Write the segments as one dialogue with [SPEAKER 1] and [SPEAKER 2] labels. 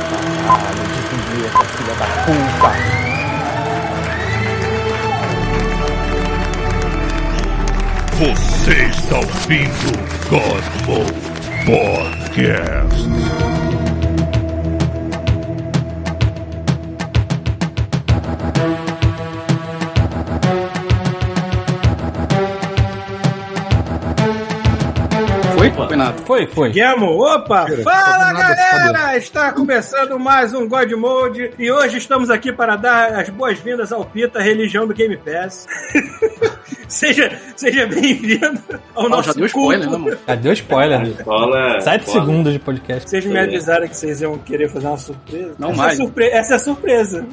[SPEAKER 1] caralho, dividir essa filha da puta.
[SPEAKER 2] Você está ouvindo Godmo Podcast.
[SPEAKER 3] Foi? Foi nada.
[SPEAKER 4] Foi, foi.
[SPEAKER 5] Guilherme, opa! Fala galera! Está começando mais um God Mode e hoje estamos aqui para dar as boas-vindas ao Pita, religião do Game Pass. seja seja bem-vindo ao
[SPEAKER 3] Ó,
[SPEAKER 5] nosso
[SPEAKER 3] já deu spoiler, né,
[SPEAKER 5] culto.
[SPEAKER 3] mano?
[SPEAKER 4] Já deu spoiler. né?
[SPEAKER 6] Fala.
[SPEAKER 4] Sete
[SPEAKER 6] fala.
[SPEAKER 4] segundos de podcast.
[SPEAKER 5] Vocês me avisaram que vocês iam querer fazer uma surpresa?
[SPEAKER 3] É. Não
[SPEAKER 5] essa
[SPEAKER 3] mais.
[SPEAKER 5] É surpre- Essa é a surpresa.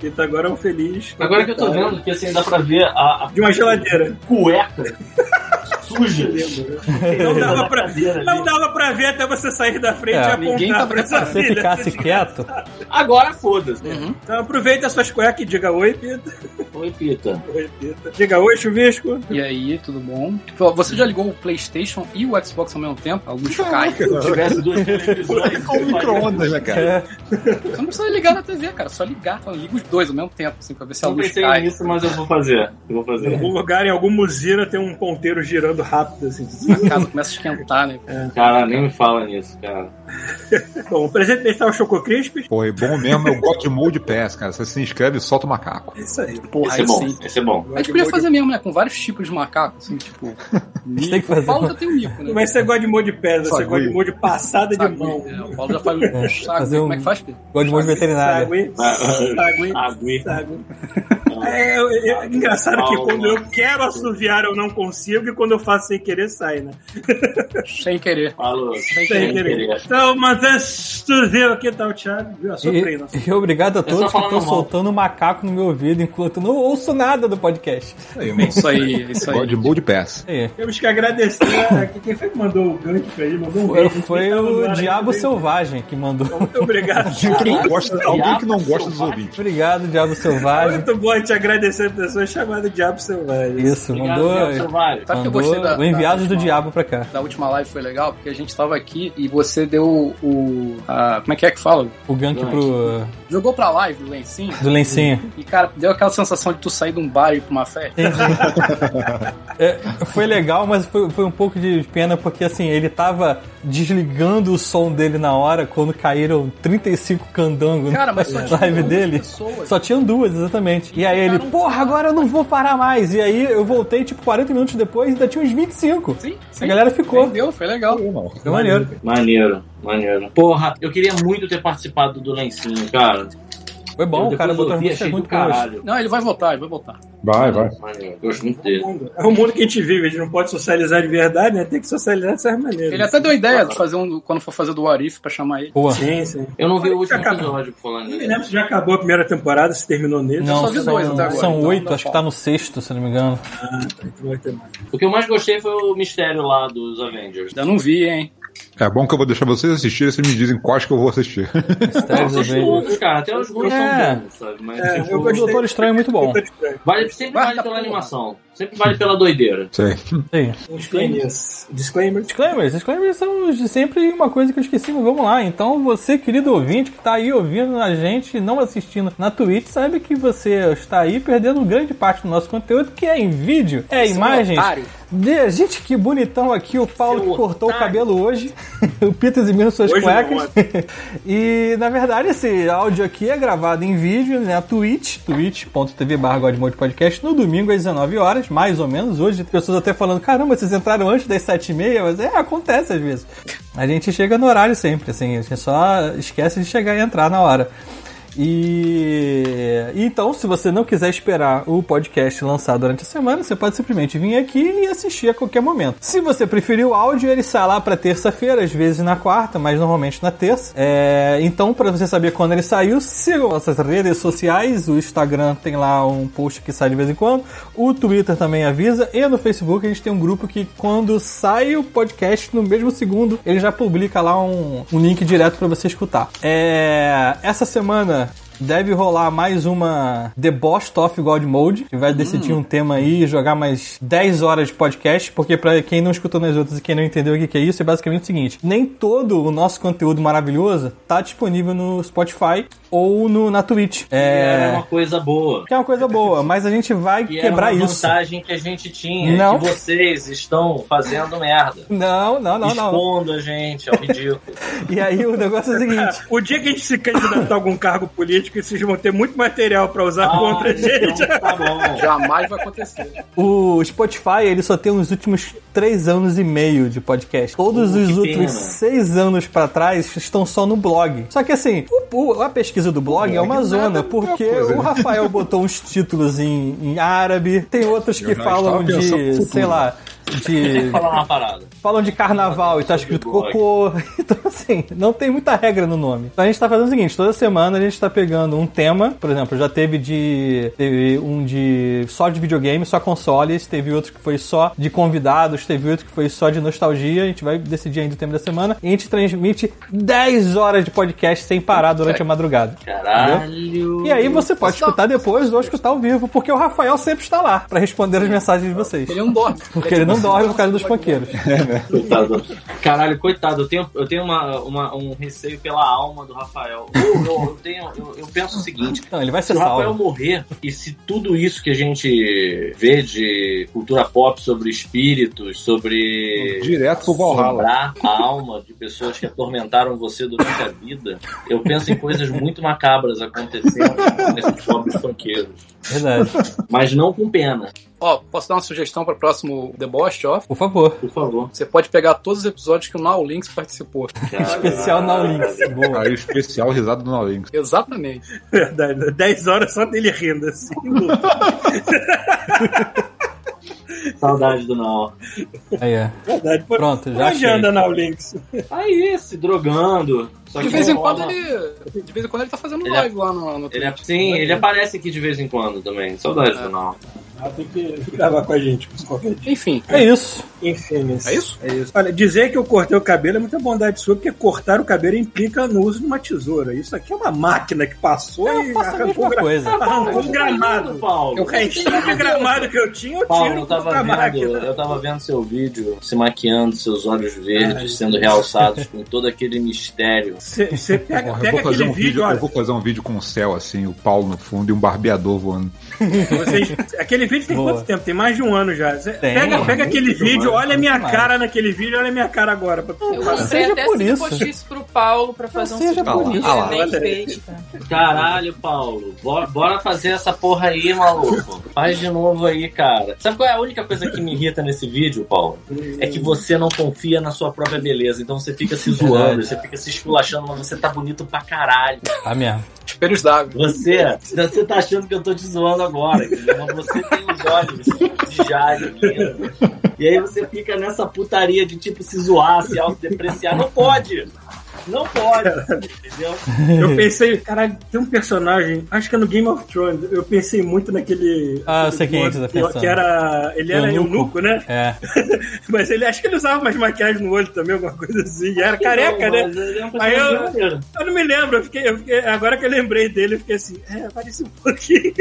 [SPEAKER 5] Pita agora é um feliz.
[SPEAKER 6] Agora que eu tô vendo que assim dá pra ver a, a
[SPEAKER 5] De uma geladeira.
[SPEAKER 6] cueca suja.
[SPEAKER 5] Não dava pra,
[SPEAKER 6] Cadeira ali.
[SPEAKER 5] não dava pra ver até você sair da frente
[SPEAKER 4] É,
[SPEAKER 5] e
[SPEAKER 3] ninguém tá
[SPEAKER 5] apontar pra essa
[SPEAKER 4] Se você
[SPEAKER 5] filha.
[SPEAKER 4] ficasse quieto,
[SPEAKER 6] Agora foda-se. né?
[SPEAKER 5] Então aproveita suas cuecas e diga oi, Pita.
[SPEAKER 6] Oi, Pita.
[SPEAKER 5] Oi, Pita. Diga oi, chuvisco.
[SPEAKER 3] E aí, tudo bom? Tipo, Você já ligou o PlayStation e o Xbox ao mesmo tempo? Alguns caem.
[SPEAKER 6] Se tivesse duas televisões.
[SPEAKER 7] Com micro-ondas, né, cara?
[SPEAKER 3] Você não precisa ligar na TV, cara. Só ligar. Então, liga os dois ao mesmo tempo, assim, pra ver se a
[SPEAKER 6] Não
[SPEAKER 3] luz
[SPEAKER 6] pensei
[SPEAKER 3] cai.
[SPEAKER 6] nisso, mas eu vou fazer. Eu vou
[SPEAKER 5] Em
[SPEAKER 6] fazer.
[SPEAKER 5] algum lugar, em algum musina, tem um ponteiro girando rápido, assim.
[SPEAKER 3] A casa começa a esquentar, né?
[SPEAKER 6] É,
[SPEAKER 4] É.
[SPEAKER 6] Cara, nem me fala nisso, cara.
[SPEAKER 5] Bom, o presente dele tá o Choco Crispis.
[SPEAKER 7] Pô, é bom mesmo, é o God Mode Pass, cara. Você se inscreve e solta o macaco.
[SPEAKER 5] É Isso aí.
[SPEAKER 3] Porra,
[SPEAKER 6] Esse é
[SPEAKER 3] aí
[SPEAKER 6] bom.
[SPEAKER 3] sim.
[SPEAKER 6] Esse é bom.
[SPEAKER 3] A gente podia fazer mesmo, né? Com vários tipos de macaco, assim, tipo.
[SPEAKER 4] você tem que fazer.
[SPEAKER 3] O Paulo já tem um mico, né?
[SPEAKER 5] Não vai ser Godmode de pedra, vai ser
[SPEAKER 7] Sagui.
[SPEAKER 5] Godmode de passada de
[SPEAKER 3] Sabe,
[SPEAKER 5] mão.
[SPEAKER 3] é, o Paulo já faz um saco.
[SPEAKER 4] fazer
[SPEAKER 3] Como é
[SPEAKER 4] um-
[SPEAKER 3] que faz, Pedro?
[SPEAKER 4] Gosto de monte veterinário.
[SPEAKER 5] Sagui, sagui,
[SPEAKER 6] Agui.
[SPEAKER 4] Tá
[SPEAKER 5] sagui. É, é, é engraçado que quando eu quero assoviar eu não consigo e quando eu faço sem querer sai, né?
[SPEAKER 3] Sem querer.
[SPEAKER 6] Falo sem
[SPEAKER 5] Sem querer.
[SPEAKER 6] querer.
[SPEAKER 5] Então, mas é estudeu aqui, tá o Thiago, viu? Surpreenda.
[SPEAKER 4] E, e obrigado a todos que
[SPEAKER 6] falando
[SPEAKER 4] estão
[SPEAKER 6] mal.
[SPEAKER 4] soltando um macaco no meu ouvido enquanto eu não ouço nada do podcast.
[SPEAKER 7] Aí, irmão.
[SPEAKER 3] Isso aí, isso aí.
[SPEAKER 7] God Mode Pass.
[SPEAKER 4] Aí.
[SPEAKER 5] Temos que agradecer a quem foi que mandou o gancho aí, mandou um
[SPEAKER 4] Foi,
[SPEAKER 5] beijo.
[SPEAKER 4] foi
[SPEAKER 5] Quem tava no
[SPEAKER 4] o
[SPEAKER 5] ar
[SPEAKER 4] Diabo
[SPEAKER 5] aí, um
[SPEAKER 4] Selvagem que mandou.
[SPEAKER 5] Muito obrigado.
[SPEAKER 7] Quem não gosta, alguém que não gosta dos ouvintes.
[SPEAKER 4] Obrigado, Diabo Selvagem. É
[SPEAKER 5] Muito bom te agradecer a pessoa chamada Diabo Selvagem.
[SPEAKER 4] Isso, mandou. é.
[SPEAKER 6] Vale.
[SPEAKER 3] Sabe que eu
[SPEAKER 4] mandou
[SPEAKER 3] gostei da-
[SPEAKER 4] o enviado
[SPEAKER 3] da
[SPEAKER 4] do
[SPEAKER 3] última-
[SPEAKER 4] diabo pra cá.
[SPEAKER 3] da última live foi legal, porque a gente tava aqui e você deu o. a- como é que é que fala?
[SPEAKER 4] O gank
[SPEAKER 3] é
[SPEAKER 4] pro.
[SPEAKER 3] Jogou pra live o lencinho
[SPEAKER 4] do lencinho.
[SPEAKER 3] e, cara, deu aquela sensação de tu sair de um bar e ir pra uma festa.
[SPEAKER 4] É, foi legal, mas foi, foi um pouco de pena porque assim, ele tava desligando o som dele na hora quando caíram 35 candangos
[SPEAKER 3] Cara, mas só
[SPEAKER 4] na
[SPEAKER 3] tinha
[SPEAKER 4] live
[SPEAKER 3] duas
[SPEAKER 4] dele.
[SPEAKER 3] pessoas.
[SPEAKER 4] Só tinham duas, exatamente. E aí ele,
[SPEAKER 3] ficaram-
[SPEAKER 4] porra, agora eu não vou parar mais. E aí eu voltei, tipo, 40 minutos depois e ainda tinha uns 25.
[SPEAKER 3] Sim, sim.
[SPEAKER 4] A galera ficou.
[SPEAKER 3] Deu, foi legal.
[SPEAKER 4] Foi maneiro.
[SPEAKER 6] Maneiro, maneiro. Porra, eu queria muito ter participado do lencinho, cara.
[SPEAKER 4] Foi
[SPEAKER 6] Eu
[SPEAKER 4] bom, o
[SPEAKER 6] depois
[SPEAKER 4] cara
[SPEAKER 6] eu
[SPEAKER 4] botou
[SPEAKER 6] vi,
[SPEAKER 4] muito
[SPEAKER 6] achei do
[SPEAKER 4] muito coisa.
[SPEAKER 6] caralho.
[SPEAKER 3] Não, ele vai voltar, ele vai voltar.
[SPEAKER 7] Vai, vai.
[SPEAKER 6] Maneiro, gosto muito dele.
[SPEAKER 5] É o mundo que a gente vive, a gente não pode socializar de verdade, né? Tem que socializar dessas maneiras.
[SPEAKER 3] Ele até deu ideia de fazer um. Quando for fazer do Arif pra chamar ele.
[SPEAKER 4] Boa.
[SPEAKER 5] Sim, sim.
[SPEAKER 6] Eu não vi o último
[SPEAKER 5] Acabou.
[SPEAKER 6] episódio falando
[SPEAKER 5] Não me
[SPEAKER 6] nisso.
[SPEAKER 5] lembro se já acabou a primeira temporada, se terminou nele.
[SPEAKER 4] Não,
[SPEAKER 3] só vi dois
[SPEAKER 4] são
[SPEAKER 3] até agora,
[SPEAKER 4] são
[SPEAKER 3] então
[SPEAKER 4] oito,
[SPEAKER 3] dá
[SPEAKER 4] acho
[SPEAKER 3] pau.
[SPEAKER 4] que tá no sexto, se não me engano.
[SPEAKER 5] Então vai ter mais.
[SPEAKER 6] O que eu mais gostei foi o mistério lá dos Avengers.
[SPEAKER 3] Ainda não vi, hein?
[SPEAKER 7] É bom que eu vou deixar vocês assistirem e vocês me dizem quais que eu vou assistir.
[SPEAKER 6] Eu
[SPEAKER 4] Mistérios da
[SPEAKER 6] assisto
[SPEAKER 4] Veiga.
[SPEAKER 6] todos, cara. Até os ruins
[SPEAKER 4] É.
[SPEAKER 6] são bons, sabe? Mas
[SPEAKER 5] É,
[SPEAKER 6] tipo,
[SPEAKER 5] eu
[SPEAKER 4] O
[SPEAKER 5] gostei.
[SPEAKER 4] Doutor Estranho é muito bom.
[SPEAKER 5] Muito estranho.
[SPEAKER 6] vale, sempre
[SPEAKER 3] Guarda
[SPEAKER 6] vale pela
[SPEAKER 3] porra.
[SPEAKER 6] animação. Sempre vale pela doideira.
[SPEAKER 7] Sei.
[SPEAKER 4] Sim.
[SPEAKER 5] Disclaimers. Disclaimer.
[SPEAKER 4] Disclaimers, disclaimers são de sempre uma coisa que eu esqueci, mas vamos lá. Então, você, querido ouvinte, que tá aí ouvindo a gente e não assistindo na Twitch, sabe que você está aí perdendo grande parte do nosso conteúdo, que é em vídeo, é
[SPEAKER 3] Seu
[SPEAKER 4] imagens.
[SPEAKER 3] otário.
[SPEAKER 4] De, gente, que bonitão aqui, o Paulo
[SPEAKER 6] Seu
[SPEAKER 4] que cortou o
[SPEAKER 6] otário.
[SPEAKER 4] cabelo hoje, o Pita exibindo suas
[SPEAKER 5] Hoje
[SPEAKER 4] cuecas. e, na verdade, esse áudio aqui é gravado em vídeo né, na Twitch, twitch.tv barra Godmode Podcast, no domingo às 19 horas, mais ou menos. Hoje, pessoas até falando, caramba, vocês entraram antes das 7h30, mas é, acontece às vezes. A gente chega no horário sempre, assim, a gente só esquece de chegar e entrar na hora. E então, se você não quiser esperar o podcast lançar durante a semana, você pode simplesmente vir aqui e assistir a qualquer momento. Se você preferir o áudio, ele sai lá para terça-feira, às vezes na quarta, mas normalmente na terça. É, então, para você saber quando ele saiu, siga nossas redes sociais. O Instagram tem lá um post que sai de vez em quando, o Twitter também avisa e no Facebook a gente tem um grupo que quando sai o podcast no mesmo segundo, ele já publica lá um, um link direto para você escutar. É, essa semana Deve rolar mais uma The Boss of God Mode, que vai
[SPEAKER 6] Hum.
[SPEAKER 4] decidir um tema aí e jogar mais 10 horas de podcast, porque pra quem não escutou nas outras e quem não entendeu o que que é isso, é basicamente o seguinte, nem todo o nosso conteúdo maravilhoso tá disponível no Spotify ou no, na Twitch.
[SPEAKER 6] Era
[SPEAKER 4] É...
[SPEAKER 6] uma coisa boa.
[SPEAKER 4] Que é uma coisa boa, mas a gente vai
[SPEAKER 6] E
[SPEAKER 4] quebrar
[SPEAKER 6] era uma
[SPEAKER 4] isso.
[SPEAKER 6] vantagem que a gente tinha.
[SPEAKER 4] Não.
[SPEAKER 6] Não. Que vocês estão fazendo merda.
[SPEAKER 4] Não, não, não, não.
[SPEAKER 6] Expondo a gente ao ridículo.
[SPEAKER 4] E aí o negócio é o seguinte.
[SPEAKER 5] O dia que a gente se candidatar a algum cargo político, vocês vão ter muito material pra usar
[SPEAKER 6] Ah,
[SPEAKER 5] contra a gente. É
[SPEAKER 6] então tá bom.
[SPEAKER 3] Jamais vai acontecer.
[SPEAKER 4] O Spotify, ele só tem os últimos três anos e meio de podcast. Todos
[SPEAKER 6] Uh,
[SPEAKER 4] os
[SPEAKER 6] que
[SPEAKER 4] outros
[SPEAKER 6] pena.
[SPEAKER 4] seis anos pra trás estão só no blog. Só que assim, o- o- a pesquisa do blog é uma zona, porque o Rafael botou uns títulos em, em árabe, tem outros que
[SPEAKER 7] Eu já
[SPEAKER 4] falam
[SPEAKER 7] estava pensando no
[SPEAKER 4] de,
[SPEAKER 7] futuro.
[SPEAKER 4] sei lá,
[SPEAKER 6] Deixa eu
[SPEAKER 4] de...
[SPEAKER 6] falar uma parada.
[SPEAKER 4] Falam de carnaval e tá escrito
[SPEAKER 6] blog.
[SPEAKER 4] cocô. Então, assim, não tem muita regra no nome. Então a gente tá fazendo o seguinte: toda semana a gente tá pegando um tema, por exemplo, já teve de. Teve um de só de videogame, só consoles, teve outro que foi só de convidados, teve outro que foi só de nostalgia. A gente vai decidir ainda o tema da semana. E a gente transmite 10 horas de podcast sem parar durante a madrugada.
[SPEAKER 6] Caralho.
[SPEAKER 4] E aí você pode escutar depois ou escutar ao vivo, porque o Rafael sempre está lá pra responder as mensagens de vocês.
[SPEAKER 1] é
[SPEAKER 3] Ele é um não dorme.
[SPEAKER 1] um
[SPEAKER 4] Porque ele não dorme por causa dos panqueiros.
[SPEAKER 6] Coitado. Caralho, coitado, eu tenho, eu tenho uma, uma- um receio pela alma do Rafael. Eu, eu- eu tenho, eu, eu penso o seguinte.
[SPEAKER 4] Não, ele vai
[SPEAKER 6] Se
[SPEAKER 4] ser
[SPEAKER 6] o Rafael
[SPEAKER 4] salvo.
[SPEAKER 6] morrer e se tudo isso que a gente vê de cultura pop sobre espíritos, sobre
[SPEAKER 7] Direto pro Valhalla.
[SPEAKER 6] assombrar a alma de pessoas que atormentaram você durante a vida, eu penso em coisas muito macabras acontecendo com esses pobres funkeiros.
[SPEAKER 4] Verdade.
[SPEAKER 6] Mas não com pena,
[SPEAKER 3] Ó, posso dar uma sugestão para o próximo The Boss Off?
[SPEAKER 4] Por favor.
[SPEAKER 6] por favor.
[SPEAKER 3] Você pode pegar todos os episódios que o Now Links participou.
[SPEAKER 4] Especial na Links. Boa.
[SPEAKER 7] Aí o especial risado do Nalinx.
[SPEAKER 3] Exatamente.
[SPEAKER 5] Verdade, 10 horas só dele rindo, assim.
[SPEAKER 6] Saudade do Nau.
[SPEAKER 4] Aí é.
[SPEAKER 5] Verdade. Por-
[SPEAKER 4] Pronto, já
[SPEAKER 5] Onde
[SPEAKER 4] achei.
[SPEAKER 5] anda na Links?
[SPEAKER 6] Tá Aí, se drogando. Só que
[SPEAKER 3] De vez em
[SPEAKER 6] não rola-
[SPEAKER 3] quando ele. De vez em quando ele tá fazendo
[SPEAKER 6] Ele é-
[SPEAKER 3] live lá no, no
[SPEAKER 6] Ele é- sim, ele aparece aqui de vez em quando também. Saudades
[SPEAKER 3] É.
[SPEAKER 6] do Nau.
[SPEAKER 5] Ah, tem que gravar com a gente. por qualquer dia.
[SPEAKER 3] Enfim.
[SPEAKER 4] É isso.
[SPEAKER 5] Enfim,
[SPEAKER 3] É isso?
[SPEAKER 5] É isso. Olha, dizer que eu cortei o cabelo é muita bondade sua, porque cortar o cabelo implica no uso de uma tesoura. Isso aqui é uma máquina que passou e
[SPEAKER 4] Eu faço a
[SPEAKER 5] arrancou,
[SPEAKER 4] mesma
[SPEAKER 5] gra-
[SPEAKER 4] coisa.
[SPEAKER 3] Tá
[SPEAKER 5] arrancou um gramado.
[SPEAKER 6] Paulo.
[SPEAKER 5] O restinho de gramado que eu tinha, eu
[SPEAKER 6] Paulo,
[SPEAKER 5] tiro
[SPEAKER 6] eu tava,
[SPEAKER 5] com a
[SPEAKER 6] vendo,
[SPEAKER 5] máquina.
[SPEAKER 6] eu tava vendo seu vídeo se maquiando, seus olhos verdes sendo realçados com todo aquele mistério.
[SPEAKER 5] Você pega,
[SPEAKER 7] Porra, eu
[SPEAKER 5] pega
[SPEAKER 7] vou fazer
[SPEAKER 5] aquele
[SPEAKER 7] um
[SPEAKER 5] vídeo,
[SPEAKER 7] vídeo,
[SPEAKER 5] olha.
[SPEAKER 7] eu vou fazer um vídeo com o céu assim, o pau no fundo e um barbeador voando.
[SPEAKER 5] Vocês- aquele vídeo tem
[SPEAKER 4] Boa.
[SPEAKER 5] quanto tempo? Tem mais de um ano já. Cê-
[SPEAKER 4] Tem,
[SPEAKER 5] pega pega aquele
[SPEAKER 4] muito
[SPEAKER 5] vídeo,
[SPEAKER 4] mais,
[SPEAKER 5] olha a minha
[SPEAKER 4] muito mais.
[SPEAKER 5] cara naquele vídeo, olha a minha cara agora. pra-
[SPEAKER 8] Eu
[SPEAKER 5] pra-
[SPEAKER 8] comprei
[SPEAKER 4] seja
[SPEAKER 8] até
[SPEAKER 4] por
[SPEAKER 8] cinco
[SPEAKER 4] isso.
[SPEAKER 8] postiços pro Paulo pra fazer
[SPEAKER 4] Não
[SPEAKER 8] um
[SPEAKER 4] seja
[SPEAKER 8] cinco
[SPEAKER 4] por
[SPEAKER 8] postiços,
[SPEAKER 7] isso. Ah lá.
[SPEAKER 8] ele
[SPEAKER 5] Olha
[SPEAKER 8] nem
[SPEAKER 5] aí.
[SPEAKER 8] fez, cara.
[SPEAKER 6] Caralho, Paulo, bo- bora fazer essa porra aí, maluco. Faz de novo aí, cara. Sabe qual é a única coisa que me irrita nesse vídeo, Paulo? É que você não confia na sua própria beleza, então você fica se
[SPEAKER 3] É
[SPEAKER 6] zoando,
[SPEAKER 4] Verdade.
[SPEAKER 6] você fica se esculachando, mas você tá bonito pra caralho.
[SPEAKER 4] Tá mesmo.
[SPEAKER 3] Espelhos d'água.
[SPEAKER 6] Você, você tá achando que eu tô te zoando agora, entendeu? mas você tem os olhos de jade mesmo. E aí você fica nessa putaria de tipo se zoar, se autodepreciar. Não pode! Não pode, entendeu?
[SPEAKER 5] Eu pensei, caralho, tem um personagem, acho que é no Game of Thrones, eu pensei muito naquele.
[SPEAKER 4] Ah, eu sei quem é que você tá
[SPEAKER 5] que,
[SPEAKER 4] pensando.
[SPEAKER 5] que era. Ele era
[SPEAKER 4] Eunuco.
[SPEAKER 5] eunuco, né?
[SPEAKER 4] É.
[SPEAKER 5] Mas ele acho que ele usava mais maquiagem no olho também, alguma coisa assim. E era careca,
[SPEAKER 6] Não,
[SPEAKER 5] né?
[SPEAKER 6] mas ele é um
[SPEAKER 5] Aí
[SPEAKER 6] personagem
[SPEAKER 5] eu,
[SPEAKER 6] maneiro.
[SPEAKER 5] eu não me lembro, eu fiquei, eu fiquei- agora que eu lembrei dele, eu fiquei assim, é, parece um pouquinho.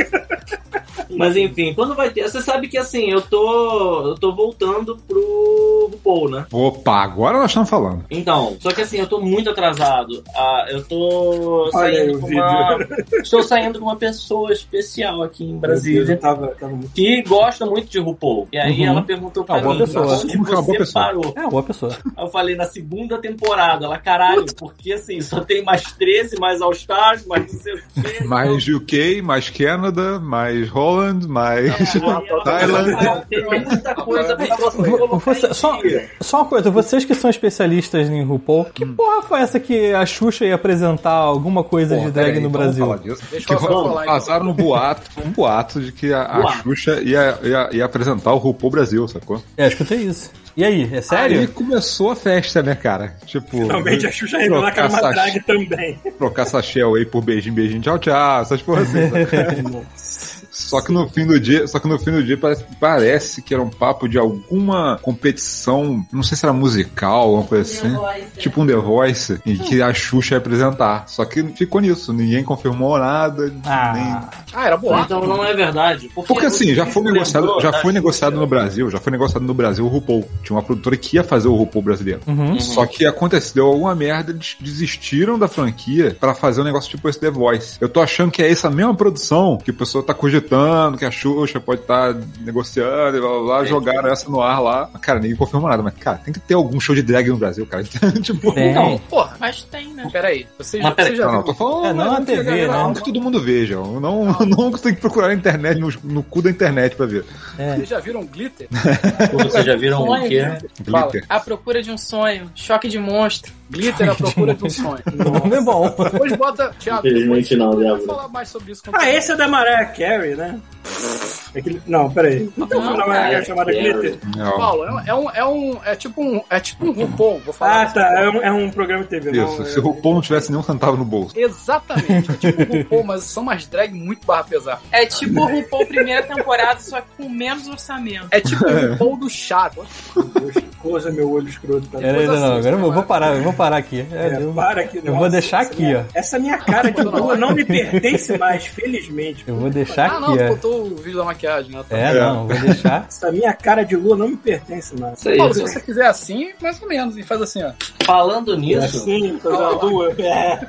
[SPEAKER 6] Mas enfim, quando vai ter. Você sabe que assim, eu tô. Eu tô voltando pro RuPaul, né?
[SPEAKER 7] Opa, agora nós estamos falando.
[SPEAKER 6] Então, só que assim, eu tô muito atrasado. Ah, eu tô
[SPEAKER 5] Olha aí
[SPEAKER 6] saindo
[SPEAKER 5] o
[SPEAKER 6] com uma. Estou saindo com uma pessoa especial aqui em Brasília.
[SPEAKER 5] Tava, tava muito.
[SPEAKER 6] que gosta muito de RuPaul. E aí
[SPEAKER 4] Uhum.
[SPEAKER 6] ela perguntou
[SPEAKER 4] É
[SPEAKER 6] pra
[SPEAKER 4] uma boa
[SPEAKER 6] mim
[SPEAKER 4] pessoa.
[SPEAKER 6] onde
[SPEAKER 7] É uma boa
[SPEAKER 6] você
[SPEAKER 7] pessoa.
[SPEAKER 6] parou.
[SPEAKER 4] É uma boa pessoa.
[SPEAKER 6] Aí eu falei, na segunda temporada. Ela, caralho, porque assim, só tem mais 13, mais All Stars, mais não sei o quê.
[SPEAKER 7] Mais UK, mais Canadá, mais Holland, mais.
[SPEAKER 6] Aí ela falou,
[SPEAKER 7] Thailand.
[SPEAKER 6] "Cara, "Ah, Tem muita coisa pra você
[SPEAKER 4] Vo-
[SPEAKER 6] colocar
[SPEAKER 4] você-
[SPEAKER 6] em
[SPEAKER 4] só,
[SPEAKER 6] dia."
[SPEAKER 4] só uma coisa, vocês que são especialistas em RuPaul, que porra foi essa que a Xuxa ia apresentar alguma coisa
[SPEAKER 7] Porra,
[SPEAKER 4] de drag
[SPEAKER 7] peraí, então
[SPEAKER 4] no
[SPEAKER 7] vamos
[SPEAKER 4] Brasil?
[SPEAKER 7] falar disso.
[SPEAKER 3] Deixa
[SPEAKER 7] Que
[SPEAKER 3] eu
[SPEAKER 7] vão-
[SPEAKER 3] falar, então.
[SPEAKER 7] passaram um boato, um boato de que a, a
[SPEAKER 6] Boato.
[SPEAKER 7] Xuxa ia, ia, ia apresentar o RuPaul Brasil, sacou?
[SPEAKER 4] É, eu escutei isso. E aí, é
[SPEAKER 7] Aí
[SPEAKER 4] sério?
[SPEAKER 7] começou a festa, né, cara? Tipo.
[SPEAKER 5] Finalmente a Xuxa revelar que era uma
[SPEAKER 7] trocar sachê-
[SPEAKER 5] drag também.
[SPEAKER 4] tá
[SPEAKER 7] trocar sachê aí por beijinho, beijinho, tchau, tchau, essas porras assim. sabe? Só que no fim do dia, só que no fim do dia parece, parece que era um papo de alguma competição, não sei se era musical, alguma coisa assim.
[SPEAKER 6] né?
[SPEAKER 7] Tipo um The Voice, em que a Xuxa ia apresentar. Só que ficou nisso, ninguém confirmou nada.
[SPEAKER 4] Ah,
[SPEAKER 8] Ah, era boato.
[SPEAKER 6] Então não é verdade. Porque,
[SPEAKER 7] Porque assim, já foi
[SPEAKER 6] Lembrou tá?
[SPEAKER 7] negociado, já
[SPEAKER 6] da
[SPEAKER 7] foi negociado
[SPEAKER 6] Xuxa?
[SPEAKER 7] no Brasil, já foi negociado no Brasil o RuPaul. Tinha uma produtora que ia fazer o RuPaul brasileiro.
[SPEAKER 4] uhum.
[SPEAKER 7] Só que aconteceu alguma merda, eles desistiram da franquia pra fazer um negócio tipo esse The Voice. Eu tô achando que é essa mesma produção que o pessoal tá cogitando, que a Xuxa pode estar negociando e blá blá
[SPEAKER 6] É.
[SPEAKER 7] blá, jogaram essa no ar lá. Cara, ninguém confirmou nada, mas cara, tem que ter algum show de drag no Brasil, cara. tipo,
[SPEAKER 4] Tem.
[SPEAKER 8] Não, porra, mas tem, né? Peraí, você já,
[SPEAKER 6] Mas peraí,
[SPEAKER 8] você já
[SPEAKER 7] não, não, tô
[SPEAKER 8] viu
[SPEAKER 7] falando.
[SPEAKER 4] É, não
[SPEAKER 7] mas
[SPEAKER 4] na
[SPEAKER 7] tem a
[SPEAKER 4] TV,
[SPEAKER 7] galera,
[SPEAKER 4] não.
[SPEAKER 7] não que todo mundo veja. Não, não, não que tem que procurar na internet, no, no cu da internet pra ver.
[SPEAKER 4] é.
[SPEAKER 3] Vocês já viram glitter?
[SPEAKER 6] Vocês já viram o quê?
[SPEAKER 8] Fala,
[SPEAKER 7] Glitter.
[SPEAKER 8] A Procura de um Sonho, Choque de Monstro.
[SPEAKER 3] Glitter à procura de um sonho.
[SPEAKER 4] O nome é bom.
[SPEAKER 3] Depois bota. Thiago,
[SPEAKER 6] Infelizmente
[SPEAKER 3] depois
[SPEAKER 6] não,
[SPEAKER 3] eu
[SPEAKER 6] Débora.
[SPEAKER 3] vou falar mais sobre isso com
[SPEAKER 5] Ah, esse é da Mariah Carey, né? Aquele- Não, peraí. Não tem um filme da Mariah Carey chamado
[SPEAKER 6] Carey.
[SPEAKER 5] Glitter?
[SPEAKER 7] Não.
[SPEAKER 3] Paulo, é um, é um, é um- é tipo um, é tipo um RuPaul, vou falar.
[SPEAKER 5] Ah, tá. É um, é um programa de TV. não,
[SPEAKER 7] Isso,
[SPEAKER 5] é-
[SPEAKER 7] se o RuPaul não tivesse nenhum centavo no bolso.
[SPEAKER 3] Exatamente, é tipo um RuPaul, mas são umas drag muito barra pesar.
[SPEAKER 9] É tipo o RuPaul primeira temporada, só que com menos orçamento.
[SPEAKER 3] É tipo um RuPaul do Chaves.
[SPEAKER 5] Coisa, meu olho escroto. Tá?
[SPEAKER 4] Pera aí, não, não, agora eu vou, vou parar, eu vou parar aqui. É,
[SPEAKER 5] É,
[SPEAKER 4] eu,
[SPEAKER 5] para aqui,
[SPEAKER 4] eu vou deixar aqui, ó.
[SPEAKER 5] Essa minha cara de lua não me pertence mais, felizmente.
[SPEAKER 4] Eu vou deixar
[SPEAKER 3] ah, não, tu
[SPEAKER 4] Tá aqui, ó.
[SPEAKER 3] botou o vídeo da maquiagem, né? Tá.
[SPEAKER 4] É, não, eu vou deixar.
[SPEAKER 5] Essa minha cara de lua não me pertence mais.
[SPEAKER 6] Isso aí,
[SPEAKER 3] Paulo, se
[SPEAKER 6] gente.
[SPEAKER 3] você fizer assim, mais ou menos, e faz assim, ó.
[SPEAKER 6] Falando nisso,
[SPEAKER 5] Sim, coisa da lua. É.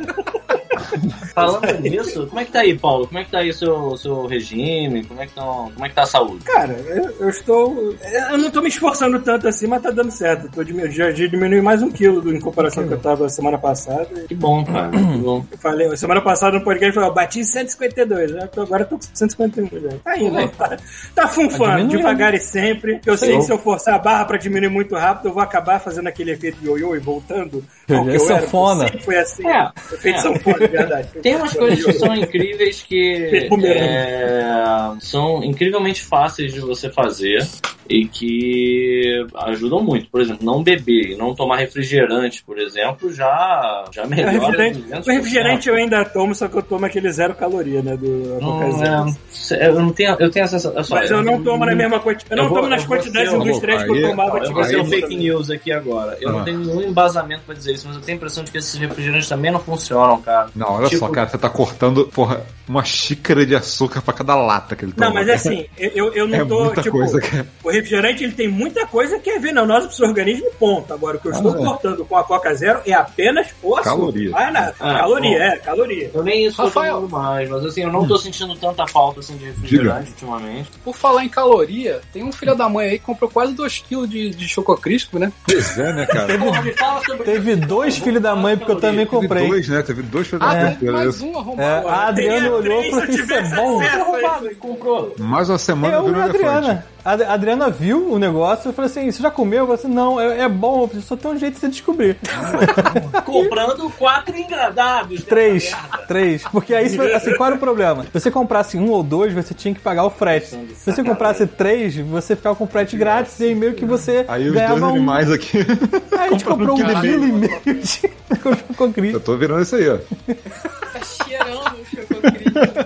[SPEAKER 6] falando nisso, como é que tá aí, Paulo? Como é que tá aí o seu, seu regime? Como é, que tão, como é que tá a saúde?
[SPEAKER 5] Cara, eu, eu estou. Eu não estou me esforçando tanto assim, mas tá dando certo. Eu tô dimi- já, já diminui mais um quilo do- em comparação com que eu tava semana passada.
[SPEAKER 6] Que bom, cara. Que bom.
[SPEAKER 5] Eu falei, semana passada no podcast eu falei, ó, bati 152, né? Então Agora eu tô com 151 já. Tá indo, tá, tá funfando,
[SPEAKER 4] diminuindo.
[SPEAKER 5] devagar e sempre. Eu sei que se eu forçar a barra pra diminuir muito rápido, eu vou acabar fazendo aquele efeito ioiô e voltando. ao que
[SPEAKER 4] É
[SPEAKER 5] eu era,
[SPEAKER 4] sanfona.
[SPEAKER 5] porque Sempre foi assim.
[SPEAKER 6] É,
[SPEAKER 5] efeito
[SPEAKER 6] é.
[SPEAKER 5] sanfona, de verdade.
[SPEAKER 6] Tem umas coisas que são incríveis que
[SPEAKER 5] Bumerangue.
[SPEAKER 6] é, são incrivelmente fáceis de você fazer e que ajudam muito. Por exemplo, não beber e não tomar refrigerante, por exemplo, já, já
[SPEAKER 5] O
[SPEAKER 6] melhora.
[SPEAKER 5] É refrigerante,
[SPEAKER 6] 200%.
[SPEAKER 5] o refrigerante eu ainda tomo, só que eu tomo aquele zero caloria, né? Do
[SPEAKER 6] Não,
[SPEAKER 5] Coca-Zero.
[SPEAKER 6] Hum, é, eu não tenho, eu tenho essa sensação.
[SPEAKER 5] assim. Mas eu não tomo na mesma quantidade. Eu não
[SPEAKER 6] Eu vou-
[SPEAKER 5] tomo nas
[SPEAKER 6] eu vou
[SPEAKER 5] quantidades
[SPEAKER 6] ser-
[SPEAKER 5] industriais que eu
[SPEAKER 7] Aí-
[SPEAKER 5] tomava
[SPEAKER 6] Eu vou
[SPEAKER 5] antigamente.
[SPEAKER 6] ser um fake news aqui agora. Eu
[SPEAKER 7] Ah.
[SPEAKER 6] não tenho nenhum embasamento pra dizer isso, mas eu tenho a impressão de que esses refrigerantes também não funcionam, cara.
[SPEAKER 7] Não, olha
[SPEAKER 6] Tipo-
[SPEAKER 7] só, cara, você tá cortando, porra, uma xícara de açúcar pra cada lata que ele toma.
[SPEAKER 5] Não, mas é assim, eu, eu- eu não
[SPEAKER 7] É
[SPEAKER 5] tô.
[SPEAKER 7] muita
[SPEAKER 5] tipo,
[SPEAKER 7] coisa, é. cara.
[SPEAKER 5] o refrigerante ele tem muita coisa que é venenosa pro seu organismo, ponto. Agora, o que eu estou
[SPEAKER 7] Ah, é.
[SPEAKER 5] cortando com a Coca Zero é apenas o açúcar.
[SPEAKER 7] Caloria.
[SPEAKER 5] Ah, não.
[SPEAKER 6] Ah,
[SPEAKER 5] caloria,
[SPEAKER 6] bom.
[SPEAKER 5] é, caloria.
[SPEAKER 6] Eu nem isso
[SPEAKER 3] Rafael.
[SPEAKER 6] eu tô tomando mais, mas assim, eu não tô sentindo tanta falta assim de refrigerante ultimamente.
[SPEAKER 3] Por falar em caloria, tem um filho da mãe aí que comprou quase 2kg de, de chococrispo, né?
[SPEAKER 7] Pois é, né, cara?
[SPEAKER 6] Porra, me fala sobre
[SPEAKER 4] Teve dois filhos da mãe porque eu também
[SPEAKER 7] Teve
[SPEAKER 4] comprei.
[SPEAKER 7] dois, né? Teve dois filhos
[SPEAKER 3] Ah,
[SPEAKER 7] da
[SPEAKER 3] teve
[SPEAKER 7] terceira.
[SPEAKER 3] mais um
[SPEAKER 4] É,
[SPEAKER 3] arrombado.
[SPEAKER 4] a Adriana
[SPEAKER 5] Teria
[SPEAKER 4] olhou e
[SPEAKER 5] três
[SPEAKER 4] falou assim:
[SPEAKER 5] se eu
[SPEAKER 4] Isso é
[SPEAKER 5] tivesse
[SPEAKER 4] bom.
[SPEAKER 5] acesso.
[SPEAKER 6] roubado, ele comprou.
[SPEAKER 7] Mais uma semana
[SPEAKER 4] Eu e
[SPEAKER 7] virou
[SPEAKER 4] a
[SPEAKER 7] elefante.
[SPEAKER 4] Adriana. A Ad- a Adriana viu o negócio e falou assim: Você já comeu? Eu falei assim: Não, é, é bom, só tem um jeito de você descobrir.
[SPEAKER 6] Comprando quatro engradados.
[SPEAKER 4] Três. Três. Porque aí, você- assim, qual era o problema? Se você comprasse um ou dois, você tinha que pagar o frete. Se você comprasse três, você ficava com frete grátis e aí meio que você
[SPEAKER 7] Aí os dois
[SPEAKER 4] ganhava um.
[SPEAKER 7] animais aqui.
[SPEAKER 4] Aí a gente comprou um
[SPEAKER 7] comprando um
[SPEAKER 4] quilo e meio de chococrispo.
[SPEAKER 7] eu tô virando isso aí, ó.
[SPEAKER 9] Tá cheirando o chococrispo.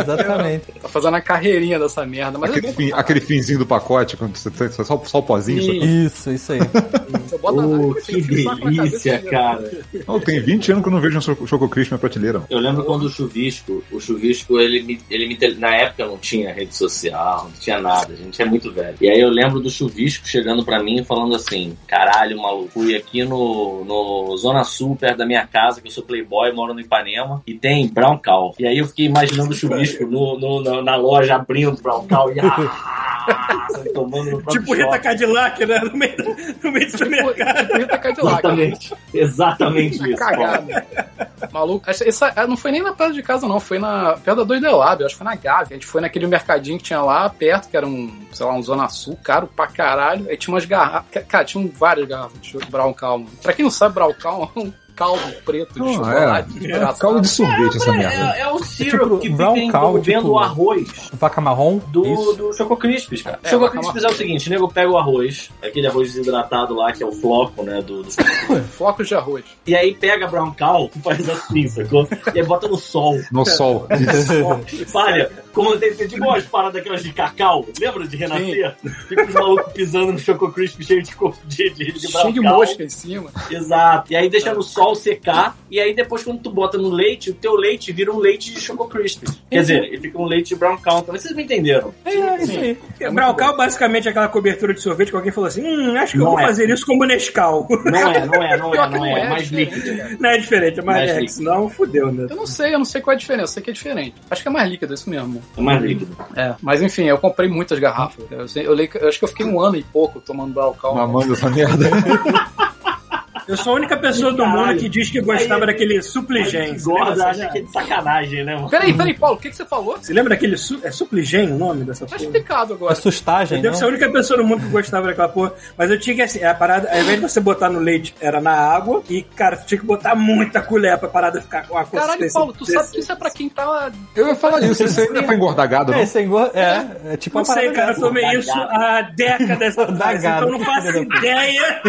[SPEAKER 4] Exatamente.
[SPEAKER 3] Tá fazendo a carreirinha dessa merda, mas é
[SPEAKER 7] Aquele,
[SPEAKER 3] bom
[SPEAKER 7] fim- aquele finzinho do pacote, quando você tem só, só o pozinho. só-
[SPEAKER 4] Isso, isso aí.
[SPEAKER 3] Você bota na água, você
[SPEAKER 6] Oh, que
[SPEAKER 3] enfia o saco na cabeça assim, né? e
[SPEAKER 6] delícia,
[SPEAKER 3] tira.
[SPEAKER 6] cara.
[SPEAKER 7] Não, tem 20 anos que eu não vejo um Choco Choco Crisp na prateleira.
[SPEAKER 6] Eu lembro quando o chuvisco, o chuvisco, ele me, ele me. tele- Na época não tinha rede social, não tinha nada, a gente é muito velho. E aí eu lembro do chuvisco chegando pra mim e falando assim: caralho, maluco, fui aqui no, no Zona Sul, perto da minha casa, que eu sou playboy, moro no Ipanema, e tem Brown Cow. E aí eu fiquei imaginando o chuvisco no, no- na, na loja abrindo Brown Cow e. Ah, tomando no próprio
[SPEAKER 5] Tipo Rita
[SPEAKER 6] shopping.
[SPEAKER 5] Cadillac, né? No meio, do- no meio do
[SPEAKER 3] Tipo,
[SPEAKER 5] supermercado.
[SPEAKER 3] tipo Rita Cadillac.
[SPEAKER 6] Exatamente, exatamente isso. Paulo.
[SPEAKER 3] Cagada. Tá Maluco. Essa, essa- não foi nem na perto de casa, não. Foi na perto da 2 Delab, acho que foi na Gávea. A gente foi naquele mercadinho que tinha lá perto, que era um, sei lá, um Zona Sul, caro pra caralho. Aí tinha umas garrafas. Cara, tinham várias garrafas de Brown Calm. Pra quem não sabe, Brown Calm é um caldo preto de
[SPEAKER 7] Não,
[SPEAKER 3] chocolate.
[SPEAKER 7] é.
[SPEAKER 3] desgraçado.
[SPEAKER 7] Caldo de sorvete essa merda.
[SPEAKER 6] É, é o
[SPEAKER 4] É
[SPEAKER 6] syrup
[SPEAKER 4] tipo
[SPEAKER 6] que
[SPEAKER 4] brown
[SPEAKER 6] fica
[SPEAKER 4] cow,
[SPEAKER 6] envolvendo
[SPEAKER 4] tipo-
[SPEAKER 6] o arroz
[SPEAKER 4] Vaca marrom?
[SPEAKER 6] do,
[SPEAKER 4] Isso.
[SPEAKER 6] do Choco Crispis, cara.
[SPEAKER 3] É,
[SPEAKER 6] Choco
[SPEAKER 3] vai
[SPEAKER 6] Crispis é
[SPEAKER 3] acabar-
[SPEAKER 6] o seguinte, o nego pega o arroz, é aquele arroz desidratado lá, que é o floco, né, do, do
[SPEAKER 3] Flocos de arroz.
[SPEAKER 6] E aí pega brown cow e faz assim, sacou? E aí bota no sol.
[SPEAKER 7] No sol.
[SPEAKER 6] Olha, como tem tem tipo umas paradas daquelas de cacau, lembra de renascer? Fica os malucos pisando no Choco Crisp cheio de, co- de, de, de
[SPEAKER 3] Cheio de
[SPEAKER 6] brown cow.
[SPEAKER 3] mosca em cima.
[SPEAKER 6] Exato. E aí deixa no sol secar, e aí depois quando tu bota no leite, o teu leite vira um leite de Choco Crisp. Quer dizer, ele fica um leite de brown cow. Então vocês me entenderam.
[SPEAKER 4] É, é isso aí.
[SPEAKER 3] muito
[SPEAKER 5] Braucal basicamente é aquela cobertura de sorvete que alguém falou assim: hum, acho que eu
[SPEAKER 6] Não
[SPEAKER 5] vou
[SPEAKER 6] é.
[SPEAKER 5] fazer isso como Nescau.
[SPEAKER 6] Não é, não é, não é,
[SPEAKER 3] Pior que
[SPEAKER 6] não é. É mais
[SPEAKER 3] diferente,
[SPEAKER 6] líquido.
[SPEAKER 3] cara.
[SPEAKER 5] Não é diferente, mas
[SPEAKER 6] Mais
[SPEAKER 5] é,
[SPEAKER 6] líquido.
[SPEAKER 5] senão fudeu, né?
[SPEAKER 3] Eu não sei, eu não sei qual é a diferença. Sei que é diferente. Acho que é mais líquido, é isso mesmo.
[SPEAKER 6] É mais líquido.
[SPEAKER 3] É. Mas enfim, eu comprei muitas garrafas. Eu, sei- eu, leio- eu acho que eu fiquei um ano e pouco tomando Braucal.
[SPEAKER 7] Mamando essa merda.
[SPEAKER 5] Eu sou a única pessoa do mundo
[SPEAKER 6] Caralho.
[SPEAKER 5] que diz que gostava
[SPEAKER 6] Aí,
[SPEAKER 5] daquele
[SPEAKER 6] Aí
[SPEAKER 5] supligência.
[SPEAKER 6] Gorda acha que é de sacanagem, né, mano?
[SPEAKER 3] Peraí, peraí, Paulo, o que, que você falou?
[SPEAKER 5] Você lembra daquele. Su... É supligem o nome dessa
[SPEAKER 3] Tá
[SPEAKER 5] porra?
[SPEAKER 3] explicado
[SPEAKER 4] É
[SPEAKER 3] agora.
[SPEAKER 4] sustagem,
[SPEAKER 5] Eu
[SPEAKER 4] né?
[SPEAKER 5] devo ser a única pessoa no mundo que gostava daquela porra. Mas eu tinha que, assim, a parada, ao invés de você botar no leite, era na água. E, cara, tu tinha que botar muita colher pra parada ficar com a
[SPEAKER 3] Caralho,
[SPEAKER 5] consistência
[SPEAKER 3] Paulo, tu sabe
[SPEAKER 5] desse-
[SPEAKER 3] que isso é pra quem tá.
[SPEAKER 7] Eu ia falar isso, isso aí não é pra engordar gado,
[SPEAKER 4] É,
[SPEAKER 7] não.
[SPEAKER 4] sem go- é, é tipo
[SPEAKER 5] Não
[SPEAKER 4] uma parada
[SPEAKER 5] sei, cara, eu
[SPEAKER 4] dessa.
[SPEAKER 5] tomei isso há décadas atrás,
[SPEAKER 4] Dagado.
[SPEAKER 5] então eu não faço ideia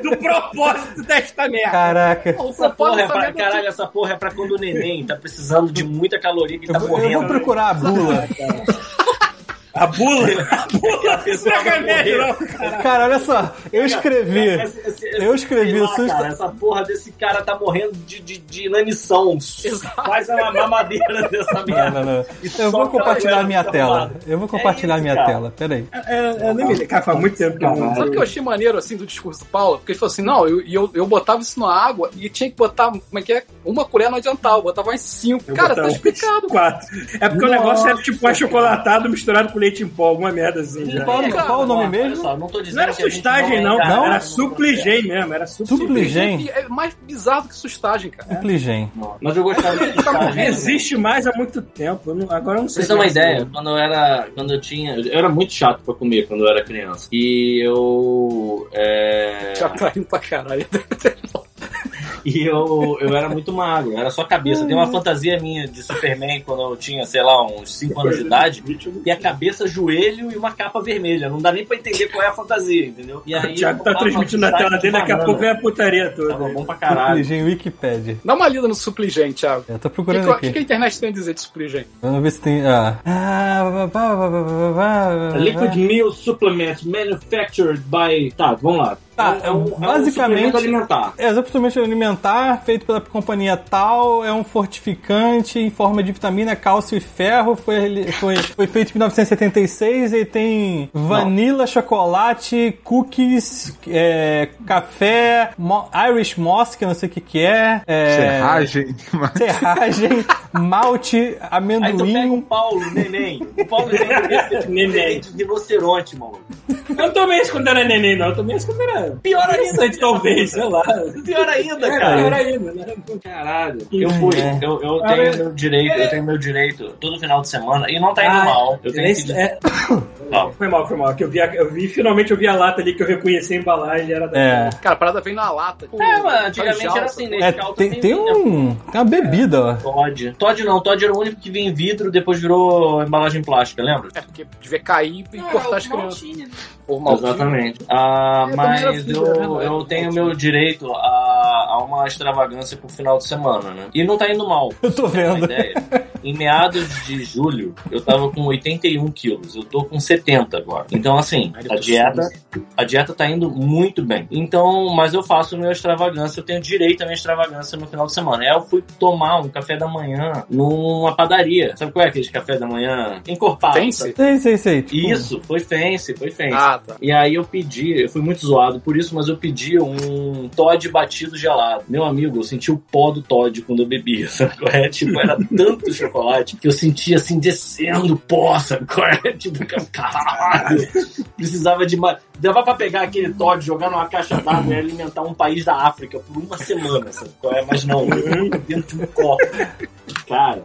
[SPEAKER 5] do propósito desta merda.
[SPEAKER 4] Caraca.
[SPEAKER 3] Pô, o
[SPEAKER 6] Essa porra, é
[SPEAKER 3] dessa
[SPEAKER 6] pra,
[SPEAKER 3] merda é
[SPEAKER 6] caralho, essa porra é pra quando o neném tá precisando de muita caloria que ele
[SPEAKER 4] Eu
[SPEAKER 6] tá
[SPEAKER 4] vou, eu vou
[SPEAKER 6] morrendo.
[SPEAKER 4] procurar a bula.
[SPEAKER 5] A bula, é a bula,
[SPEAKER 6] A pessoa tá vai
[SPEAKER 5] remédio,
[SPEAKER 6] morrer.
[SPEAKER 5] não, cara.
[SPEAKER 4] Cara, olha só. Eu escrevi.
[SPEAKER 6] Esse- esse- esse-
[SPEAKER 4] Eu escrevi
[SPEAKER 6] sei lá,
[SPEAKER 4] susto-
[SPEAKER 6] cara, essa porra desse cara tá morrendo de, de, de inanição. Faz uma mamadeira dessa
[SPEAKER 4] Não,
[SPEAKER 6] merda.
[SPEAKER 4] não, não.
[SPEAKER 6] Isso
[SPEAKER 4] Eu vou
[SPEAKER 6] só aquela
[SPEAKER 4] compartilhar
[SPEAKER 6] merda
[SPEAKER 4] minha
[SPEAKER 6] do
[SPEAKER 4] tela.
[SPEAKER 6] lado.
[SPEAKER 4] Eu vou compartilhar
[SPEAKER 6] isso,
[SPEAKER 4] minha
[SPEAKER 6] cara.
[SPEAKER 4] tela. Peraí.
[SPEAKER 3] É,
[SPEAKER 5] Eu, eu nem me lembro. Cara, faz muito tempo que eu
[SPEAKER 3] Sabe o que
[SPEAKER 5] não...
[SPEAKER 3] eu achei maneiro, assim, do discurso do Paulo? Porque ele falou assim, não, eu, e eu, eu botava isso na água e tinha que botar, como é que é? Uma colher não adiantava, eu botava mais cinco.
[SPEAKER 5] Eu
[SPEAKER 3] Cara,
[SPEAKER 5] botava
[SPEAKER 3] tá
[SPEAKER 5] uns
[SPEAKER 3] explicado.
[SPEAKER 5] Quatro. É porque o negócio é tipo um achocolatado misturado com leite em pó, alguma merda assim. já.
[SPEAKER 4] Qual,
[SPEAKER 6] Cara,
[SPEAKER 4] qual o nome
[SPEAKER 6] olha
[SPEAKER 4] mesmo?
[SPEAKER 6] só, não tô dizendo
[SPEAKER 5] Não era
[SPEAKER 6] que a gente
[SPEAKER 5] sustagem, não,
[SPEAKER 6] é
[SPEAKER 5] cara.
[SPEAKER 6] enganado,
[SPEAKER 5] Era
[SPEAKER 6] não.
[SPEAKER 5] supligem mesmo, era supligem.
[SPEAKER 4] Supligem.
[SPEAKER 3] E É mais bizarro que sustagem, cara.
[SPEAKER 4] Supligem.
[SPEAKER 6] Mas eu gostava de sustagem.
[SPEAKER 5] Ah, Existe mais há muito tempo. eu não- agora eu não sei.
[SPEAKER 6] Pra Tá né? vocês terem uma
[SPEAKER 5] mais
[SPEAKER 6] ideia, quando eu era. Quando eu tinha. Eu era muito chato pra comer quando eu era criança. E eu. é,
[SPEAKER 3] Já tá indo pra caralho.
[SPEAKER 6] E eu, eu era muito magro, era só cabeça. Tem uma fantasia minha de Superman quando eu tinha, sei lá, uns 5 anos de idade. E a cabeça, joelho e uma capa vermelha. Não dá nem pra entender qual é a fantasia, entendeu? E aí,
[SPEAKER 5] O Thiago tá transmitindo na tela dele, daqui a pouco é- vem a putaria toda.
[SPEAKER 6] Tava Tá bom pra caralio.
[SPEAKER 4] Supligem Wikipedia.
[SPEAKER 3] Dá uma lida no supligente, Thiago.
[SPEAKER 4] Eu tô
[SPEAKER 3] O que,
[SPEAKER 4] procurando
[SPEAKER 3] que, que
[SPEAKER 4] aqui.
[SPEAKER 3] a internet tem a dizer de supligente?
[SPEAKER 4] Vamos ver se tem. Ah. Ah, vá, vá, vá, vá, vá, vá,
[SPEAKER 5] Uhum.
[SPEAKER 4] vá.
[SPEAKER 6] Liquid Meal Supplement Manufactured by. Tá, vamos lá.
[SPEAKER 4] Tá, basicamente-
[SPEAKER 6] suplemento alimentar.
[SPEAKER 4] É suplemento alimentar feito pela companhia Tal, é um fortificante em forma de vitamina, cálcio e ferro. Foi, ele- foi, foi feito em 1976 e tem vanilla, chocolate, cookies, é, café, mo- Irish moss, que eu não sei o que, que é. é,
[SPEAKER 7] Serragem.
[SPEAKER 4] serragem, malte,
[SPEAKER 6] Aí tu pega o
[SPEAKER 4] amendoim.
[SPEAKER 6] Paulo, neném. O Paulo neném devia ser
[SPEAKER 5] Neném.
[SPEAKER 6] neném de rinoceronte, maluco.
[SPEAKER 5] Eu não tomei isso quando era neném, não. Eu tomei isso quando era
[SPEAKER 6] Pior ainda,
[SPEAKER 5] adolescente, talvez, sei lá.
[SPEAKER 6] pior ainda,
[SPEAKER 5] Era,
[SPEAKER 6] cara.
[SPEAKER 5] era ainda, né?
[SPEAKER 6] Caralho, eu fui.
[SPEAKER 4] É.
[SPEAKER 6] Eu, eu
[SPEAKER 5] Cara,
[SPEAKER 6] tenho meu direito, eu tenho meu direito todo final de semana. E não tá indo
[SPEAKER 5] Ah,
[SPEAKER 6] mal. Eu tenho
[SPEAKER 5] esse-
[SPEAKER 6] que.
[SPEAKER 5] é,
[SPEAKER 6] Não.
[SPEAKER 5] foi mal, foi mal. Que eu, vi, a- eu vi, finalmente eu vi a lata ali que eu reconheci a embalagem. Era da...
[SPEAKER 6] um
[SPEAKER 4] É.
[SPEAKER 3] Cara, a parada vem na lata.
[SPEAKER 6] É, mano, antigamente era assim,
[SPEAKER 4] É,
[SPEAKER 6] nesse caso
[SPEAKER 4] tem, tem um. Tem uma bebida, ó.
[SPEAKER 6] Todd. Todd não, Todd era o único que vinha em vidro, depois virou embalagem plástica, lembra?
[SPEAKER 3] É, porque devia cair e
[SPEAKER 9] Não,
[SPEAKER 3] cortar
[SPEAKER 9] é
[SPEAKER 3] as
[SPEAKER 9] o
[SPEAKER 3] crianças.
[SPEAKER 9] Maltine, né?
[SPEAKER 3] Pô, maldito.
[SPEAKER 6] Exatamente. Ah,
[SPEAKER 3] Eu também era
[SPEAKER 6] mas
[SPEAKER 3] vidro, é
[SPEAKER 6] eu,
[SPEAKER 3] verdade.
[SPEAKER 6] eu tenho meu direito a, a uma extravagância pro final de semana, né? E não tá indo mal.
[SPEAKER 4] Eu tô
[SPEAKER 6] Pra ter uma
[SPEAKER 4] vendo.
[SPEAKER 6] ideia, em meados de julho, eu tava com 81 quilos. Eu tô com 70 agora. Então, assim, a dieta, a dieta tá indo muito bem. Então, mas eu faço minha extravagância. Eu tenho direito à minha extravagância no final de semana. Aí eu fui tomar um café da manhã numa padaria. Sabe qual é aquele café da manhã? Encorpado.
[SPEAKER 3] Fancy?
[SPEAKER 6] sabe?
[SPEAKER 4] Sei, sei, sei. Tipo,
[SPEAKER 6] Isso, foi fancy, foi fancy.
[SPEAKER 3] Ah, tá.
[SPEAKER 6] E aí eu pedi, eu fui muito zoado por isso, mas eu pedi um Todd batido gelado. Meu amigo, eu senti o pó do Todd quando eu bebia, sabe? qual é? Tipo, era tanto chocolate que eu sentia assim descendo o pó, sabe? qual é? Tipo, caralho. Precisava de mais. Dava pra pegar aquele Todd, jogar numa caixa d'água e alimentar um país da África por uma semana, sabe? qual é? Mas não, eu coloquei dentro de um copo. cara.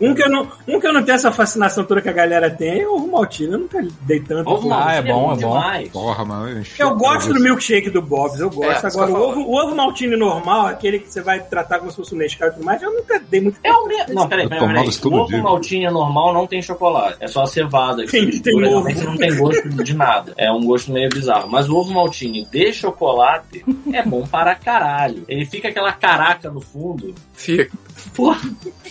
[SPEAKER 5] Um que, eu não, um que eu não tenho essa fascinação toda que a galera tem é o Ovo Maltino. Eu nunca dei tanto.
[SPEAKER 6] Ovo
[SPEAKER 4] Ah, é
[SPEAKER 6] maltine
[SPEAKER 4] bom, é bom.
[SPEAKER 6] demais.
[SPEAKER 7] Porra, mano. enfim.
[SPEAKER 5] Eu gosto do milkshake do Bob's, eu gosto.
[SPEAKER 1] É, isso
[SPEAKER 5] Agora,
[SPEAKER 1] que
[SPEAKER 5] o
[SPEAKER 1] eu ia
[SPEAKER 5] ovo, o ovo maltine normal, aquele que você vai tratar como se fosse um Nescau e tudo mais, eu nunca dei muito.
[SPEAKER 6] É o mesmo. Não, peraí,
[SPEAKER 7] Eu
[SPEAKER 6] peraí,
[SPEAKER 7] tomava
[SPEAKER 6] peraí.
[SPEAKER 7] isso todo
[SPEAKER 6] O
[SPEAKER 7] dia.
[SPEAKER 6] ovo maltinha normal não tem chocolate. É só a cevada. que
[SPEAKER 5] Tem- tem
[SPEAKER 6] mistura,
[SPEAKER 5] ovo.
[SPEAKER 6] realmente não tem gosto de nada. É um gosto meio bizarro. Mas o ovo maltinho de chocolate é bom para caralho. Ele fica aquela caraca no fundo.
[SPEAKER 1] Fica.
[SPEAKER 6] Porra,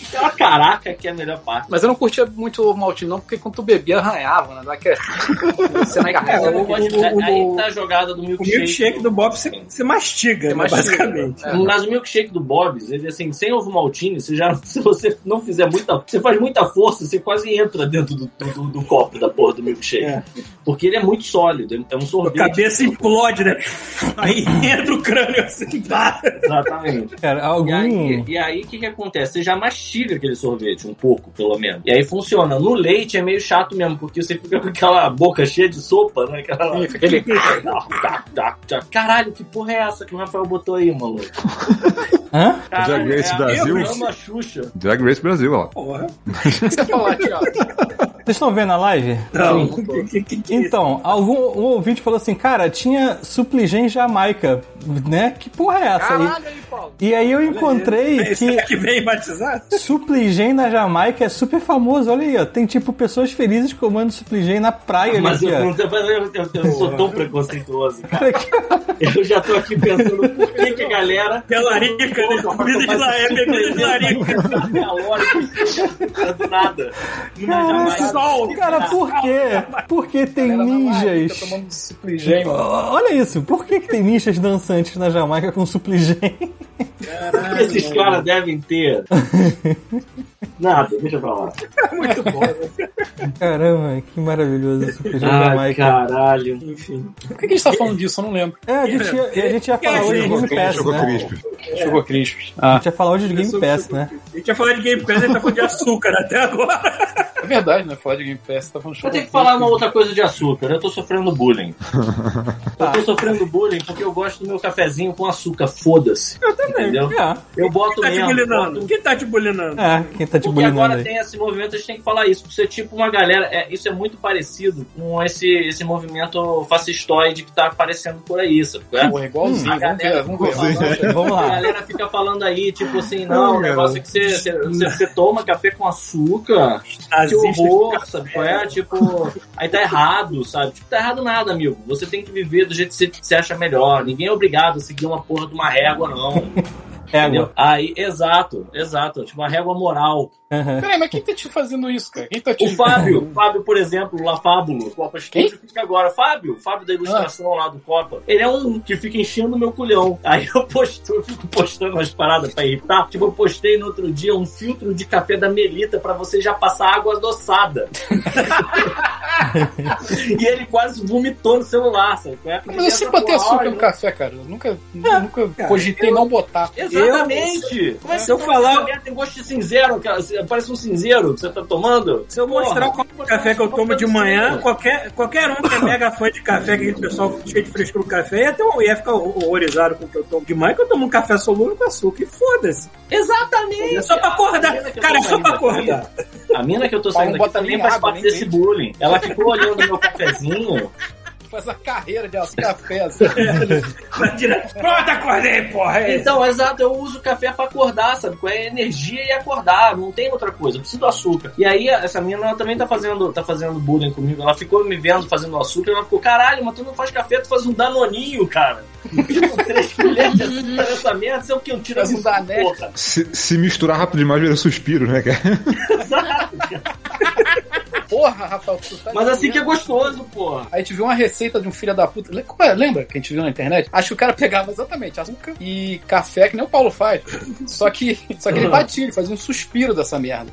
[SPEAKER 6] aquela caraca que é a melhor parte.
[SPEAKER 1] Mas eu não curtia muito o Maltino, não, porque quando o bebê arranhava, né? Daquela cena
[SPEAKER 6] Mas É, eu
[SPEAKER 1] engarrada.
[SPEAKER 6] não gosto de-
[SPEAKER 5] É, o- o-
[SPEAKER 6] Aí tá a jogada do
[SPEAKER 5] O
[SPEAKER 6] milkshake.
[SPEAKER 5] milkshake do Bob's você, você
[SPEAKER 1] Você
[SPEAKER 5] mastiga, né,
[SPEAKER 1] mastiga,
[SPEAKER 5] basicamente.
[SPEAKER 1] É.
[SPEAKER 6] Mas o milkshake do Bob's, ele assim, sem ovo maltine, você já, se você não fizer muita, você faz muita força, você quase entra dentro do, do, do copo da porra do milkshake.
[SPEAKER 5] É.
[SPEAKER 6] Porque ele é muito sólido, é um
[SPEAKER 5] A
[SPEAKER 6] sorvete.
[SPEAKER 5] cabeça implode, né? Aí entra o crânio assim, pá.
[SPEAKER 6] Exatamente.
[SPEAKER 4] Cara,
[SPEAKER 6] E aí,
[SPEAKER 4] algum.
[SPEAKER 6] e aí, o que que acontece? Você já mastiga aquele sorvete, um pouco, pelo menos. E aí funciona. No leite é meio chato mesmo, porque você fica com aquela boca cheia de sopa, né? Aquela...
[SPEAKER 1] Ih, fica Aquele...
[SPEAKER 6] Caralho, que porra é essa que o Rafael botou aí, maluco?
[SPEAKER 4] Hã?
[SPEAKER 6] Caralho,
[SPEAKER 7] Drag Race
[SPEAKER 6] é a
[SPEAKER 7] Brasil?
[SPEAKER 6] programa Xuxa.
[SPEAKER 7] Drag Race Brasil, olha lá.
[SPEAKER 5] Porra.
[SPEAKER 1] O que você ia falar, Thiago?
[SPEAKER 4] Vocês estão vendo a live?
[SPEAKER 5] Não. Que- que- que- que-
[SPEAKER 4] Então, algum um ouvinte falou assim, cara, tinha Supligem Jamaica, né? Que porra é essa? aí?
[SPEAKER 1] Caralho aí, Paulo.
[SPEAKER 4] e aí eu encontrei que
[SPEAKER 5] Será É que vem batizado?
[SPEAKER 4] Supligem na Jamaica é super famoso, olha aí, ó. Tem tipo pessoas felizes comando Supligem na praia
[SPEAKER 6] Mas eu,
[SPEAKER 4] ali, ó.
[SPEAKER 6] não- eu- eu- eu sou tão preconceituoso, cara. Eu já tô aqui pensando por que, que a galera.
[SPEAKER 5] Que é larica, né? Comida de la- é bebida de larica.
[SPEAKER 6] larica. tá Do nada. é
[SPEAKER 4] Cara,
[SPEAKER 5] Sol.
[SPEAKER 4] Cara, por quê? Por que tem
[SPEAKER 6] tá
[SPEAKER 4] ninjas? Tipo,
[SPEAKER 1] tomando supligem, mano.
[SPEAKER 4] Ó, Olha isso, por que, que tem ninjas dançantes na Jamaica com Supligem?
[SPEAKER 6] que esses caras devem ter? Nada, deixa pra lá.
[SPEAKER 4] Caramba, que maravilhoso Supligem
[SPEAKER 6] Ai,
[SPEAKER 4] Jamaica.
[SPEAKER 6] caralho.
[SPEAKER 5] Enfim.
[SPEAKER 1] Por que a gente tá falando disso? Eu não lembro.
[SPEAKER 4] É, a gente, ia, a gente ia falar hoje de Game Pass,
[SPEAKER 7] Jogou
[SPEAKER 4] né?
[SPEAKER 7] crisp.
[SPEAKER 6] É.
[SPEAKER 1] Chegou Crispy.
[SPEAKER 3] Ah.
[SPEAKER 4] A gente ia falar hoje de Game Pass, né?
[SPEAKER 5] A gente ia falar de Game Pass, a gente tá falando de açúcar até agora.
[SPEAKER 1] É verdade, né? Falar de Game Pass, você tá falando
[SPEAKER 6] Eu
[SPEAKER 1] Chegou
[SPEAKER 6] tenho que falar uma outra coisa de açúcar. Eu tô sofrendo bullying. Eu tô sofrendo bullying porque eu gosto do meu cafezinho com açúcar. Foda-se. Eu também. Entendeu?
[SPEAKER 4] É,
[SPEAKER 6] Eu boto
[SPEAKER 5] Quem tá te
[SPEAKER 6] mesmo.
[SPEAKER 5] bulinando?
[SPEAKER 6] boto-
[SPEAKER 5] Quem tá te bulinando?
[SPEAKER 4] é, quem tá te
[SPEAKER 6] Porque
[SPEAKER 4] bulinando
[SPEAKER 6] agora
[SPEAKER 4] aí.
[SPEAKER 6] tem esse movimento, a gente tem que falar isso. Você, tipo, uma galera. é, isso é muito parecido com esse, esse movimento fascistoide que tá aparecendo por aí, sabe? qual é?
[SPEAKER 1] Porra, igualzinho.
[SPEAKER 6] Hum.
[SPEAKER 1] vamos ver, vamos ver. Vamos ver.
[SPEAKER 4] Vamos
[SPEAKER 6] A
[SPEAKER 4] lá.
[SPEAKER 6] galera fica falando aí, tipo assim, não, o negócio é que você, você, você- você toma café com açúcar, que
[SPEAKER 5] Nazista.
[SPEAKER 6] horror, sabe? Qual é? Tipo, aí tá errado, sabe? Tipo, tá errado nada, amigo. Você tem que viver do jeito que você, você acha melhor. Ninguém é obrigado a seguir uma porra de uma régua, não.
[SPEAKER 4] Égua.
[SPEAKER 6] Entendeu? Aí, exato, exato. Tipo, uma régua moral.
[SPEAKER 4] Aham.
[SPEAKER 1] Peraí, mas quem tá te fazendo isso, cara? Quem tá te...
[SPEAKER 6] O Fábio, o Fábio, por exemplo, lá Fábulo, Copa Estúdio, fica agora. Fábio, Fábio da ilustração lá do Copa, ele é um que fica enchendo o meu culhão. Aí eu posto, eu fico postando umas paradas pra irritar. Tipo, eu postei no outro dia um filtro de café da Melita pra você já passar água adoçada. e ele quase vomitou no celular, sabe? qual é?
[SPEAKER 1] Mas eu sempre botei açúcar no café, cara. Eu nunca, nunca
[SPEAKER 5] cara,
[SPEAKER 1] cogitei não botar.
[SPEAKER 6] Exatamente! Como é que
[SPEAKER 5] Se eu
[SPEAKER 6] você
[SPEAKER 5] falar-
[SPEAKER 6] café Tem gosto de cinzeiro, cara. Parece um cinzeiro que você tá tomando.
[SPEAKER 5] Se eu mostrar o copo de café que eu tomo de manhã, qualquer, qualquer um que é mega fã de café, que aquele pessoal cheio de frescura no café, ia, ter um- ia ficar horrorizado com o que eu tomo de manhã, que eu tomo um café solúvel com açúcar. E foda-se.
[SPEAKER 6] Exatamente!
[SPEAKER 5] É só pra acordar. Cara, é só pra acordar.
[SPEAKER 6] A mina que eu tô
[SPEAKER 1] Paulo
[SPEAKER 6] saindo
[SPEAKER 1] bota
[SPEAKER 6] aqui também
[SPEAKER 1] nem
[SPEAKER 6] faz
[SPEAKER 1] um água, nem
[SPEAKER 6] parte desse
[SPEAKER 1] leite.
[SPEAKER 6] bullying. Ela ficou olhando meu cafezinho.
[SPEAKER 1] Faz a carreira de café, assim.
[SPEAKER 5] Vai direto. Pronto, acordei, porra. É isso.
[SPEAKER 6] Então, exato, eu uso café pra acordar, sabe? Com a energia e acordar, não tem outra coisa, eu preciso do açúcar. E aí, essa mina, ela também tá fazendo, tá fazendo bullying comigo. Ela ficou me vendo fazendo açúcar, ela ficou, caralho, mas tu não faz café, tu faz um danoninho, cara. tipo, três colheres de açúcar nessa merda, isso é o que? Um
[SPEAKER 1] Faz um
[SPEAKER 6] tiramisu,
[SPEAKER 1] Danete.
[SPEAKER 6] porra.
[SPEAKER 7] Se, se misturar rápido demais, vira suspiro, né, cara?
[SPEAKER 6] Exato.
[SPEAKER 1] Porra, Rafael, tu tá
[SPEAKER 6] Mas
[SPEAKER 1] de
[SPEAKER 6] assim que é
[SPEAKER 1] merda.
[SPEAKER 6] gostoso, porra.
[SPEAKER 1] Aí a gente viu uma receita de um filho da puta. Le- qual é? Lembra que a gente viu na internet? Acho que o cara pegava exatamente açúcar e café, que nem o Paulo faz. Só que, só que ele batia, ele fazia um suspiro dessa merda.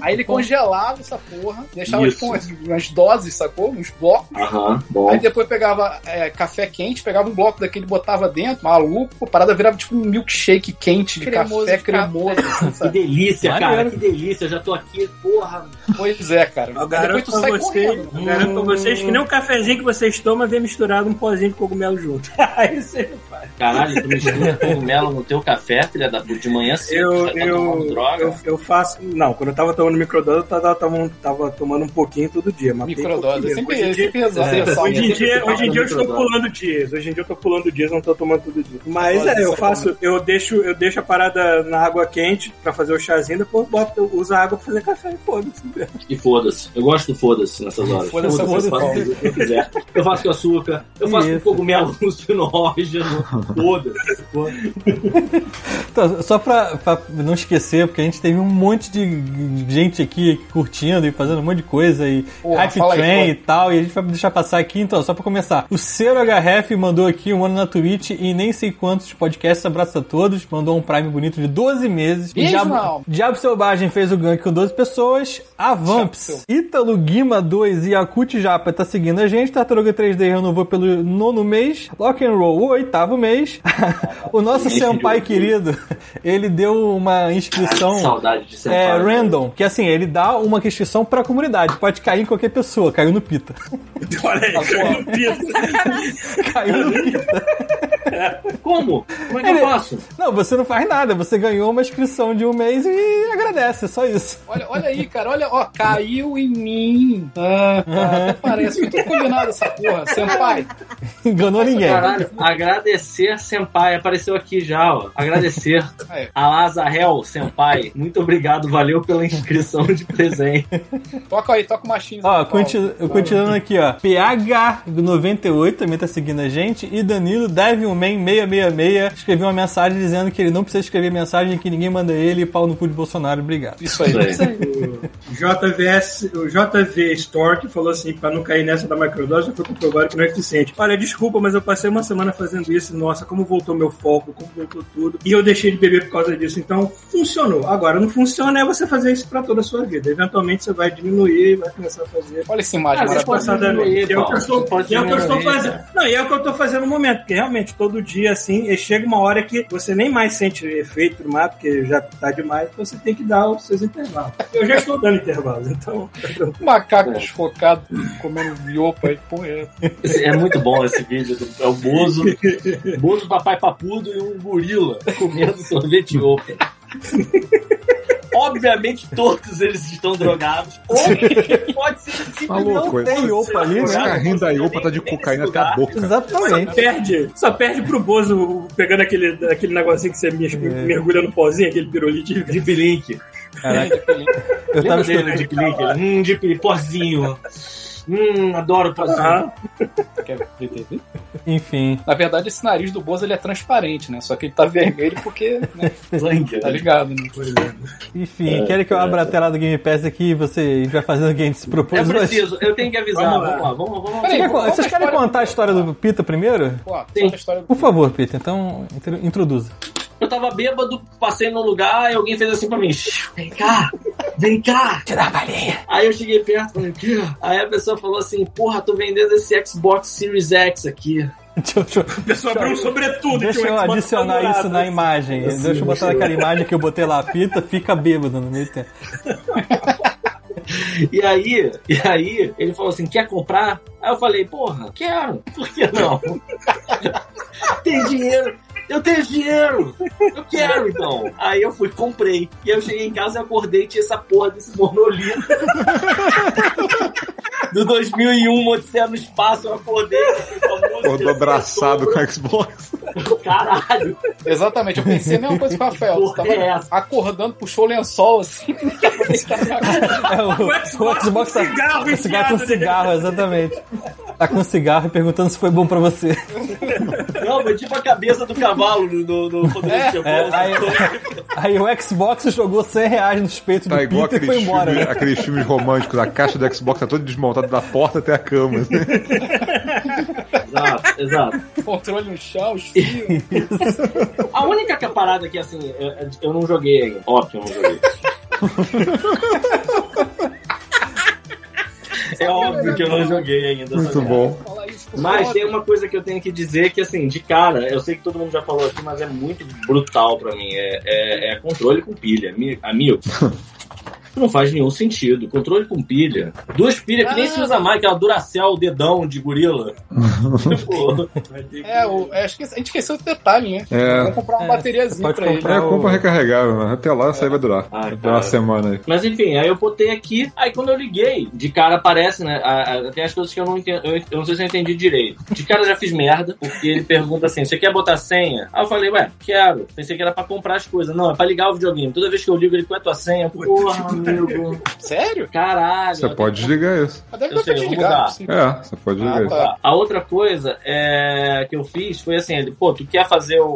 [SPEAKER 1] Aí ele congelava essa porra, deixava
[SPEAKER 6] Isso.
[SPEAKER 1] tipo, umas, umas doses, sacou? Uns blocos.
[SPEAKER 6] Aham, bom.
[SPEAKER 1] Aí depois pegava é, café quente, pegava um bloco daquele, botava dentro, maluco, a parada virava tipo um milkshake quente de
[SPEAKER 8] Cremoso
[SPEAKER 1] café
[SPEAKER 8] de
[SPEAKER 1] cremoso. assim,
[SPEAKER 6] Que
[SPEAKER 1] sabe?
[SPEAKER 6] delícia, cara,
[SPEAKER 4] Maneiro.
[SPEAKER 6] que delícia. Eu já tô aqui, porra.
[SPEAKER 1] Pois é, cara.
[SPEAKER 5] Eu
[SPEAKER 1] Depois
[SPEAKER 5] garanto
[SPEAKER 1] tu
[SPEAKER 5] pra,
[SPEAKER 1] sai
[SPEAKER 5] vocês,
[SPEAKER 1] correndo.
[SPEAKER 5] eu garanto pra vocês que nem o cafezinho que vocês tomam vem misturado um pozinho de cogumelo junto. Aí você faz.
[SPEAKER 6] cara. Caralho, tu mistura cogumelo no teu café, filha da puta, de manhã cedo,
[SPEAKER 5] Eu,
[SPEAKER 6] já tá
[SPEAKER 5] eu,
[SPEAKER 6] tomando droga.
[SPEAKER 5] eu, eu faço. Não, quando eu tava tomando microdose, eu tava, tava, tava tomando um pouquinho todo dia. Mas bem
[SPEAKER 3] Microdose.
[SPEAKER 5] pouquinho.
[SPEAKER 3] Eu sempre,
[SPEAKER 1] é
[SPEAKER 5] Hoje em
[SPEAKER 6] é
[SPEAKER 3] eu
[SPEAKER 5] dia-
[SPEAKER 3] sempre resolvo.
[SPEAKER 5] É,
[SPEAKER 3] resolvo.
[SPEAKER 5] hoje em dia,
[SPEAKER 6] fala
[SPEAKER 5] hoje em dia eu estou
[SPEAKER 6] microdose.
[SPEAKER 5] pulando dias. Hoje em dia eu tô pulando dias, não tô tomando todo dia. Mas
[SPEAKER 3] Olha
[SPEAKER 5] é, eu
[SPEAKER 3] só
[SPEAKER 5] faço, eu deixo, eu deixo a parada na água quente pra fazer o chazinho, depois boto, eu uso a água pra fazer café e foda-se.
[SPEAKER 6] E foda-se. Eu gosto do foda-se nessas horas.
[SPEAKER 3] Foda-se,
[SPEAKER 6] eu
[SPEAKER 3] foda-se,
[SPEAKER 6] faço
[SPEAKER 3] foda-se.
[SPEAKER 6] o que eu quiser. Eu faço com açúcar, eu faço com
[SPEAKER 4] Isso.
[SPEAKER 6] cogumelo alucinógeno. Foda-se. foda-se.
[SPEAKER 4] Então, só pra, pra não esquecer, porque a gente teve um monte de gente aqui curtindo e fazendo um monte de coisa e
[SPEAKER 3] Porra,
[SPEAKER 4] Hype
[SPEAKER 3] fala aí,
[SPEAKER 4] Train
[SPEAKER 3] fala.
[SPEAKER 4] e tal, e a gente vai deixar passar aqui, então, só pra começar. O Cero HRF mandou aqui um ano na Twitch e nem sei quantos podcasts, abraço a todos, mandou um Prime bonito de 12 meses.
[SPEAKER 3] Beijo,
[SPEAKER 4] o Diabo,
[SPEAKER 3] Mal.
[SPEAKER 4] Diabo Selvagem fez o gank com 12 pessoas. A Vamps, Ítalo Guima 2 e Akut Japa tá seguindo a gente. Tartaruga 3D renovou pelo nono mês. Lock and Roll, o oitavo mês. o nosso
[SPEAKER 6] Esse
[SPEAKER 4] senpai
[SPEAKER 6] jogo.
[SPEAKER 4] querido, ele deu uma
[SPEAKER 6] Que
[SPEAKER 4] inscrição
[SPEAKER 6] saudade de sentar.
[SPEAKER 4] é, random, que assim, ele dá uma inscrição pra comunidade, pode cair em qualquer pessoa, caiu no Pita.
[SPEAKER 5] Olha aí, eu pito.
[SPEAKER 4] caiu no Pita.
[SPEAKER 6] Como? Como é que
[SPEAKER 4] Ele-
[SPEAKER 6] eu faço?
[SPEAKER 4] Não, você não faz nada, você ganhou uma inscrição de um mês e agradece, é só isso.
[SPEAKER 3] Olha, olha aí, cara. Olha, ó, caiu em mim. Ah, cara, até parece. Foi tudo combinado essa porra. Senpai.
[SPEAKER 4] Enganou ninguém.
[SPEAKER 6] Caralho, agradecer Senpai, apareceu aqui já, ó. Agradecer
[SPEAKER 5] É.
[SPEAKER 3] Aí.
[SPEAKER 6] a Azahel Senpai. Muito obrigado, valeu pela inscrição de presente.
[SPEAKER 3] Toca aí, toca o machinho.
[SPEAKER 4] Ó,
[SPEAKER 3] São Paulo.
[SPEAKER 4] continu- continuando aqui, ó. PH98 também tá seguindo a gente. E Danilo um Devilman666 escreveu uma mensagem dizendo que ele não precisa escrever mensagem, que ninguém manda ele. Pau no cu de Bolsonaro, obrigado.
[SPEAKER 3] Isso aí.
[SPEAKER 6] Isso
[SPEAKER 5] O JVS, o JV Store que falou assim, pra não cair nessa da microdose, já foi comprovado que não é eficiente. Olha, desculpa, mas eu passei uma semana fazendo isso, nossa, como voltou meu foco, como voltou tudo, e eu deixei de beber por causa disso, então funcionou. Agora, não funciona é você fazer isso pra toda a sua vida. Eventualmente você vai diminuir, vai começar a fazer
[SPEAKER 3] Olha essa imagem
[SPEAKER 6] Ah, vocês
[SPEAKER 3] maravilhosa.
[SPEAKER 6] podem diminuir,
[SPEAKER 5] Passadamente. É o que eu
[SPEAKER 6] Paulo.
[SPEAKER 5] estou,
[SPEAKER 6] Pode
[SPEAKER 5] é o que eu estou
[SPEAKER 6] diminuir,
[SPEAKER 5] fazendo. Não, e é o que eu estou fazendo no momento, porque realmente todo dia assim, e chega uma hora que você nem mais sente efeito do mar, porque já tá demais, então você tem que dar os seus intervalos. Eu já estou dando intervalos, então.
[SPEAKER 3] Macaco desfocado comendo iopa aí, porra. é.
[SPEAKER 6] Esse- É muito bom esse vídeo. do- É o Bozo, Bozo Papai Papudo e um gorila comendo sorvete opa. Obviamente todos eles estão drogados. Ou pode ser esse tipo
[SPEAKER 7] Maluco,
[SPEAKER 6] não
[SPEAKER 7] esse-
[SPEAKER 6] tem
[SPEAKER 4] esse-
[SPEAKER 6] opa ali,
[SPEAKER 7] Esse
[SPEAKER 6] né?
[SPEAKER 7] carrinho da
[SPEAKER 6] Nem-
[SPEAKER 7] Iopa tá de
[SPEAKER 6] nem
[SPEAKER 7] cocaína até a
[SPEAKER 6] estudar.
[SPEAKER 7] boca.
[SPEAKER 4] Exatamente.
[SPEAKER 5] Perde, só perde pro Bozo pegando aquele, aquele negocinho que você mes- mergulha no pozinho, aquele pirulite.
[SPEAKER 6] De Blink.
[SPEAKER 4] Eu tava
[SPEAKER 6] Lembra dele
[SPEAKER 4] escutando.
[SPEAKER 6] no Tá Deep Link? Hum, Deep Link, pozinho. Hum, adoro pozinho.
[SPEAKER 5] Ah,
[SPEAKER 3] Quer ver TV?
[SPEAKER 4] Enfim.
[SPEAKER 3] Na verdade, esse nariz do Bozo ele é transparente, né? Só que ele tá vermelho porque, né?
[SPEAKER 6] Sangue.
[SPEAKER 3] Tá ligado, né?
[SPEAKER 4] Enfim, querem que eu abra a tela do Game Pass aqui e vocês vai fazendo o que a gente se propôs
[SPEAKER 6] É
[SPEAKER 4] hoje?
[SPEAKER 6] preciso, eu tenho que avisar.
[SPEAKER 5] Vamos lá.
[SPEAKER 6] Vamos lá, vamos, vamos.
[SPEAKER 3] Peraí,
[SPEAKER 4] Vocês querem-
[SPEAKER 3] vamos
[SPEAKER 4] Vocês
[SPEAKER 3] pra
[SPEAKER 4] querem
[SPEAKER 3] história
[SPEAKER 4] contar a história do Pita primeiro?
[SPEAKER 3] Pô, conta
[SPEAKER 6] Sim.
[SPEAKER 3] a história do
[SPEAKER 4] Por favor, Pita, então intro- introduza.
[SPEAKER 6] Eu tava bêbado, passei num lugar e alguém fez assim pra mim: vem cá, vem cá. Te dá uma balinha. Aí eu cheguei perto, falei: "Quê?" Aí a pessoa falou assim: porra, tô vendendo esse Xbox Series X aqui.
[SPEAKER 4] Deixa eu- deixa eu-
[SPEAKER 5] o pessoal abriu um sobretudo.
[SPEAKER 4] Deixa
[SPEAKER 5] tinha um
[SPEAKER 4] eu
[SPEAKER 5] Xbox
[SPEAKER 4] adicionar
[SPEAKER 5] pendurado.
[SPEAKER 4] isso na imagem. Deixa eu botar naquela imagem que eu botei lá. Pita fica bêbado no meio do tempo.
[SPEAKER 6] E aí, e aí, ele falou assim: quer comprar? Aí eu falei: porra, quero, por que não? Tem dinheiro. Eu tenho dinheiro! Eu quero, então! Aí eu fui, comprei. E eu cheguei em casa e acordei e tinha essa porra desse monolito. Do 2001, Odisseia no Espaço, eu acordei. com a música,
[SPEAKER 7] Todo abraçado com o Xbox.
[SPEAKER 6] Caralho!
[SPEAKER 3] Exatamente, eu pensei a mesma coisa que o Rafael. Você
[SPEAKER 6] Porra,
[SPEAKER 3] tava
[SPEAKER 6] é essa?
[SPEAKER 3] acordando, puxou o lençol assim.
[SPEAKER 4] É, o, o Xbox tá,
[SPEAKER 5] é um cigarro
[SPEAKER 4] esse cara com
[SPEAKER 5] enfiado né? dentro.
[SPEAKER 4] cigarro, exatamente. Tá com cigarro e perguntando se foi bom pra você.
[SPEAKER 6] Não, foi tipo a cabeça do cavalo no, no, no quando ele chegou.
[SPEAKER 4] É, aí, aí o Xbox jogou 100 reais nos peitos
[SPEAKER 7] Tá
[SPEAKER 4] do
[SPEAKER 7] igual
[SPEAKER 4] Pita e foi
[SPEAKER 7] aqueles
[SPEAKER 4] embora.
[SPEAKER 7] filmes,
[SPEAKER 4] Né?
[SPEAKER 7] aqueles filmes românticos. A caixa do Xbox tá toda desmontada da porta até a cama. né?
[SPEAKER 6] Exato, exato.
[SPEAKER 3] Controle no chão, os fios.
[SPEAKER 6] A única que- parada que, assim, eu, eu não joguei ainda. Óbvio, que eu não joguei. É óbvio que eu não joguei ainda. essa
[SPEAKER 7] Muito
[SPEAKER 6] merda.
[SPEAKER 7] bom.
[SPEAKER 3] Fala isso, por
[SPEAKER 6] Mas
[SPEAKER 3] favor.
[SPEAKER 6] tem uma coisa que eu tenho que dizer que, assim, de cara, eu sei que todo mundo já falou aqui, mas é muito brutal pra mim. É, é- é controle com pilha, ami- amigo. Não faz nenhum sentido. Controle com pilha. Duas pilhas que nem se usa mais, aquela Duracell, dedão de gorila. Tipo,
[SPEAKER 3] É, o, é, acho que a gente esqueceu o detalhe, né?
[SPEAKER 7] É.
[SPEAKER 3] Vamos comprar uma
[SPEAKER 4] É, você
[SPEAKER 3] bateriazinha
[SPEAKER 4] pode
[SPEAKER 3] pra ele.
[SPEAKER 4] comprar
[SPEAKER 7] É,
[SPEAKER 4] o-
[SPEAKER 7] compra recarregável, mano. Até lá isso aí vai durar.
[SPEAKER 6] Ah,
[SPEAKER 7] vai durar
[SPEAKER 6] cara.
[SPEAKER 7] uma semana aí.
[SPEAKER 6] Mas enfim, aí eu botei aqui, aí quando eu liguei, de cara aparece, né? a- a- tem as coisas que eu não entendo, eu, eu não sei se eu entendi direito. De cara eu já fiz merda, porque ele pergunta assim: você quer botar senha? Aí eu falei, ué, quero. Pensei que era pra comprar as coisas. Não, é pra ligar o videogame. Toda vez que eu ligo, ele qual é a tua senha. Porra, amigo.
[SPEAKER 3] Sério?
[SPEAKER 6] Caralho.
[SPEAKER 7] Você pode desligar isso.
[SPEAKER 3] Mas deve
[SPEAKER 6] Eu
[SPEAKER 3] dar pra
[SPEAKER 6] sei, eu vou
[SPEAKER 3] desligar.
[SPEAKER 6] mudar.
[SPEAKER 3] Assim.
[SPEAKER 7] É, você pode
[SPEAKER 3] Ah,
[SPEAKER 7] desligar.
[SPEAKER 3] tá.
[SPEAKER 6] Tá. A outra coisa é, que eu fiz foi assim, ele, pô, tu quer fazer o,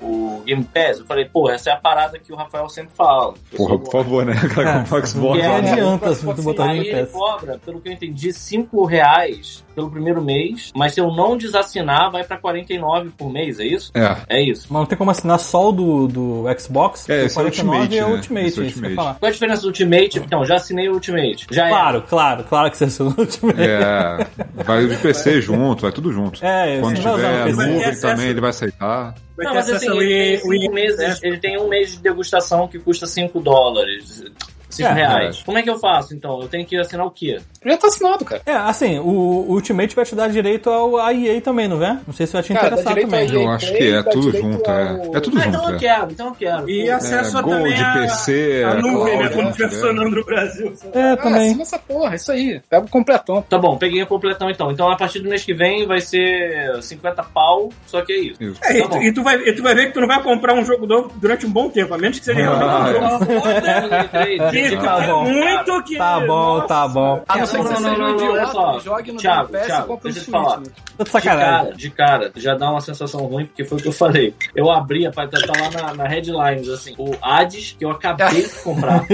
[SPEAKER 6] o Game Pass? Eu falei, pô, essa é a parada que o Rafael sempre fala. Eu
[SPEAKER 7] Porra,
[SPEAKER 6] sou
[SPEAKER 7] por favor, né? O cara comprar Xbox.
[SPEAKER 4] Que
[SPEAKER 6] É,
[SPEAKER 4] adianta se tu botar
[SPEAKER 6] Aí
[SPEAKER 4] Game
[SPEAKER 6] ele
[SPEAKER 4] Pass.
[SPEAKER 6] cobra, pelo que eu entendi, 5 reais pelo primeiro mês, mas se eu não desassinar, vai pra 49 por mês, é isso?
[SPEAKER 7] É.
[SPEAKER 6] É isso.
[SPEAKER 4] Mas não tem como assinar só o do, do Xbox,
[SPEAKER 7] É,
[SPEAKER 4] porque
[SPEAKER 7] esse é o
[SPEAKER 4] 49
[SPEAKER 7] Ultimate,
[SPEAKER 4] é o
[SPEAKER 7] né?
[SPEAKER 4] Ultimate,
[SPEAKER 7] Esse é o
[SPEAKER 4] isso que eu ia
[SPEAKER 7] Ultimate.
[SPEAKER 4] falar.
[SPEAKER 6] Qual a diferença do Ultimate? Então, já assinei o Ultimate. Já é.
[SPEAKER 4] Claro, claro, claro que você assinou o Ultimate.
[SPEAKER 7] É. Vai o de PC junto, vai tudo junto.
[SPEAKER 4] É,
[SPEAKER 7] Quando
[SPEAKER 4] você vai usar no
[SPEAKER 7] tiver
[SPEAKER 4] PC.
[SPEAKER 5] vai ter
[SPEAKER 7] nuvem
[SPEAKER 5] acesso.
[SPEAKER 7] também, ele vai aceitar.
[SPEAKER 6] é.
[SPEAKER 5] Vai
[SPEAKER 6] Não,
[SPEAKER 5] ter
[SPEAKER 6] mas
[SPEAKER 5] acesso
[SPEAKER 6] assim,
[SPEAKER 5] ao
[SPEAKER 6] ele tem,
[SPEAKER 5] Wii-
[SPEAKER 6] cinco
[SPEAKER 5] Wii-
[SPEAKER 6] meses, ele tem um mês de degustação que custa 5 dólares. 5
[SPEAKER 4] É,
[SPEAKER 6] reais.
[SPEAKER 7] verdade.
[SPEAKER 6] Como é que eu faço, então? Eu tenho que assinar o quê?
[SPEAKER 3] Já tá assinado, cara.
[SPEAKER 4] É, assim, o, o Ultimate vai te dar direito ao à EA também, não é? Não sei se vai te
[SPEAKER 3] Cara, dá
[SPEAKER 4] interessar
[SPEAKER 3] direito
[SPEAKER 4] também.
[SPEAKER 3] a
[SPEAKER 7] Eu acho que é
[SPEAKER 3] dá
[SPEAKER 7] tudo
[SPEAKER 3] direito
[SPEAKER 7] junto,
[SPEAKER 3] ao-
[SPEAKER 7] é. É tudo
[SPEAKER 6] Ah, então
[SPEAKER 7] junto,
[SPEAKER 6] eu
[SPEAKER 7] é.
[SPEAKER 6] quero, então eu quero.
[SPEAKER 5] E acesso
[SPEAKER 7] É, Gold,
[SPEAKER 5] também a,
[SPEAKER 7] PC,
[SPEAKER 5] a nuvem, né?
[SPEAKER 7] é cloud,
[SPEAKER 5] Quando
[SPEAKER 7] tiver.
[SPEAKER 5] estiver funcionando no Brasil.
[SPEAKER 4] É,
[SPEAKER 3] Ah,
[SPEAKER 4] também.
[SPEAKER 3] assina essa porra, isso aí. Pega o completão.
[SPEAKER 6] Tá bom, peguei o completão então. Então a partir do mês que vem vai ser 50 pau, só que é isso.
[SPEAKER 7] Isso.
[SPEAKER 5] É, e,
[SPEAKER 6] Tá bom.
[SPEAKER 5] tu, e tu vai, e tu vai ver que tu não vai comprar um jogo novo durante um bom tempo, a menos que seja realmente
[SPEAKER 7] Ah,
[SPEAKER 5] um
[SPEAKER 7] é.
[SPEAKER 4] Sim,
[SPEAKER 5] jogo que
[SPEAKER 4] tá
[SPEAKER 5] é
[SPEAKER 6] um.
[SPEAKER 4] bom.
[SPEAKER 5] muito que.
[SPEAKER 4] Tá bom, tá bom.
[SPEAKER 3] A
[SPEAKER 6] Ah, não,
[SPEAKER 3] não ser que
[SPEAKER 6] não,
[SPEAKER 3] você
[SPEAKER 6] não,
[SPEAKER 3] seja um
[SPEAKER 6] não, não, olha só.
[SPEAKER 3] idiota e jogue no
[SPEAKER 6] Thiago,
[SPEAKER 3] Game Pass
[SPEAKER 6] Thiago,
[SPEAKER 3] e compre um
[SPEAKER 6] deixa eu te
[SPEAKER 3] Switch.
[SPEAKER 6] falar.
[SPEAKER 3] né?
[SPEAKER 4] Tá de
[SPEAKER 6] De cara,
[SPEAKER 4] sacanagem.
[SPEAKER 6] de cara, já dá uma sensação ruim, porque foi o que eu falei. Eu abri, a tá, tá lá na, na headlines, assim, o Hades, que eu acabei de comprar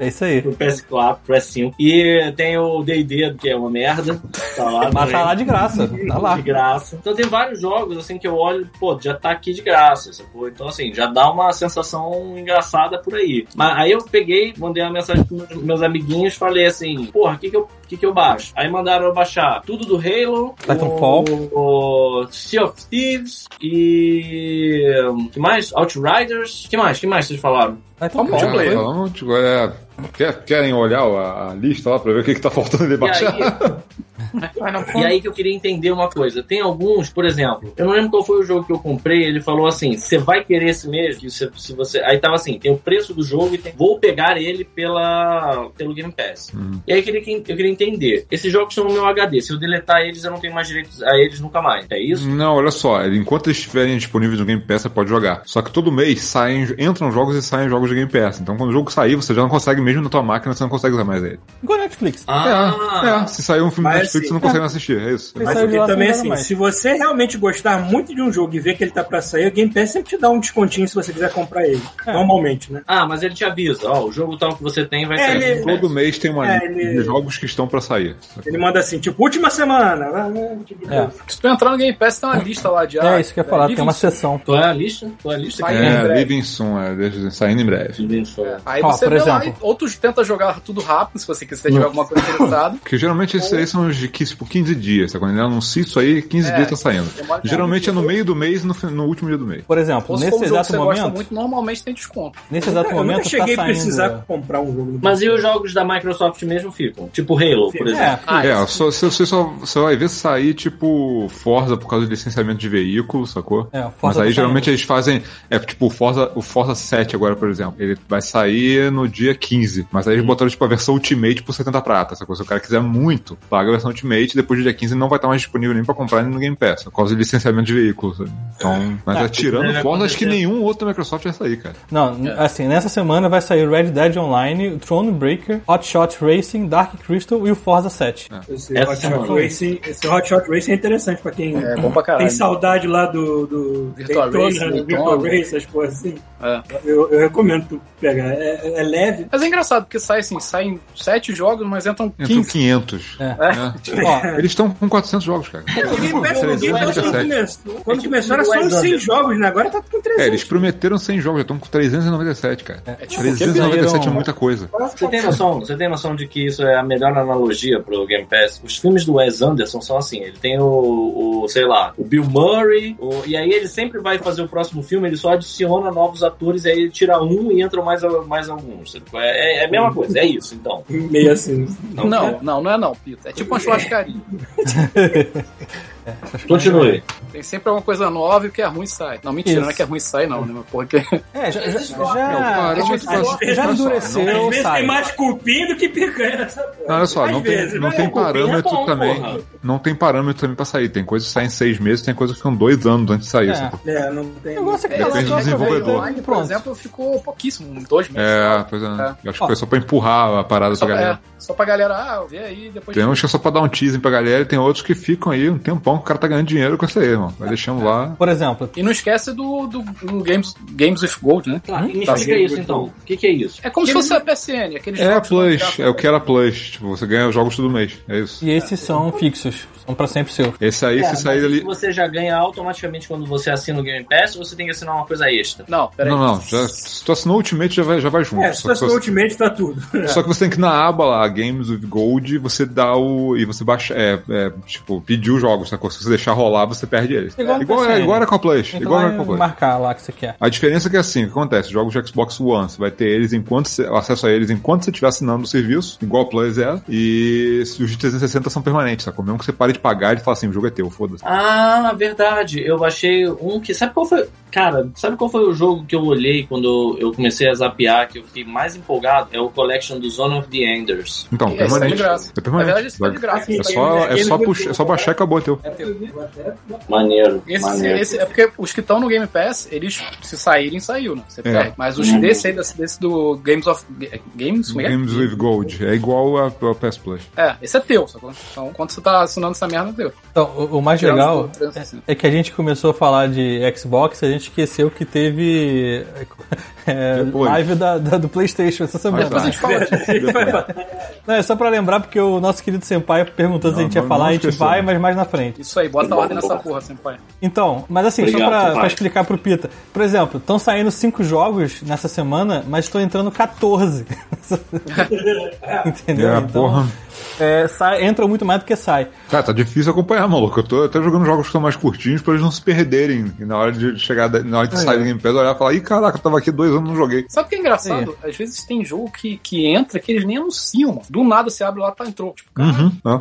[SPEAKER 4] É isso aí.
[SPEAKER 6] pro PS4, PS5. E tem o D&D, que é uma merda. Tá lá.
[SPEAKER 4] Mas tá
[SPEAKER 6] também.
[SPEAKER 4] lá de graça. Tá lá.
[SPEAKER 6] De graça. Então tem vários jogos assim que eu olho, pô, já tá aqui de graça, sacou? Então assim, já dá uma sensação engraçada por aí. Mas aí eu peguei, mandei uma mensagem pros meus- meus amiguinhos, falei assim, porra, o que que eu, que que eu baixo? Aí mandaram eu baixar tudo do Halo,
[SPEAKER 4] Titanfall.
[SPEAKER 6] o, o Sea of Thieves e... hum, que mais? Outriders. que mais? que mais vocês falaram?
[SPEAKER 4] Vai tomar
[SPEAKER 7] Já
[SPEAKER 4] um banho.
[SPEAKER 7] falamos, tipo, é, quer- Querem olhar a, a lista lá pra ver o que, que tá faltando de
[SPEAKER 6] E
[SPEAKER 7] baixar?
[SPEAKER 6] aí, E aí que eu queria entender uma coisa. Tem alguns, por exemplo, eu não lembro qual foi o jogo que eu comprei, ele falou assim: você vai querer esse mesmo? Que você- se você... Aí tava assim, tem o preço do jogo e tem... vou pegar ele pela... pelo Game Pass.
[SPEAKER 7] Hum.
[SPEAKER 6] E aí eu queria, que- eu queria entender. Esses jogos estão no meu HD. Se eu deletar eles, eu não tenho mais direitos a eles nunca mais. É isso?
[SPEAKER 7] Não, olha só, ele- enquanto eles estiverem disponíveis no Game Pass, você pode jogar. Só que todo mês saem, entram jogos e saem jogos de Game Pass. Então quando o jogo sair, você já não consegue, mesmo na tua máquina, você não consegue usar mais ele.
[SPEAKER 4] Igual Netflix.
[SPEAKER 6] Ah.
[SPEAKER 7] É, é, se sair um filme
[SPEAKER 5] Mas
[SPEAKER 7] da Netflix,
[SPEAKER 5] assim,
[SPEAKER 7] você não consegue assistir, é isso.
[SPEAKER 4] Ele
[SPEAKER 5] Mas
[SPEAKER 4] saiu de lá,
[SPEAKER 5] e também
[SPEAKER 4] não dá
[SPEAKER 5] assim,
[SPEAKER 4] mais.
[SPEAKER 5] se você realmente gostar muito de um jogo e ver que ele tá pra sair, o Game Pass sempre te dá um descontinho se você quiser comprar ele.
[SPEAKER 4] É.
[SPEAKER 5] Normalmente, né?
[SPEAKER 6] Ah, mas ele te avisa, ó, o jogo tal que você tem vai
[SPEAKER 5] É,
[SPEAKER 6] sair.
[SPEAKER 5] ele-
[SPEAKER 6] no Game Pass.
[SPEAKER 7] Todo mês tem uma
[SPEAKER 5] É,
[SPEAKER 7] lista
[SPEAKER 5] ele-
[SPEAKER 7] de jogos que estão pra sair.
[SPEAKER 5] Ele manda assim, tipo, última semana. né, né, tipo,
[SPEAKER 4] É.
[SPEAKER 3] Se tu entrar no Game Pass, tem uma lista lá de. Ah,
[SPEAKER 4] É isso que eu ia falar, tem uma sessão.
[SPEAKER 6] Qual é a lista? Qual é a lista?
[SPEAKER 3] Vai
[SPEAKER 6] que
[SPEAKER 3] em
[SPEAKER 7] É,
[SPEAKER 3] breve.
[SPEAKER 7] Living Soon, é, deixa- saindo em breve.
[SPEAKER 6] é.
[SPEAKER 3] Aí
[SPEAKER 4] Ó,
[SPEAKER 3] você
[SPEAKER 4] por
[SPEAKER 3] vê lá e
[SPEAKER 4] exemplo.
[SPEAKER 3] outros tenta jogar tudo rápido, se você quiser jogar alguma coisa interessada.
[SPEAKER 7] Porque geralmente esses aí são de 15, tipo, 15 dias, tá? Quando ele anuncia isso aí, 15
[SPEAKER 3] É,
[SPEAKER 7] dias tá saindo.
[SPEAKER 3] demora-
[SPEAKER 7] Geralmente é no meio do mês e no, fin- no último dia do mês.
[SPEAKER 4] Por exemplo,
[SPEAKER 3] Ou se for um
[SPEAKER 4] nesse
[SPEAKER 3] jogo que
[SPEAKER 4] exato
[SPEAKER 3] você gosta
[SPEAKER 4] momento,
[SPEAKER 3] muito, normalmente tem desconto.
[SPEAKER 4] nesse exato
[SPEAKER 5] eu nunca
[SPEAKER 4] momento tá
[SPEAKER 5] cheguei a precisar
[SPEAKER 4] saindo...
[SPEAKER 5] comprar um jogo.
[SPEAKER 6] Mas e os jogos da Microsoft mesmo ficam? Tipo Halo, por exemplo.
[SPEAKER 4] É,
[SPEAKER 3] Ah,
[SPEAKER 7] é, só, você, você só você vai ver sair, tipo, Forza por causa do licenciamento de veículo, sacou?
[SPEAKER 4] É, o Forza
[SPEAKER 7] Mas
[SPEAKER 4] tá
[SPEAKER 7] aí
[SPEAKER 4] saindo.
[SPEAKER 7] geralmente eles fazem. É tipo o Forza, o Forza 7 agora, por exemplo. Ele vai sair no dia 15. Mas aí eles botaram, tipo, a versão Ultimate por 70 prata, sacou? Se o cara quiser muito, paga a versão Ultimate, depois do dia 15 não vai estar mais disponível nem pra comprar nem no Game Pass, por causa do licenciamento de veículo, sabe? Então, mas é, tirando
[SPEAKER 6] vai
[SPEAKER 7] Forza, acho que
[SPEAKER 6] acontecer.
[SPEAKER 7] nenhum outro da Microsoft vai sair, cara.
[SPEAKER 4] Não, n- assim, nessa semana vai sair Red Dead Online, Thronebreaker, Hot Shot Racing, Dark Crystal e o Forza 7.
[SPEAKER 5] Esse
[SPEAKER 6] Essa
[SPEAKER 5] Hot,
[SPEAKER 6] semana.
[SPEAKER 5] Shot Racing, esse Hot Shot Racing é interessante pra quem
[SPEAKER 3] É bom pra caralho.
[SPEAKER 5] tem saudade lá do, do
[SPEAKER 3] Virtua
[SPEAKER 5] Daytona,
[SPEAKER 3] Racing,
[SPEAKER 5] do
[SPEAKER 3] Daytona.
[SPEAKER 5] Virtual Race, essas porra assim.
[SPEAKER 3] É.
[SPEAKER 5] Eu, eu recomendo tu pegar. É, é leve.
[SPEAKER 3] Mas é engraçado, porque sai assim, saem sete jogos, mas entram
[SPEAKER 7] Entrou
[SPEAKER 3] 15.
[SPEAKER 7] 500.
[SPEAKER 4] É.
[SPEAKER 7] né?
[SPEAKER 4] Ó,
[SPEAKER 7] Eles estão com 400 jogos, cara.
[SPEAKER 5] Game Pass,
[SPEAKER 7] Pô,
[SPEAKER 5] Game Pass, quando
[SPEAKER 7] 317.
[SPEAKER 5] começou, quando começou era só uns 100 jogos, né? Agora tá com
[SPEAKER 7] É,
[SPEAKER 5] 300.
[SPEAKER 7] eles prometeram 100 jogos, já estão com 397, cara.
[SPEAKER 4] É,
[SPEAKER 3] tipo,
[SPEAKER 7] 397 é muita coisa.
[SPEAKER 6] Você tem noção? Você tem noção de que isso é a melhor analogia pro Game Pass? Os filmes do Wes Anderson são assim, ele tem o, o, sei lá, o Bill Murray, o- e aí ele sempre vai fazer o próximo filme, ele só adiciona novos atores, e aí ele tira um um e entram mais, al- mais alguns. sabe qual é? É, é a mesma coisa, é isso, então.
[SPEAKER 5] Meio assim.
[SPEAKER 6] Não,
[SPEAKER 1] Não, não, não é não, Pita. É tipo uma churrascaria.
[SPEAKER 6] é. Continue.
[SPEAKER 1] Tem sempre alguma coisa nova e o que é ruim sai. Não, mentira,
[SPEAKER 4] Isso.
[SPEAKER 1] não é que é ruim sai, não, né? Porra, que...
[SPEAKER 4] É, já, já,
[SPEAKER 7] Não, cara,
[SPEAKER 4] já,
[SPEAKER 7] olha só,
[SPEAKER 4] já, é já
[SPEAKER 7] olha só,
[SPEAKER 5] Às
[SPEAKER 4] endureceu,
[SPEAKER 5] vezes tem
[SPEAKER 4] sabe?
[SPEAKER 5] mais cupim do que picanha nessa porra.
[SPEAKER 7] Não, olha só,
[SPEAKER 5] Às
[SPEAKER 7] não tem,
[SPEAKER 5] vezes,
[SPEAKER 7] não
[SPEAKER 5] né?
[SPEAKER 7] tem parâmetro
[SPEAKER 6] é bom,
[SPEAKER 7] também.
[SPEAKER 6] porra.
[SPEAKER 7] Não tem parâmetro também pra sair. Tem coisa que sai em seis meses, tem coisa que ficam dois anos antes de sair. assim,
[SPEAKER 4] É.
[SPEAKER 7] sabe?
[SPEAKER 5] É, não tem.
[SPEAKER 4] Eu gosto é que tá lá,
[SPEAKER 7] Depende
[SPEAKER 4] tu
[SPEAKER 7] do desenvolvedor.
[SPEAKER 4] aproveita
[SPEAKER 1] Online,
[SPEAKER 4] e
[SPEAKER 1] um por
[SPEAKER 4] pronto.
[SPEAKER 1] exemplo, ficou pouquíssimo, um, dois meses.
[SPEAKER 7] É, pois é. Eu Acho que
[SPEAKER 4] Ó.
[SPEAKER 7] foi só pra empurrar a parada
[SPEAKER 1] Só
[SPEAKER 7] pra galera.
[SPEAKER 1] pra, é, só pra galera, ah, vê aí, depois...
[SPEAKER 7] Tem uns que é só pra dar um teasing pra galera e tem outros que ficam aí um tempão que o cara tá ganhando dinheiro com isso aí, irmão. Vai deixando lá.
[SPEAKER 4] Por exemplo,
[SPEAKER 1] E não esquece do, do, do Games, Games with Gold, né?
[SPEAKER 6] Tá, me
[SPEAKER 1] Tá
[SPEAKER 6] explica
[SPEAKER 1] bom.
[SPEAKER 6] isso então. O que, que é isso?
[SPEAKER 1] É como se fosse a PSN, aqueles
[SPEAKER 7] É
[SPEAKER 1] jogos que
[SPEAKER 7] Plus,
[SPEAKER 1] não-
[SPEAKER 7] é o que era Plus. Tipo, você ganha os jogos todo mês. É isso.
[SPEAKER 4] e esses são fixos, são pra sempre seus.
[SPEAKER 7] Esse aí,
[SPEAKER 6] É,
[SPEAKER 7] se sair
[SPEAKER 6] mas
[SPEAKER 7] ali.
[SPEAKER 6] Você já ganha automaticamente quando você assina o Game Pass ou você tem que assinar uma coisa extra?
[SPEAKER 1] Não, peraí.
[SPEAKER 7] é. Não, não. Já, se tu assinou o Ultimate, já vai, já vai junto.
[SPEAKER 5] É,
[SPEAKER 7] só,
[SPEAKER 5] só
[SPEAKER 7] que
[SPEAKER 5] se o
[SPEAKER 7] você,
[SPEAKER 5] Ultimate tá tudo.
[SPEAKER 1] é.
[SPEAKER 7] só que você tem que ir na aba lá, Games with Gold, você dá o. E você baixa. É, é, tipo, pedir os jogos, sacou? Se você deixar rolar, você perde eles.
[SPEAKER 4] Igual no
[SPEAKER 7] Igual, é,
[SPEAKER 4] PSN.
[SPEAKER 7] igual era com a Plus.
[SPEAKER 1] Então
[SPEAKER 4] Tem que
[SPEAKER 7] Igual
[SPEAKER 4] lá
[SPEAKER 7] era com a
[SPEAKER 4] e
[SPEAKER 7] Plus.
[SPEAKER 4] Então marcar lá que você quer.
[SPEAKER 7] A diferença é que assim, o que acontece? Jogos de Xbox One, você vai ter eles enquanto você, acesso a eles enquanto você estiver assinando o serviço, igual o Plus é, e os de 360 são permanentes, sacou? Mesmo que você pare de pagar e fala assim, o jogo é teu, foda-se.
[SPEAKER 6] Ah, verdade. Eu baixei um que. Sabe qual foi. Cara, sabe qual foi o jogo que eu olhei quando eu comecei a zapear, que eu fiquei mais empolgado? É o Collection do Zone of the Enders.
[SPEAKER 7] Então,
[SPEAKER 1] É, isso é de
[SPEAKER 7] permanente.
[SPEAKER 1] graça.
[SPEAKER 7] É
[SPEAKER 1] Na
[SPEAKER 7] permanente.
[SPEAKER 1] verdade, isso tá de graça.
[SPEAKER 7] É só, é, só puxar, é só baixar e acabou, é teu.
[SPEAKER 6] Maneiro.
[SPEAKER 1] Esse,
[SPEAKER 6] maneiro.
[SPEAKER 1] esse- é porque os que estão no Game Pass, eles se saírem, saiu, né? Você
[SPEAKER 7] É.
[SPEAKER 1] perde. Mas os desse aí, desse, desse do Games of. Ga- Games? Como é que é?
[SPEAKER 7] Games with Gold. É igual a, a PS Plus.
[SPEAKER 1] É, esse é teu, sacou? Então, quando você tá assinando essa merda, é teu.
[SPEAKER 4] Então, o, o mais
[SPEAKER 1] Tirando
[SPEAKER 4] legal
[SPEAKER 1] do assim. 360.
[SPEAKER 4] é que a gente começou a falar de Xbox e a gente esqueceu que teve é,
[SPEAKER 7] Depois.
[SPEAKER 4] live da, da- do PlayStation essa semana.
[SPEAKER 1] Depois a gente fala disso.
[SPEAKER 4] Não, é só pra lembrar, porque o nosso querido Senpai perguntou se a
[SPEAKER 7] Não,
[SPEAKER 4] gente ia
[SPEAKER 7] não-
[SPEAKER 4] falar,
[SPEAKER 7] não
[SPEAKER 4] a gente
[SPEAKER 7] esqueceu.
[SPEAKER 4] vai, mas mais na frente.
[SPEAKER 1] Isso aí, bota a ordem nessa porra, assim, Senpai.
[SPEAKER 4] Então, mas assim,
[SPEAKER 6] Obrigado,
[SPEAKER 4] só pra,
[SPEAKER 6] Senpai.
[SPEAKER 4] pra explicar pro Pita. Por exemplo, estão saindo cinco jogos nessa semana, mas estão entrando 14. Entendeu?
[SPEAKER 7] É,
[SPEAKER 4] Então,
[SPEAKER 7] porra.
[SPEAKER 4] é, sai- entra muito mais do que sai.
[SPEAKER 7] Cara, tá difícil acompanhar, maluco. Eu tô até jogando jogos que são mais curtinhos pra eles não se perderem. E na hora de chegar, da- na hora de sair do Game Pass, olhar e falar, ih, caraca, eu tava aqui dois anos e não joguei.
[SPEAKER 1] Sabe o que é engraçado? Às vezes tem jogo que, que entra que eles nem anunciam, mano. Do nada você abre lá, tá, entrou. Tipo, cara,
[SPEAKER 7] Uhum. né?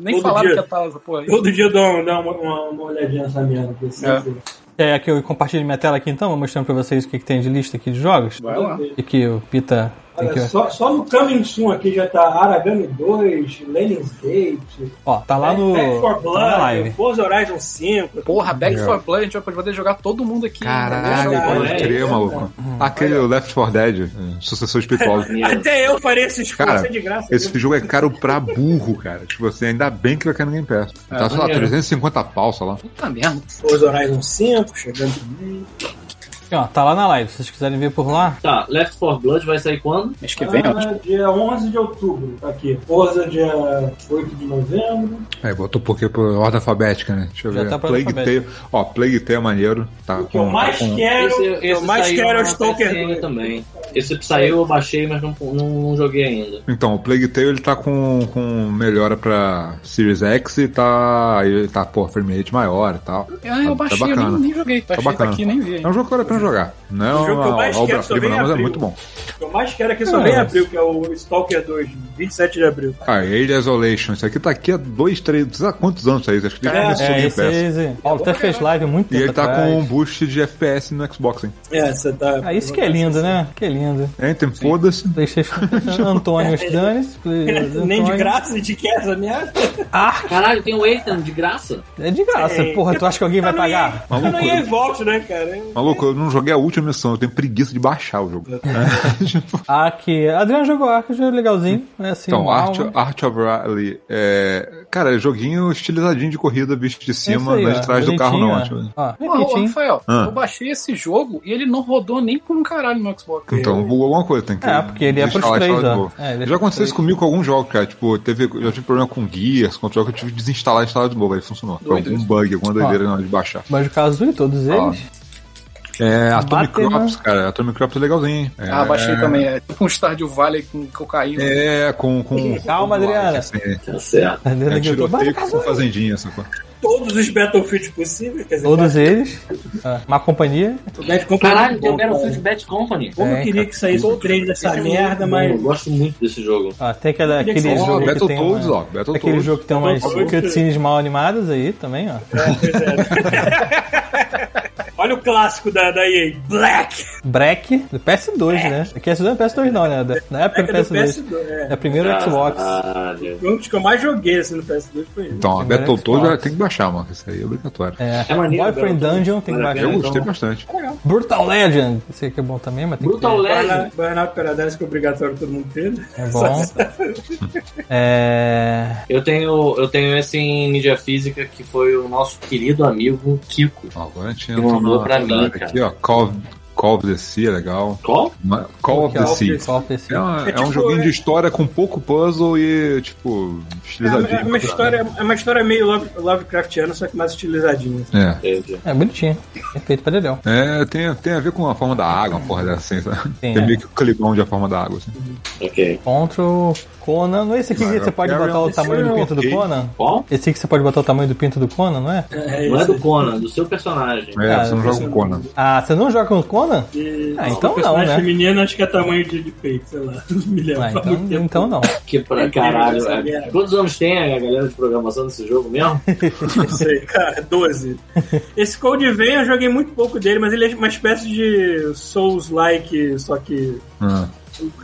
[SPEAKER 1] nem
[SPEAKER 5] Todo
[SPEAKER 1] falaram que
[SPEAKER 5] dia.
[SPEAKER 1] ia tá essa porra aí.
[SPEAKER 5] Todo dia eu dou, um, dou uma, uma, uma olhadinha nessa merda. assim, que eu sempre-
[SPEAKER 4] É, que eu compartilho minha tela aqui então, vou mostrando pra vocês o que, que tem de lista aqui de jogos.
[SPEAKER 1] Vai lá.
[SPEAKER 4] E que o Pita tem que...
[SPEAKER 5] Olha, só, só no Coming Soon aqui já tá Aragami 2, Lenin's Gate,
[SPEAKER 4] Ó, tá lá no...
[SPEAKER 5] Back 4
[SPEAKER 4] Tá na
[SPEAKER 5] Blood,
[SPEAKER 4] live.
[SPEAKER 5] Forza Horizon 5.
[SPEAKER 1] Porra, Back for Blood, a gente vai poder jogar todo mundo aqui. né?
[SPEAKER 7] Caralho,
[SPEAKER 1] entendeu?
[SPEAKER 7] pode
[SPEAKER 6] é
[SPEAKER 7] crer,
[SPEAKER 5] isso,
[SPEAKER 7] maluco. Aquele Left 4 Dead, é, sucessor espiritual.
[SPEAKER 5] Até eu farei esse esforço
[SPEAKER 7] Cara,
[SPEAKER 5] é de graça.
[SPEAKER 7] Esse jogo é caro pra burro, cara. Tipo assim, ainda bem que vai cair no Game Pass. Tá, sei lá, 350 pau, sei lá.
[SPEAKER 1] Puta merda.
[SPEAKER 5] Forza Horizon 5, chegando também.
[SPEAKER 4] Ó, tá lá na live, se vocês quiserem ver por lá.
[SPEAKER 6] Tá, Left 4 Blood vai sair quando?
[SPEAKER 1] Mês que vem, ó.
[SPEAKER 5] Ah, dia 11 de outubro, tá aqui. Forza dia 8 de novembro.
[SPEAKER 7] É, botou porque por ordem alfabética, né? Deixa eu
[SPEAKER 4] Já
[SPEAKER 7] ver.
[SPEAKER 4] tá pra
[SPEAKER 7] Plague
[SPEAKER 4] ordem
[SPEAKER 7] Tale. Ó, Plague Tale é maneiro. Tá
[SPEAKER 5] O que eu
[SPEAKER 7] com-
[SPEAKER 5] mais
[SPEAKER 7] tá com-
[SPEAKER 5] quero,
[SPEAKER 6] Esse-
[SPEAKER 5] o que eu
[SPEAKER 6] esse
[SPEAKER 5] mais
[SPEAKER 6] saiu
[SPEAKER 5] quero é o
[SPEAKER 6] na
[SPEAKER 5] Stalker
[SPEAKER 6] PSN
[SPEAKER 5] 2.
[SPEAKER 6] também. Esse que saiu eu baixei, mas não, não, não joguei ainda.
[SPEAKER 7] Então, o Plague Tale ele tá com, com melhora pra Series X e tá. Ele tá, pô, frame rate maior e tal.
[SPEAKER 1] Ah, eu
[SPEAKER 7] Tá
[SPEAKER 1] baixei, eu
[SPEAKER 7] bacana.
[SPEAKER 1] nem, nem joguei. Tá,
[SPEAKER 7] Tá
[SPEAKER 1] achei, tá
[SPEAKER 7] bacana.
[SPEAKER 1] aqui, nem vi.
[SPEAKER 7] É um jogo que vale a pena jogar. Não é
[SPEAKER 5] O Um jogo que eu
[SPEAKER 7] uma
[SPEAKER 5] mais quero
[SPEAKER 7] obra-prima,
[SPEAKER 5] também é
[SPEAKER 7] não, mas é
[SPEAKER 5] abril.
[SPEAKER 7] muito bom.
[SPEAKER 5] O que eu mais quero é que só vem em abril, que é o Stalker 2, 27 de abril.
[SPEAKER 7] Ah, Alien Isolation. Isso aqui tá aqui há dois, três, sei lá quantos anos aí? Acho que desde
[SPEAKER 5] É,
[SPEAKER 7] o começo do
[SPEAKER 4] É,
[SPEAKER 7] Game
[SPEAKER 4] esse,
[SPEAKER 7] Pass.
[SPEAKER 4] esse. Ó, até fez live há muito
[SPEAKER 7] E
[SPEAKER 4] tempo
[SPEAKER 7] ele tá
[SPEAKER 4] atrás.
[SPEAKER 7] com um boost de FPS no Xbox, hein?
[SPEAKER 5] É, você tá.
[SPEAKER 4] Ah, isso que é lindo, né? Que lindo.
[SPEAKER 7] Anthem, foda-se.
[SPEAKER 4] Playstation
[SPEAKER 5] É,
[SPEAKER 4] Antônio Stanis.
[SPEAKER 5] Nem é de graça, de né? que essa merda.
[SPEAKER 6] Caralho, tem o Ethan de graça?
[SPEAKER 4] É de graça.
[SPEAKER 5] É.
[SPEAKER 4] Porra, tu acha que alguém vai
[SPEAKER 5] Eu não
[SPEAKER 4] pagar?
[SPEAKER 5] ia- Eu não ia
[SPEAKER 7] Maluco.
[SPEAKER 5] em volta, né, cara?
[SPEAKER 7] Maluco, eu não joguei a última missão, eu tenho preguiça de baixar o jogo.
[SPEAKER 4] Ark. Ah, Adriano jogou Ark, jogo legalzinho. É assim,
[SPEAKER 7] Então,
[SPEAKER 4] um
[SPEAKER 7] Art,
[SPEAKER 4] alvo.
[SPEAKER 7] Art of Rally, é... cara, é joguinho estilizadinho de corrida, visto de
[SPEAKER 4] É isso
[SPEAKER 7] cima,
[SPEAKER 4] aí,
[SPEAKER 7] não é
[SPEAKER 4] ó.
[SPEAKER 7] de trás do carro, não.
[SPEAKER 4] Bonitinho, é.
[SPEAKER 7] acho.
[SPEAKER 4] Ó,
[SPEAKER 1] Porra, ô,
[SPEAKER 4] bonitinho.
[SPEAKER 1] Rafael,
[SPEAKER 7] Ah.
[SPEAKER 1] eu baixei esse jogo e ele não rodou nem por um caralho no Xbox.
[SPEAKER 7] Então, bugou alguma coisa, tem que.
[SPEAKER 4] É, porque ele é pros
[SPEAKER 7] desinstalar,
[SPEAKER 4] três,
[SPEAKER 7] instalar de
[SPEAKER 4] ó.
[SPEAKER 7] novo.
[SPEAKER 4] É, ele é
[SPEAKER 7] já
[SPEAKER 4] pros
[SPEAKER 7] aconteceu
[SPEAKER 4] três.
[SPEAKER 7] isso comigo com algum jogo, cara. Tipo, teve, eu tive problema com Gears, com outro jogo, eu tive que desinstalar e instalar de novo, aí funcionou. Foi
[SPEAKER 1] Doido
[SPEAKER 7] algum
[SPEAKER 1] isso.
[SPEAKER 7] bug, alguma doideira na hora de baixar.
[SPEAKER 4] Banjo Kazooie, todos
[SPEAKER 7] Ó.
[SPEAKER 4] eles.
[SPEAKER 7] É, Atomic
[SPEAKER 4] Batman.
[SPEAKER 7] Crops, cara. Atomic Crops é legalzinho, hein? É,
[SPEAKER 1] Ah, baixei também. É tipo um Stardew Valley com cocaína.
[SPEAKER 7] É, com. com
[SPEAKER 4] Calma,
[SPEAKER 7] com-
[SPEAKER 4] Adriana.
[SPEAKER 7] assim,
[SPEAKER 6] Tá certo.
[SPEAKER 4] Tá dentro
[SPEAKER 7] É,
[SPEAKER 4] aqui, eu tô-
[SPEAKER 7] tiroteio
[SPEAKER 4] Banjo
[SPEAKER 7] com
[SPEAKER 4] Kazooie.
[SPEAKER 7] fazendinha, essa coisa.
[SPEAKER 5] todos os Battlefields possíveis, quer dizer,
[SPEAKER 4] Todos eles. Ah, Uma companhia.
[SPEAKER 5] o Bad Company é
[SPEAKER 6] Caralho,
[SPEAKER 5] muito
[SPEAKER 6] tem o
[SPEAKER 5] bom, cara.
[SPEAKER 6] Battlefield Bad Company.
[SPEAKER 5] Como
[SPEAKER 4] É,
[SPEAKER 5] eu queria que saísse o trailer dessa
[SPEAKER 6] Esse é
[SPEAKER 5] merda,
[SPEAKER 6] muito bom, Eu
[SPEAKER 5] mas.
[SPEAKER 6] gosto muito desse jogo.
[SPEAKER 4] Ah, tem aquela,
[SPEAKER 5] Tem é que
[SPEAKER 4] aquele
[SPEAKER 5] ser-
[SPEAKER 7] Ó,
[SPEAKER 4] jogo que tem
[SPEAKER 7] Battletoads,
[SPEAKER 4] uma-
[SPEAKER 7] ó.
[SPEAKER 4] Aquele
[SPEAKER 7] Battletoads.
[SPEAKER 4] jogo que tem umas cutscenes mal animadas aí também, ó.
[SPEAKER 5] é. Olha o clássico da, da EA: Black!
[SPEAKER 4] Break do PS2, né? Aqui é do PS2 não, né? Da- Na época
[SPEAKER 5] É
[SPEAKER 4] do
[SPEAKER 5] do
[SPEAKER 4] PS2.
[SPEAKER 5] PS2. É.
[SPEAKER 4] É o primeiro Xbox.
[SPEAKER 6] Caralho.
[SPEAKER 5] Foi um dos que eu mais joguei assim, no PS2 foi ele.
[SPEAKER 7] Então, ó,
[SPEAKER 4] Primeiro
[SPEAKER 7] Battletoads
[SPEAKER 4] é Xbox.
[SPEAKER 7] já tem que baixar, mano. Isso aí é obrigatório.
[SPEAKER 4] É,
[SPEAKER 6] É maneiro,
[SPEAKER 4] Boyfriend
[SPEAKER 6] Battletoads.
[SPEAKER 4] Dungeon tem que
[SPEAKER 6] Vale a
[SPEAKER 7] Eu
[SPEAKER 4] baixar.
[SPEAKER 6] pena.
[SPEAKER 7] gostei bastante.
[SPEAKER 4] Brutal Legend. Esse aqui é bom também, mas tem
[SPEAKER 6] Brutal
[SPEAKER 4] que
[SPEAKER 6] Legend.
[SPEAKER 5] Burnout- Burnout Paradise que é obrigatório todo mundo ter. né?
[SPEAKER 4] ter. É bom. é...
[SPEAKER 6] Eu tenho, eu tenho esse em mídia física que foi o nosso querido amigo Kiko.
[SPEAKER 7] Ó, Agora a gente
[SPEAKER 6] Que mandou
[SPEAKER 7] numa
[SPEAKER 6] pra mim,
[SPEAKER 7] parada
[SPEAKER 6] cara.
[SPEAKER 7] aqui, ó. Call of, Call of the Sea é legal.
[SPEAKER 6] Qual?
[SPEAKER 7] Ma- Call of the Sea.
[SPEAKER 4] Call of the Sea.
[SPEAKER 7] É, uma-
[SPEAKER 5] É
[SPEAKER 7] é um
[SPEAKER 5] tipo,
[SPEAKER 7] joguinho
[SPEAKER 5] é-
[SPEAKER 7] de história com pouco puzzle e, tipo,
[SPEAKER 5] É uma, é
[SPEAKER 7] estilizadinho.
[SPEAKER 5] uma história, é uma história meio Love- Lovecraftiana, só que mais estilizadinha. assim.
[SPEAKER 7] É.
[SPEAKER 4] É bonitinho. É feito pra dedão.
[SPEAKER 7] É, tem, tem a ver com a forma da água, uma porra dessa, assim, sabe?
[SPEAKER 4] Tem,
[SPEAKER 7] Tem
[SPEAKER 4] é.
[SPEAKER 7] meio que o climão de a forma da água, assim.
[SPEAKER 6] Ok.
[SPEAKER 4] Control, Conan. Não é esse aqui que
[SPEAKER 7] Cara,
[SPEAKER 4] você pode
[SPEAKER 7] Carrion,
[SPEAKER 4] botar o
[SPEAKER 7] esse
[SPEAKER 4] tamanho do
[SPEAKER 7] é
[SPEAKER 4] pinto do
[SPEAKER 7] ok.
[SPEAKER 4] Conan?
[SPEAKER 6] Qual?
[SPEAKER 4] Esse aqui que você pode botar o tamanho do pinto do Conan, não é?
[SPEAKER 5] É,
[SPEAKER 6] Não é
[SPEAKER 5] isso.
[SPEAKER 6] do Conan, do seu personagem.
[SPEAKER 7] É,
[SPEAKER 4] Cara,
[SPEAKER 7] você não joga com Conan.
[SPEAKER 4] Ah, você não joga com o Conan?
[SPEAKER 5] E-
[SPEAKER 4] Ah, então não,
[SPEAKER 5] o personagem
[SPEAKER 4] né?
[SPEAKER 5] feminino acho que é tamanho de, de peito, sei lá. Me lembra.
[SPEAKER 4] Ah, então, então não.
[SPEAKER 6] Que pra
[SPEAKER 5] É
[SPEAKER 6] caralho.
[SPEAKER 5] incrível essa
[SPEAKER 6] é.
[SPEAKER 5] merda.
[SPEAKER 6] Quantos anos tem a galera de programação desse jogo mesmo?
[SPEAKER 5] Não sei, cara, 12. Esse Cold Vein eu joguei muito pouco dele, mas ele é uma espécie de Souls-like, só que
[SPEAKER 7] Ah.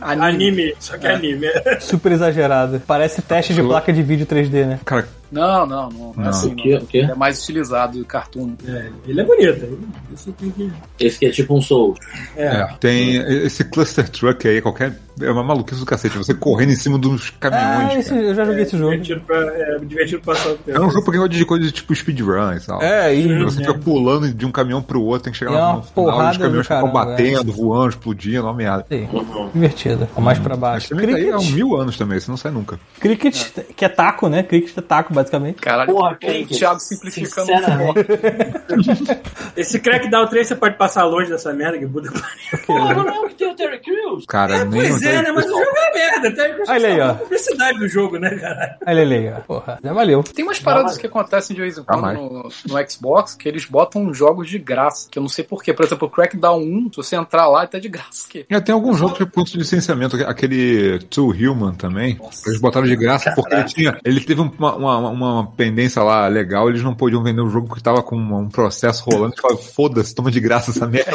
[SPEAKER 5] anime, É. só que anime.
[SPEAKER 4] Super exagerado. Parece teste de placa de vídeo 3D, né?
[SPEAKER 7] Cara,
[SPEAKER 3] Não, não, não. não é
[SPEAKER 7] Não.
[SPEAKER 3] assim,
[SPEAKER 6] O quê?
[SPEAKER 3] não.
[SPEAKER 6] O quê?
[SPEAKER 3] É mais estilizado, cartoon.
[SPEAKER 5] É, ele é bonito. ele- Você tem que...
[SPEAKER 6] Esse que é tipo um Soul.
[SPEAKER 5] É.
[SPEAKER 7] é, tem esse cluster truck aí, qualquer. É uma maluquice do cacete, você correndo em cima dos caminhões.
[SPEAKER 4] Ah,
[SPEAKER 7] cara.
[SPEAKER 4] esse- eu já joguei esse jogo.
[SPEAKER 5] Divertido, pra, é divertido passar o
[SPEAKER 7] É
[SPEAKER 5] tempo.
[SPEAKER 7] um jogo que gosta de coisa de tipo speedrun e tal.
[SPEAKER 4] É, e
[SPEAKER 7] Você fica pulando de um caminhão pro outro, tem que chegar
[SPEAKER 4] É uma
[SPEAKER 7] lá no final,
[SPEAKER 4] porrada
[SPEAKER 7] os caminhões
[SPEAKER 4] do
[SPEAKER 7] ficam
[SPEAKER 4] caramba,
[SPEAKER 7] batendo, voando, explodindo, uma merda.
[SPEAKER 4] Sim, divertido. Mais pra
[SPEAKER 7] Mas
[SPEAKER 4] baixo.
[SPEAKER 7] também tá aí há uns
[SPEAKER 4] Cricket,
[SPEAKER 7] mil anos também, isso não sai nunca.
[SPEAKER 4] cricket, que é taco, né? Cricket é taco, basicamente.
[SPEAKER 3] Caralho,
[SPEAKER 6] Porra,
[SPEAKER 3] o
[SPEAKER 6] Cricket.
[SPEAKER 3] Thiago simplificando.
[SPEAKER 5] né?
[SPEAKER 6] Sinceramente.
[SPEAKER 5] Esse Crackdown 3 você pode passar longe dessa merda que Buda
[SPEAKER 6] Porra, não é o que tem o Terry Crews?
[SPEAKER 7] Cara, nem
[SPEAKER 5] Pois é, né? Mas o jogo é merda. Até que
[SPEAKER 4] Olha aí, ó.
[SPEAKER 5] a publicidade do jogo, né, cara?
[SPEAKER 4] Olha ele aí, ó. Porra, já valeu.
[SPEAKER 3] Tem umas paradas que acontecem de vez em quando
[SPEAKER 7] Ah, mas-
[SPEAKER 3] no, no Xbox que eles botam jogos de graça, que eu não sei porquê. Por exemplo, o Crackdown 1, se você entrar lá, tá de graça. Que...
[SPEAKER 7] É, tem alguns jogos que é ponto de licenciamento, aquele Two Human também. Eles botaram de graça porque ele tinha. Ele teve uma, uma, uma pendência lá legal, eles não podiam vender o jogo que tava com um processo rolando. Eles falaram, foda-se, toma de graça essa merda.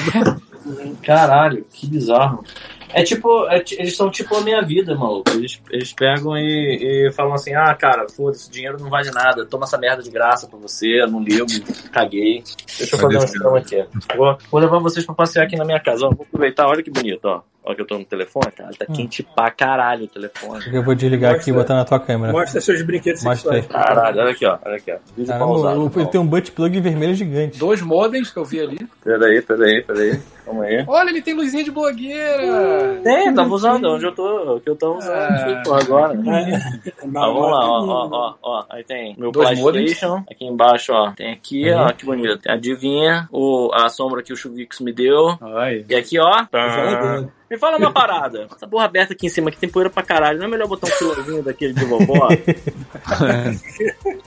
[SPEAKER 6] Caralho, que bizarro. É tipo, é ti- eles são tipo a minha vida, maluco. Eles, eles pegam e, e falam assim: ah, cara, foda-se, dinheiro não vale nada. Toma essa merda de graça pra você, eu não ligo, caguei. Deixa eu fazer uma sessão aqui. Vou, vou levar vocês pra passear aqui na minha casa. ó. Vou aproveitar, olha que bonito, ó. Olha que eu tô no telefone, cara. Tá quente pra caralho o telefone.
[SPEAKER 4] Eu vou desligar aqui e
[SPEAKER 5] Mostra.
[SPEAKER 4] botar na tua câmera.
[SPEAKER 5] Mostra seus brinquedos
[SPEAKER 4] É. Mostra aí.
[SPEAKER 5] sexuais.
[SPEAKER 6] Caralho, olha aqui, ó. Olha aqui, ó. Vídeo
[SPEAKER 4] Caramba,
[SPEAKER 6] pausado.
[SPEAKER 4] o- ele tem um butt plug vermelho gigante.
[SPEAKER 3] Dois modems que eu vi ali.
[SPEAKER 6] Peraí, peraí, peraí. Calma aí.
[SPEAKER 3] Olha, ele tem luzinha de blogueira.
[SPEAKER 6] Tem, tava usando, onde eu tô, o que eu tô usando
[SPEAKER 3] Ah.
[SPEAKER 6] tipo, agora.
[SPEAKER 5] É.
[SPEAKER 6] Ah, vamos lá, ó, ó, ó, ó. Aí tem meu
[SPEAKER 3] Dois Uhum.
[SPEAKER 6] PlayStation. Aqui embaixo, ó. Tem aqui, ó, que bonito. Tem a divinha, o, a sombra que o Chuvix me deu.
[SPEAKER 3] Ai.
[SPEAKER 6] E aqui, ó.
[SPEAKER 3] Tá.
[SPEAKER 5] Jogador.
[SPEAKER 6] Me fala uma parada. Essa porra aberta aqui em cima, que tem poeira pra caralho. Não é melhor botar um filozinho daquele de vovó?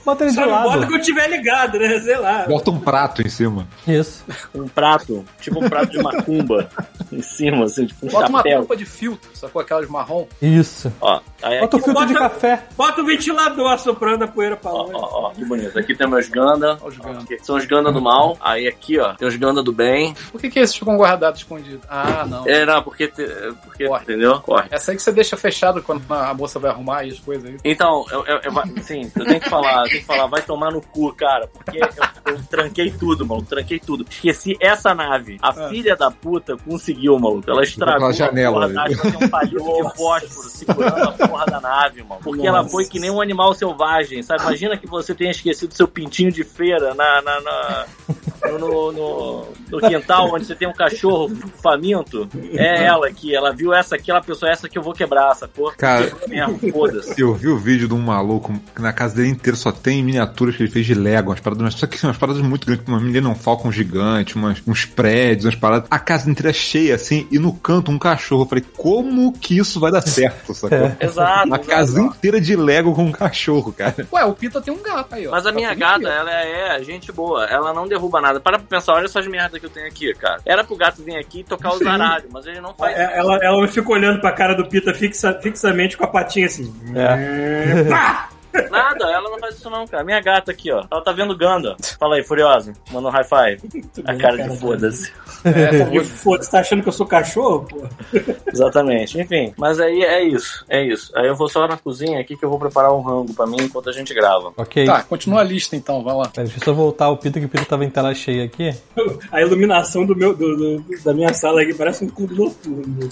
[SPEAKER 4] Bota ele do
[SPEAKER 5] Só não bota
[SPEAKER 4] lado.
[SPEAKER 5] quando tiver ligado, né? Sei lá.
[SPEAKER 7] Bota um prato em cima.
[SPEAKER 4] Isso.
[SPEAKER 6] Um prato. Tipo um prato de macumba. em cima, assim, tipo um
[SPEAKER 3] Bota uma
[SPEAKER 6] chapéu.
[SPEAKER 3] tampa de filtro, sacou aquelas marrom?
[SPEAKER 4] Isso.
[SPEAKER 6] Ó, aí
[SPEAKER 4] Bota o
[SPEAKER 6] aqui...
[SPEAKER 4] filtro de
[SPEAKER 5] Bota-
[SPEAKER 4] café.
[SPEAKER 5] Bota o ventilador soprando a poeira pra
[SPEAKER 6] Ó,
[SPEAKER 5] longe.
[SPEAKER 6] ó, ó, que bonito. Aqui tem meus Ganda.
[SPEAKER 3] Ó os Ganda.
[SPEAKER 6] Aqui São os Ganda do mal. Aí aqui, ó, tem os Ganda do bem.
[SPEAKER 3] Por que, que esses ficam guardados escondidos? Ah, não.
[SPEAKER 6] É, não, porque. te- porque
[SPEAKER 3] Corre.
[SPEAKER 6] entendeu? Corre.
[SPEAKER 3] Essa aí que você deixa fechado quando a moça vai arrumar e as coisas aí.
[SPEAKER 6] Então, eu, eu, eu va- sim, eu tenho que falar, eu tenho que falar, vai tomar no cu, cara, porque eu, eu tranquei tudo, maluco, tranquei tudo. Esqueci essa nave. A filha da puta conseguiu, maluco. Ela estragou
[SPEAKER 7] Aquela janela,
[SPEAKER 6] a porra da
[SPEAKER 7] né?
[SPEAKER 6] estação um palito de fósforo segurando a porra da nave, mano. Porque ela foi que nem um animal selvagem, sabe? Imagina que você tenha esquecido seu pintinho de feira na. na, na... no, no- no- no quintal onde você tem um cachorro faminto, é ela aqui. Ela viu essa aqui, ela pensou, essa aqui eu vou quebrar, sacou?
[SPEAKER 7] Cara.
[SPEAKER 6] Quebrou mesmo, foda-se.
[SPEAKER 7] Eu vi o vídeo de um maluco que na casa dele inteira só tem miniaturas que ele fez de Lego, umas paradas, mas só que são umas paradas muito grandes, uma menina um falcão gigante, umas- uns prédios, umas paradas. A casa inteira cheia, assim, e no canto um cachorro. Eu falei, como que isso vai dar certo, sacou?
[SPEAKER 6] É. Exato.
[SPEAKER 7] Uma
[SPEAKER 6] exato.
[SPEAKER 7] casa inteira de Lego com um cachorro, cara.
[SPEAKER 3] Ué, o Pita tem um gato aí, ó.
[SPEAKER 6] Mas a
[SPEAKER 3] Tá
[SPEAKER 6] minha
[SPEAKER 3] tudo
[SPEAKER 6] gata,
[SPEAKER 3] bem.
[SPEAKER 6] ela é gente boa, ela não derruba nada. Para pra pensar, olha essas merdas que eu tenho aqui, cara. Era pro gato vir aqui e tocar os aralhos, mas ele não faz
[SPEAKER 5] É, Ela, ela fica olhando pra cara do Pita fixa- fixamente com a patinha assim. É. Pá!
[SPEAKER 6] nada, ela não faz isso não, cara. Minha gata aqui, ó. Ela tá vendo Ganda. Fala aí, Furiosa. Manda um high five. A cara de foda-se.
[SPEAKER 1] É.
[SPEAKER 3] É,
[SPEAKER 5] E foda-se, tá achando que eu sou cachorro, pô?
[SPEAKER 6] Exatamente. Enfim, mas aí é isso, é isso. Aí eu vou só na cozinha aqui que eu vou preparar um rango pra mim enquanto a gente grava.
[SPEAKER 4] Ok.
[SPEAKER 3] Tá, continua a lista então, vai lá.
[SPEAKER 4] Pera, deixa eu só voltar o Pita, que o Pita tava em tela cheia aqui.
[SPEAKER 5] A iluminação do meu, do- do- da minha sala aqui parece um clube noturno.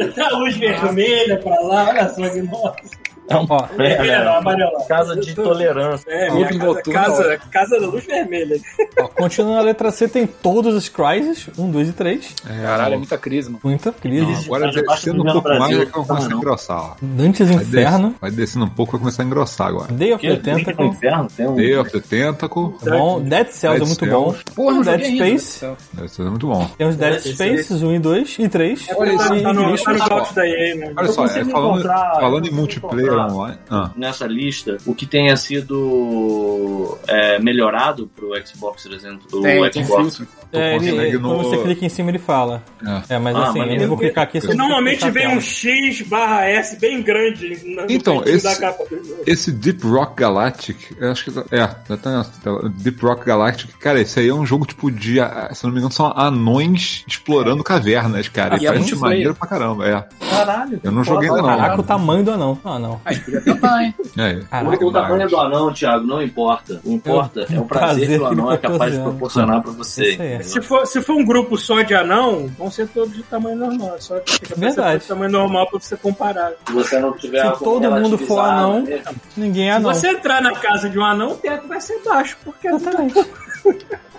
[SPEAKER 5] Até a luz vermelha pra lá, olha só que nossa.
[SPEAKER 4] Ó,
[SPEAKER 5] Vermelha não, amarela.
[SPEAKER 6] É, Casa de tolerância.
[SPEAKER 5] É,
[SPEAKER 3] Clube
[SPEAKER 5] minha casa,
[SPEAKER 3] noturno,
[SPEAKER 5] casa, casa da luz vermelha.
[SPEAKER 4] ó, continuando a letra C, tem todos os crises, 1, 2 e 3.
[SPEAKER 3] Caralho, é muita crise, mano.
[SPEAKER 4] Muita crise.
[SPEAKER 7] Agora
[SPEAKER 6] Cara,
[SPEAKER 7] descendo um
[SPEAKER 6] no
[SPEAKER 7] pouco mais,
[SPEAKER 6] Brasil,
[SPEAKER 7] vai começar a
[SPEAKER 6] não.
[SPEAKER 7] engrossar. ó.
[SPEAKER 4] Dantes
[SPEAKER 7] Vai,
[SPEAKER 4] Inferno.
[SPEAKER 7] des- vai descendo um pouco, vai começar a engrossar agora.
[SPEAKER 4] Day of the
[SPEAKER 6] Link do
[SPEAKER 4] Tentacle.
[SPEAKER 6] inferno tem um.
[SPEAKER 7] Day of the Tentacle.
[SPEAKER 4] é Bom, Dead Cells é
[SPEAKER 7] Dead
[SPEAKER 4] muito
[SPEAKER 7] Cells.
[SPEAKER 4] bom.
[SPEAKER 3] Porra, não
[SPEAKER 4] Dead
[SPEAKER 3] joguei ainda, né?
[SPEAKER 4] Space.
[SPEAKER 3] Dead Cells.
[SPEAKER 7] Isso é muito bom.
[SPEAKER 4] Temos Dead Space 1 e 2 e 3.
[SPEAKER 7] Olha
[SPEAKER 5] Tá,
[SPEAKER 7] isso.
[SPEAKER 5] tá no,
[SPEAKER 7] lixo,
[SPEAKER 5] tá no
[SPEAKER 7] só.
[SPEAKER 5] couch da EA, né?
[SPEAKER 7] Olha
[SPEAKER 6] Eu
[SPEAKER 7] só, é,
[SPEAKER 6] consigo
[SPEAKER 7] falando,
[SPEAKER 6] encontrar, eu
[SPEAKER 7] falando em
[SPEAKER 6] consigo
[SPEAKER 7] multiplayer
[SPEAKER 6] encontrar.
[SPEAKER 7] online. Ah,
[SPEAKER 6] Nessa lista, o que tenha sido é, melhorado pro Xbox 300, do
[SPEAKER 3] Tem, tem
[SPEAKER 6] Xbox.
[SPEAKER 3] filtro.
[SPEAKER 7] tu
[SPEAKER 4] É, ele,
[SPEAKER 5] né?
[SPEAKER 7] consegue
[SPEAKER 4] quando
[SPEAKER 7] no-
[SPEAKER 4] você clica em cima, ele fala.
[SPEAKER 7] É.
[SPEAKER 4] É, mas
[SPEAKER 6] Ah,
[SPEAKER 4] assim,
[SPEAKER 6] maneiro.
[SPEAKER 4] eu vou clicar aqui. só
[SPEAKER 5] E
[SPEAKER 4] pra
[SPEAKER 5] Normalmente
[SPEAKER 4] fechar a
[SPEAKER 5] vem
[SPEAKER 4] tela.
[SPEAKER 5] um X barra S bem grande no no
[SPEAKER 7] Então,
[SPEAKER 5] cantinho
[SPEAKER 7] esse-
[SPEAKER 5] da capa.
[SPEAKER 7] Esse Deep Rock Galactic, eu acho que tá- é, já tá na tela. Deep Rock Galactic, cara, esse aí é um jogo tipo de, ah, se não me engano, são anões explorando cavernas, cara.
[SPEAKER 3] Ah,
[SPEAKER 7] E
[SPEAKER 3] e é
[SPEAKER 7] parece
[SPEAKER 3] multiplayer.
[SPEAKER 7] maneiro pra caramba, é.
[SPEAKER 6] Caralho.
[SPEAKER 7] Eu não joguei ainda não.
[SPEAKER 4] Caraca, o tamanho do anão. Ah, não.
[SPEAKER 3] Ah, a gente podia tentar, hein?
[SPEAKER 7] É,
[SPEAKER 4] Caraca,
[SPEAKER 6] o o tamanho do anão, Thiago, não importa. O que importa é o prazer que o anão é capaz de
[SPEAKER 4] proporciona.
[SPEAKER 6] proporcionar pra você.
[SPEAKER 4] tá Isso aí. é.
[SPEAKER 6] entendeu?
[SPEAKER 5] Se for, se for um grupo só de anão, vão ser todos de tamanho normal. É Só que fica pra ser
[SPEAKER 4] Verdade.
[SPEAKER 5] todo tamanho normal pra você comparar.
[SPEAKER 6] Se você não tiver
[SPEAKER 4] Se
[SPEAKER 6] algo
[SPEAKER 4] todo mundo for
[SPEAKER 6] relativizado,
[SPEAKER 4] anão,
[SPEAKER 6] né?
[SPEAKER 4] ninguém é
[SPEAKER 5] Se
[SPEAKER 4] anão.
[SPEAKER 5] você entrar na casa de um anão, o teto vai ser baixo, porque é
[SPEAKER 4] Exatamente.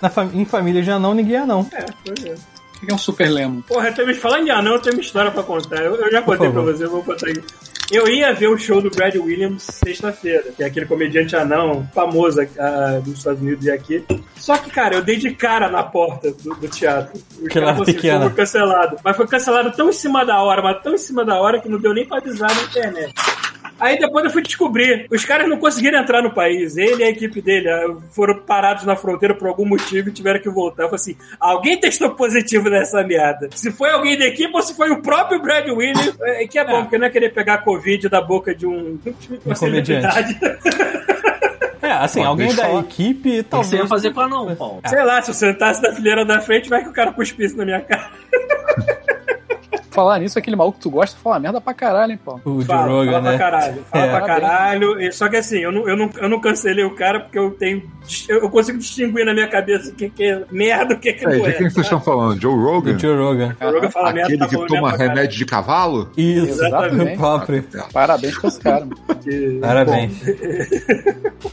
[SPEAKER 4] Na fam- Em família de anão, ninguém é anão.
[SPEAKER 5] pois é.
[SPEAKER 3] O que é um super lemo?
[SPEAKER 5] Porra, eu também, falando de anão, eu tenho uma história pra contar. Eu, eu já contei pra
[SPEAKER 4] favor.
[SPEAKER 5] você, eu vou contar aqui. Eu ia ver o show do Brad Williams sexta-feira, que é aquele comediante anão famoso ah, dos Estados Unidos e aqui. Só que, cara, eu dei de cara na porta do, do teatro. O
[SPEAKER 4] Que lá
[SPEAKER 5] cara assim,
[SPEAKER 4] pequena.
[SPEAKER 5] foi cancelado. Mas foi cancelado tão em cima da hora, mas tão em cima da hora que não deu nem pra avisar na internet. Aí depois eu fui descobrir. Os caras não conseguiram entrar no país. Ele e a equipe dele ah, foram parados na fronteira por algum motivo e tiveram que voltar. Eu falei assim: alguém testou positivo nessa merda. Se foi alguém da equipe ou se foi o próprio Brad Williams, é, que é bom, porque eu não ia querer pegar a Covid da boca de um. De uma
[SPEAKER 4] comediante.
[SPEAKER 5] celebridade.
[SPEAKER 4] É, assim,
[SPEAKER 7] Pô,
[SPEAKER 4] alguém
[SPEAKER 7] deixa
[SPEAKER 4] da
[SPEAKER 7] eu falar.
[SPEAKER 4] equipe
[SPEAKER 6] O que você
[SPEAKER 4] talvez. É.
[SPEAKER 6] ia fazer com o anão, Paulo?
[SPEAKER 5] Sei lá, se eu sentasse na fileira da frente, vai que o cara cuspisse na minha cara.
[SPEAKER 3] Falar nisso, aquele maluco que tu gosta fala merda pra caralho, hein, pô.
[SPEAKER 4] O de
[SPEAKER 5] Fala,
[SPEAKER 4] Rogan,
[SPEAKER 5] fala
[SPEAKER 4] né?
[SPEAKER 5] pra caralho, fala
[SPEAKER 4] É.
[SPEAKER 5] pra caralho. E- Só que assim, eu não, eu, não, eu não cancelei o cara porque eu tenho. Eu consigo distinguir na minha cabeça o que, que é merda e o que, que
[SPEAKER 7] É,
[SPEAKER 5] não
[SPEAKER 7] de
[SPEAKER 5] é.
[SPEAKER 7] quem que vocês estão falando? Joe Rogan?
[SPEAKER 4] O Joe Rogan.
[SPEAKER 5] O Rogan fala merda,
[SPEAKER 7] Aquele
[SPEAKER 5] tá
[SPEAKER 7] que
[SPEAKER 5] falando merda
[SPEAKER 7] toma
[SPEAKER 5] pra caralho.
[SPEAKER 7] remédio de cavalo? Tá
[SPEAKER 4] Isso,
[SPEAKER 3] Exatamente.
[SPEAKER 4] o próprio.
[SPEAKER 3] Parabéns pra esse cara, mano.
[SPEAKER 4] Parabéns.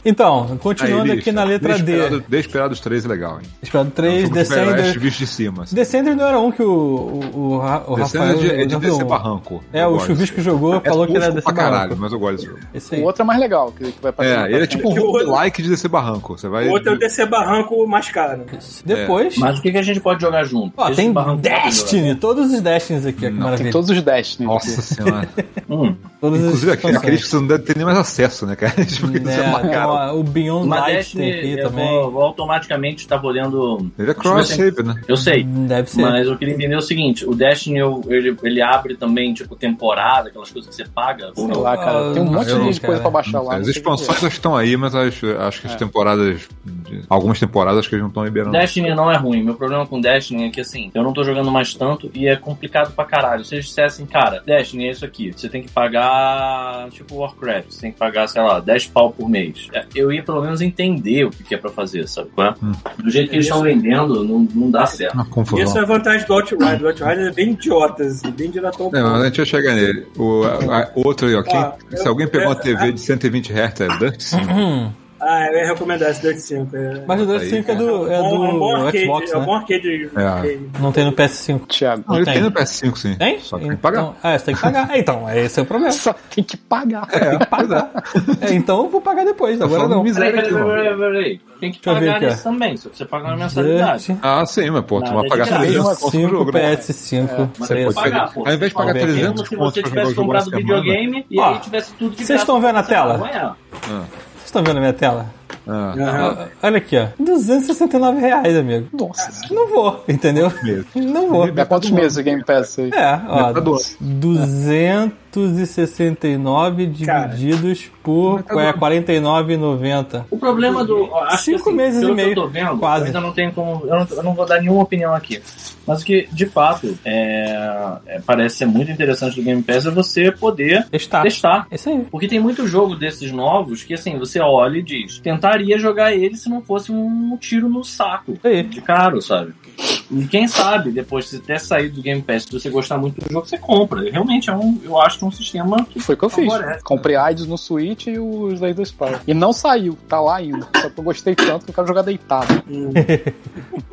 [SPEAKER 4] Então, continuando
[SPEAKER 7] Aí,
[SPEAKER 4] aqui na letra
[SPEAKER 7] Desesperado,
[SPEAKER 4] D. né?
[SPEAKER 7] Desesperados 3 é legal, hein?
[SPEAKER 4] Esperado
[SPEAKER 7] É um
[SPEAKER 4] 3,
[SPEAKER 7] jogo de Everest
[SPEAKER 4] Descender.
[SPEAKER 7] visto de cima. assim.
[SPEAKER 4] Descender não era um que o, o, o, Ra- o
[SPEAKER 7] Descendo é
[SPEAKER 4] Rafael.
[SPEAKER 7] de, é de
[SPEAKER 4] já viu
[SPEAKER 7] descer
[SPEAKER 4] um.
[SPEAKER 7] barranco.
[SPEAKER 4] É,
[SPEAKER 7] Eu
[SPEAKER 4] o
[SPEAKER 7] gosto.
[SPEAKER 4] Chuvisco jogou,
[SPEAKER 7] É
[SPEAKER 4] falou que era
[SPEAKER 7] tosco
[SPEAKER 4] descer
[SPEAKER 7] pra caralho,
[SPEAKER 4] barranco.
[SPEAKER 7] mas eu gosto desse jogo.
[SPEAKER 4] Esse
[SPEAKER 3] O
[SPEAKER 4] aí.
[SPEAKER 3] outro é mais legal, que vai pra cima
[SPEAKER 7] É,
[SPEAKER 3] e pra
[SPEAKER 7] ele é
[SPEAKER 3] frente.
[SPEAKER 7] tipo um like de descer barranco. Você vai.
[SPEAKER 5] O outro é o descer barranco mais caro.
[SPEAKER 4] Depois.
[SPEAKER 6] é Mas o que, que a gente pode jogar junto?
[SPEAKER 4] Ó,
[SPEAKER 6] Esse
[SPEAKER 4] tem
[SPEAKER 6] barranco é dá pra jogar.
[SPEAKER 4] Destiny, todos os Destinies aqui, ó, que
[SPEAKER 7] Não,
[SPEAKER 3] Tem
[SPEAKER 4] maravilha.
[SPEAKER 3] todos os né? Destiny.
[SPEAKER 7] Nossa senhora.
[SPEAKER 6] Hum.
[SPEAKER 4] Todas as
[SPEAKER 7] Inclusive, aqui-
[SPEAKER 4] expansões.
[SPEAKER 7] aqueles que você não deve ter nem mais acesso, né, cara? Tipo,
[SPEAKER 4] Né,
[SPEAKER 7] eles é
[SPEAKER 4] tem
[SPEAKER 7] marcaram.
[SPEAKER 4] uma- o Beyond
[SPEAKER 6] Mas
[SPEAKER 4] Light
[SPEAKER 6] Destiny, é
[SPEAKER 4] tem aqui
[SPEAKER 6] eu
[SPEAKER 4] também.
[SPEAKER 6] vou, vou automaticamente estar olhando.
[SPEAKER 7] Ele é
[SPEAKER 6] Deixa eu ver se-
[SPEAKER 7] cross-save, né?
[SPEAKER 6] Eu sei.
[SPEAKER 4] Deve ser.
[SPEAKER 6] Mas eu queria entender o seguinte: o Destiny eu- ele, ele abre também, tipo, temporada, aquelas coisas que você paga. ou
[SPEAKER 3] Sei
[SPEAKER 6] não?
[SPEAKER 3] lá, cara. Tem um
[SPEAKER 4] Ah,
[SPEAKER 3] monte
[SPEAKER 7] eu não né?
[SPEAKER 3] de
[SPEAKER 4] sei,
[SPEAKER 3] coisa pra
[SPEAKER 4] cara.
[SPEAKER 3] baixar lá.
[SPEAKER 7] As
[SPEAKER 3] não sei o que é.
[SPEAKER 7] expansões elas estão aí, mas acho, acho que
[SPEAKER 4] É.
[SPEAKER 7] as temporadas. de- Algumas temporadas acho que eles não estão liberando.
[SPEAKER 5] Né?
[SPEAKER 6] Destiny não é ruim. Meu problema com Destiny é que assim, eu não tô jogando mais tanto e é complicado pra caralho. Se eles dissessem, cara, Destiny é isso aqui. Você tem que pagar, tipo, Warcraft. Você tem que pagar, sei lá, 10 pau por mês. É, Eu ia pelo menos entender o que que é pra fazer, sabe? qual é?
[SPEAKER 7] Hum.
[SPEAKER 6] Do jeito que eles estão vendendo, não, não dá certo.
[SPEAKER 7] Uma confusão.
[SPEAKER 5] Isso é a vantagem do Outrider. O Outrider é bem idiota, assim, bem direto ao
[SPEAKER 7] É, mas a
[SPEAKER 5] ponto.
[SPEAKER 7] gente vai chegar nele. O a- a- outro aí, ó. quem-
[SPEAKER 5] Ah,
[SPEAKER 7] se alguém
[SPEAKER 5] eu-
[SPEAKER 7] pegar uma
[SPEAKER 5] eu-
[SPEAKER 7] TV de 120 Hz, é Dust é Sim.
[SPEAKER 5] Ah, eu ia recomendar esse Dirt 5. É...
[SPEAKER 4] Mas o
[SPEAKER 7] Tá
[SPEAKER 4] Dirt 5 é do, é
[SPEAKER 5] Bom- um bom
[SPEAKER 4] do
[SPEAKER 5] arcade,
[SPEAKER 4] Xbox,
[SPEAKER 5] é um bom
[SPEAKER 4] né?
[SPEAKER 5] arcade.
[SPEAKER 7] É.
[SPEAKER 4] Não tem no PS5.
[SPEAKER 1] Thiago.
[SPEAKER 4] Não
[SPEAKER 7] ele
[SPEAKER 4] tem.
[SPEAKER 7] tem no PS5, sim.
[SPEAKER 4] Tem?
[SPEAKER 7] Só que tem que pagar.
[SPEAKER 4] Então, é, você tem que pagar. É, Então, é esse é o problema.
[SPEAKER 1] Só tem que pagar.
[SPEAKER 4] Tem que pagar. É, então eu vou pagar depois, agora
[SPEAKER 7] Tá falando
[SPEAKER 4] não.
[SPEAKER 6] Peraí,
[SPEAKER 7] miséria
[SPEAKER 6] peraí,
[SPEAKER 7] aqui,
[SPEAKER 6] peraí,
[SPEAKER 7] mano.
[SPEAKER 6] peraí, peraí. Tem que
[SPEAKER 4] é Deixa eu ver
[SPEAKER 6] pagar
[SPEAKER 4] aqui, ó.
[SPEAKER 6] isso também, se você pagar uma mensalidade.
[SPEAKER 4] Gente,
[SPEAKER 7] Ah, sim, mas pô, tu
[SPEAKER 6] Nada
[SPEAKER 7] vai
[SPEAKER 6] de
[SPEAKER 7] pagar
[SPEAKER 6] graça.
[SPEAKER 7] 300
[SPEAKER 4] PS5,
[SPEAKER 7] conto no jogo, né? não Você
[SPEAKER 4] PS5.
[SPEAKER 6] Mas tem que
[SPEAKER 7] pode
[SPEAKER 4] preço.
[SPEAKER 6] pagar,
[SPEAKER 7] fazer-
[SPEAKER 6] pô.
[SPEAKER 7] ao invés de pagar
[SPEAKER 6] Tem que
[SPEAKER 7] 300
[SPEAKER 6] como se
[SPEAKER 7] conto
[SPEAKER 6] você
[SPEAKER 7] pra
[SPEAKER 6] tivesse
[SPEAKER 7] jogar o jogo
[SPEAKER 6] comprado
[SPEAKER 7] na semana.
[SPEAKER 6] videogênio e
[SPEAKER 4] Ó,
[SPEAKER 6] aí tivesse tudo de
[SPEAKER 4] vocês
[SPEAKER 6] graça
[SPEAKER 4] estão vendo a
[SPEAKER 6] pra
[SPEAKER 4] tela?
[SPEAKER 6] semana, não é?
[SPEAKER 4] Vocês estão vendo a minha tela?
[SPEAKER 7] Ah,
[SPEAKER 4] Olha aqui, ó. 269 reais, amigo.
[SPEAKER 1] Nossa.
[SPEAKER 4] Não vou, entendeu?
[SPEAKER 7] É
[SPEAKER 4] Não vou.
[SPEAKER 1] Dá quantos meses o Game Pass aí?
[SPEAKER 4] É, ó.
[SPEAKER 1] Tá
[SPEAKER 7] Metade do ano.
[SPEAKER 4] 269 divididos por é, 49,90.
[SPEAKER 6] O problema do. ó, Acho que,
[SPEAKER 4] Cinco
[SPEAKER 6] assim,
[SPEAKER 4] meses
[SPEAKER 6] pelo
[SPEAKER 4] e
[SPEAKER 6] que
[SPEAKER 4] meio,
[SPEAKER 6] Eu tô vendo,
[SPEAKER 4] quase.
[SPEAKER 6] Eu ainda não tenho como. Eu não, eu não vou dar nenhuma opinião aqui. Mas o que, de fato, é, é, parece ser muito interessante do Game Pass é você poder
[SPEAKER 4] Está.
[SPEAKER 6] testar.
[SPEAKER 4] É isso aí.
[SPEAKER 6] Porque tem muito jogo desses novos que, assim, você olha e diz: tentaria jogar ele se não fosse um tiro no saco.
[SPEAKER 4] Isso aí.
[SPEAKER 6] De caro, sabe? E quem sabe, depois de até sair do Game Pass, se você gostar muito do jogo, você compra. Realmente, é um, eu acho que é um sistema que
[SPEAKER 1] Foi o que eu fiz.
[SPEAKER 6] Favorece.
[SPEAKER 1] Comprei AIDS no Switch e os Days do Spy. E não saiu, tá lá ainda. Só que eu gostei tanto que eu quero jogar deitado.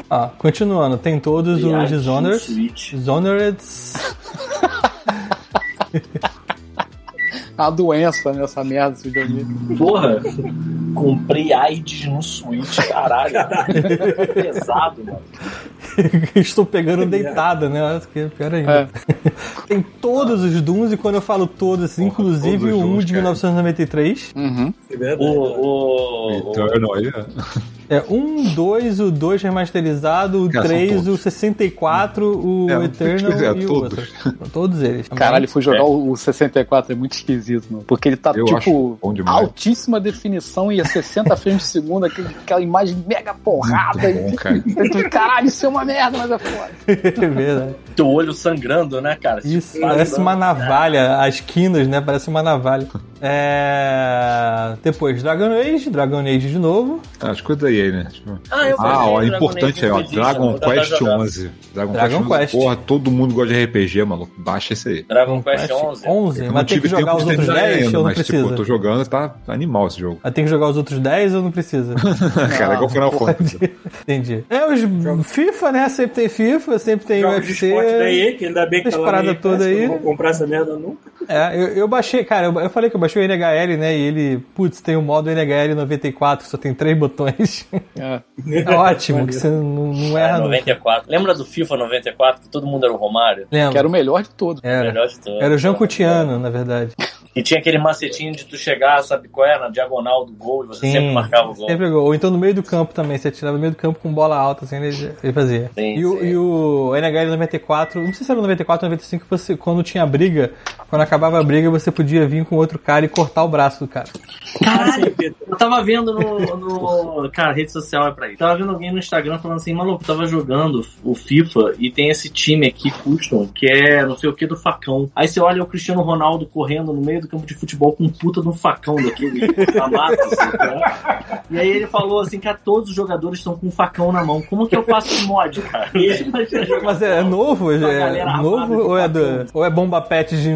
[SPEAKER 4] Ó, continuando, tem todos
[SPEAKER 6] Ai,
[SPEAKER 4] os
[SPEAKER 6] que
[SPEAKER 4] Dishonored.
[SPEAKER 6] Switch.
[SPEAKER 4] Dishonored.
[SPEAKER 1] A Tá doença nessa merda desse videogame.
[SPEAKER 6] Porra, comprei AIDS no Switch, caralho. Pesado, mano.
[SPEAKER 4] Estou pegando deitada, né? Acho que é pior ainda. tem todos os Dooms, e quando eu falo todos, assim,
[SPEAKER 7] Porra,
[SPEAKER 4] inclusive
[SPEAKER 7] todos os
[SPEAKER 4] o 1
[SPEAKER 7] Dooms,
[SPEAKER 4] de
[SPEAKER 7] cara.
[SPEAKER 4] 1993.
[SPEAKER 1] Uhum.
[SPEAKER 5] é
[SPEAKER 6] O, o, o-
[SPEAKER 7] Eternal aí, né?
[SPEAKER 4] É 1, 2, o 2 remasterizado, o
[SPEAKER 7] Cara, são
[SPEAKER 4] 3,
[SPEAKER 7] todos.
[SPEAKER 4] o 64, o
[SPEAKER 7] É,
[SPEAKER 4] Eternal
[SPEAKER 7] pois é,
[SPEAKER 4] e
[SPEAKER 7] todos.
[SPEAKER 4] o outro. Todos eles.
[SPEAKER 1] Caralho, fui jogar o o 64, é muito esquisito, mano. Porque ele tá,
[SPEAKER 7] Eu acho
[SPEAKER 1] tipo,
[SPEAKER 7] bom demais.
[SPEAKER 1] altíssima definição e a 60 frames por segundo, aquele- aquela imagem mega porrada.
[SPEAKER 7] Bom, cara.
[SPEAKER 1] E tu, Caralho, isso é uma merda, mas é foda.
[SPEAKER 4] É verdade.
[SPEAKER 6] teu olho sangrando, né, cara?
[SPEAKER 4] Isso, parece uma navalha, as quinas, né? Parece uma navalha. É... Depois Dragon Age, Dragon Age de novo.
[SPEAKER 7] Ah, As coisas aí, né? Tipo-
[SPEAKER 6] Ah,
[SPEAKER 7] Ah,
[SPEAKER 6] eu
[SPEAKER 5] assim,
[SPEAKER 6] baixei
[SPEAKER 7] ó,
[SPEAKER 6] Dragon
[SPEAKER 7] importante
[SPEAKER 6] Age
[SPEAKER 7] aí, ó.
[SPEAKER 6] Inquisition,
[SPEAKER 7] Dragon
[SPEAKER 5] né?
[SPEAKER 6] vou tentar
[SPEAKER 7] Quest
[SPEAKER 6] jogar.
[SPEAKER 7] 11. Dragon,
[SPEAKER 4] Dragon
[SPEAKER 7] Quest 11.
[SPEAKER 4] Quest.
[SPEAKER 7] Porra, todo mundo gosta de RPG, maluco. Baixa esse aí.
[SPEAKER 6] Dragon Quest 11.
[SPEAKER 4] 11,
[SPEAKER 7] Eu não
[SPEAKER 4] mas tem que
[SPEAKER 7] tive
[SPEAKER 4] jogar
[SPEAKER 7] tempo
[SPEAKER 4] os
[SPEAKER 7] de
[SPEAKER 4] outros
[SPEAKER 7] terminar
[SPEAKER 4] 10
[SPEAKER 7] ainda,
[SPEAKER 4] ou não
[SPEAKER 7] mas,
[SPEAKER 4] precisa?
[SPEAKER 7] Tipo, eu tô jogando e tá animal esse jogo.
[SPEAKER 4] Ah, tem que jogar os outros 10 ou não precisa?
[SPEAKER 7] cara, é igual Final Fantasy.
[SPEAKER 4] Entendi. É, os FIFA, né? Sempre tem FIFA, sempre tem
[SPEAKER 5] Jogos de
[SPEAKER 4] UFC.
[SPEAKER 5] esporte daí, que ainda bem que tá
[SPEAKER 4] essas
[SPEAKER 5] lá no
[SPEAKER 4] paradas
[SPEAKER 5] Game Pass,
[SPEAKER 4] todas
[SPEAKER 5] que eu
[SPEAKER 4] aí.
[SPEAKER 5] Não vou comprar essa merda nunca.
[SPEAKER 4] É, eu, eu baixei, cara, eu, eu falei que eu baixei o NHL, né? E ele, putz, tem o modo NHL 94, que só tem três botões.
[SPEAKER 1] É.
[SPEAKER 4] É ótimo, que você não, não
[SPEAKER 6] É,
[SPEAKER 4] erra. nunca.
[SPEAKER 6] 94. Lembra do FIFA 94, que todo mundo era o Romário?
[SPEAKER 1] Que
[SPEAKER 4] Lembra?
[SPEAKER 1] era o melhor de todos.
[SPEAKER 4] Era.
[SPEAKER 6] Melhor de todos.
[SPEAKER 4] Era o Jean Cutiano, na verdade.
[SPEAKER 6] E tinha aquele macetinho de tu chegar, sabe qual é, na diagonal do gol, e você sempre marcava o gol.
[SPEAKER 4] Sempre gol. Ou então no meio do campo também, você atirava no meio do campo com bola alta, assim, ele, ele fazia.
[SPEAKER 6] Sim,
[SPEAKER 4] e, o,
[SPEAKER 6] sim.
[SPEAKER 4] e o NHL 94, não sei se era 94 ou 95, que você, quando tinha briga, quando acabava a briga, você podia vir com outro cara e cortar o braço do cara.
[SPEAKER 6] Caralho, Assim, eu tava vendo no, no- Cara, rede social é pra isso. Tava vendo alguém no Instagram falando assim, maluco, tava jogando o FIFA e tem esse time aqui, custom, que é não sei o que do facão. Aí você olha o Cristiano Ronaldo correndo no meio do campo de futebol com um puta de um facão daquele da mata, assim, cara. E aí ele falou assim, cara, todos os jogadores estão com um facão na mão. Como que eu faço esse mod, cara? Imagina jogar
[SPEAKER 4] Mas é, é novo?
[SPEAKER 6] Uma
[SPEAKER 4] É
[SPEAKER 6] galera
[SPEAKER 4] novo
[SPEAKER 6] armada de
[SPEAKER 4] ou é, do,
[SPEAKER 6] facão.
[SPEAKER 4] ou é bomba pet de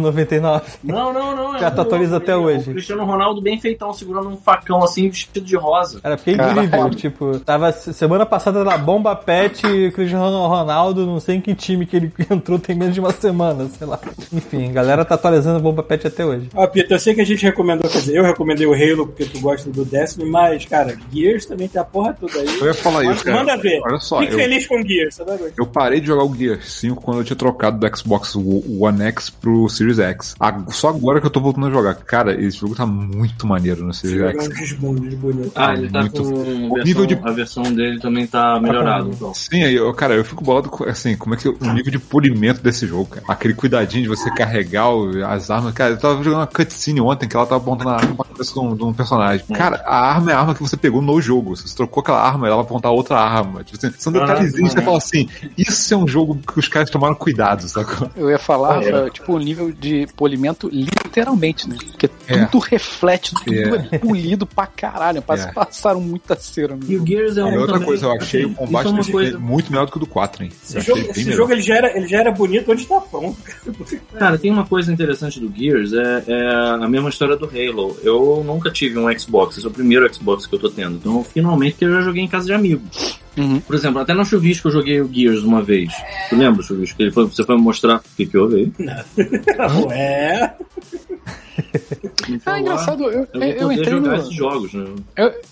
[SPEAKER 4] 1999?
[SPEAKER 6] Não, não, não. é
[SPEAKER 4] Já tá
[SPEAKER 6] um-
[SPEAKER 4] atualiza até
[SPEAKER 6] ele é
[SPEAKER 4] hoje.
[SPEAKER 6] O Cristiano Ronaldo bem feitão, segurando um facão assim, vestido de rosa.
[SPEAKER 4] Cara, fiquei incrível. Tipo, tava semana passada na bomba pet e o Cristiano Ronaldo, não sei em que time que ele entrou, tem menos de uma semana, sei lá. Enfim, a galera tá atualizando a bomba pet até hoje.
[SPEAKER 5] Ó, Pita, Ah, eu sei que a gente recomendou, quer dizer, eu recomendei o Halo porque tu gosta do décimo, mas, cara, Gears também tem a porra toda aí.
[SPEAKER 7] Eu ia falar isso, cara.
[SPEAKER 5] Manda ver.
[SPEAKER 7] Olha só,
[SPEAKER 5] Fique
[SPEAKER 7] eu-
[SPEAKER 5] feliz com Gears, tá você vai gostar.
[SPEAKER 7] Eu parei de jogar o Gear 5 quando eu tinha trocado do Xbox O- One X pro Series X. A- Só agora que eu tô voltando a jogar. Cara, esse jogo tá muito maneiro no Series
[SPEAKER 5] Jogar
[SPEAKER 7] X.
[SPEAKER 5] um desbundes bonito.
[SPEAKER 6] Ah, ele tá
[SPEAKER 7] É Muito.
[SPEAKER 6] com.
[SPEAKER 7] O nível
[SPEAKER 6] versão-
[SPEAKER 7] de-
[SPEAKER 6] A versão dele também tá melhorado. Então.
[SPEAKER 7] Sim, aí eu, cara, eu fico bolado com, assim, como é que o nível de polimento desse jogo, cara. Aquele cuidadinho de você carregar o- as armas. Cara, eu tava jogando uma cutscene ontem que ela tava apontando a arma pra cabeça de um, de um personagem. Cara, a arma é a arma que você pegou no jogo. Se você trocou aquela arma, ela vai apontar outra arma. Tipo assim,
[SPEAKER 5] Ah,
[SPEAKER 7] são detalhezinhos que você fala assim, isso é um jogo que os caras tomaram cuidado, sacou?
[SPEAKER 1] Eu ia falar, Rafael, tipo, o nível nível de polimento literalmente, né? Porque
[SPEAKER 7] É.
[SPEAKER 1] tudo reflete, tudo
[SPEAKER 7] É.
[SPEAKER 1] é, polido pra caralho. Parece
[SPEAKER 7] É.
[SPEAKER 1] que passaram muita cera. Né?
[SPEAKER 5] E o Gears é um
[SPEAKER 7] E outra
[SPEAKER 5] também-
[SPEAKER 7] coisa, eu achei o combate
[SPEAKER 5] Isso é uma
[SPEAKER 7] desse
[SPEAKER 5] coisa...
[SPEAKER 7] game muito melhor do que o do 4, hein? Eu
[SPEAKER 5] Esse
[SPEAKER 7] achei
[SPEAKER 5] jogo,
[SPEAKER 7] bem
[SPEAKER 5] esse
[SPEAKER 7] melhor.
[SPEAKER 5] jogo, é ele, já era, ele já era bonito onde tá pão.
[SPEAKER 6] Cara, tem uma coisa interessante do Gears, é, é a mesma história do Halo. Eu nunca tive um Xbox, esse é o primeiro Xbox que eu tô tendo. Então, finalmente, eu já joguei em casa de amigo.
[SPEAKER 1] Uhum.
[SPEAKER 6] Por exemplo, até na Chuvisco eu joguei o Gears uma vez. Tu lembra, Chuvisco? Ele foi, você foi me mostrar o que, que houve aí?
[SPEAKER 5] Ué.
[SPEAKER 6] Então,
[SPEAKER 1] Ah,
[SPEAKER 6] lá,
[SPEAKER 1] engraçado, eu,
[SPEAKER 6] Eu
[SPEAKER 1] eu,
[SPEAKER 6] vou poder
[SPEAKER 1] entrei
[SPEAKER 6] jogar
[SPEAKER 1] no...
[SPEAKER 6] esses jogos, né?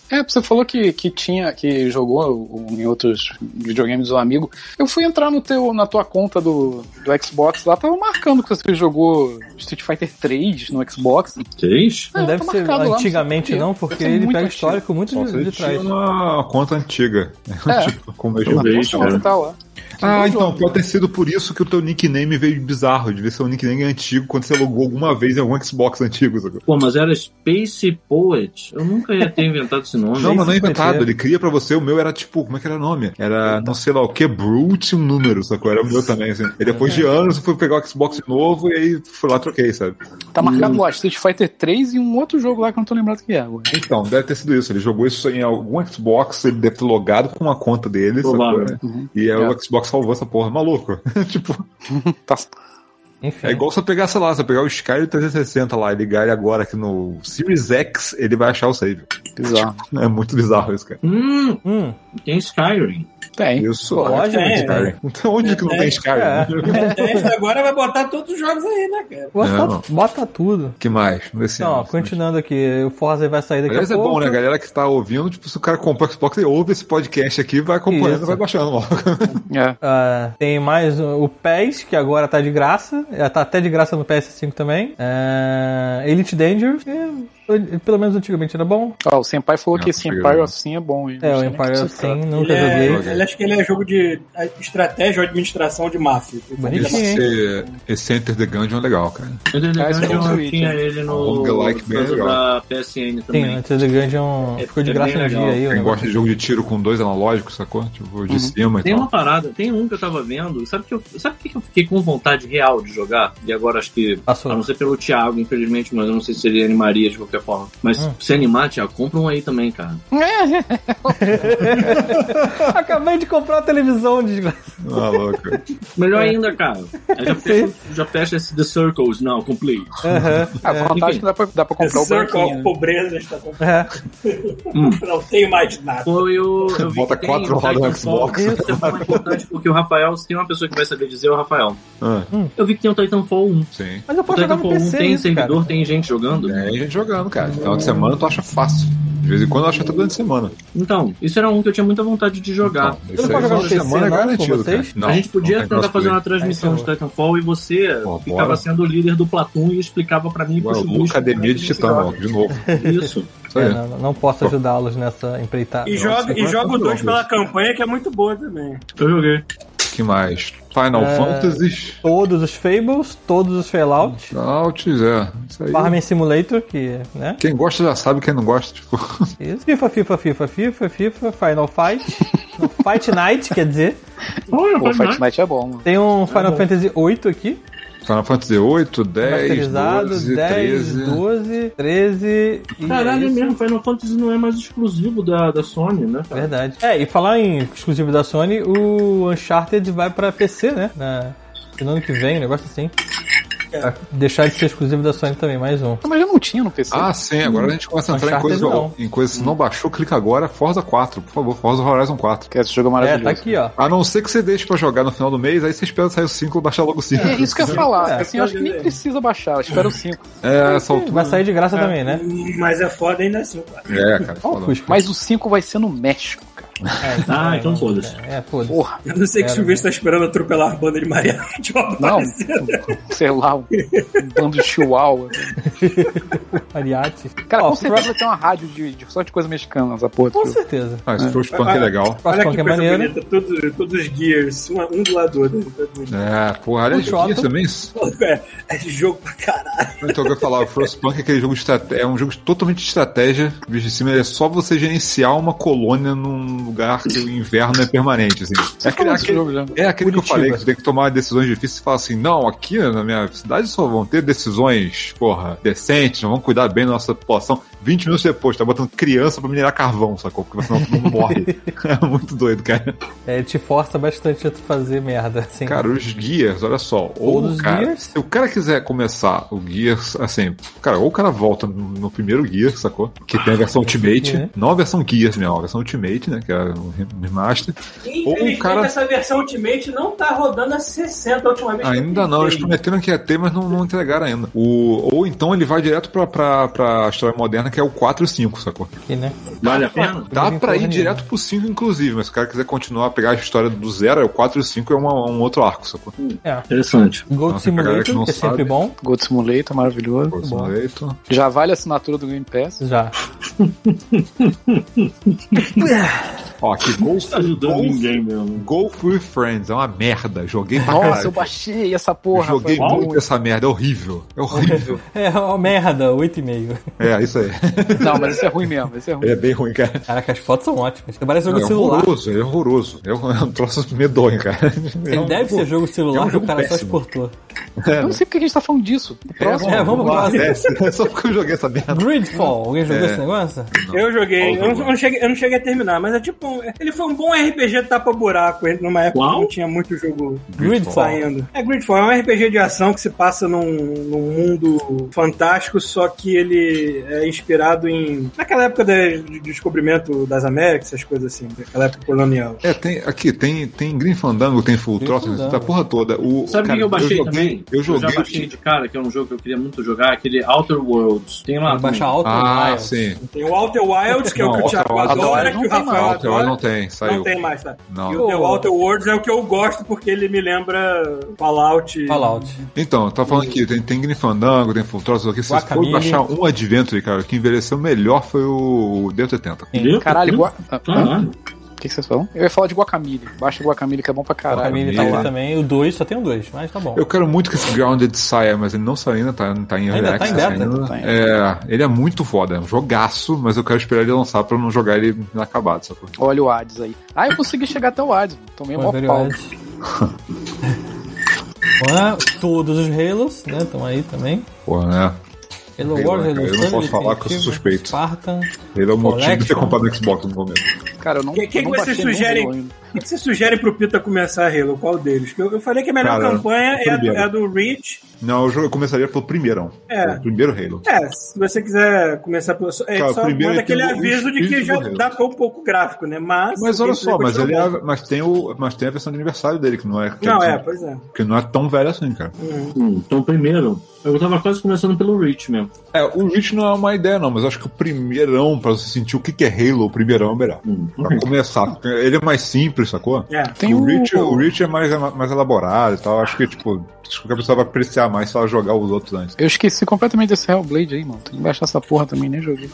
[SPEAKER 1] É, você falou que, que tinha, que jogou o- em outros videogames um amigo. Eu fui entrar no teu, na tua conta do, do Xbox lá, tava marcando que você jogou Street Fighter 3 no Xbox.
[SPEAKER 6] Três?
[SPEAKER 4] Não
[SPEAKER 1] É,
[SPEAKER 4] deve
[SPEAKER 1] tá
[SPEAKER 4] ser
[SPEAKER 1] marcado lá, não sei
[SPEAKER 4] antigamente,
[SPEAKER 1] por quê.
[SPEAKER 4] não,
[SPEAKER 1] Deve
[SPEAKER 4] porque
[SPEAKER 1] ser
[SPEAKER 4] ele
[SPEAKER 1] muito
[SPEAKER 4] pega
[SPEAKER 1] antigo.
[SPEAKER 4] histórico muito
[SPEAKER 7] Só se
[SPEAKER 4] de,
[SPEAKER 7] ele
[SPEAKER 4] de trás.
[SPEAKER 7] tinha É uma conta antiga. Tipo,
[SPEAKER 1] É,
[SPEAKER 7] Como eu
[SPEAKER 6] Eu
[SPEAKER 7] joguei.
[SPEAKER 6] vejo,
[SPEAKER 1] nossa,
[SPEAKER 6] cara.
[SPEAKER 1] tá lá.
[SPEAKER 7] Ah, então, pode ter sido por isso que o teu nickname veio bizarro. Devia ser um nickname antigo quando você alugou alguma vez em algum Xbox antigo. sacou?
[SPEAKER 6] Pô, mas era Space Poet. Eu nunca ia ter inventado esse nome.
[SPEAKER 7] Não, mas não é
[SPEAKER 4] se
[SPEAKER 7] inventado.
[SPEAKER 4] conhecer.
[SPEAKER 7] Ele cria pra você. O meu era tipo, como é que era o nome? Era não sei lá o que, Brute, um número, sacou? Era o meu também, assim. E depois de anos eu fui pegar o Xbox de novo e aí fui lá e troquei, sabe?
[SPEAKER 4] Hum.
[SPEAKER 1] Tá marcado lá, Street Fighter 3 e um outro jogo lá que eu não tô lembrado que é agora.
[SPEAKER 7] Então, deve ter sido isso. Ele jogou isso em algum Xbox, ele deve ter logado com uma conta dele, sacou?
[SPEAKER 6] Provável.
[SPEAKER 7] Né? E aí o Xbox salvou essa porra, maluco. tipo,
[SPEAKER 1] Tá,
[SPEAKER 4] Enfim.
[SPEAKER 7] É igual se eu pegar, sei lá, se eu pegar o Skyrim 360 lá e ligar ele agora aqui no Series X, ele vai achar o save.
[SPEAKER 1] bizarro.
[SPEAKER 7] É muito bizarro isso, cara.
[SPEAKER 6] Hum,
[SPEAKER 4] Hum,
[SPEAKER 6] tem Skyrim.
[SPEAKER 1] Tem.
[SPEAKER 7] Isso,
[SPEAKER 4] Lógico, né?
[SPEAKER 7] é,
[SPEAKER 5] é.
[SPEAKER 7] Skyrim. Então onde que não
[SPEAKER 4] É,
[SPEAKER 7] tem né? Skyrim?
[SPEAKER 5] O 10 agora vai botar todos os jogos aí, né, cara?
[SPEAKER 4] bota,
[SPEAKER 7] É, não.
[SPEAKER 4] bota tudo.
[SPEAKER 7] que mais? Desse
[SPEAKER 4] Não, ó,
[SPEAKER 7] ano,
[SPEAKER 4] continuando aqui, o Forza vai sair daqui
[SPEAKER 7] é Aliás,
[SPEAKER 4] a
[SPEAKER 7] é
[SPEAKER 4] pouco.
[SPEAKER 7] bom, né? A galera que tá ouvindo, tipo, se o cara compra o Xbox, ele ouve esse podcast aqui, vai acompanhando,
[SPEAKER 4] Isso.
[SPEAKER 7] vai baixando logo.
[SPEAKER 1] É.
[SPEAKER 4] Ah, tem mais o o PES, que agora tá de graça. É, Tá até de graça no PS5 também. Ah, Elite Danger, que eh, pelo menos antigamente era bom.
[SPEAKER 1] Ó, o Senpai falou
[SPEAKER 7] Não,
[SPEAKER 1] que esse
[SPEAKER 7] chega,
[SPEAKER 1] Empire
[SPEAKER 7] né?
[SPEAKER 1] of Sin é bom, hein?
[SPEAKER 4] É,
[SPEAKER 1] Não
[SPEAKER 4] o
[SPEAKER 1] sei nem
[SPEAKER 4] Empire
[SPEAKER 1] se
[SPEAKER 4] of
[SPEAKER 1] trata.
[SPEAKER 4] Sin,
[SPEAKER 5] Ele
[SPEAKER 4] nunca
[SPEAKER 5] é,
[SPEAKER 4] joguei.
[SPEAKER 5] ele- acho que ele é jogo de estratégia ou administração de máfia. tipo,
[SPEAKER 4] Bonito.
[SPEAKER 7] Esse, esse Enter the Gungeon é legal, cara.
[SPEAKER 6] Eu
[SPEAKER 1] Ah, esse é um
[SPEAKER 6] eu
[SPEAKER 1] tweet,
[SPEAKER 6] tinha
[SPEAKER 1] hein?
[SPEAKER 6] ele no
[SPEAKER 7] Rogue é Like
[SPEAKER 6] por causa
[SPEAKER 7] bem
[SPEAKER 6] da PSN
[SPEAKER 4] Sim,
[SPEAKER 6] também.
[SPEAKER 4] antes do Gungeon
[SPEAKER 6] É-
[SPEAKER 4] ficou de
[SPEAKER 6] é
[SPEAKER 4] graça
[SPEAKER 6] bem
[SPEAKER 4] um dia
[SPEAKER 6] legal.
[SPEAKER 4] aí. o
[SPEAKER 7] Quem
[SPEAKER 4] negócio.
[SPEAKER 7] gosta de jogo de tiro com dois analógicos, sacou? Tipo, de cima e
[SPEAKER 6] Uhum. Tem uma
[SPEAKER 7] tal.
[SPEAKER 6] parada, tem um que eu tava vendo. Sabe que eu, sabe que eu fiquei com vontade real de jogar? E agora acho que
[SPEAKER 4] Passou.
[SPEAKER 6] A não ser pelo Thiago, infelizmente, mas eu não sei se ele animaria de qualquer forma. Mas
[SPEAKER 4] Hum.
[SPEAKER 6] se animar, Thiago, compra um aí também, cara.
[SPEAKER 4] Acabei de comprar uma televisão de graça.
[SPEAKER 7] Ah, louco.
[SPEAKER 6] Melhor
[SPEAKER 4] É.
[SPEAKER 6] ainda, cara. Aí já, fecha, já fecha esse The Circles Now Complete.
[SPEAKER 1] A vantagem é que dá pra, dá pra comprar o
[SPEAKER 5] Circle,
[SPEAKER 1] branquinho. né?
[SPEAKER 5] pobreza, estratégia.
[SPEAKER 4] É.
[SPEAKER 5] não tenho mais nada.
[SPEAKER 6] Foi o. eu vi
[SPEAKER 7] Bota
[SPEAKER 6] que tem
[SPEAKER 7] quatro
[SPEAKER 6] o
[SPEAKER 7] rodas no
[SPEAKER 6] Titanfall.
[SPEAKER 7] Xbox.
[SPEAKER 6] Isso é muito importante porque o Rafael, se tem uma pessoa que vai saber dizer, é o Rafael.
[SPEAKER 7] Ah,
[SPEAKER 6] Eu vi que tem o Titanfall 1.
[SPEAKER 7] sim.
[SPEAKER 4] Mas eu
[SPEAKER 6] O
[SPEAKER 4] posso jogar no
[SPEAKER 6] Titanfall 1
[SPEAKER 4] PC
[SPEAKER 6] Então, tipo, tem
[SPEAKER 4] isso,
[SPEAKER 6] servidor,
[SPEAKER 4] cara.
[SPEAKER 6] tem gente jogando.
[SPEAKER 7] Tem gente jogando, cara. Final de semana tu acha fácil. De vez em quando eu acho até durante a semana.
[SPEAKER 6] Então, isso era um que eu tinha muita vontade de jogar.
[SPEAKER 7] Então,
[SPEAKER 4] não
[SPEAKER 7] isso
[SPEAKER 4] pode
[SPEAKER 7] aí,
[SPEAKER 4] jogar
[SPEAKER 7] final de
[SPEAKER 4] no PC
[SPEAKER 7] semana é
[SPEAKER 4] não, com
[SPEAKER 7] garantido, cara.
[SPEAKER 4] vocês?
[SPEAKER 7] Não,
[SPEAKER 6] a gente podia
[SPEAKER 7] não tem
[SPEAKER 6] tentar fazer uma
[SPEAKER 7] crossplay.
[SPEAKER 6] transmissão
[SPEAKER 4] Aí,
[SPEAKER 6] de Titanfall e você
[SPEAKER 7] Pô,
[SPEAKER 6] ficava
[SPEAKER 7] bora.
[SPEAKER 6] sendo o líder do Platão e explicava pra mim e pro
[SPEAKER 7] Ué,
[SPEAKER 6] Chubisco como é
[SPEAKER 7] Academia
[SPEAKER 6] que
[SPEAKER 7] de
[SPEAKER 6] a gente
[SPEAKER 7] Titã, ó,
[SPEAKER 6] jogava.
[SPEAKER 7] de novo.
[SPEAKER 6] Isso.
[SPEAKER 7] Isso
[SPEAKER 4] É,
[SPEAKER 7] aí.
[SPEAKER 4] não, não posso ajudá-los nessa empreitada.
[SPEAKER 5] E joga, e
[SPEAKER 7] agora
[SPEAKER 5] joga
[SPEAKER 7] são
[SPEAKER 5] o 2
[SPEAKER 7] jogos.
[SPEAKER 5] pela campanha, que é muito boa também.
[SPEAKER 6] Eu joguei.
[SPEAKER 7] que mais? Final
[SPEAKER 4] É.
[SPEAKER 7] Fantasy.
[SPEAKER 4] Todos os Fables, todos os Fallout,
[SPEAKER 7] Outs, é. Isso aí.
[SPEAKER 4] Farming Simulator, que, né?
[SPEAKER 7] Quem gosta já sabe, quem não gosta, tipo.
[SPEAKER 4] Isso. FIFA, FIFA, FIFA, FIFA, FIFA, Final Fight, no Fight Night, quer dizer.
[SPEAKER 6] Olha,
[SPEAKER 1] Pô, Fight Night é bom, mano.
[SPEAKER 4] Tem um Final Fantasy VIII aqui,
[SPEAKER 7] Final Fantasy 8, 10,
[SPEAKER 4] masterizado,
[SPEAKER 7] 12,
[SPEAKER 4] 10,
[SPEAKER 7] 13.
[SPEAKER 4] 12, 13 e
[SPEAKER 6] Caralho,
[SPEAKER 4] é
[SPEAKER 6] é
[SPEAKER 4] isso.
[SPEAKER 6] mesmo, Final Fantasy não é mais exclusivo da, da Sony, né? cara?
[SPEAKER 4] Verdade. É, e falar em exclusivo da Sony, o Uncharted vai pra PC, né? Na, no ano que vem, um negócio assim.
[SPEAKER 6] É.
[SPEAKER 4] Pra deixar de ser exclusivo da Sony também, mais um.
[SPEAKER 1] Mas eu não tinha no PC.
[SPEAKER 7] Ah, sim, agora a gente começa a entrar em
[SPEAKER 4] Uncharted
[SPEAKER 7] coisas.
[SPEAKER 4] não.
[SPEAKER 7] Em coisas se não baixou, clica agora, Forza 4, por favor, Forza Horizon 4.
[SPEAKER 1] que esse jogo é
[SPEAKER 4] É,
[SPEAKER 1] maravilhoso.
[SPEAKER 4] tá aqui, ó.
[SPEAKER 7] A não ser que você deixe pra jogar no final do mês, aí você espera sair o 5 e baixar logo o 5.
[SPEAKER 1] É isso que eu ia falar.
[SPEAKER 4] É.
[SPEAKER 1] assim, eu acho que nem precisa baixar. Espera o 5.
[SPEAKER 7] É, essa altura.
[SPEAKER 4] Vai sair de
[SPEAKER 6] É.
[SPEAKER 4] graça também, né?
[SPEAKER 5] Mas é foda ainda assim, cara.
[SPEAKER 7] É, cara.
[SPEAKER 4] Ó, o
[SPEAKER 7] foda.
[SPEAKER 4] Fusca.
[SPEAKER 1] Mas o 5 vai ser no México, cara.
[SPEAKER 4] É,
[SPEAKER 6] Ah,
[SPEAKER 4] é,
[SPEAKER 6] então
[SPEAKER 4] não-
[SPEAKER 6] foda-se.
[SPEAKER 4] É, foda-se.
[SPEAKER 1] Porra.
[SPEAKER 5] Eu não sei que
[SPEAKER 4] Era,
[SPEAKER 5] o chuveiro tá esperando atropelar a banda de mariachi. pra
[SPEAKER 1] Não.
[SPEAKER 5] aparecer.
[SPEAKER 1] Sei lá, um bando de chihuahua.
[SPEAKER 4] Mariachi.
[SPEAKER 1] Cara,
[SPEAKER 4] Ó,
[SPEAKER 1] com certeza vai ter uma rádio de, de- só de coisa mexicana, essa porra.
[SPEAKER 4] Com
[SPEAKER 1] do jogo.
[SPEAKER 4] certeza.
[SPEAKER 7] Ah, esse Frostpunk é legal.
[SPEAKER 4] Faz
[SPEAKER 5] Olha que
[SPEAKER 4] qualquer
[SPEAKER 5] coisa
[SPEAKER 4] maneira.
[SPEAKER 5] bonita. Todos, todos os gears, um, um do lado do outro.
[SPEAKER 7] É, porra, aliás,
[SPEAKER 4] O Jota.
[SPEAKER 7] Gears também.
[SPEAKER 5] É, é jogo pra caralho.
[SPEAKER 7] Então, o que eu ia falar, o Frostpunk é aquele jogo de estratégia, é um jogo totalmente de estratégia, visto de cima, é só você gerenciar uma colônia num lugar que o inverno é permanente, assim.
[SPEAKER 4] tá
[SPEAKER 7] É aquele,
[SPEAKER 1] Fala desse
[SPEAKER 7] aquele-
[SPEAKER 1] jogo já.
[SPEAKER 7] é aquele que eu
[SPEAKER 4] Curitiba.
[SPEAKER 7] falei, que você tem que tomar decisões difíceis e falar assim, não, aqui na minha cidade só vão ter decisões, porra, decentes, não vão cuidar bem da nossa população. 20 minutos depois, tá botando criança pra minerar carvão, sacou? Porque senão todo mundo morre. É muito doido, cara.
[SPEAKER 4] É, te força bastante a tu fazer merda. Assim.
[SPEAKER 7] Cara, os Gears, olha só. Ou
[SPEAKER 4] Todos os
[SPEAKER 7] o cara,
[SPEAKER 4] Gears?
[SPEAKER 7] Se o cara quiser começar o Gears, assim, cara, ou o cara volta no, no primeiro Gears, sacou? Que tem a versão Ultimate.
[SPEAKER 4] é.
[SPEAKER 7] Não a versão Gears mesmo, a versão Ultimate, né? Que é um remaster.
[SPEAKER 5] Infelizmente,
[SPEAKER 7] cara-
[SPEAKER 5] essa versão Ultimate não tá rodando a 60 a última vez. que eu
[SPEAKER 7] Ainda não, eles
[SPEAKER 5] tentei.
[SPEAKER 7] prometeram que ia ter, mas não, não entregaram ainda. O, ou então ele vai direto pra, pra, pra história moderna, que é o 4 e 5, sacou?
[SPEAKER 4] aqui, né?
[SPEAKER 10] Vale a pena?
[SPEAKER 7] Dá
[SPEAKER 4] tem
[SPEAKER 7] pra
[SPEAKER 4] porra
[SPEAKER 7] ir
[SPEAKER 4] nenhuma.
[SPEAKER 7] direto pro 5, inclusive, mas se o cara quiser continuar a pegar a história do zero, é o 4 e o 5 é uma- um outro arco, sacou?
[SPEAKER 10] Interessante.
[SPEAKER 4] Gold
[SPEAKER 7] Nossa, galera
[SPEAKER 4] Simulator,
[SPEAKER 7] que não
[SPEAKER 4] que é sempre
[SPEAKER 7] sabe.
[SPEAKER 4] bom.
[SPEAKER 1] Gold Simulator, maravilhoso.
[SPEAKER 7] Pô,
[SPEAKER 4] bom.
[SPEAKER 7] direito.
[SPEAKER 1] Já vale a assinatura do Game Pass.
[SPEAKER 4] Já.
[SPEAKER 7] Ó, aqui, Ghost,
[SPEAKER 10] Tá ajudando
[SPEAKER 7] Ghost
[SPEAKER 10] ninguém mesmo.
[SPEAKER 7] Golf with Friends, é uma merda. Joguei pra
[SPEAKER 1] Nossa, eu
[SPEAKER 7] caralho.
[SPEAKER 1] baixei essa porra.
[SPEAKER 7] Joguei
[SPEAKER 1] foi
[SPEAKER 7] muito essa merda, é horrível. É horrível.
[SPEAKER 4] É uma merda, 8,5.
[SPEAKER 7] é, isso aí.
[SPEAKER 1] Não, mas isso é ruim mesmo. Isso é ruim.
[SPEAKER 7] É bem ruim, cara.
[SPEAKER 4] Caraca, as fotos são ótimas. Parece jogo
[SPEAKER 7] é
[SPEAKER 4] de celular.
[SPEAKER 7] horroroso, é horroroso. É um é um troço medonho, cara. É
[SPEAKER 4] Ele
[SPEAKER 7] um-
[SPEAKER 4] deve ser jogo
[SPEAKER 7] é
[SPEAKER 4] celular
[SPEAKER 7] um
[SPEAKER 4] que o
[SPEAKER 7] jogo
[SPEAKER 4] cara só
[SPEAKER 7] péssimo.
[SPEAKER 4] exportou.
[SPEAKER 1] Eu não sei porque a gente tá falando disso. Pro próximo.
[SPEAKER 4] é, vamos pro próximo.
[SPEAKER 7] É, só porque eu joguei essa merda.
[SPEAKER 4] Gridfall, alguém jogou
[SPEAKER 7] É.
[SPEAKER 4] esse negócio?
[SPEAKER 5] Eu joguei,
[SPEAKER 7] Outro
[SPEAKER 5] eu não,
[SPEAKER 7] jogo.
[SPEAKER 5] eu não cheguei, eu não cheguei a terminar, mas é tipo. um- Ele foi um bom RPG tapa-buraco ele- numa época
[SPEAKER 10] Qual?
[SPEAKER 5] que não tinha muito jogo
[SPEAKER 4] Gridfall.
[SPEAKER 5] saindo. É Gridfall, é um RPG de ação que se passa num, num mundo fantástico, só que ele é inspirado em. naquela época de, de descobrimento das Américas, essas coisas assim, naquela época colonial.
[SPEAKER 7] É, tem, aqui, tem, tem Green Fandango, tem Full
[SPEAKER 4] Green
[SPEAKER 7] Throttle,
[SPEAKER 4] Fandango.
[SPEAKER 7] tá porra toda. O,
[SPEAKER 10] Sabe o
[SPEAKER 7] cara,
[SPEAKER 10] que eu baixei
[SPEAKER 7] joguei-
[SPEAKER 10] também?
[SPEAKER 7] Eu joguei.
[SPEAKER 10] já baixei de cara, que é um jogo que eu queria muito jogar, aquele Outer Worlds. Tem lá.
[SPEAKER 4] Ele baixa alto
[SPEAKER 7] Ah,
[SPEAKER 4] Wild.
[SPEAKER 7] sim.
[SPEAKER 5] Tem o Outer Wilds, que é o
[SPEAKER 7] Não,
[SPEAKER 5] que o Thiago
[SPEAKER 7] Outer Wilds
[SPEAKER 5] adora,
[SPEAKER 1] não
[SPEAKER 5] que o
[SPEAKER 1] tem mais.
[SPEAKER 5] Rafael
[SPEAKER 7] Outer Wild não
[SPEAKER 5] adora.
[SPEAKER 7] tem, saiu.
[SPEAKER 5] Ah, Não tem mais, tá?
[SPEAKER 7] Não.
[SPEAKER 5] E o The Outer Worlds é o que eu gosto porque ele me lembra Fallout.
[SPEAKER 4] Fallout.
[SPEAKER 7] Então, eu tava falando aqui, tem, tem Green Fandango, tem Full Throttle aqui. Se você for
[SPEAKER 4] Guacamole.
[SPEAKER 7] baixar um Adventure, cara, o que envelheceu melhor foi o D80.
[SPEAKER 10] Viu?
[SPEAKER 1] Caralho,
[SPEAKER 10] Viu?
[SPEAKER 1] gua... ah, hã?
[SPEAKER 10] Caralho.
[SPEAKER 1] o que que vocês falam? Eu ia falar de Guacamole. Baixa Guacamole que é bom pra
[SPEAKER 4] O
[SPEAKER 1] caralho.
[SPEAKER 4] Camille tá
[SPEAKER 7] Camille.
[SPEAKER 4] aqui também. O 2, só tem um 2, mas tá bom.
[SPEAKER 7] Eu quero muito que esse Grounded saia, mas ele não saiu ainda, tá, tá em Early
[SPEAKER 4] Ainda tá em
[SPEAKER 7] Access
[SPEAKER 4] beta,
[SPEAKER 7] ainda.
[SPEAKER 1] tá em-
[SPEAKER 7] É, ele é muito foda, é um jogaço, mas eu quero esperar ele lançar pra eu não jogar ele inacabado, sacou?
[SPEAKER 1] Olha o Hades aí. Ah, eu consegui chegar até o Hades. mano. Tomei mó
[SPEAKER 4] Mas very
[SPEAKER 1] pau.
[SPEAKER 4] odd. Olá, Todos os Halos, né? Estão aí também.
[SPEAKER 7] Porra, né?
[SPEAKER 4] Halo
[SPEAKER 7] Halo,
[SPEAKER 4] Wars,
[SPEAKER 7] né,
[SPEAKER 4] Halo
[SPEAKER 7] cara? Eu não
[SPEAKER 4] Sunny,
[SPEAKER 7] posso falar que eu sou
[SPEAKER 4] Definitive,
[SPEAKER 7] suspeito.
[SPEAKER 4] Spartan.
[SPEAKER 7] Ele é o motivo de ter
[SPEAKER 4] Collection.
[SPEAKER 7] comprado o Xbox no momento.
[SPEAKER 1] Cara, eu não.
[SPEAKER 5] Quem- quem
[SPEAKER 1] não
[SPEAKER 5] que vocês
[SPEAKER 1] baixei nenhum
[SPEAKER 5] sugerem?
[SPEAKER 1] jogo ainda.
[SPEAKER 5] O que você sugere pro Pita começar Halo? Qual deles? Que Eu, eu falei que a melhor
[SPEAKER 7] Cara,
[SPEAKER 5] campanha
[SPEAKER 7] o
[SPEAKER 5] é a, do,
[SPEAKER 7] primeiro.
[SPEAKER 5] é a do Reach.
[SPEAKER 7] Não, eu, jo- eu começaria pelo primeirão.
[SPEAKER 5] É.
[SPEAKER 7] Pelo primeiro Halo.
[SPEAKER 5] É, se você quiser começar pelo. É,
[SPEAKER 7] Cara, o
[SPEAKER 5] só
[SPEAKER 7] primeiro
[SPEAKER 5] manda
[SPEAKER 7] é pelo
[SPEAKER 5] aquele aviso de que
[SPEAKER 7] espírito
[SPEAKER 5] já
[SPEAKER 7] do Halo.
[SPEAKER 5] dá pra um pouco gráfico, né? Mas.
[SPEAKER 7] Mas olha
[SPEAKER 5] quem
[SPEAKER 7] só,
[SPEAKER 5] quiser
[SPEAKER 7] mas, ele
[SPEAKER 5] continuar.
[SPEAKER 7] é- mas, tem o, mas tem a versão de aniversário dele, que não é.
[SPEAKER 5] Não, é, pois é.
[SPEAKER 7] Que não é tão velha assim, cara.
[SPEAKER 10] Hum, então, primeiro, eu tava quase começando pelo Reach mesmo.
[SPEAKER 7] É, o Reach não é uma ideia, não, mas eu acho que o primeirão, pra você sentir o que que é Halo, o primeirão é o melhor.
[SPEAKER 10] Hum,
[SPEAKER 7] Pra começar. porque Ele é mais simples, sacou?
[SPEAKER 5] É.
[SPEAKER 1] Tem
[SPEAKER 7] o
[SPEAKER 1] o-
[SPEAKER 7] Reach, o Reach é mais, mais elaborado e tal. Acho que, tipo, acho que a pessoa vai apreciar mais se ela jogar os outros antes.
[SPEAKER 1] Eu esqueci completamente desse Hellblade aí, mano. Tem que baixar essa porra também, nem joguei.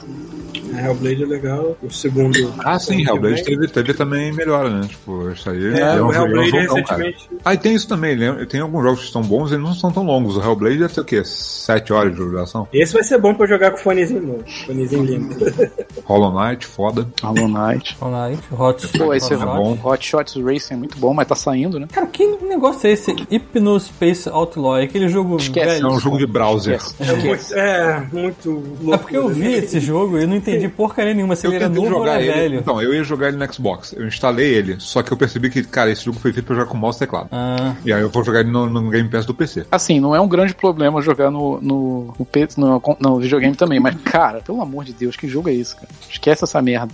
[SPEAKER 5] É, Hellblade é legal. O segundo.
[SPEAKER 7] Ah, sim, Hellblade teve, teve também melhora, né? Tipo, isso aí
[SPEAKER 5] É,
[SPEAKER 7] um-
[SPEAKER 5] o
[SPEAKER 7] um
[SPEAKER 5] Hellblade
[SPEAKER 7] jogão, cara.
[SPEAKER 5] recentemente.
[SPEAKER 7] Aí tem isso também, né? Tem alguns jogos que estão bons e não são tão longos. O Hellblade deve ter o quê? 7 horas de duração?
[SPEAKER 5] Esse vai ser bom pra jogar com fonezinho novo. Fonezinho limpo.
[SPEAKER 7] Hollow Knight, foda.
[SPEAKER 1] Hollow Knight.
[SPEAKER 4] Olá, gente. Hot.
[SPEAKER 1] Pô,
[SPEAKER 4] Hot
[SPEAKER 1] esse
[SPEAKER 7] Tá
[SPEAKER 4] Rod.
[SPEAKER 7] bom.
[SPEAKER 1] Hot Shots Racing é muito bom, mas tá saindo, né?
[SPEAKER 4] Cara, que negócio é esse? Hypno Space Outlaw? É aquele jogo
[SPEAKER 1] Esquece,
[SPEAKER 7] É
[SPEAKER 4] velho.
[SPEAKER 7] um jogo de browser.
[SPEAKER 5] É muito, é, muito louco.
[SPEAKER 4] É porque eu vi esse jogo e eu não entendi porcaria nenhuma se
[SPEAKER 7] um Eu
[SPEAKER 4] ele era
[SPEAKER 7] tentei
[SPEAKER 4] novo ou
[SPEAKER 7] jogar
[SPEAKER 4] era
[SPEAKER 7] ele.
[SPEAKER 4] velho.
[SPEAKER 7] Então, eu ia jogar ele no Xbox. Eu instalei ele, só que eu percebi que, cara, esse jogo foi feito pra jogar com mouse e teclado.
[SPEAKER 4] Ah,
[SPEAKER 7] E aí eu vou jogar ele no, no Game Pass do PC.
[SPEAKER 1] Assim, não é um grande problema jogar no, no, no, pe- no, no videogame também, mas, cara, pelo amor de Deus, que jogo é esse, cara? Esquece essa merda.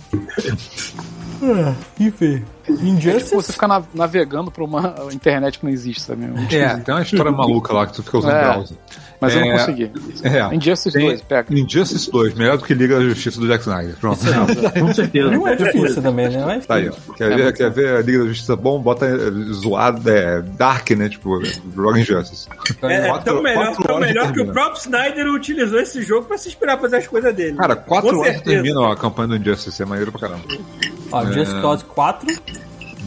[SPEAKER 1] É
[SPEAKER 4] enfim.
[SPEAKER 1] tipo você
[SPEAKER 4] Injustice?
[SPEAKER 1] ficar na- navegando pra uma internet que não existe, sabe?
[SPEAKER 7] É, tem uma história maluca lá que tu fica usando
[SPEAKER 1] É.
[SPEAKER 7] browser.
[SPEAKER 1] Mas eu
[SPEAKER 7] É.
[SPEAKER 1] não consegui.
[SPEAKER 7] É.
[SPEAKER 1] Injustice
[SPEAKER 7] Tem-
[SPEAKER 1] 2, pega.
[SPEAKER 7] Injustice 2, melhor do que Liga da Justiça do Jack Snyder. Pronto.
[SPEAKER 10] com certeza.
[SPEAKER 4] Não é difícil também, né? Mas
[SPEAKER 7] Tá aí, ó. Quer, ver, quer ver a Liga da Justiça bom? Bota eh, zoado, é, Dark, né? Tipo, joga Injustice.
[SPEAKER 1] Tá,
[SPEAKER 5] É,
[SPEAKER 7] Quatro-
[SPEAKER 5] tão melhor,
[SPEAKER 7] quatro
[SPEAKER 5] tão
[SPEAKER 7] horas
[SPEAKER 5] melhor que o
[SPEAKER 7] termina.
[SPEAKER 5] próprio Snyder utilizou esse jogo pra se inspirar pra fazer as coisas dele.
[SPEAKER 7] Cara, quatro
[SPEAKER 5] Com
[SPEAKER 7] horas
[SPEAKER 5] certeza.
[SPEAKER 7] termina a campanha do Injustice, é maneiro pra caramba.
[SPEAKER 4] Ó, Just Cause 4.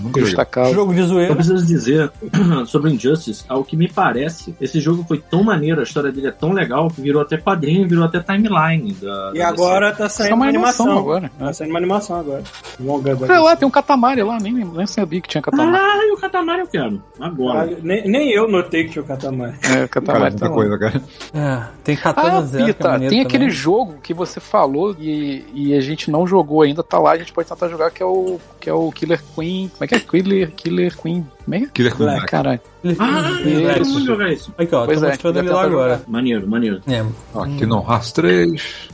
[SPEAKER 7] Nunca joguei.
[SPEAKER 5] tá-
[SPEAKER 1] Destacado.
[SPEAKER 4] Jogo de
[SPEAKER 10] Eu
[SPEAKER 4] zoeira.
[SPEAKER 10] preciso dizer sobre Injustice, ao que me parece, esse jogo foi tão maneiro, a história dele é tão legal que virou até quadrinho, virou até timeline. Da,
[SPEAKER 5] E
[SPEAKER 10] da-
[SPEAKER 5] agora tá
[SPEAKER 1] Isso é
[SPEAKER 5] saindo
[SPEAKER 1] uma
[SPEAKER 5] uma
[SPEAKER 1] animação,
[SPEAKER 5] animação.
[SPEAKER 1] agora.
[SPEAKER 7] né?
[SPEAKER 5] Tá saindo uma animação agora. Longa
[SPEAKER 7] É,
[SPEAKER 1] Sei
[SPEAKER 5] agora.
[SPEAKER 1] lá, tem um catamari lá, nem, nem sabia que tinha
[SPEAKER 4] Ah!
[SPEAKER 1] catamari.
[SPEAKER 10] Caralho, o Catamar eu quero.
[SPEAKER 5] Ah,
[SPEAKER 10] Agora.
[SPEAKER 5] Nem, nem eu notei que tinha o Katamari.
[SPEAKER 1] É,
[SPEAKER 7] Cara,
[SPEAKER 1] catamari
[SPEAKER 7] muita
[SPEAKER 1] tá lá.
[SPEAKER 7] coisa, cara.
[SPEAKER 4] É, tem Katana
[SPEAKER 1] Ah,
[SPEAKER 4] Zero. que é
[SPEAKER 1] Pita,
[SPEAKER 4] maneiro
[SPEAKER 1] tem aquele
[SPEAKER 4] também.
[SPEAKER 1] jogo que você falou e, e a gente não jogou ainda, tá lá, a gente pode tentar jogar, que é o, que é o Killer Queen. Como é que é? Killer, Killer Queen. Como é que é?
[SPEAKER 7] Killer Queen.
[SPEAKER 5] Black.
[SPEAKER 1] Caralho.
[SPEAKER 10] Ah,
[SPEAKER 1] Isso.
[SPEAKER 10] todo mundo joga isso.
[SPEAKER 4] Aqui, ó,
[SPEAKER 1] Pois
[SPEAKER 4] tô
[SPEAKER 1] é,
[SPEAKER 4] mostrando
[SPEAKER 1] devia
[SPEAKER 4] ele lá
[SPEAKER 1] tentar
[SPEAKER 4] agora.
[SPEAKER 10] Maneiro, maneiro.
[SPEAKER 4] É,
[SPEAKER 7] Aqui não, Ras 3.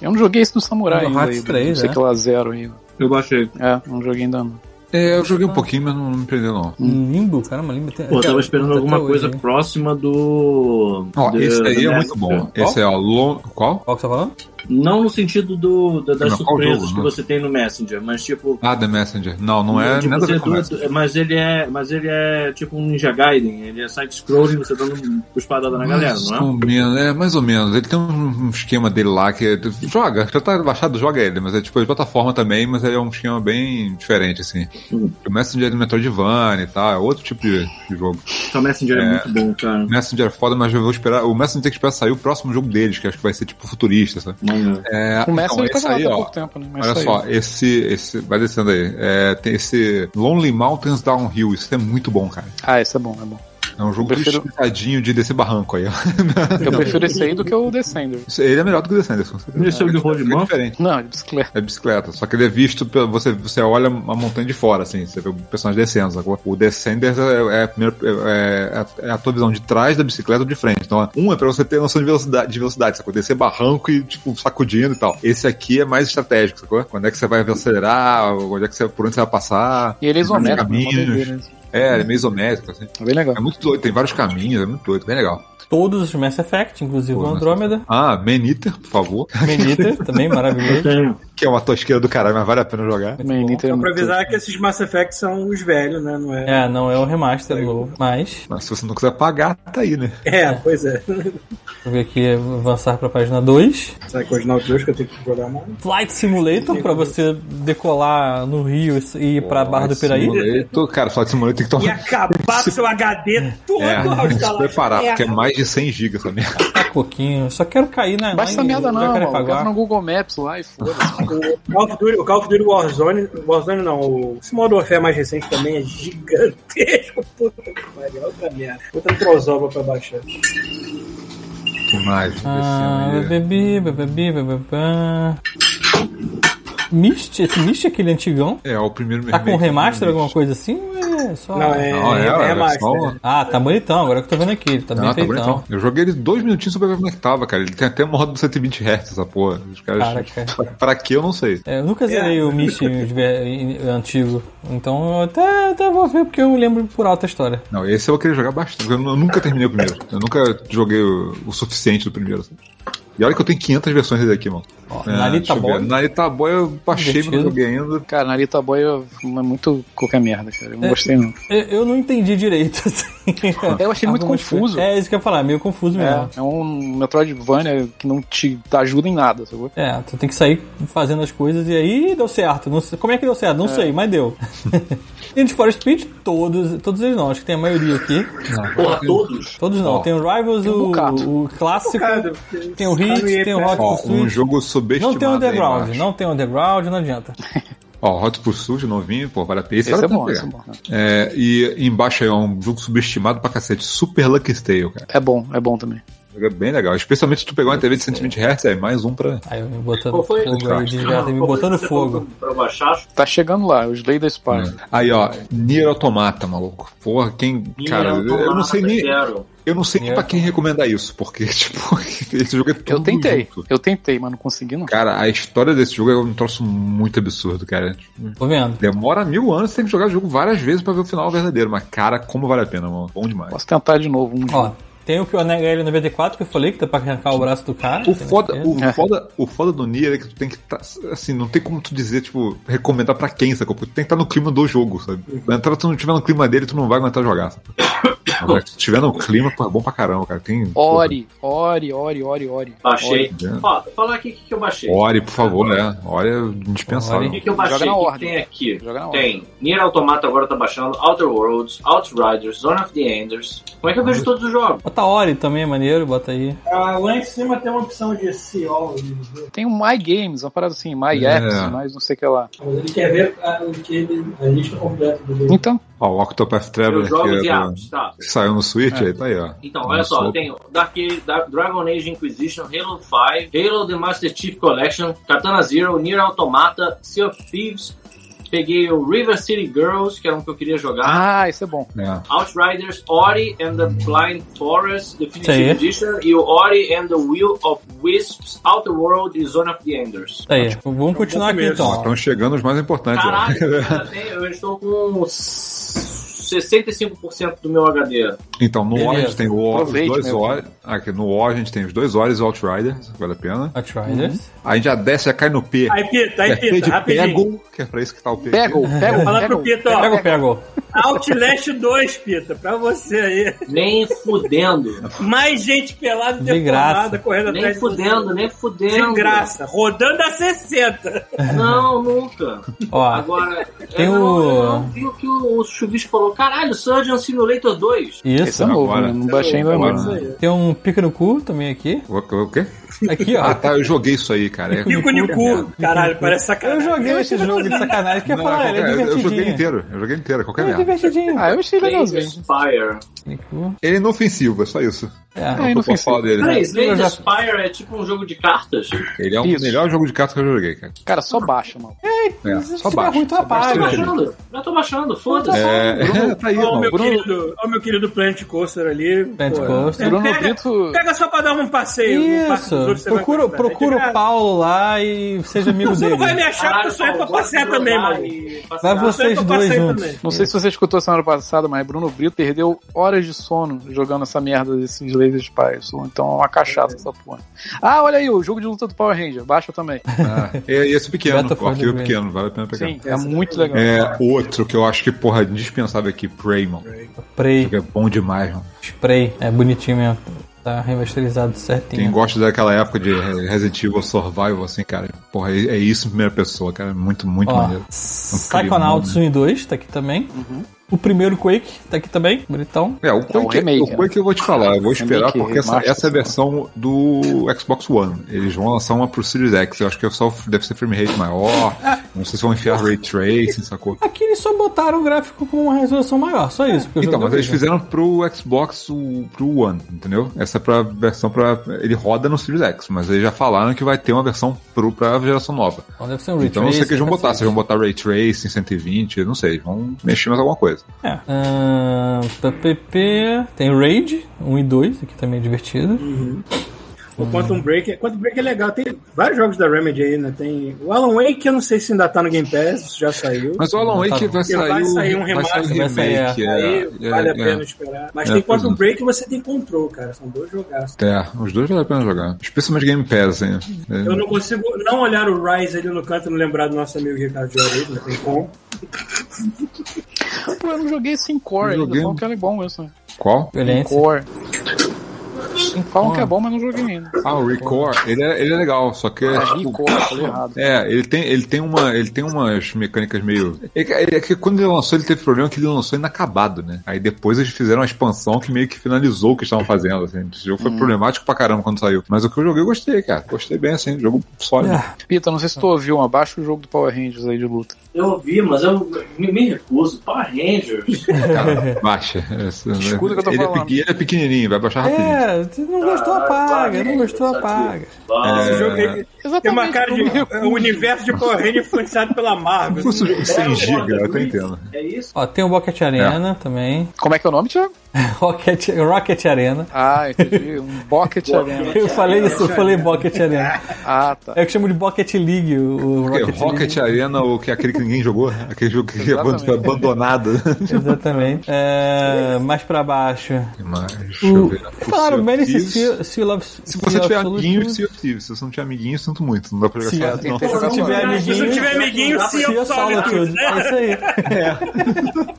[SPEAKER 1] Eu não joguei isso no Samurai
[SPEAKER 4] No
[SPEAKER 1] ainda.
[SPEAKER 4] Hats
[SPEAKER 1] aí, do-
[SPEAKER 4] 3,
[SPEAKER 1] não sei
[SPEAKER 4] né?
[SPEAKER 1] que lá zero ainda.
[SPEAKER 10] Eu baixei.
[SPEAKER 1] É, não joguei ainda não.
[SPEAKER 7] É, eu joguei um pouquinho, mas não, não me prendeu, não.
[SPEAKER 1] Hum.
[SPEAKER 4] Limbo, caramba, Limbo tem...
[SPEAKER 10] Pô, eu
[SPEAKER 7] Então,
[SPEAKER 10] tava
[SPEAKER 4] Cara,
[SPEAKER 10] esperando
[SPEAKER 4] até
[SPEAKER 10] alguma
[SPEAKER 4] hoje,
[SPEAKER 10] coisa
[SPEAKER 4] hein?
[SPEAKER 10] próxima do.
[SPEAKER 7] Ó,
[SPEAKER 10] do-
[SPEAKER 7] esse aí
[SPEAKER 10] do
[SPEAKER 7] é
[SPEAKER 10] Next.
[SPEAKER 7] muito bom. Esse é o Long. Qual?
[SPEAKER 4] Qual que você tá falando?
[SPEAKER 10] Não no sentido do, da- das
[SPEAKER 7] Não, qual
[SPEAKER 10] surpresas
[SPEAKER 7] jogo,
[SPEAKER 10] que
[SPEAKER 7] né?
[SPEAKER 10] você tem no Messenger, mas tipo.
[SPEAKER 7] Ah, The Messenger. Não, não é
[SPEAKER 10] tipo,
[SPEAKER 7] nada a
[SPEAKER 10] você
[SPEAKER 7] ver com
[SPEAKER 10] é
[SPEAKER 7] Messenger.
[SPEAKER 10] doido, Mas ele é. Mas ele é tipo um Ninja Gaiden, ele é side-scrolling, você dando espadada na galera,
[SPEAKER 7] Mais
[SPEAKER 10] não é?
[SPEAKER 7] ou menos, é, mais ou menos. Ele tem um um esquema dele lá que é, joga, já tá baixado, joga ele, mas é tipo de plataforma também, mas ele é um esquema bem diferente, assim.
[SPEAKER 10] Hum.
[SPEAKER 7] O Messenger é do Metroidvania e tal, é outro tipo de, de jogo.
[SPEAKER 10] O Messenger é. muito bom, cara.
[SPEAKER 7] O Messenger é foda, mas eu vou esperar. O Messenger tem que esperar sair o próximo jogo deles, que acho que vai ser tipo futurista, sabe?
[SPEAKER 10] Maneiro.
[SPEAKER 7] É,
[SPEAKER 1] O Messi
[SPEAKER 7] então,
[SPEAKER 1] ele
[SPEAKER 7] esse
[SPEAKER 1] tava lá
[SPEAKER 7] aí,
[SPEAKER 1] há
[SPEAKER 7] ó.
[SPEAKER 1] pouco tempo, né? Mas
[SPEAKER 7] Olha
[SPEAKER 1] saiu.
[SPEAKER 7] só, esse, esse. Vai descendo aí. É, tem esse Lonely Mountains Downhill, isso é muito bom, cara.
[SPEAKER 1] Ah, esse é bom, é bom.
[SPEAKER 7] É um jogo
[SPEAKER 1] Eu prefiro-
[SPEAKER 7] esticadinho de descer barranco aí. ó.
[SPEAKER 1] Eu prefiro esse aí do que o Descender.
[SPEAKER 7] Isso- Ele é melhor do que o Descenders, com certeza.
[SPEAKER 10] Esse é o de Roadman?
[SPEAKER 7] É diferente.
[SPEAKER 1] Não, de bicicleta.
[SPEAKER 7] É bicicleta, só que ele é visto, pela- você, você olha a montanha de fora, assim, você vê o personagem descendo, sacou? O Descenders é, é, a primeira- é- é a- é a tua visão de trás da bicicleta ou de frente. Então, um é pra você ter noção de velocidade, de velocidade, sacou? Descer barranco e, tipo, sacudindo e tal. Esse aqui é mais estratégico, sacou? Quando é que você vai acelerar, onde é que você, por onde você vai passar.
[SPEAKER 1] E ele é isométrico, né? Uma
[SPEAKER 7] Caminhos.
[SPEAKER 1] doideira, né?
[SPEAKER 7] É, ele é meio isométrico, assim.
[SPEAKER 1] É bem legal.
[SPEAKER 7] É muito doido, tem vários caminhos, é muito doido, bem legal.
[SPEAKER 4] Todos os Mass Effect, inclusive
[SPEAKER 7] Pô,
[SPEAKER 4] o Andrômeda.
[SPEAKER 7] Ah, Maniter, por favor,
[SPEAKER 4] Menita, também maravilhoso.
[SPEAKER 10] Tenho.
[SPEAKER 7] que é uma tosqueira do caralho, mas vale a pena jogar.
[SPEAKER 1] Man, Nintendo é
[SPEAKER 5] Só pra
[SPEAKER 1] muito-
[SPEAKER 5] avisar que esses Mass Effect são os velhos, né? Não é?
[SPEAKER 4] É, não é o remaster novo, mas...
[SPEAKER 7] Mas se você não quiser pagar, tá aí, né?
[SPEAKER 5] É, pois é.
[SPEAKER 4] Deixa eu ver aqui, avançar pra página 2.
[SPEAKER 5] Sai com os Nautilus que eu tenho que jogar mais.
[SPEAKER 4] Flight Simulator pra você decolar no Rio e ir pra Barra do Piraí.
[SPEAKER 7] Simulator, cara, Flight Simulator tem que
[SPEAKER 5] E
[SPEAKER 7] tomar.
[SPEAKER 5] acabar com seu HD todo
[SPEAKER 7] É,
[SPEAKER 5] ao
[SPEAKER 7] tem que se
[SPEAKER 5] instalar.
[SPEAKER 7] preparar, porque é mais de 100 gigas essa merda.
[SPEAKER 4] Tá coquinho. Só quero cair na.
[SPEAKER 1] Baixa
[SPEAKER 4] na-
[SPEAKER 1] essa merda não, mano. Pega no
[SPEAKER 4] Jacarepaguá.
[SPEAKER 1] Google Maps lá e foda-se.
[SPEAKER 5] O Call of Duty, o Call of Duty Warzone, Warzone não, o- esse modo Warfare mais recente também é gigantesco. Puta que pariu, olha pra merda. Outra trozoba pra baixar.
[SPEAKER 7] Que mais?
[SPEAKER 4] Ah, bebi, bebi, Mist? Esse Mist é aquele antigão?
[SPEAKER 7] É, o primeiro
[SPEAKER 4] Tá com
[SPEAKER 7] remake,
[SPEAKER 4] remaster,
[SPEAKER 7] né?
[SPEAKER 4] alguma coisa assim? Ou é só...
[SPEAKER 5] Não, é,
[SPEAKER 7] Não, é,
[SPEAKER 5] é,
[SPEAKER 7] é,
[SPEAKER 5] remaster.
[SPEAKER 7] só-
[SPEAKER 4] Ah, tá bonitão, agora que eu tô vendo aqui. Ele tá bem
[SPEAKER 7] Ah, tá
[SPEAKER 4] feitão.
[SPEAKER 7] bonitão. Eu joguei ele dois minutinhos sobre como é que tava, cara. Ele tem até modo do 120 Hz, essa porra. Os caras.
[SPEAKER 4] Caraca.
[SPEAKER 7] Pra, pra que eu não sei.
[SPEAKER 4] É, eu nunca zerei o Mist
[SPEAKER 7] É.
[SPEAKER 4] de ver- em- antigo. Então eu até, até vou ver porque eu lembro por alta história.
[SPEAKER 7] Não, esse eu queria jogar bastante. porque Eu, nu- eu nunca terminei o primeiro. Eu nunca joguei o, o suficiente do primeiro. assim. E olha que eu tenho 500 versões dele aqui, mano.
[SPEAKER 4] Ó, tá Narita
[SPEAKER 7] É, deixa eu ver.
[SPEAKER 4] Boy.
[SPEAKER 7] Narita Boy eu baixei, mas não
[SPEAKER 4] Divertido.
[SPEAKER 7] joguei ainda.
[SPEAKER 1] Cara, Narita Boy é muito qualquer merda, cara. Eu não gostei não.
[SPEAKER 4] Eu, eu não entendi direito. assim.
[SPEAKER 1] Eu achei muito
[SPEAKER 4] Algumas
[SPEAKER 1] confuso.
[SPEAKER 4] coisas. É isso que eu ia falar, meio confuso mesmo.
[SPEAKER 1] É, é um Metroidvania que não te ajuda em nada, sacou?
[SPEAKER 4] É, tu tem que sair fazendo as coisas e aí deu certo. Não sei- como é que deu certo? Não sei, mas deu. Need for Speed, todos, todos eles não, acho que tem a maioria aqui.
[SPEAKER 6] Porra, todos?
[SPEAKER 4] Todos não,
[SPEAKER 7] Ó,
[SPEAKER 4] tem o Rivals,
[SPEAKER 1] tem um bocado.
[SPEAKER 4] o, o clássico,
[SPEAKER 5] Cara,
[SPEAKER 4] tem o Hit,
[SPEAKER 5] cara,
[SPEAKER 4] tem o Hot
[SPEAKER 7] Ó, um
[SPEAKER 4] Pursuit.
[SPEAKER 7] jogo subestimado.
[SPEAKER 4] não tem o
[SPEAKER 7] aí
[SPEAKER 4] Underground,
[SPEAKER 7] embaixo.
[SPEAKER 4] não tem o Underground, não adianta.
[SPEAKER 7] Ó, Hot Pursuit, novinho, pô, vale a pena. Esse,
[SPEAKER 1] Esse
[SPEAKER 7] vale
[SPEAKER 1] é
[SPEAKER 7] a pena
[SPEAKER 1] bom, esse é
[SPEAKER 7] pegar.
[SPEAKER 1] bom.
[SPEAKER 7] É, e embaixo aí, ó, um jogo subestimado pra cacete, Super Lucky Tale, cara.
[SPEAKER 1] É bom, é bom também.
[SPEAKER 7] Jogo é bem legal. Especialmente se tu pegar uma TV de 120 Hz, é mais um pra.
[SPEAKER 4] Aí eu me botando
[SPEAKER 6] Qual foi?
[SPEAKER 4] fogo aí, desgraça, me
[SPEAKER 6] Qual foi
[SPEAKER 4] botando
[SPEAKER 6] que você
[SPEAKER 4] fogo.
[SPEAKER 6] falou Pra baixar,
[SPEAKER 1] Tá chegando lá, os Slay da Spire.
[SPEAKER 7] Aí, ó, Nier Automata, maluco. Porra, quem. Cara, eu não sei nem.
[SPEAKER 6] é um
[SPEAKER 4] é-
[SPEAKER 6] Zero.
[SPEAKER 7] Eu não sei nem pra quem recomendar isso, porque, tipo, esse jogo é todo
[SPEAKER 1] Eu tentei,
[SPEAKER 7] junto.
[SPEAKER 1] eu tentei, mas não consegui não.
[SPEAKER 7] Cara, a história desse jogo é um troço muito absurdo, cara.
[SPEAKER 4] Tô vendo.
[SPEAKER 7] Demora mil anos, você tem que jogar o jogo várias vezes pra ver o final verdadeiro. Mas, cara, como vale a pena, mano. Bom demais.
[SPEAKER 1] Posso tentar de novo um
[SPEAKER 4] Ó,
[SPEAKER 1] dia.
[SPEAKER 4] tem o que o NL94 que eu falei, que dá pra arrancar o braço do cara.
[SPEAKER 7] O foda, o,
[SPEAKER 1] É.
[SPEAKER 7] foda, o foda do Nier é que tu tem que tá, assim, não tem como tu dizer, tipo, recomendar tá pra quem, sacou? Tu tem que estar no clima do jogo, sabe? Entrar, tu não tiver no clima dele, tu não vai aguentar jogar, sabe? Agora, se tiver no clima, pô, é bom pra caramba, cara. Tem,
[SPEAKER 1] Ore, ore, ore, ore, ore.
[SPEAKER 6] Baixei.
[SPEAKER 7] Olha.
[SPEAKER 6] Ó, falar aqui o que que eu baixei.
[SPEAKER 7] pô, Ore, por favor, né? Ore é indispensável.
[SPEAKER 6] O que, que eu baixei?
[SPEAKER 1] Joga na
[SPEAKER 6] O que
[SPEAKER 1] ordem.
[SPEAKER 6] tem aqui?
[SPEAKER 1] Joga na
[SPEAKER 6] Tem Nier Automata agora tá baixando, Outer Worlds, Outriders, Zone of the Enders. Como é que eu vejo todos os jogos?
[SPEAKER 4] Bota Ori também, é maneiro, bota aí.
[SPEAKER 5] Ah, lá em cima tem uma opção de né? CEO.
[SPEAKER 1] Tem o My Games, uma parada assim, My
[SPEAKER 7] É.
[SPEAKER 1] Apps, mais não sei o que lá.
[SPEAKER 5] Mas ele quer ver a, o que ele, a lista completa do jogo.
[SPEAKER 1] Então,
[SPEAKER 7] Ó, o Octopath
[SPEAKER 6] Meus
[SPEAKER 7] Traveler
[SPEAKER 6] jogos
[SPEAKER 7] que
[SPEAKER 6] e
[SPEAKER 7] é do-
[SPEAKER 6] apps, tá?
[SPEAKER 7] que saiu no Switch, aí tá aí, ó.
[SPEAKER 6] Então,
[SPEAKER 7] Não
[SPEAKER 6] olha só,
[SPEAKER 7] sou-
[SPEAKER 6] eu tenho Dark, Dark- Dragon Age Inquisition, Halo 5, Halo The Master Chief Collection, Katana Zero, Nier Automata, Sea of Thieves, peguei o River City Girls, que era um que eu queria jogar,
[SPEAKER 1] ah, isso é bom.
[SPEAKER 7] É.
[SPEAKER 6] Outriders, Ori and the Blind Forest,
[SPEAKER 4] Isso aí.
[SPEAKER 6] Definitive Edition, e o Ori and the Will of Wisps, Outer World e Zone of the Enders.
[SPEAKER 4] Tá aí. Vamos continuar aqui
[SPEAKER 7] Ó,
[SPEAKER 4] então.
[SPEAKER 7] Estão chegando os mais importantes. ó.
[SPEAKER 6] Caralho, eu ainda tenho- eu estou com 65% do meu HD.
[SPEAKER 7] Então, no
[SPEAKER 4] Beleza.
[SPEAKER 7] War a gente tem o War, os
[SPEAKER 1] Aproveite, né,
[SPEAKER 7] dois
[SPEAKER 1] meu
[SPEAKER 7] War. Aqui, no War a gente tem os dois Wars e o Outriders, vale a pena.
[SPEAKER 4] Outriders.
[SPEAKER 7] Aí a gente já desce, já cai no P.
[SPEAKER 5] Tá Aí, Pita,
[SPEAKER 7] que
[SPEAKER 5] aí,
[SPEAKER 7] é P
[SPEAKER 5] Pita,
[SPEAKER 7] de
[SPEAKER 5] rapidinho.
[SPEAKER 7] Pego, que é pra isso que tá o P.
[SPEAKER 1] Pega, pega,
[SPEAKER 5] Fala pro
[SPEAKER 1] pega.
[SPEAKER 5] Pita, ó.
[SPEAKER 4] Pega, pega.
[SPEAKER 5] Outlast 2, Pita, pra você aí.
[SPEAKER 6] Nem fudendo.
[SPEAKER 5] Mais gente pelada e
[SPEAKER 4] De graça.
[SPEAKER 5] deformada correndo
[SPEAKER 6] Nem
[SPEAKER 5] atrás de você.
[SPEAKER 6] fudendo, nem fudendo.
[SPEAKER 5] De graça, rodando a 60.
[SPEAKER 6] Não, nunca.
[SPEAKER 4] Ó.
[SPEAKER 6] Agora,
[SPEAKER 4] Tem
[SPEAKER 6] eu, não,
[SPEAKER 4] o-
[SPEAKER 6] eu não vi o que o, o Chuvisco falou. Caralho, Surgeon Simulator 2.
[SPEAKER 1] Esse
[SPEAKER 4] Isso.
[SPEAKER 1] é novo,
[SPEAKER 7] Agora.
[SPEAKER 1] né? não baixei ainda
[SPEAKER 7] Agora.
[SPEAKER 1] não.
[SPEAKER 4] Tem um pica no cu também aqui.
[SPEAKER 7] O, o quê?
[SPEAKER 4] Aqui,
[SPEAKER 7] Ah,
[SPEAKER 4] ó.
[SPEAKER 7] tá, eu joguei isso aí, cara. É-
[SPEAKER 5] Pico no cu. Caralho, parece
[SPEAKER 4] Eu
[SPEAKER 5] sacanagem.
[SPEAKER 4] joguei esse jogo de sacanagem. Quer
[SPEAKER 7] Não,
[SPEAKER 4] falar? Ele
[SPEAKER 7] qualquer-
[SPEAKER 4] é
[SPEAKER 7] eu joguei
[SPEAKER 4] divertidinho.
[SPEAKER 7] inteiro, eu joguei inteiro, qualquer
[SPEAKER 4] É
[SPEAKER 7] merda.
[SPEAKER 4] divertidinho.
[SPEAKER 1] Ah, eu achei legalzinho.
[SPEAKER 6] Spire.
[SPEAKER 4] Pica-no-cu.
[SPEAKER 7] Ele é inofensivo, é só isso.
[SPEAKER 4] É.
[SPEAKER 1] É
[SPEAKER 7] não posso
[SPEAKER 1] inofensivo.
[SPEAKER 7] falar dele.
[SPEAKER 6] Peraí,
[SPEAKER 7] né?
[SPEAKER 4] eu
[SPEAKER 6] Slade
[SPEAKER 4] já-
[SPEAKER 6] Spire é tipo um jogo de cartas?
[SPEAKER 7] Ele é um dos
[SPEAKER 1] Isso.
[SPEAKER 7] melhores jogos de cartas que eu joguei, cara.
[SPEAKER 1] Cara, só baixa, mano.
[SPEAKER 7] É,
[SPEAKER 4] Se
[SPEAKER 7] só
[SPEAKER 4] tiver
[SPEAKER 7] baixa.
[SPEAKER 4] ruim, tá tu
[SPEAKER 7] só baixa,
[SPEAKER 6] Eu
[SPEAKER 7] tranquilo.
[SPEAKER 4] apaga.
[SPEAKER 6] tô baixando, eu tô baixando, foda-se.
[SPEAKER 7] É, tá aí,
[SPEAKER 5] Olha o
[SPEAKER 7] irmão.
[SPEAKER 5] meu,
[SPEAKER 7] Bruno,
[SPEAKER 5] querido, ó o meu querido Planet Coaster ali.
[SPEAKER 4] Planet
[SPEAKER 5] Pô, É,
[SPEAKER 4] Coaster.
[SPEAKER 1] Bruno
[SPEAKER 5] pega-
[SPEAKER 1] Brito.
[SPEAKER 5] Pega só pra dar um passeio. no parque dos outros,
[SPEAKER 4] Isso.
[SPEAKER 5] você vai
[SPEAKER 4] Procura,
[SPEAKER 5] gostar,
[SPEAKER 4] procura
[SPEAKER 5] tá de
[SPEAKER 4] o Paulo lá e seja amigo
[SPEAKER 5] Você não vai
[SPEAKER 4] dele.
[SPEAKER 5] me achar porque eu sou aí pra passear também, mano.
[SPEAKER 4] Vai
[SPEAKER 5] Sou eu
[SPEAKER 4] Tá vocês
[SPEAKER 5] pra
[SPEAKER 4] dois
[SPEAKER 5] passear
[SPEAKER 4] juntos.
[SPEAKER 5] também.
[SPEAKER 1] Não sei se você escutou semana passada, mas Bruno Brito perdeu horas de sono jogando essa merda desses Laser Spies. Então é uma cachaça essa porra. Ah, olha aí, o jogo de luta do Power Ranger. Baixa também.
[SPEAKER 7] ah, é esse pequeno,
[SPEAKER 4] Beta
[SPEAKER 7] o arquivo
[SPEAKER 4] Forge
[SPEAKER 7] pequeno, vale a pena pegar.
[SPEAKER 1] Sim, é muito legal.
[SPEAKER 7] É outro que eu acho que, porra, é indispensável aqui, Preyman.
[SPEAKER 4] Spray.
[SPEAKER 7] É bom demais, mano.
[SPEAKER 4] Spray. É bonitinho mesmo. Tá remasterizado
[SPEAKER 7] Quem
[SPEAKER 4] certinho.
[SPEAKER 7] gosta daquela época de Resident Evil Survival, assim, cara, porra, é é isso em primeira pessoa, cara. é Muito, muito
[SPEAKER 4] Ó,
[SPEAKER 7] maneiro.
[SPEAKER 4] Psychonauts 1 e 2 tá aqui também. O primeiro Quake tá aqui também. Bonitão.
[SPEAKER 7] É, o
[SPEAKER 1] É um
[SPEAKER 7] Quake,
[SPEAKER 1] remake,
[SPEAKER 7] o Quake eu vou te falar, eu vou esperar
[SPEAKER 1] Remake,
[SPEAKER 7] porque essa,
[SPEAKER 1] remaster,
[SPEAKER 7] essa é a versão do Xbox One. Eles vão lançar uma pro Series X, eu acho que é só, deve ser frame rate maior, não sei se vão enfiar ray tracing, sacou?
[SPEAKER 4] Aqui eles só botaram o gráfico com uma resolução maior. Só isso. porque o
[SPEAKER 7] Então,
[SPEAKER 4] jogo
[SPEAKER 7] mas
[SPEAKER 4] é
[SPEAKER 7] eles
[SPEAKER 4] horrível.
[SPEAKER 7] fizeram pro Xbox, o- pro One, entendeu? Essa é pra versão pra. Ele roda no Series X, mas eles já falaram que vai ter uma versão pro, pra geração nova.
[SPEAKER 4] Então deve ser um
[SPEAKER 7] Então eu sei que eles vão botar, se
[SPEAKER 4] Retrace.
[SPEAKER 7] eles vão botar Ray Tracing 120, eu não sei, vão mexer mais alguma coisa.
[SPEAKER 4] É. Ahn, PPP. Tem Raid 1 e 2, aqui também é divertido.
[SPEAKER 5] O Quantum Break, Quantum Break é legal. Tem vários jogos da Remedy aí, né? Tem o Alan Wake, que eu não sei se ainda tá no Game Pass, isso já saiu.
[SPEAKER 7] Mas o Alan
[SPEAKER 4] Não tá
[SPEAKER 7] Wake
[SPEAKER 4] bom.
[SPEAKER 7] vai sair,
[SPEAKER 5] vai
[SPEAKER 7] o-
[SPEAKER 5] sair um
[SPEAKER 7] vai sair
[SPEAKER 4] remaster, vai
[SPEAKER 7] remake, é,
[SPEAKER 5] aí vale a
[SPEAKER 7] é,
[SPEAKER 5] pena esperar. Mas
[SPEAKER 7] É,
[SPEAKER 5] tem
[SPEAKER 7] pois
[SPEAKER 5] Quantum
[SPEAKER 7] é.
[SPEAKER 5] Break e você tem Control, cara. São dois jogaços.
[SPEAKER 7] É, os dois vale a pena jogar. Especialmente Game Pass, hein? É,
[SPEAKER 5] Eu não consigo não olhar o Rise ali no canto e não lembrar do nosso amigo Ricardo de Areia, né? Tem como.
[SPEAKER 1] Pô, eu não joguei sem core
[SPEAKER 7] Eu
[SPEAKER 1] ainda.
[SPEAKER 7] joguei-
[SPEAKER 1] Falam que é bom isso, né?
[SPEAKER 7] Qual?
[SPEAKER 4] Violência.
[SPEAKER 1] Core. Falam que é bom, mas não joguei ainda.
[SPEAKER 7] Ah, o Record, ele é, ele é legal, só que é,
[SPEAKER 1] Ah,
[SPEAKER 7] tipo,
[SPEAKER 1] e core, falei errado.
[SPEAKER 7] É, ele tem, ele tem uma, ele tem umas mecânicas meio. É que, é que quando ele lançou, ele teve problema que ele lançou inacabado, né? Aí depois eles fizeram uma expansão que meio que finalizou o que estavam fazendo. Assim. Esse jogo foi
[SPEAKER 1] Hum.
[SPEAKER 7] problemático pra caramba quando saiu. Mas o que eu joguei, eu gostei, cara. Gostei bem, assim, jogo sólido.
[SPEAKER 4] Ah,
[SPEAKER 1] Pita, não sei se tu ouviu, mas baixa o jogo do Power Rangers aí de luta.
[SPEAKER 6] Eu ouvi, mas eu me, me recuso. Power Rangers.
[SPEAKER 7] É. Cara, baixa.
[SPEAKER 1] Escuta o que eu tô
[SPEAKER 7] ele É
[SPEAKER 1] falando.
[SPEAKER 7] pequ- ele é pequenininho, vai baixar rapidinho.
[SPEAKER 4] É, se não gostou,
[SPEAKER 6] Ah,
[SPEAKER 4] apaga. Não
[SPEAKER 6] Power
[SPEAKER 4] gostou,
[SPEAKER 6] Rangers,
[SPEAKER 4] apaga.
[SPEAKER 6] Vai.
[SPEAKER 7] É,
[SPEAKER 5] Esse jogo aí
[SPEAKER 1] Exatamente.
[SPEAKER 5] tem uma cara de
[SPEAKER 1] Bruno Brito.
[SPEAKER 5] é, o universo de Power Ranger influenciado pela Marvel.
[SPEAKER 7] Se fosse um jogo de 100 GB, eu tô entendendo.
[SPEAKER 6] É isso?
[SPEAKER 4] Ó, tem o Rocket Arena também.
[SPEAKER 1] Como é que é o nome, Thiago?
[SPEAKER 4] Rocket, Rocket Arena.
[SPEAKER 1] Ah, entendi. Um Bucket Arena.
[SPEAKER 4] Eu falei isso, eu falei Rocket Arena.
[SPEAKER 1] Ah, tá.
[SPEAKER 4] É que eu chamo de Rocket League, o, o
[SPEAKER 7] Porque
[SPEAKER 4] Rocket,
[SPEAKER 7] é Rocket
[SPEAKER 4] League.
[SPEAKER 7] Arena, o que é aquele que ninguém jogou, aquele jogo que
[SPEAKER 1] Exatamente.
[SPEAKER 7] foi abandonado.
[SPEAKER 4] Exatamente. É, mais pra baixo.
[SPEAKER 7] Mas, deixa eu ver.
[SPEAKER 4] Falaram bem nesse
[SPEAKER 7] Thieves.
[SPEAKER 4] Seal Seal of
[SPEAKER 7] Se você
[SPEAKER 4] Seal
[SPEAKER 7] tiver
[SPEAKER 4] of
[SPEAKER 7] amiguinho,
[SPEAKER 4] Solitude.
[SPEAKER 7] Sea of Thieves. Se você não tiver amiguinho, sinto muito. Não dá pra
[SPEAKER 4] Sim,
[SPEAKER 7] jogar
[SPEAKER 4] tem-
[SPEAKER 7] só
[SPEAKER 4] tem- se
[SPEAKER 7] essa, não.
[SPEAKER 4] tiver
[SPEAKER 5] Se não
[SPEAKER 4] amiguinho,
[SPEAKER 5] tiver amiguinho, se
[SPEAKER 4] Seal
[SPEAKER 5] eu
[SPEAKER 4] of Solitude. É isso aí.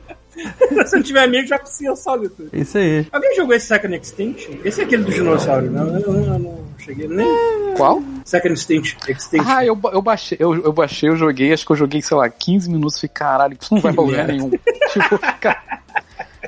[SPEAKER 5] Se não tiver amigo, já precisa solitude.
[SPEAKER 4] Isso aí.
[SPEAKER 5] Alguém jogou esse Second Extinction? Esse é aquele do dinossauro, não? Eu, eu- eu não cheguei nem.
[SPEAKER 1] Qual?
[SPEAKER 5] Second Extinction. Extinction.
[SPEAKER 1] Ah, eu, ba- eu baixei, eu, eu baixei, eu joguei, acho que eu joguei, sei lá, 15 minutos, falei, caralho, isso não vai pra lugar
[SPEAKER 5] merda.
[SPEAKER 1] nenhum. tipo, cara,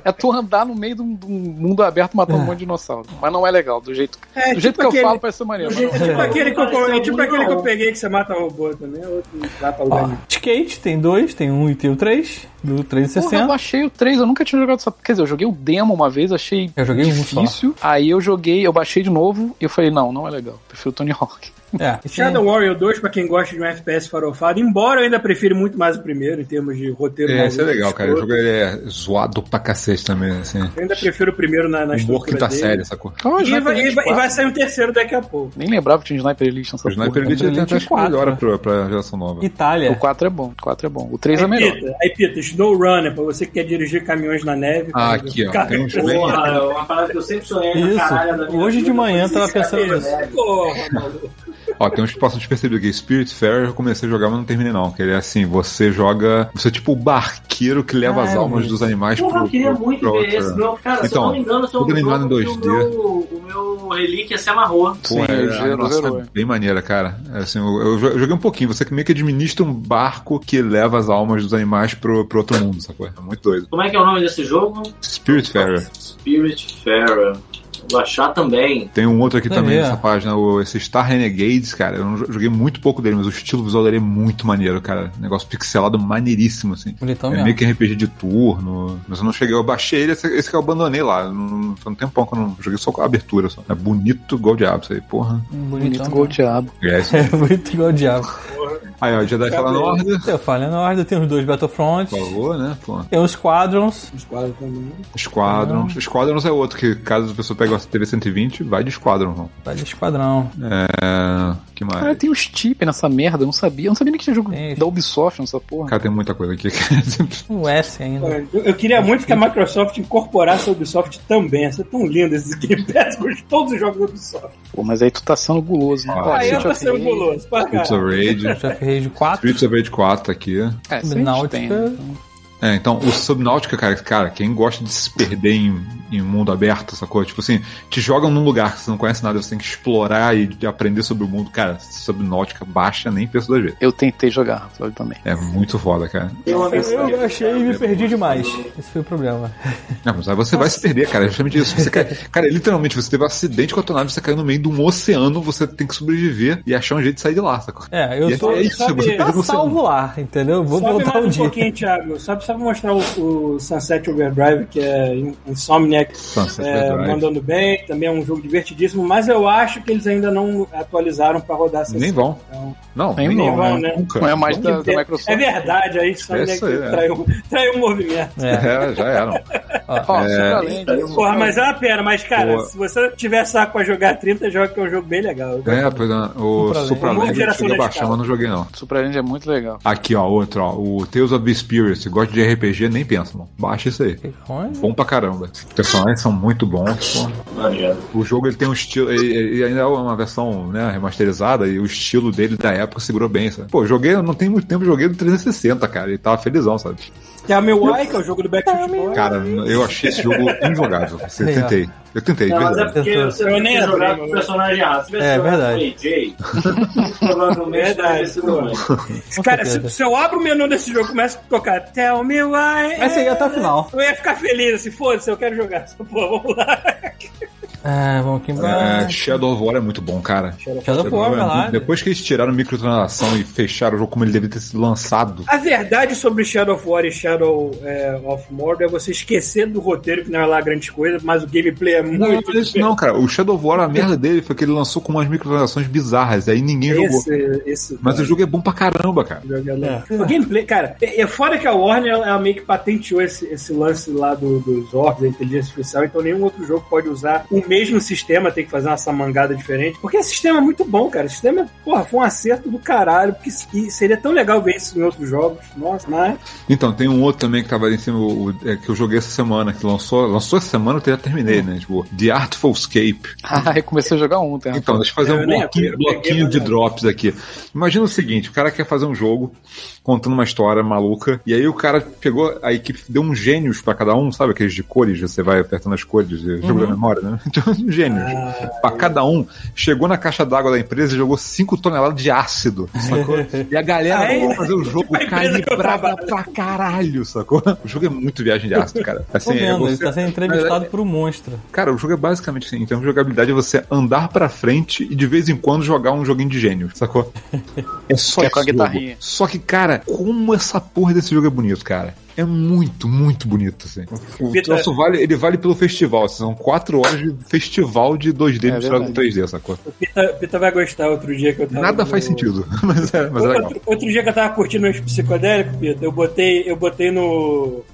[SPEAKER 1] é tu andar no meio de um, de um mundo aberto matando um monte de dinossauro. Mas não é legal, do jeito,
[SPEAKER 5] É,
[SPEAKER 1] do jeito
[SPEAKER 5] tipo
[SPEAKER 1] que eu
[SPEAKER 5] aquele-
[SPEAKER 1] falo parece ser maneiro. mas
[SPEAKER 5] É
[SPEAKER 1] não.
[SPEAKER 5] tipo aquele, que eu,
[SPEAKER 6] Pareceu
[SPEAKER 5] é tipo
[SPEAKER 6] muito
[SPEAKER 5] aquele que eu
[SPEAKER 6] bom.
[SPEAKER 5] peguei que você mata robô também, é outro não dá pra lugar
[SPEAKER 4] Ó,
[SPEAKER 5] nenhum.
[SPEAKER 4] skate tem dois, tem um e tem o três, do
[SPEAKER 1] Porra, eu
[SPEAKER 4] 360.
[SPEAKER 1] baixei o 3, eu nunca tinha jogado essa. Quer dizer, eu joguei o demo uma vez, achei
[SPEAKER 4] Eu joguei um só.
[SPEAKER 1] difícil. Aí eu joguei, eu baixei de novo e eu falei, não, não é legal. Prefiro Tony Hawk.
[SPEAKER 4] É, esse
[SPEAKER 5] Shadow Warrior 2, pra quem gosta de um FPS farofado, embora eu ainda prefiro muito mais o primeiro em termos de roteiro.
[SPEAKER 7] É,
[SPEAKER 5] maluco,
[SPEAKER 7] isso é legal, cara. O
[SPEAKER 5] escroto.
[SPEAKER 7] jogo ele é zoado pra cacete também, assim.
[SPEAKER 5] Eu ainda prefiro o primeiro na, na
[SPEAKER 7] um Humor tá
[SPEAKER 5] estrutura
[SPEAKER 7] quinta
[SPEAKER 5] dele.
[SPEAKER 7] série, sacou?
[SPEAKER 1] Ah,
[SPEAKER 5] E
[SPEAKER 1] Sniper
[SPEAKER 5] vai, e
[SPEAKER 1] Elite
[SPEAKER 5] vai- e
[SPEAKER 1] 4.
[SPEAKER 5] vai sair um terceiro daqui a pouco.
[SPEAKER 1] Nem lembrava que tinha Sniper Elite nessa
[SPEAKER 7] O
[SPEAKER 1] porra. né?
[SPEAKER 7] Sniper Elite
[SPEAKER 4] Sniper
[SPEAKER 7] até
[SPEAKER 4] Elite
[SPEAKER 7] acho que
[SPEAKER 4] quatro.
[SPEAKER 7] melhora pra, pra geração nova.
[SPEAKER 1] O
[SPEAKER 4] Itália.
[SPEAKER 1] 4 é bom, o 4 é bom. O 3 é
[SPEAKER 5] Aí
[SPEAKER 1] melhor.
[SPEAKER 5] pita, aí pita, Snow Runner, pra você que quer dirigir caminhões na neve.
[SPEAKER 7] Ah,
[SPEAKER 5] cara.
[SPEAKER 7] aqui, ó.
[SPEAKER 5] Cara,
[SPEAKER 7] Tem uns bem.
[SPEAKER 6] Porra, é uma parada que eu sempre sonhei pra
[SPEAKER 4] Isso.
[SPEAKER 6] caralho da minha
[SPEAKER 4] Hoje de
[SPEAKER 6] vida.
[SPEAKER 4] manhã eu tava pensando
[SPEAKER 6] Cabelo,
[SPEAKER 4] nisso.
[SPEAKER 6] velho.
[SPEAKER 5] Porra, maluco.
[SPEAKER 7] Ó, tem uns que passam despercebidos aqui. Spirit Fair eu comecei a jogar, mas não terminei não. Que ele é assim, você joga. Você é tipo o barqueiro que leva as
[SPEAKER 4] Ah,
[SPEAKER 7] almas dos animais pro,
[SPEAKER 6] Porra, eu queria
[SPEAKER 7] pro-
[SPEAKER 6] muito
[SPEAKER 7] tipo, pra
[SPEAKER 6] ver
[SPEAKER 7] outra-
[SPEAKER 6] esse. Não, cara, se eu
[SPEAKER 7] Então,
[SPEAKER 6] não me engano, se eu
[SPEAKER 7] tudo animado em 2D.
[SPEAKER 6] o meu, o meu relíquia se amarrou.
[SPEAKER 7] Pô,
[SPEAKER 1] Sim,
[SPEAKER 7] é,
[SPEAKER 1] ele
[SPEAKER 7] a
[SPEAKER 1] zerou,
[SPEAKER 7] nossa,
[SPEAKER 1] zerou,
[SPEAKER 7] é bem maneira, cara. É Assim, eu, eu jo- eu joguei um pouquinho. Você meio que administra um barco que leva as almas dos animais pro, pro outro mundo, sacou? É muito doido.
[SPEAKER 6] Como é que é o nome desse jogo?
[SPEAKER 7] Spirit Fair.
[SPEAKER 6] Spirit Fair. Vou achar também.
[SPEAKER 7] Tem um outro aqui
[SPEAKER 4] É
[SPEAKER 7] também
[SPEAKER 4] mesmo.
[SPEAKER 7] nessa página, o- esse Star Renegades, cara. Eu não jo- joguei muito pouco dele, mas o estilo visual dele é muito maneiro, cara. Negócio pixelado maneiríssimo, assim.
[SPEAKER 4] Bonitão
[SPEAKER 7] é
[SPEAKER 4] Então mesmo.
[SPEAKER 7] meio que RPG de turno, mas eu não cheguei, eu baixei ele, esse, esse que eu abandonei lá. Não, foi um tempão que eu não joguei só com a abertura só. É bonito igual diabo isso aí, porra.
[SPEAKER 4] Bonitão.
[SPEAKER 1] Bonito gol diabo.
[SPEAKER 7] É, isso.
[SPEAKER 4] É, bonito igual o diabo.
[SPEAKER 7] aí, ó, Jedi Fallen Order,
[SPEAKER 4] Eu falei na ordem, tem os dois Battlefront,
[SPEAKER 7] por favor, né, pô.
[SPEAKER 4] tem os Squadrons.
[SPEAKER 5] Os quadros também.
[SPEAKER 7] Squadrons. Squadrons é outro que, caso a pessoa pegue uma TV 120, vai de Squadron. não.
[SPEAKER 4] Tá de esquadrão.
[SPEAKER 7] É, que mais?
[SPEAKER 1] Cara, tem os tip nessa merda, eu não sabia. Eu não sabia nem que tinha jogo
[SPEAKER 4] Tem.
[SPEAKER 1] da Ubisoft nessa porra.
[SPEAKER 7] Cara, tem muita coisa aqui.
[SPEAKER 4] O S ainda.
[SPEAKER 5] Olha, Eu, eu queria muito que a Microsoft incorporasse a Ubisoft também. Essa é tão linda esses Game Pass com todos os jogos da Ubisoft.
[SPEAKER 1] Pô, mas aí tu tá sendo guloso, né?
[SPEAKER 7] Ah,
[SPEAKER 1] Ó,
[SPEAKER 7] aí
[SPEAKER 5] Aí
[SPEAKER 1] City
[SPEAKER 5] eu tô
[SPEAKER 1] of
[SPEAKER 5] sendo
[SPEAKER 1] Rage.
[SPEAKER 5] guloso, pra
[SPEAKER 7] Streets of
[SPEAKER 5] caralho.
[SPEAKER 7] Rage.
[SPEAKER 4] Já Rage 4,
[SPEAKER 7] Streets of Rage 4 tá aqui.
[SPEAKER 1] É, isso a gente tem, né?
[SPEAKER 4] Subnáutica.
[SPEAKER 7] É, então, o Subnautica, cara, cara, quem gosta de se perder em, em mundo aberto, sacou? Tipo assim, te jogam num lugar que você não conhece nada, você tem que explorar e de aprender sobre o mundo. Cara, Subnautica baixa nem pensa duas vezes.
[SPEAKER 1] Eu tentei jogar, sabe, também.
[SPEAKER 7] É muito foda, cara.
[SPEAKER 4] Eu achei e me perdi demais. Esse foi o problema.
[SPEAKER 7] Não, mas aí você vai se perder, cara. É justamente isso. Você cai- cara, literalmente, você teve um acidente com a tua nave, você caiu no meio de um oceano, você tem que sobreviver e achar um jeito de sair de lá, sacou?
[SPEAKER 4] É, eu
[SPEAKER 7] E
[SPEAKER 4] tô.
[SPEAKER 7] é isso,
[SPEAKER 5] sabe,
[SPEAKER 7] você
[SPEAKER 4] Tá
[SPEAKER 7] perdeu um
[SPEAKER 4] salvo
[SPEAKER 7] segundo.
[SPEAKER 4] lá, entendeu? Vou
[SPEAKER 5] Sobe
[SPEAKER 4] voltar
[SPEAKER 5] mais
[SPEAKER 4] um
[SPEAKER 5] um
[SPEAKER 4] dia.
[SPEAKER 5] pouquinho, Thiago. Sobe só pra mostrar o, o Sunset Overdrive, que é Insomniac
[SPEAKER 7] Sunset
[SPEAKER 5] é,
[SPEAKER 7] Overdrive.
[SPEAKER 5] mandando bem. Também é um jogo divertidíssimo, mas eu acho que eles ainda não atualizaram pra rodar sem
[SPEAKER 7] Nem vão.
[SPEAKER 5] Então,
[SPEAKER 7] Não,
[SPEAKER 1] Nem
[SPEAKER 5] nem vão,
[SPEAKER 1] né?
[SPEAKER 5] né?
[SPEAKER 7] Nunca.
[SPEAKER 1] Não é mais da, da
[SPEAKER 5] É
[SPEAKER 1] Microsoft.
[SPEAKER 5] verdade, aí
[SPEAKER 7] É
[SPEAKER 5] Insomniac
[SPEAKER 7] isso aí, é.
[SPEAKER 5] traiu, traiu o um, movimento.
[SPEAKER 4] É.
[SPEAKER 7] É, já eram.
[SPEAKER 1] Ó,
[SPEAKER 7] É.
[SPEAKER 1] Supraland, aí,
[SPEAKER 5] Porra, mas é uma pena, mas cara,
[SPEAKER 7] Boa.
[SPEAKER 5] se você tiver saco pra jogar 30, joga que é um jogo bem legal.
[SPEAKER 7] É, pois é, o
[SPEAKER 4] Supra
[SPEAKER 7] Supra
[SPEAKER 5] Lembro.
[SPEAKER 7] Lembro eu cheguei a baixar,
[SPEAKER 5] Geração
[SPEAKER 7] mas não joguei não.
[SPEAKER 1] Supraland é muito legal.
[SPEAKER 7] Aqui, ó, outro, ó. O Tales of the Spirit. Gosta de RPG, nem pensa, mano. Baixa isso aí. Bom pra caramba. Os personagens são muito bons. pô.
[SPEAKER 6] Maneiro.
[SPEAKER 7] O jogo ele tem um estilo. Ele, ele ainda é uma versão né, remasterizada e o estilo dele da época segurou bem, sabe? Pô, joguei, não tem muito tempo, joguei do 360, cara. E tava felizão, sabe?
[SPEAKER 5] Tem a meu que é o jogo do Back to Boy.
[SPEAKER 7] Cara, eu achei esse jogo injogável. Eu
[SPEAKER 4] Legal.
[SPEAKER 7] tentei. Eu tentei, de
[SPEAKER 6] Não, mas é
[SPEAKER 7] verdade.
[SPEAKER 6] porque
[SPEAKER 4] Eu
[SPEAKER 6] você
[SPEAKER 5] nem
[SPEAKER 6] não tem
[SPEAKER 5] lembrei,
[SPEAKER 6] jogado com
[SPEAKER 5] mano.
[SPEAKER 6] o personagem errado.
[SPEAKER 4] É,
[SPEAKER 6] Se tivesse jogado
[SPEAKER 4] verdade.
[SPEAKER 6] com o AJ, provavelmente teria
[SPEAKER 5] Verdade,
[SPEAKER 6] sido
[SPEAKER 5] pô.
[SPEAKER 6] mais.
[SPEAKER 5] Cara, se, se eu abro o menu desse jogo e começo a tocar Tell me why.
[SPEAKER 4] Essa aí é até o final.
[SPEAKER 5] Eu ia ficar feliz, se foda-se, eu quero jogar. Pô, vamos lá.
[SPEAKER 4] É, vamos aqui
[SPEAKER 7] É,
[SPEAKER 4] embaixo.
[SPEAKER 7] Shadow of War é muito bom, cara.
[SPEAKER 4] Shadow of War, é vai lá.
[SPEAKER 7] é Depois que eles tiraram microtransação e fecharam o jogo como ele devia ter sido lançado,
[SPEAKER 5] A verdade sobre Shadow of War e Shadow é, of Mordor é você esquecer do roteiro, que não é lá grande coisa, mas o gameplay é
[SPEAKER 7] Não,
[SPEAKER 5] muito.
[SPEAKER 7] não é isso não, cara. O Shadow of War, a merda dele foi que ele lançou com umas microtransações bizarras, aí ninguém jogou.
[SPEAKER 5] esse, esse,
[SPEAKER 7] Mas o jogo é bom pra caramba, cara.
[SPEAKER 5] É. O gameplay, cara, é, é fora que a Warner ela, ela meio que patenteou esse, esse lance lá do- dos orbs, da inteligência artificial, então nenhum outro jogo pode usar o mesmo sistema, tem que fazer uma samangada diferente. Porque esse sistema é muito bom, cara. O sistema, porra, foi um acerto do caralho, porque se- e seria tão legal ver isso em outros jogos. Nossa, mas.
[SPEAKER 7] Então, tem um outro também que tava ali em cima, o- o- é, que eu joguei essa semana, que lançou, lançou essa semana, eu já
[SPEAKER 5] Hum.
[SPEAKER 7] terminei, né? Tipo, The Artful Escape.
[SPEAKER 1] Ah, eu comecei a jogar ontem. né?
[SPEAKER 7] Então, deixa eu fazer
[SPEAKER 5] É. Eu
[SPEAKER 7] um
[SPEAKER 5] nem
[SPEAKER 7] bloquinho,
[SPEAKER 5] abri, eu peguei,
[SPEAKER 7] bloquinho de
[SPEAKER 5] mas-
[SPEAKER 7] drops aqui. Imagina o seguinte, o cara quer fazer um jogo com contando uma história maluca. E aí o cara pegou, a equipe deu um gênios pra cada um, sabe? Aqueles de cores, você vai apertando as cores, e
[SPEAKER 5] Uhum.
[SPEAKER 7] jogo da memória, né? Então, um gênios.
[SPEAKER 5] ah,
[SPEAKER 7] pra cada um. Chegou na caixa d'água da empresa e jogou 5 toneladas de ácido, sacou? e a galera
[SPEAKER 5] Aí-
[SPEAKER 7] foi fazer o jogo
[SPEAKER 5] A empresa que eu
[SPEAKER 7] calibrada
[SPEAKER 5] trabalho.
[SPEAKER 7] pra caralho, sacou? O jogo é muito viagem de ácido, cara. Assim,
[SPEAKER 4] Tô
[SPEAKER 7] é
[SPEAKER 4] vendo, ele
[SPEAKER 7] você-
[SPEAKER 4] tá sendo entrevistado por um monstro.
[SPEAKER 7] Cara, o jogo é basicamente assim. Em termos de jogabilidade, é você andar pra frente e de vez em quando jogar um joguinho de gênio, sacou? É só
[SPEAKER 1] Que é com a
[SPEAKER 7] esse
[SPEAKER 1] guitarrinha.
[SPEAKER 7] jogo. Só que, cara, como essa porra desse jogo é bonito, cara. É muito, muito bonito, assim. O
[SPEAKER 5] Vitor-
[SPEAKER 7] troço vale, ele vale pelo festival. assim, São quatro horas de festival de 2D
[SPEAKER 1] É
[SPEAKER 7] misturado com
[SPEAKER 1] verdade.
[SPEAKER 7] 3D, sacou?
[SPEAKER 5] O Pita, Pita vai gostar outro dia que eu tava.
[SPEAKER 7] Nada
[SPEAKER 5] no-
[SPEAKER 7] faz sentido, mas é, mas é legal.
[SPEAKER 5] Outro, outro dia que eu tava curtindo meus psicodélicos, Pita, eu botei, eu botei no.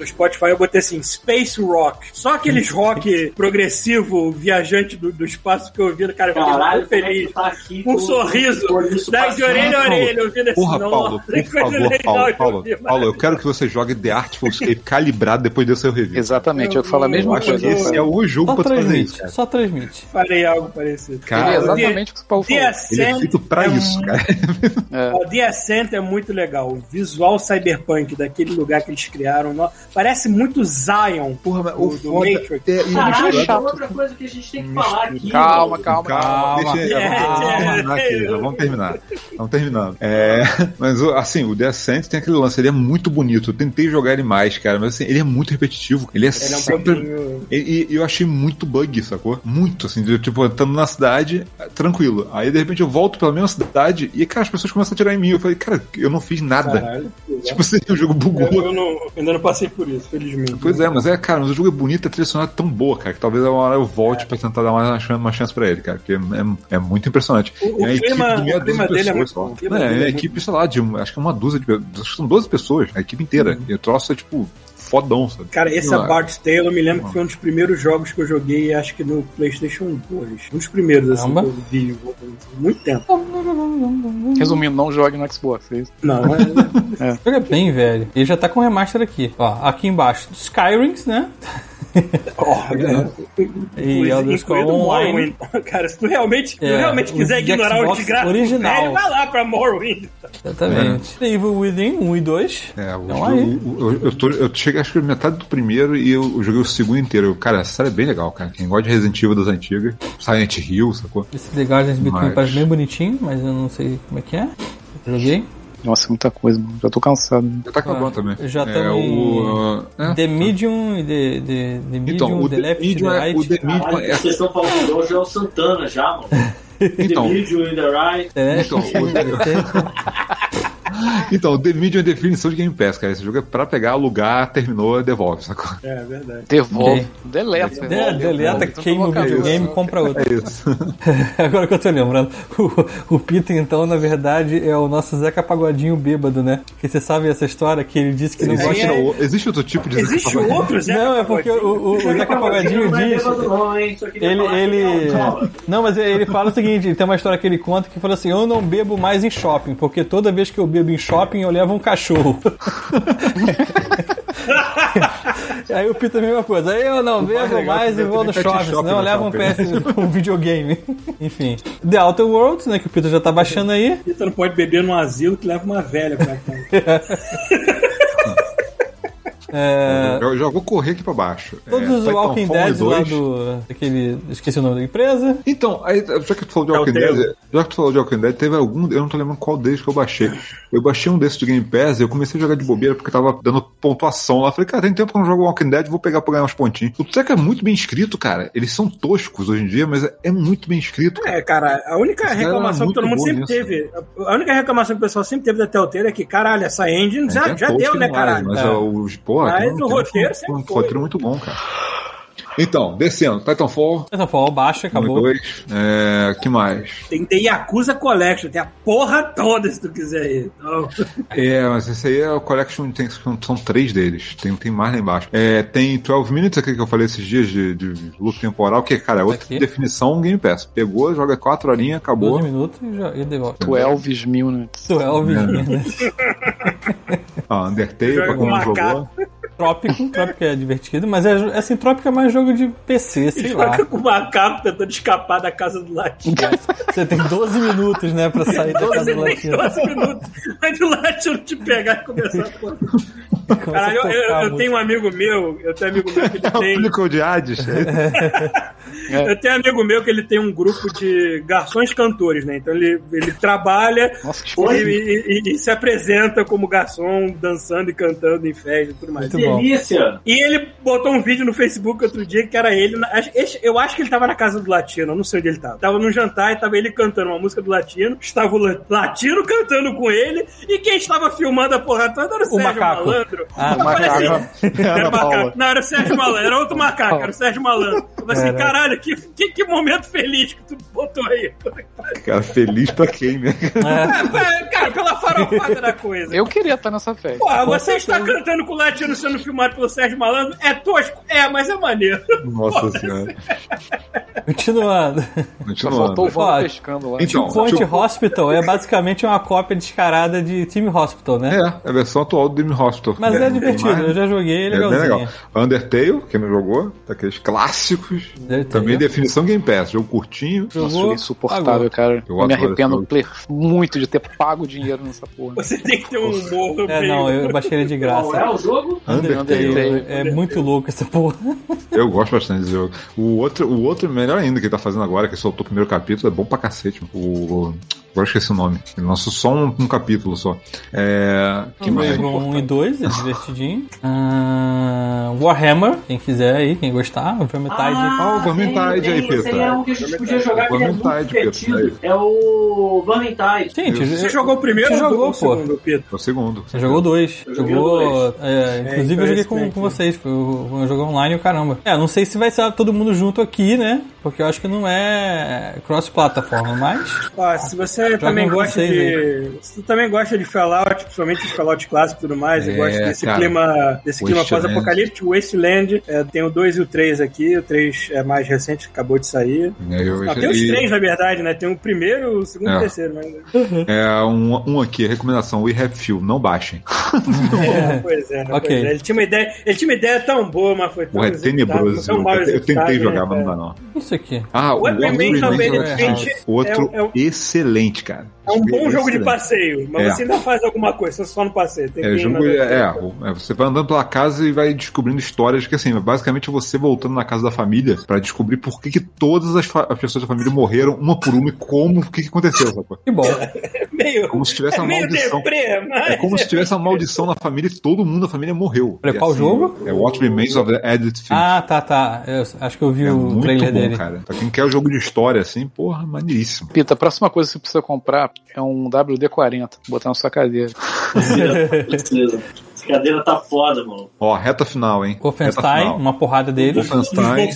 [SPEAKER 5] No Spotify eu botei assim, Space Rock. Só aqueles rock progressivo, viajante do, do espaço que eu ouvi, cara, eu fiquei
[SPEAKER 6] Caralho,
[SPEAKER 5] muito
[SPEAKER 6] como é que
[SPEAKER 5] feliz.
[SPEAKER 6] tu tá aqui
[SPEAKER 5] Um
[SPEAKER 6] com-
[SPEAKER 5] sorriso,
[SPEAKER 6] com o olho
[SPEAKER 5] da de
[SPEAKER 6] passando?
[SPEAKER 5] orelha a
[SPEAKER 7] Paulo.
[SPEAKER 5] orelha, assim, ouvindo esse
[SPEAKER 7] Porra,
[SPEAKER 5] nó.
[SPEAKER 7] Paulo, por
[SPEAKER 5] Que coisa
[SPEAKER 7] favor,
[SPEAKER 5] legal de
[SPEAKER 7] Paulo,
[SPEAKER 5] ouvir,
[SPEAKER 7] Paulo,
[SPEAKER 5] mano.
[SPEAKER 7] Paulo, eu quero que você jogue The Artful Escape calibrado depois do seu review.
[SPEAKER 1] Exatamente, eu falo a
[SPEAKER 7] Eu
[SPEAKER 1] mesma
[SPEAKER 7] acho que
[SPEAKER 1] coisa.
[SPEAKER 7] esse é o jogo
[SPEAKER 4] Só
[SPEAKER 7] pra tu fazer isso,
[SPEAKER 4] transmite,
[SPEAKER 7] cara.
[SPEAKER 4] só transmite.
[SPEAKER 5] Farei algo parecido.
[SPEAKER 1] Ele é
[SPEAKER 7] Cara,
[SPEAKER 1] exatamente o que o Paulo falou.
[SPEAKER 5] The
[SPEAKER 7] ele é
[SPEAKER 5] Ascent
[SPEAKER 7] feito pra
[SPEAKER 5] é
[SPEAKER 7] isso, cara.
[SPEAKER 5] O The Ascent é muito legal. O visual cyberpunk daquele lugar que eles criaram. no- Parece muito Zion.
[SPEAKER 7] Porra, mas o
[SPEAKER 5] Do- do
[SPEAKER 7] foda
[SPEAKER 5] Matrix.
[SPEAKER 7] é- e
[SPEAKER 6] Caralho,
[SPEAKER 7] misturado-
[SPEAKER 6] é outra coisa que a gente tem que
[SPEAKER 8] é
[SPEAKER 6] falar aqui.
[SPEAKER 1] Calma,
[SPEAKER 6] mano.
[SPEAKER 1] calma,
[SPEAKER 7] Calma,
[SPEAKER 4] Calma.
[SPEAKER 7] deixa eu-
[SPEAKER 5] É,
[SPEAKER 7] vamos terminar aqui, já vamos terminar. Vamos terminando. É, mas o- assim, o The Ascent tem aquele lance, ele é muito bonito. Eu tentei jogar ele mais, cara, mas assim, ele é muito repetitivo. Ele é
[SPEAKER 5] Ele é um
[SPEAKER 7] sempre.
[SPEAKER 5] pouquinho-
[SPEAKER 7] E, e eu achei muito bug, sacou? Muito, assim, de- tipo, estando na cidade, tranquilo. Aí de repente eu volto pela mesma cidade e, cara, as pessoas começam a tirar em mim. Eu falei, cara, eu não fiz nada.
[SPEAKER 5] Caralho. É,
[SPEAKER 7] Tipo assim, o jogo bugou.
[SPEAKER 5] Eu, eu não, ainda não passei por isso, felizmente.
[SPEAKER 7] Pois é, mas é, cara, mas o jogo é bonito, a trilha sonora é tão boa, cara, que talvez uma hora eu volte pra tentar dar mais uma chance, uma chance pra ele, cara, porque é, é muito impressionante.
[SPEAKER 5] O- o
[SPEAKER 7] é a equipe
[SPEAKER 5] clima-
[SPEAKER 7] de meia
[SPEAKER 5] o clima
[SPEAKER 7] dúzia de
[SPEAKER 5] dele é
[SPEAKER 7] pessoas
[SPEAKER 5] muito
[SPEAKER 7] só.
[SPEAKER 5] bom, o clima
[SPEAKER 7] É,
[SPEAKER 5] dele
[SPEAKER 7] é
[SPEAKER 5] é
[SPEAKER 7] a
[SPEAKER 5] muito
[SPEAKER 7] equipe, sei lá, de, um- acho que é uma dúzia de acho que são 12 pessoas, a equipe inteira. E o troço é, tipo, fodão, sabe?
[SPEAKER 5] Uhum. Cara, esse
[SPEAKER 7] Sei lá.
[SPEAKER 5] Bard's Tale, eu me lembro que foi um dos primeiros jogos que eu joguei, acho que no Playstation 2. Um dos primeiros, assim,
[SPEAKER 4] Caramba.
[SPEAKER 5] que eu vi. assim, Muito tempo.
[SPEAKER 1] Resumindo, não jogue no Xbox, é isso?
[SPEAKER 5] Não,
[SPEAKER 4] Joga bem, velho. Ele já tá com remaster aqui. Ó, aqui embaixo. Skyrims, né? E Elder Scrolls
[SPEAKER 5] Incluindo
[SPEAKER 4] Online. né?
[SPEAKER 5] Morrowind. Cara, se tu realmente, se
[SPEAKER 4] É,
[SPEAKER 5] tu realmente
[SPEAKER 4] o
[SPEAKER 5] quiser
[SPEAKER 4] de
[SPEAKER 5] ignorar o
[SPEAKER 4] Xbox
[SPEAKER 5] de graça,
[SPEAKER 4] original.
[SPEAKER 5] velho, vai lá pra Morrowind.
[SPEAKER 4] Exatamente. The É. Evil Within 1 e 2.
[SPEAKER 7] É, o
[SPEAKER 4] Então,
[SPEAKER 7] jogo-
[SPEAKER 4] aí.
[SPEAKER 7] o- eu, eu, tô- eu cheguei acho que metade do primeiro e eu, eu joguei o segundo inteiro. Eu, Cara, essa série é bem legal, cara. Quem gosta de Resident Evil das antigas, Silent Hill, sacou?
[SPEAKER 4] Esse legal Legends Between
[SPEAKER 7] Mas-
[SPEAKER 4] parece bem bonitinho, mas eu não sei como é que é. Joguei.
[SPEAKER 1] Nossa, é muita coisa, mano. Já tô cansado.
[SPEAKER 7] Já tá acabando
[SPEAKER 4] Ah,
[SPEAKER 7] também.
[SPEAKER 4] já
[SPEAKER 7] é,
[SPEAKER 4] tamo em-
[SPEAKER 7] o, é,
[SPEAKER 4] The Medium e The, the, the Medium,
[SPEAKER 7] Então, o
[SPEAKER 4] The,
[SPEAKER 7] The
[SPEAKER 4] Left,
[SPEAKER 7] Medium
[SPEAKER 4] The
[SPEAKER 7] é-
[SPEAKER 4] Right.
[SPEAKER 7] o The Medium
[SPEAKER 6] Caralho,
[SPEAKER 7] é-
[SPEAKER 6] vocês estão falando de hoje é o Santana já, mano.
[SPEAKER 7] Então.
[SPEAKER 6] The Medium in the Right.
[SPEAKER 4] The Left,
[SPEAKER 7] Então, o- Então, The Medium é definição de Game Pass, cara. Esse jogo é pra pegar, alugar, terminou, devolve, sacou?
[SPEAKER 5] É verdade.
[SPEAKER 1] Devolve. Deleta.
[SPEAKER 4] The-
[SPEAKER 1] devolve.
[SPEAKER 4] É, deleta,
[SPEAKER 1] Então,
[SPEAKER 4] queima o
[SPEAKER 1] coloca
[SPEAKER 4] videogame,
[SPEAKER 1] isso.
[SPEAKER 4] compra outro.
[SPEAKER 7] É isso.
[SPEAKER 4] Agora que eu tô lembrando, o, o Peter, então, na verdade, é o nosso Zeca Pagodinho bêbado, né? Que você sabe essa história que ele disse que não gosta
[SPEAKER 7] Existe, o- existe outro tipo de.
[SPEAKER 5] Existe né? outro Zé
[SPEAKER 4] Não, é porque o, o, o Zeca Pagodinho
[SPEAKER 6] não é
[SPEAKER 4] diz.
[SPEAKER 6] bêbado não, hein? Isso aqui não é
[SPEAKER 4] Ele,
[SPEAKER 6] falar
[SPEAKER 4] ele.
[SPEAKER 6] que não, calma.
[SPEAKER 4] Não, mas ele fala o seguinte: tem uma história que ele conta que fala assim: eu não bebo mais em shopping, porque toda vez que eu bebo em shopping eu levo um cachorro. Aí o Peter, a mesma coisa. Aí eu não
[SPEAKER 7] mais
[SPEAKER 4] bebo
[SPEAKER 7] legal é que
[SPEAKER 4] mais e
[SPEAKER 7] deve
[SPEAKER 4] vou
[SPEAKER 7] ter
[SPEAKER 4] no
[SPEAKER 7] pet
[SPEAKER 4] shopping,
[SPEAKER 7] shop
[SPEAKER 4] senão eu
[SPEAKER 7] no
[SPEAKER 4] levo um
[SPEAKER 7] shopping. né?"
[SPEAKER 4] PS, um videogame. Enfim. The Outer Worlds, né? Que o Peter já tá baixando aí.
[SPEAKER 5] Você não pode beber num asilo que leva uma velha pra cá.
[SPEAKER 4] É,
[SPEAKER 7] Eu já vou correr aqui pra baixo.
[SPEAKER 4] todos
[SPEAKER 7] É,
[SPEAKER 4] os
[SPEAKER 7] Titanfall
[SPEAKER 4] Walking Dead
[SPEAKER 7] 2.
[SPEAKER 4] lá do. Daquele, esqueci o nome da empresa.
[SPEAKER 7] Então, aí, já que tu falou de Walking
[SPEAKER 5] Telltale.
[SPEAKER 7] Dead, já que tu falou de Walking Dead, teve algum. Eu não tô lembrando qual deles que eu baixei. Eu baixei um desses de Game Pass e eu comecei a jogar de bobeira porque tava dando pontuação lá. Falei, cara, tem tempo que eu não jogo Walking Dead, vou pegar pra ganhar uns pontinhos. O Teca é muito bem escrito, cara. Eles são toscos hoje em dia, mas é- é muito bem escrito, cara.
[SPEAKER 5] É, cara, a única
[SPEAKER 7] Esse cara
[SPEAKER 5] reclamação
[SPEAKER 7] era
[SPEAKER 5] que todo mundo
[SPEAKER 7] muito
[SPEAKER 5] sempre
[SPEAKER 7] bom
[SPEAKER 5] teve, a única reclamação que o pessoal sempre teve da Telltale é que, caralho, essa engine já,
[SPEAKER 7] Tem
[SPEAKER 5] já
[SPEAKER 7] todos
[SPEAKER 5] deu,
[SPEAKER 7] que
[SPEAKER 5] né,
[SPEAKER 7] não fazem,
[SPEAKER 5] caralho?
[SPEAKER 7] É Mas
[SPEAKER 4] É.
[SPEAKER 7] ó, os, porra,
[SPEAKER 5] Mas
[SPEAKER 7] tem
[SPEAKER 5] o
[SPEAKER 7] tem
[SPEAKER 5] roteiro
[SPEAKER 7] um,
[SPEAKER 5] sempre
[SPEAKER 7] um
[SPEAKER 5] foi.
[SPEAKER 7] roteiro muito bom, cara. Então, descendo, Titanfall,
[SPEAKER 4] Titanfall baixa, acabou.
[SPEAKER 7] 2, é, que mais?
[SPEAKER 5] Tem que ter Yakuza Collection, tem a porra toda se tu quiser ir. Então,
[SPEAKER 7] É, mas esse aí é o Collection, tem, são três deles, tem, tem mais lá embaixo. É, tem 12 Minutes, aquele que eu falei esses dias de, de luto temporal, que, cara, é outra
[SPEAKER 4] Aqui.
[SPEAKER 7] definição Game Pass. Pegou, joga 4 horinhas,
[SPEAKER 4] 12
[SPEAKER 7] acabou.
[SPEAKER 4] minutos e já e devolve.
[SPEAKER 1] 12 mil, né?
[SPEAKER 4] 12 minutos.
[SPEAKER 7] Ah, Undertale,
[SPEAKER 5] Joga
[SPEAKER 7] pra quem
[SPEAKER 5] com
[SPEAKER 7] não
[SPEAKER 5] macaco.
[SPEAKER 7] jogou.
[SPEAKER 4] Trópico. Trópico é divertido, mas é, jo- assim, Trópico é mais jogo de PC,
[SPEAKER 5] Ele
[SPEAKER 4] sei lá.
[SPEAKER 5] joga com o macaco tentando escapar da casa do latinho.
[SPEAKER 4] Você tem 12 minutos, né, pra sair da casa do
[SPEAKER 5] 12,
[SPEAKER 4] latino.
[SPEAKER 5] 12 minutos. Aí do latino te pegar e começar a correr. Cara, eu, eu- eu tenho um amigo meu, eu tenho um amigo meu que ele
[SPEAKER 7] É o
[SPEAKER 5] tem.
[SPEAKER 7] Pickle de Hades.
[SPEAKER 5] Eu tenho um amigo meu que ele tem um grupo de garçons cantores, né? Então ele, ele trabalha
[SPEAKER 1] Nossa, que
[SPEAKER 5] e,
[SPEAKER 1] esquisito.
[SPEAKER 5] e- e- e se apresenta como garçom, dançando e cantando em festa e tudo mais.
[SPEAKER 4] Muito bom.
[SPEAKER 6] Delícia!
[SPEAKER 5] E ele botou um vídeo no Facebook outro dia que era ele. na- acho- esse- Eu acho que ele tava na casa do Latino, eu não sei onde ele tava. Tava num jantar e tava ele cantando uma música do Latino. Estava o La- Latino cantando com ele. E quem estava filmando a porra toda era o, Sérgio
[SPEAKER 4] macaco.
[SPEAKER 5] Malandro.
[SPEAKER 4] Ah,
[SPEAKER 5] Eu falei assim, era
[SPEAKER 7] Ana
[SPEAKER 5] o macaco.
[SPEAKER 7] Paula.
[SPEAKER 5] Não, era o Sérgio Malandro, era outro macaco, era o Sérgio Malandro. Eu falei assim,
[SPEAKER 4] Caraca.
[SPEAKER 5] caralho, que, que, que momento feliz que tu botou aí.
[SPEAKER 7] Cara, feliz pra quem, né?
[SPEAKER 5] É, cara, pela farofada da coisa.
[SPEAKER 1] Eu queria estar nessa festa.
[SPEAKER 5] Porra, você está cantando com o Latino sendo filmado pelo Sérgio Malandro? É tosco? É, mas é maneiro.
[SPEAKER 7] Nossa senhora.
[SPEAKER 4] É, Continuando.
[SPEAKER 1] Só
[SPEAKER 7] Continuando.
[SPEAKER 1] faltou o
[SPEAKER 4] Ó,
[SPEAKER 1] Vando pescando lá.
[SPEAKER 7] Então,
[SPEAKER 4] Point
[SPEAKER 7] tipo,
[SPEAKER 4] Hospital é basicamente uma cópia descarada de Team Hospital, né?
[SPEAKER 7] é, é a versão atual do Dream Hospital.
[SPEAKER 4] Mas é,
[SPEAKER 7] Né?
[SPEAKER 4] divertido,
[SPEAKER 7] Mas-
[SPEAKER 4] eu já joguei, é
[SPEAKER 7] É bem
[SPEAKER 4] legalzinho.
[SPEAKER 7] legal. Undertale, quem não jogou, daqueles clássicos.
[SPEAKER 4] Undertale.
[SPEAKER 7] Também definição Game Pass, jogo curtinho.
[SPEAKER 1] Nossa,
[SPEAKER 4] Jogou,
[SPEAKER 1] jogo insuportável, cara.
[SPEAKER 7] Eu
[SPEAKER 1] Eu me
[SPEAKER 7] adoro
[SPEAKER 1] arrependo ple- muito de ter pago dinheiro nessa porra.
[SPEAKER 5] Você tem que ter um humor
[SPEAKER 4] É, não, eu baixei ele de
[SPEAKER 6] Qual
[SPEAKER 4] graça.
[SPEAKER 6] é o jogo?
[SPEAKER 7] Undertale.
[SPEAKER 1] Undertale.
[SPEAKER 4] É muito louco essa porra.
[SPEAKER 7] Eu gosto bastante desse jogo. O outro, o outro melhor ainda que ele tá fazendo agora, que soltou o primeiro capítulo, é bom pra cacete. mano. O. Agora eu esqueci o nome. Ele lançou só um, um capítulo só. É. Que
[SPEAKER 5] Uhum.
[SPEAKER 7] mais?
[SPEAKER 4] Lembro um e dois, é divertidinho. Ah, Warhammer, quem quiser aí, quem gostar, um Vermintide.
[SPEAKER 7] Ah, o Vermintide
[SPEAKER 6] tem,
[SPEAKER 7] aí,
[SPEAKER 6] tem. Esse aí
[SPEAKER 7] Petra.
[SPEAKER 6] é um que a gente podia jogar, que ele é muito
[SPEAKER 7] Vermintide, Petra,
[SPEAKER 6] divertido. É o Vermintide.
[SPEAKER 4] Gente,
[SPEAKER 7] eu-
[SPEAKER 5] Você
[SPEAKER 4] eu-
[SPEAKER 5] jogou o primeiro
[SPEAKER 4] Você
[SPEAKER 5] ou
[SPEAKER 4] jogou,
[SPEAKER 5] o segundo, Pedro?
[SPEAKER 7] É o segundo.
[SPEAKER 4] Você jogou dois.
[SPEAKER 6] joguei
[SPEAKER 4] Jogou. é, inclusive eu
[SPEAKER 7] então
[SPEAKER 4] joguei com,
[SPEAKER 5] infelizmente,
[SPEAKER 4] com
[SPEAKER 5] né?
[SPEAKER 4] vocês. Foi um um jogo online e o caramba. É, não sei se vai ser todo mundo junto aqui, né? Porque eu acho que não é cross-plataforma, mas.
[SPEAKER 5] Ó, se você também
[SPEAKER 4] com
[SPEAKER 5] gosta
[SPEAKER 4] vocês,
[SPEAKER 5] de. Se você também gosta de Fallout, principalmente de Fallout clássico e tudo mais, e
[SPEAKER 7] É,
[SPEAKER 5] gosta desse
[SPEAKER 7] cara.
[SPEAKER 5] clima, desse clima
[SPEAKER 7] Wasteland.
[SPEAKER 5] pós-apocalíptico, Wasteland, é, tem o 2 e o 3 aqui, o 3 é mais recente, que acabou de sair.
[SPEAKER 7] É, eu-
[SPEAKER 5] Ah, tem os
[SPEAKER 7] e-
[SPEAKER 5] três, na verdade, né? Tem o primeiro, o segundo e
[SPEAKER 7] É.
[SPEAKER 5] o terceiro, né? mas.
[SPEAKER 7] é um, um aqui, recomendação: We Have Few, não baixem.
[SPEAKER 5] Pois é, né?
[SPEAKER 4] Ok.
[SPEAKER 5] Pois é. Ele, tinha uma ideia, ele tinha uma ideia tão boa, mas tá foi tão.
[SPEAKER 7] Porra, é
[SPEAKER 5] executado,
[SPEAKER 7] tenebroso esse
[SPEAKER 5] tão
[SPEAKER 7] jogo.
[SPEAKER 5] mal
[SPEAKER 7] Eu
[SPEAKER 5] executado,
[SPEAKER 7] tentei
[SPEAKER 5] né,
[SPEAKER 7] jogar, mas não
[SPEAKER 5] cara?
[SPEAKER 7] dá não.
[SPEAKER 4] Isso aqui.
[SPEAKER 7] Ah, o
[SPEAKER 5] What
[SPEAKER 7] Outro
[SPEAKER 5] Remains também,
[SPEAKER 4] Remains é
[SPEAKER 5] gente,
[SPEAKER 7] Outro
[SPEAKER 5] é um-
[SPEAKER 7] excelente, cara.
[SPEAKER 5] É um bom jogo de
[SPEAKER 7] Excelente.
[SPEAKER 5] passeio, mas
[SPEAKER 7] É.
[SPEAKER 5] você ainda faz alguma coisa, você só não passeia. Tem
[SPEAKER 7] É,
[SPEAKER 5] que ir
[SPEAKER 7] jogo,
[SPEAKER 5] na-
[SPEAKER 7] é, é, o- é, você vai andando pela casa e vai descobrindo histórias que, assim, basicamente você voltando na casa da família pra descobrir por que, que todas as, fa- as pessoas da família morreram uma por uma e como, o que, que aconteceu, sabe?
[SPEAKER 4] Que bom.
[SPEAKER 7] É.
[SPEAKER 5] meio,
[SPEAKER 7] Como se tivesse
[SPEAKER 5] é
[SPEAKER 7] uma
[SPEAKER 5] meio
[SPEAKER 7] maldição.
[SPEAKER 5] deprê, mas...
[SPEAKER 7] É como se tivesse uma maldição na família e todo mundo da família morreu.
[SPEAKER 4] Olha,
[SPEAKER 7] E,
[SPEAKER 4] qual jogo?
[SPEAKER 7] É What Remains of the Edith Finch.
[SPEAKER 4] Ah, tá, tá. Eu acho que eu vi
[SPEAKER 7] é
[SPEAKER 4] o
[SPEAKER 7] muito
[SPEAKER 4] trailer
[SPEAKER 7] bom,
[SPEAKER 4] dele.
[SPEAKER 7] cara. Pra quem quer o jogo de história, assim, porra, maneiríssimo.
[SPEAKER 1] Pita, a próxima coisa que você precisa comprar é um WD-40, botar na sua cadeira.
[SPEAKER 6] Precisa, precisa. Essa cadeira tá foda, mano.
[SPEAKER 7] Ó, reta final, hein? Reta
[SPEAKER 4] Wolfenstein,
[SPEAKER 7] final.
[SPEAKER 4] uma porrada deles.
[SPEAKER 7] Wolfenstein,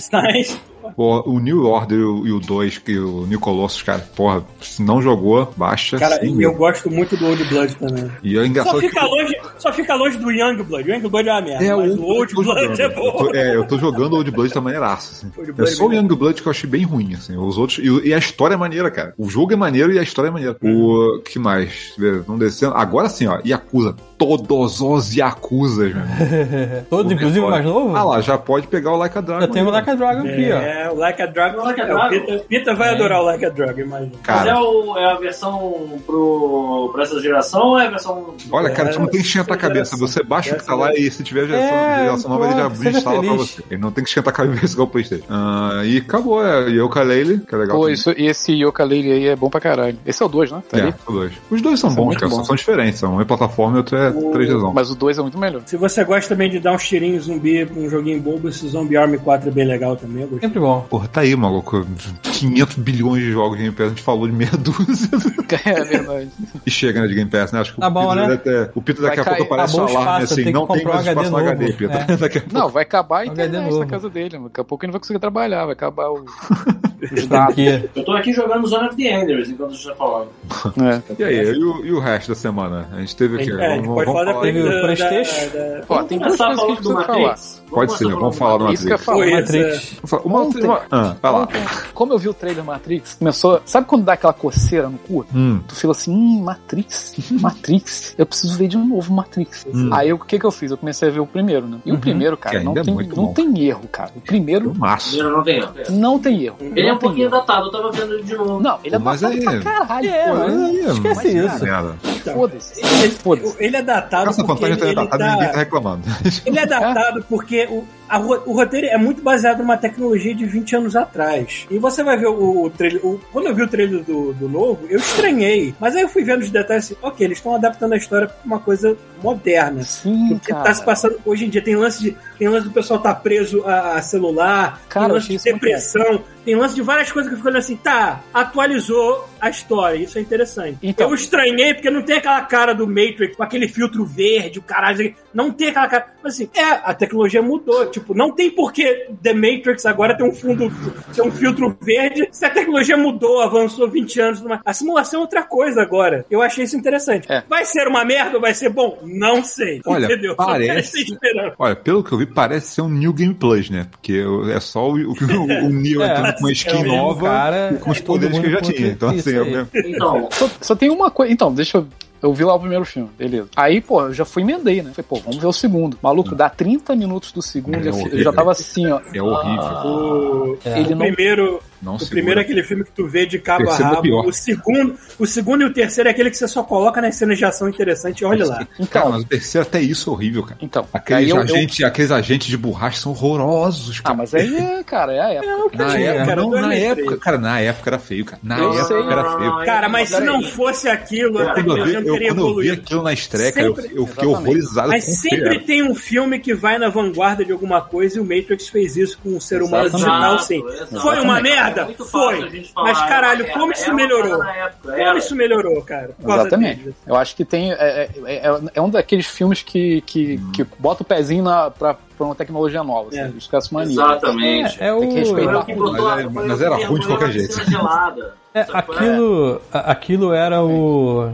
[SPEAKER 7] Pô, o New Order e o- e o 2, que o New Colossus, cara, porra, se não jogou, baixa.
[SPEAKER 5] Cara,
[SPEAKER 7] sim,
[SPEAKER 5] eu gosto muito do Old Blood também.
[SPEAKER 7] E é
[SPEAKER 5] Só
[SPEAKER 7] engraçado
[SPEAKER 5] fica,
[SPEAKER 7] que...
[SPEAKER 5] longe, só fica longe do Young Blood. O Young Blood é uma merda,
[SPEAKER 7] É,
[SPEAKER 5] mas o Old
[SPEAKER 7] eu tô
[SPEAKER 5] Blood
[SPEAKER 7] jogando.
[SPEAKER 5] é
[SPEAKER 7] Eu
[SPEAKER 5] bom.
[SPEAKER 7] tô- é, eu tô jogando Old Blood tá maneiraço. Assim.
[SPEAKER 5] Old
[SPEAKER 7] É
[SPEAKER 5] Blood
[SPEAKER 7] só o
[SPEAKER 5] é
[SPEAKER 7] Young Blood que eu achei bem ruim, assim. Os outros. E, e a história é maneira, cara. O jogo é maneiro e a história é maneira.
[SPEAKER 5] Uhum.
[SPEAKER 7] O que mais? Vê, Vamos descendo. Agora sim, ó. Yakuza. Todos os Yakuzas, meu irmão.
[SPEAKER 4] Todo, inclusive o mais
[SPEAKER 5] Uhum.
[SPEAKER 4] novo?
[SPEAKER 7] Ah lá, já pode pegar o Like a Dragon.
[SPEAKER 4] Eu tenho o
[SPEAKER 7] né?
[SPEAKER 4] Like a Dragon aqui, ó.
[SPEAKER 5] É, o Like a Dragon.
[SPEAKER 6] Like a
[SPEAKER 5] é, o
[SPEAKER 6] Dragon.
[SPEAKER 5] Pita, Pita vai adorar o Like a Dragon, imagina.
[SPEAKER 6] Mas é,
[SPEAKER 7] Cara,
[SPEAKER 6] o- é a versão pro, pra essa geração ou é a versão.
[SPEAKER 7] olha, cara, tu não tem que esquentar a cabeça. Você baixa o que tá lá e se tiver geração,
[SPEAKER 4] assim, É,
[SPEAKER 7] geração nova, ele já
[SPEAKER 4] pronto, seja
[SPEAKER 7] instala pra
[SPEAKER 4] feliz.
[SPEAKER 7] você. Ele não tem que esquentar a cabeça igual o Playstation. Ah, e acabou, é. E o Kalele, que é legal.
[SPEAKER 1] Pô,
[SPEAKER 7] também.
[SPEAKER 1] isso, esse Yoka Lele aí é bom pra caralho. Esse é o 2, né? Tá
[SPEAKER 7] É,
[SPEAKER 1] ali?
[SPEAKER 7] os dois. Os dois são
[SPEAKER 1] São
[SPEAKER 7] bons,
[SPEAKER 1] é muito
[SPEAKER 7] cara. só
[SPEAKER 1] bons.
[SPEAKER 7] São diferentes. Um é plataforma e outro é 3Dzão.
[SPEAKER 1] Mas o 2 é muito melhor.
[SPEAKER 5] Se você gosta também de dar uns tirinhos zumbi pra um joguinho bobo, esse Zombie Army 4 é bem legal também. Eu gostei.
[SPEAKER 4] Sempre bom.
[SPEAKER 7] Porra, tá aí, maluco. 500 bilhões de jogos de Game Pass. A gente falou de meia dúzia.
[SPEAKER 1] É verdade.
[SPEAKER 7] e chega, né, de Game Pass, né? Acho que
[SPEAKER 4] Tá
[SPEAKER 7] o
[SPEAKER 4] bom,
[SPEAKER 7] Pito
[SPEAKER 4] né?
[SPEAKER 7] deve até- O Pito daqui a
[SPEAKER 1] Vai
[SPEAKER 7] pouco
[SPEAKER 1] cair.
[SPEAKER 7] aparece um
[SPEAKER 4] Acabou o
[SPEAKER 7] alarme
[SPEAKER 4] espaço,
[SPEAKER 7] assim.
[SPEAKER 4] tem que
[SPEAKER 7] Não tem
[SPEAKER 4] comprar
[SPEAKER 7] mais
[SPEAKER 4] um HD
[SPEAKER 7] espaço no HD,
[SPEAKER 4] novo.
[SPEAKER 7] Pito.
[SPEAKER 4] É.
[SPEAKER 7] Daqui a pouco.
[SPEAKER 1] Não, vai acabar a
[SPEAKER 4] Joga de
[SPEAKER 1] internet
[SPEAKER 4] novo.
[SPEAKER 1] na casa dele. mano. Daqui a pouco ele não vai conseguir trabalhar, vai acabar o. os
[SPEAKER 7] Tá.
[SPEAKER 1] dados.
[SPEAKER 4] Aqui.
[SPEAKER 6] Eu tô aqui jogando Zone of the Enders enquanto a gente tá falando.
[SPEAKER 1] É.
[SPEAKER 7] E aí, e o, e o resto da semana? A gente teve aqui.
[SPEAKER 5] É, a gente pode falar da
[SPEAKER 4] Teve
[SPEAKER 5] da-
[SPEAKER 4] o PlayStation.
[SPEAKER 5] da- da-
[SPEAKER 1] Ó, tem duas coisas que
[SPEAKER 6] Começar
[SPEAKER 1] a gente
[SPEAKER 6] falando do
[SPEAKER 1] precisa falar.
[SPEAKER 6] Matrix.
[SPEAKER 7] Pode ser,
[SPEAKER 6] começar
[SPEAKER 7] vamos falar do
[SPEAKER 1] Isso que eu ia
[SPEAKER 7] Matrix.
[SPEAKER 1] falar.
[SPEAKER 5] Pois é.
[SPEAKER 4] Matrix.
[SPEAKER 7] Vamos falar- Uma,
[SPEAKER 1] Ontem.
[SPEAKER 7] uma, ah, vai lá.
[SPEAKER 1] Ontem, Como eu vi viu o trailer Matrix, começou. Sabe quando dá aquela coceira no cu?
[SPEAKER 7] Hum.
[SPEAKER 1] Tu fica assim, hum, Matrix, Matrix. Eu preciso ver de novo Matrix.
[SPEAKER 7] Hum.
[SPEAKER 1] Aí eu- o que que eu fiz? Eu comecei a ver o primeiro, né? E o primeiro, cara,
[SPEAKER 7] Que
[SPEAKER 1] não,
[SPEAKER 7] ainda é
[SPEAKER 1] tem,
[SPEAKER 7] muito
[SPEAKER 1] não
[SPEAKER 7] bom.
[SPEAKER 1] tem erro, cara. O primeiro
[SPEAKER 7] Filmaço.
[SPEAKER 6] Primeiro não tem erro.
[SPEAKER 1] não tem erro.
[SPEAKER 6] Ele é um pouquinho datado, eu tava vendo ele de novo.
[SPEAKER 1] Não, ele é
[SPEAKER 7] Mas
[SPEAKER 1] datado
[SPEAKER 7] aí-
[SPEAKER 1] pra caralho.
[SPEAKER 4] É,
[SPEAKER 1] pô.
[SPEAKER 4] mas esquece
[SPEAKER 1] mas,
[SPEAKER 4] isso.
[SPEAKER 1] cara,
[SPEAKER 7] Merda.
[SPEAKER 1] Foda-se.
[SPEAKER 5] Ele-
[SPEAKER 1] Foda-se.
[SPEAKER 5] Ele é datado
[SPEAKER 7] Essa
[SPEAKER 5] porque
[SPEAKER 7] vantagem
[SPEAKER 5] ele,
[SPEAKER 7] tá
[SPEAKER 5] ele
[SPEAKER 7] datada e
[SPEAKER 5] tá-
[SPEAKER 7] ninguém tá reclamando.
[SPEAKER 5] ele é datado porque o, a ro- o roteiro é muito baseado numa tecnologia de 20 anos atrás. E você vai ver o, o trailer. o- quando eu vi o trailer do, do novo, eu estranhei. Mas aí eu fui vendo os detalhes assim, ok, eles estão adaptando a história pra uma coisa moderna.
[SPEAKER 1] Sim,
[SPEAKER 5] Porque tá se
[SPEAKER 1] cara.
[SPEAKER 5] passando hoje em dia. Tem lance de. Tem lance do pessoal tá preso a, a celular,
[SPEAKER 1] Cara,
[SPEAKER 5] tem
[SPEAKER 1] eu
[SPEAKER 5] lance
[SPEAKER 1] achei
[SPEAKER 5] de
[SPEAKER 1] isso muito
[SPEAKER 5] depressão, tem lance de várias coisas que eu fico olhando assim, tá, atualizou a história. Isso é interessante.
[SPEAKER 1] Então.
[SPEAKER 5] eu estranhei porque não tem aquela cara do Matrix com aquele filtro verde, o caralho. Não tem aquela cara. Mas assim, é, a tecnologia mudou. Tipo, não tem porquê The Matrix agora ter um fundo, ter um filtro verde se a tecnologia mudou, avançou 20 anos. Numa... A simulação é outra coisa agora. Eu achei isso interessante.
[SPEAKER 1] É.
[SPEAKER 5] Vai ser uma merda ou vai ser bom? Não sei.
[SPEAKER 7] Olha,
[SPEAKER 5] Entendeu?
[SPEAKER 7] parece-
[SPEAKER 5] Não quero ser esperando.
[SPEAKER 7] Olha, pelo que eu vi, parece ser um New Game Plus, né? Porque eu- é só o, o, o, o Neo entrando com uma
[SPEAKER 4] É o
[SPEAKER 7] skin
[SPEAKER 4] mesmo
[SPEAKER 7] nova
[SPEAKER 4] cara,
[SPEAKER 7] com os
[SPEAKER 4] todo
[SPEAKER 7] poderes que eu
[SPEAKER 4] mundo
[SPEAKER 7] já
[SPEAKER 4] com
[SPEAKER 7] tinha. Então,
[SPEAKER 4] isso
[SPEAKER 7] assim, é o
[SPEAKER 4] aí.
[SPEAKER 7] mesmo.
[SPEAKER 6] Então,
[SPEAKER 1] Só, só tem uma coisa. Então, deixa eu. Eu vi lá o primeiro filme, beleza. Aí, pô, eu já fui e emendei, né? Falei, pô, vamos ver o segundo. Maluco, dá 30 minutos do segundo,
[SPEAKER 7] É
[SPEAKER 1] eu, fi- eu já
[SPEAKER 7] horrível.
[SPEAKER 1] tava assim, ó.
[SPEAKER 7] É horrível.
[SPEAKER 5] O,
[SPEAKER 1] Ele não.
[SPEAKER 5] o primeiro,
[SPEAKER 7] É. Não
[SPEAKER 5] Ah, o
[SPEAKER 7] segura.
[SPEAKER 5] primeiro é aquele filme que tu vê de cabo a
[SPEAKER 7] Terceiro é
[SPEAKER 5] rabo.
[SPEAKER 7] pior.
[SPEAKER 5] O segundo, o segundo e o terceiro é aquele que você só coloca nas cenas de ação interessante e
[SPEAKER 7] é
[SPEAKER 5] olha lá.
[SPEAKER 7] Cara,
[SPEAKER 1] Então,
[SPEAKER 7] mas o terceiro até isso é horrível, cara.
[SPEAKER 1] então. aí
[SPEAKER 7] Aqueles,
[SPEAKER 1] eu- eu-
[SPEAKER 7] agentes, aqueles agentes de borracha são horrorosos,
[SPEAKER 1] Ah,
[SPEAKER 7] cara.
[SPEAKER 1] mas aí, é, cara, é a época.
[SPEAKER 7] na
[SPEAKER 5] tinha,
[SPEAKER 7] época,
[SPEAKER 5] cara,
[SPEAKER 7] não, na
[SPEAKER 5] 2003.
[SPEAKER 7] época, cara, na época era feio, cara. Na
[SPEAKER 1] Eu
[SPEAKER 7] época
[SPEAKER 1] sei.
[SPEAKER 7] era feio.
[SPEAKER 5] Cara, mas se não fosse aquilo,
[SPEAKER 7] Eu,
[SPEAKER 5] a
[SPEAKER 7] quando eu, vi,
[SPEAKER 5] tecnologia não
[SPEAKER 7] eu,
[SPEAKER 5] teria
[SPEAKER 7] quando eu vi
[SPEAKER 5] evoluído.
[SPEAKER 7] aquilo na estreia, cara, eu,
[SPEAKER 5] Sempre-
[SPEAKER 7] eu fiquei
[SPEAKER 1] Exatamente.
[SPEAKER 7] horrorizado
[SPEAKER 5] Mas
[SPEAKER 7] com o
[SPEAKER 5] sempre
[SPEAKER 7] feio.
[SPEAKER 5] tem um filme que vai na vanguarda de alguma coisa e o Matrix fez isso com um ser humano
[SPEAKER 4] Exatamente.
[SPEAKER 5] digital, sim. Foi
[SPEAKER 6] É
[SPEAKER 5] uma merda? Foi. Mas, caralho, como isso melhorou? Como isso melhorou, cara? Por causa
[SPEAKER 1] Exatamente.
[SPEAKER 5] dele.
[SPEAKER 1] Eu acho que tem. É, é- é- é um daqueles filmes que, que, que bota o pezinho na, pra, pra uma tecnologia nova.
[SPEAKER 5] É.
[SPEAKER 1] Assim, Os caras são maneiros.
[SPEAKER 6] Exatamente.
[SPEAKER 4] É, é o,
[SPEAKER 1] Tem que respeitar.
[SPEAKER 6] Foi o que botou
[SPEAKER 7] Mas
[SPEAKER 6] a-
[SPEAKER 7] era-
[SPEAKER 6] foi
[SPEAKER 7] mas
[SPEAKER 6] o que
[SPEAKER 7] era ruim de
[SPEAKER 6] mergulhou
[SPEAKER 7] qualquer
[SPEAKER 6] na piscina
[SPEAKER 7] jeito.
[SPEAKER 6] gelada.
[SPEAKER 4] é,
[SPEAKER 6] Sabe qual é?
[SPEAKER 4] aquilo, a- aquilo era o.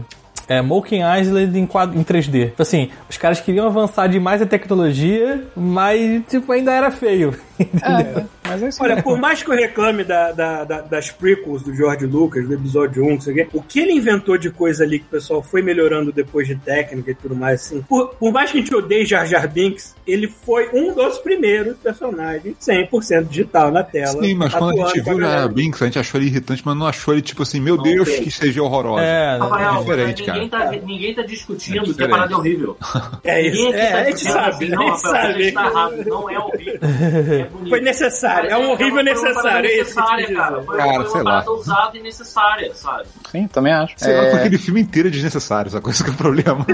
[SPEAKER 4] É, Moken Island em, quad- em 3D. Tipo assim, os caras queriam avançar demais a tecnologia, mas tipo, ainda era feio.
[SPEAKER 1] É, mas é isso
[SPEAKER 5] Olha,
[SPEAKER 1] mesmo.
[SPEAKER 5] por mais que eu reclame da- da- da- das prequels do George Lucas, do episódio 1, não sei o quê, o que ele inventou de coisa ali que o pessoal foi melhorando depois de técnica e tudo mais, assim, por, por mais que a gente odeie Jar Jar Binks, ele foi um dos primeiros personagens 100% digital na tela.
[SPEAKER 7] Sim, mas quando a
[SPEAKER 5] atuando
[SPEAKER 7] gente
[SPEAKER 5] com a
[SPEAKER 7] viu
[SPEAKER 5] galera.
[SPEAKER 7] a Binks, a gente achou ele irritante, mas não achou ele tipo assim, meu
[SPEAKER 6] Não,
[SPEAKER 7] Deus,
[SPEAKER 6] tem.
[SPEAKER 7] que seja horrorosa.
[SPEAKER 4] É,
[SPEAKER 6] Rafael,
[SPEAKER 7] É diferente,
[SPEAKER 6] ninguém, Tá, ninguém tá
[SPEAKER 7] É
[SPEAKER 6] discutindo que a
[SPEAKER 7] diferente.
[SPEAKER 6] parada é horrível.
[SPEAKER 5] É isso.
[SPEAKER 6] Ninguém aqui
[SPEAKER 5] É,
[SPEAKER 6] tá
[SPEAKER 5] a gente
[SPEAKER 6] discutindo
[SPEAKER 5] sabe,
[SPEAKER 6] assim,
[SPEAKER 5] a
[SPEAKER 6] não,
[SPEAKER 5] gente
[SPEAKER 6] Rafael, você
[SPEAKER 5] sabe.
[SPEAKER 6] está errado, não é horrível. É bonito.
[SPEAKER 5] Foi necessário, é um horrível
[SPEAKER 6] Foi uma parada
[SPEAKER 5] necessário, é isso que eu
[SPEAKER 6] necessária,
[SPEAKER 5] te digo.
[SPEAKER 6] cara. Foi,
[SPEAKER 7] Cara,
[SPEAKER 6] foi uma
[SPEAKER 7] sei lá.
[SPEAKER 6] parada ousada e necessária, sabe?
[SPEAKER 1] Sim, também acho.
[SPEAKER 7] Sei
[SPEAKER 1] É,
[SPEAKER 7] lá, foi aquele filme inteiro é desnecessário, essa coisa que é o problema.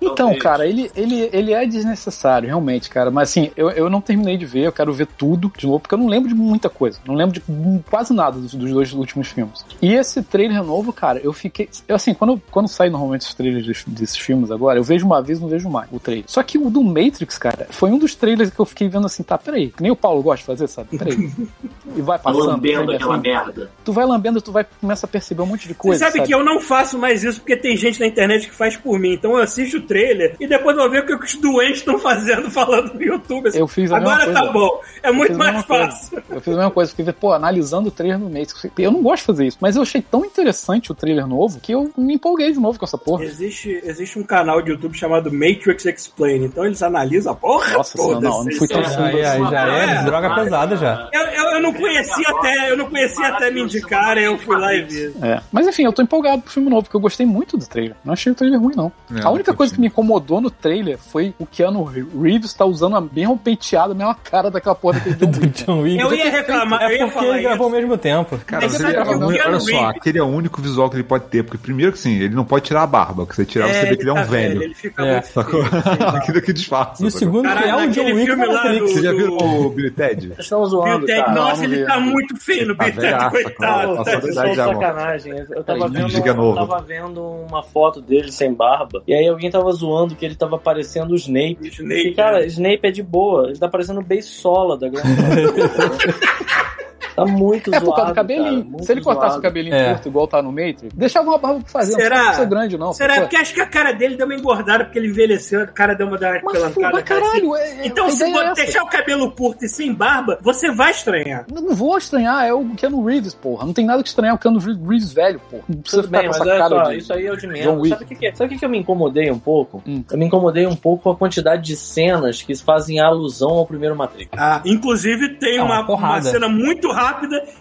[SPEAKER 1] Então, cara, ele, ele, ele é desnecessário, realmente, cara. Mas assim, eu, eu não terminei de ver, eu quero ver tudo de novo, porque eu não lembro de muita coisa. Não lembro de hum, quase nada dos, dos dois últimos filmes. E esse trailer novo, cara, eu fiquei. Eu, assim, quando, quando sai normalmente os trailers des- desses filmes agora, eu vejo uma vez, não vejo mais o trailer. Só que o do Matrix, cara, foi um dos trailers que eu fiquei vendo assim, tá, peraí, que nem o Paulo gosta de fazer, sabe? Peraí. E vai passando.
[SPEAKER 6] Lambendo
[SPEAKER 1] sabe,
[SPEAKER 6] aquela
[SPEAKER 1] assim.
[SPEAKER 6] merda.
[SPEAKER 1] tu vai lambendo, tu vai começa a perceber um monte de coisa.
[SPEAKER 5] Você sabe, que eu não faço mais isso porque tem gente na internet que faz por mim. Então eu assisto o trailer e depois eu vou ver o que os doentes estão fazendo falando no YouTube. assim,
[SPEAKER 1] Eu fiz a
[SPEAKER 5] Agora
[SPEAKER 1] mesma
[SPEAKER 5] tá
[SPEAKER 1] coisa.
[SPEAKER 5] bom. É
[SPEAKER 1] Eu
[SPEAKER 5] muito
[SPEAKER 1] fiz a
[SPEAKER 5] mais
[SPEAKER 1] mesma coisa.
[SPEAKER 5] fácil.
[SPEAKER 1] Eu fiz a mesma coisa, fiquei, pô, analisando o trailer no mês. Eu não gosto de fazer isso, mas eu achei tão interessante o trailer novo que eu me empolguei de novo com essa porra.
[SPEAKER 5] Existe, existe um canal de YouTube chamado Matrix Explain. Então eles analisam a porra.
[SPEAKER 1] Nossa senhora,
[SPEAKER 5] toda,
[SPEAKER 1] não, eu não
[SPEAKER 5] assim,
[SPEAKER 1] fui
[SPEAKER 5] sabe?
[SPEAKER 1] tão
[SPEAKER 4] Isso aí, aí já é droga pesada já.
[SPEAKER 5] eu, eu, eu não conhecia até, eu não conhecia até me indicar, aí eu fui lá e vi.
[SPEAKER 1] É. Mas enfim, eu tô empolgado pro filme novo, porque eu gostei muito do trailer. Não achei o trailer ruim, não.
[SPEAKER 7] É,
[SPEAKER 1] a única
[SPEAKER 7] não
[SPEAKER 1] coisa que me incomodou no trailer foi o Keanu Reeves tá usando a mesma penteada, a mesma cara daquela porra daquele John Wick.
[SPEAKER 4] John Wick.
[SPEAKER 5] Eu ia reclamar, eu
[SPEAKER 4] É
[SPEAKER 5] ia
[SPEAKER 4] porque ele
[SPEAKER 5] falar
[SPEAKER 4] gravou
[SPEAKER 5] isso.
[SPEAKER 4] ao mesmo tempo.
[SPEAKER 7] Cara, mas
[SPEAKER 5] Mas você
[SPEAKER 7] ele
[SPEAKER 5] sabe
[SPEAKER 7] é
[SPEAKER 5] que eu
[SPEAKER 7] o único-
[SPEAKER 5] quero
[SPEAKER 7] olha só,
[SPEAKER 5] ver.
[SPEAKER 7] aquele é o único visual que ele pode ter, porque primeiro que sim, ele não pode tirar a barba, porque se ele tirar, você vê que ele é um
[SPEAKER 5] tá
[SPEAKER 7] velho.
[SPEAKER 5] Ele fica
[SPEAKER 4] É.
[SPEAKER 5] muito
[SPEAKER 7] Sacou?
[SPEAKER 5] feio, assim, tá.
[SPEAKER 7] Aquilo que disfarça.
[SPEAKER 4] E o
[SPEAKER 7] sacou?
[SPEAKER 4] segundo que é
[SPEAKER 5] Caralho,
[SPEAKER 4] o John
[SPEAKER 5] aquele
[SPEAKER 4] Wick
[SPEAKER 5] filme
[SPEAKER 4] no
[SPEAKER 5] lá
[SPEAKER 4] Matrix.
[SPEAKER 7] Você já
[SPEAKER 5] do-
[SPEAKER 7] viu o Billy Ted?
[SPEAKER 6] Eles estão zoando,
[SPEAKER 5] Biotech,
[SPEAKER 6] cara.
[SPEAKER 5] nossa,
[SPEAKER 1] não
[SPEAKER 5] ele
[SPEAKER 1] vi,
[SPEAKER 5] tá
[SPEAKER 1] não vi.
[SPEAKER 5] muito feio no
[SPEAKER 7] Tá
[SPEAKER 5] Biotech,
[SPEAKER 7] velhaça,
[SPEAKER 5] coitado.
[SPEAKER 7] cara.
[SPEAKER 6] Nossa,
[SPEAKER 7] Nossa,
[SPEAKER 6] vocês
[SPEAKER 7] verdade,
[SPEAKER 6] são de
[SPEAKER 7] já, mano.
[SPEAKER 6] sacanagem. Eu tava,
[SPEAKER 7] Aí,
[SPEAKER 6] vendo,
[SPEAKER 7] diga
[SPEAKER 6] eu
[SPEAKER 7] novo.
[SPEAKER 6] tava vendo uma foto dele sem barba. E aí alguém tava zoando que ele tava parecendo o Snape.
[SPEAKER 5] Snape,
[SPEAKER 6] E, cara, Snape é de boa. Ele tá parecendo o Beisola da Grande Tá muito
[SPEAKER 1] É por causa
[SPEAKER 6] zoado,
[SPEAKER 1] do cabelinho.
[SPEAKER 6] cara, muito
[SPEAKER 1] Se ele cortasse
[SPEAKER 6] zoado.
[SPEAKER 1] o cabelinho
[SPEAKER 4] É.
[SPEAKER 1] curto, igual tá no Matrix, deixava uma barba pra fazer. Não
[SPEAKER 5] Será?
[SPEAKER 1] precisa ser grande, não.
[SPEAKER 5] Será
[SPEAKER 1] Pô,
[SPEAKER 5] porque acho que a cara dele deu uma engordada porque ele envelheceu, a cara deu uma da
[SPEAKER 1] Mas, pô,
[SPEAKER 5] pelancada.
[SPEAKER 1] mas
[SPEAKER 5] cara, assim.
[SPEAKER 1] caralho, é- é-
[SPEAKER 5] Então,
[SPEAKER 1] a
[SPEAKER 5] se
[SPEAKER 1] ideia é
[SPEAKER 5] você
[SPEAKER 1] essa.
[SPEAKER 5] deixar o cabelo curto e sem barba, você vai estranhar.
[SPEAKER 1] Eu Não vou estranhar, é o Keanu Reeves, porra. Não tem nada que estranhar o Keanu Reeves velho, porra. Não precisa
[SPEAKER 6] Tudo
[SPEAKER 1] ficar
[SPEAKER 6] bem,
[SPEAKER 1] com
[SPEAKER 6] mas
[SPEAKER 1] essa
[SPEAKER 6] olha
[SPEAKER 1] cara
[SPEAKER 6] só,
[SPEAKER 1] de...
[SPEAKER 6] isso aí é o de
[SPEAKER 1] John
[SPEAKER 6] menos.
[SPEAKER 1] Wick.
[SPEAKER 6] Sabe o que, que é? Sabe o que, que eu me incomodei um pouco?
[SPEAKER 1] Hum.
[SPEAKER 6] Eu me incomodei um pouco com a quantidade de cenas que fazem alusão ao primeiro Matrix.
[SPEAKER 5] Ah, inclusive, tem
[SPEAKER 4] É uma
[SPEAKER 5] uma, uma
[SPEAKER 4] porrada.
[SPEAKER 5] cena muito rápida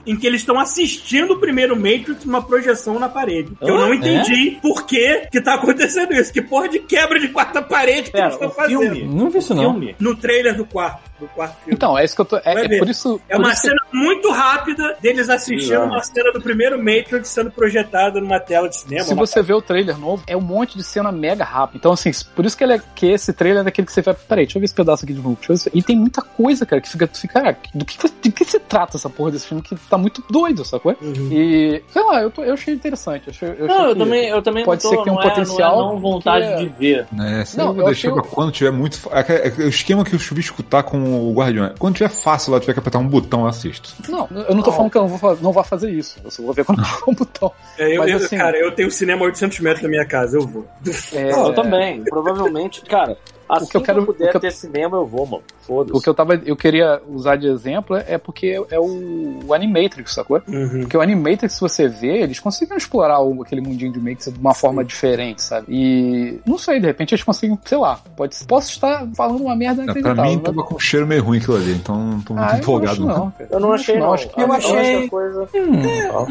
[SPEAKER 5] em que eles estão assistindo o primeiro Matrix uma projeção na parede. Que eu
[SPEAKER 6] Hã?
[SPEAKER 5] não entendi por que que tá acontecendo isso. Que porra de quebra de quarta parede que
[SPEAKER 6] Pera,
[SPEAKER 5] eles estão
[SPEAKER 6] o
[SPEAKER 5] fazendo.
[SPEAKER 6] filme,
[SPEAKER 4] Não vi isso, não.
[SPEAKER 6] filme,
[SPEAKER 5] No trailer do quarto, do quarto filme.
[SPEAKER 1] Então, é isso que eu tô. É,
[SPEAKER 5] Vai
[SPEAKER 1] é
[SPEAKER 5] ver.
[SPEAKER 1] por isso.
[SPEAKER 5] É
[SPEAKER 1] por
[SPEAKER 5] uma
[SPEAKER 1] isso que-
[SPEAKER 5] cena muito rápida deles assistindo
[SPEAKER 6] Exato.
[SPEAKER 5] uma cena do primeiro Matrix sendo projetada numa tela de
[SPEAKER 6] é
[SPEAKER 5] cinema.
[SPEAKER 1] Se
[SPEAKER 5] uma
[SPEAKER 1] você vê o trailer novo, é um monte de cena mega rápida. Então, assim, por isso que, ele é- que esse trailer é daquele que você vai. Peraí, deixa eu ver esse pedaço aqui de novo. Deixa eu ver se- E tem muita coisa, cara, que fica. Tu fica ah, do que, de que se trata essa porra desse filme que tá muito doido, sacou? E. Sei lá, eu, tô- eu achei interessante. achei- eu achei
[SPEAKER 6] Uhum. Não, eu
[SPEAKER 1] que-
[SPEAKER 6] também, eu também
[SPEAKER 1] Pode
[SPEAKER 6] não
[SPEAKER 1] ser
[SPEAKER 6] tô,
[SPEAKER 1] que tenha um
[SPEAKER 6] não é- não é
[SPEAKER 1] potencial
[SPEAKER 6] não vontade
[SPEAKER 1] que é-
[SPEAKER 6] de ver.
[SPEAKER 7] É, isso
[SPEAKER 1] Não,
[SPEAKER 7] aí eu vou
[SPEAKER 1] eu
[SPEAKER 7] deixar
[SPEAKER 1] achei-
[SPEAKER 7] pra quando tiver muito. fa- É, é, é o esquema que eu bicho tá com o Guardião. Quando tiver fácil lá, tiver que apertar um botão, eu assisto.
[SPEAKER 1] Não, eu não tô falando que eu não, vou, fa- não vá fazer isso. Eu só vou ver quando for um botão.
[SPEAKER 5] É, eu,
[SPEAKER 1] Mas,
[SPEAKER 5] eu-
[SPEAKER 1] assim-
[SPEAKER 5] cara, eu tenho cinema a 800 metros da minha casa, eu vou.
[SPEAKER 1] É,
[SPEAKER 6] Não, eu também, provavelmente, cara, assim
[SPEAKER 1] que eu quero-
[SPEAKER 6] puder
[SPEAKER 1] o que eu-
[SPEAKER 6] ter cinema, eu vou, mano.
[SPEAKER 1] O que
[SPEAKER 6] Foda-se.
[SPEAKER 1] eu tava. Eu queria usar de exemplo é porque é o, o Animatrix, sacou?
[SPEAKER 7] Uhum.
[SPEAKER 1] Porque o Animatrix, se você vê, eles conseguiram explorar o- aquele mundinho de Matrix de uma forma diferente, sabe? E não sei, de repente eles conseguem, sei lá, pode, posso estar falando uma merda
[SPEAKER 7] É, pra
[SPEAKER 1] inacreditável.
[SPEAKER 7] mim,
[SPEAKER 1] mas-
[SPEAKER 7] tava com né? um cheiro meio ruim aquilo ali, então não tô muito
[SPEAKER 1] né? Ah, eu
[SPEAKER 7] empolgado.
[SPEAKER 1] não. acho
[SPEAKER 7] não.
[SPEAKER 1] não, cara.
[SPEAKER 6] Eu não achei, não.
[SPEAKER 1] acho que-
[SPEAKER 5] eu
[SPEAKER 6] A- a
[SPEAKER 5] achei-
[SPEAKER 6] única Coisa...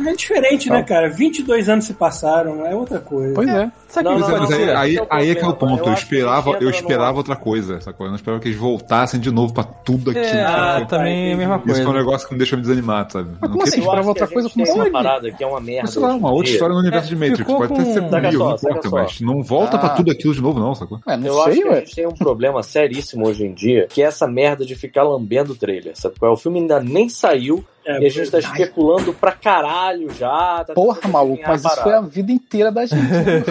[SPEAKER 5] É diferente, né, cara? 22 anos se passaram, é outra coisa.
[SPEAKER 1] então. Pois é.
[SPEAKER 4] Sabe o
[SPEAKER 6] Não,
[SPEAKER 7] Pois
[SPEAKER 4] que
[SPEAKER 7] é,
[SPEAKER 4] eu
[SPEAKER 7] mas aí,
[SPEAKER 4] faço?
[SPEAKER 7] aí,
[SPEAKER 6] esse é o
[SPEAKER 7] aí é que é o
[SPEAKER 6] problema.
[SPEAKER 7] ponto. Eu,
[SPEAKER 6] Eu acho que
[SPEAKER 7] esperava,
[SPEAKER 6] chega
[SPEAKER 7] eu
[SPEAKER 6] no
[SPEAKER 7] esperava
[SPEAKER 6] ar.
[SPEAKER 7] outra coisa, sacou? Eu não esperava que eles voltassem de novo pra tudo aquilo.
[SPEAKER 6] ah,
[SPEAKER 4] É,
[SPEAKER 5] Ah,
[SPEAKER 6] tá
[SPEAKER 5] tá,
[SPEAKER 7] sacou?
[SPEAKER 4] também é a mesma
[SPEAKER 7] Isso é um
[SPEAKER 4] coisa.
[SPEAKER 7] negócio que me deixa me desanimado, sabe? Eu não
[SPEAKER 1] como assim?
[SPEAKER 7] queria-
[SPEAKER 1] Pra
[SPEAKER 6] Eu acho
[SPEAKER 1] outra
[SPEAKER 6] que a
[SPEAKER 1] coisa,
[SPEAKER 6] gente
[SPEAKER 1] como
[SPEAKER 6] tem uma
[SPEAKER 1] assim?
[SPEAKER 6] parada que é uma merda.
[SPEAKER 7] Mas sei lá,
[SPEAKER 6] hoje em
[SPEAKER 7] uma outra
[SPEAKER 6] dia.
[SPEAKER 7] história no universo de Matrix.
[SPEAKER 4] ficou
[SPEAKER 7] Pode até
[SPEAKER 4] com-
[SPEAKER 7] ser
[SPEAKER 4] Saca
[SPEAKER 7] mil,
[SPEAKER 6] só,
[SPEAKER 7] não
[SPEAKER 6] saca
[SPEAKER 7] importa,
[SPEAKER 6] só.
[SPEAKER 7] mas não volta pra
[SPEAKER 1] É, Ah.
[SPEAKER 7] tudo aquilo de novo, não, sacou?
[SPEAKER 1] Ué, não
[SPEAKER 6] Eu acho
[SPEAKER 1] sei,
[SPEAKER 6] que a
[SPEAKER 1] ué.
[SPEAKER 6] gente tem um problema seríssimo hoje em dia, que é essa merda de ficar lambendo o trailer, sabe? qual é? O filme ainda nem saiu
[SPEAKER 5] É,
[SPEAKER 6] e a gente tá especulando pra caralho já. Tá
[SPEAKER 1] Porra,
[SPEAKER 6] tentando
[SPEAKER 1] maluco,
[SPEAKER 6] adivinhar
[SPEAKER 1] mas
[SPEAKER 6] a
[SPEAKER 1] isso foi
[SPEAKER 6] parada.
[SPEAKER 1] a vida inteira da gente.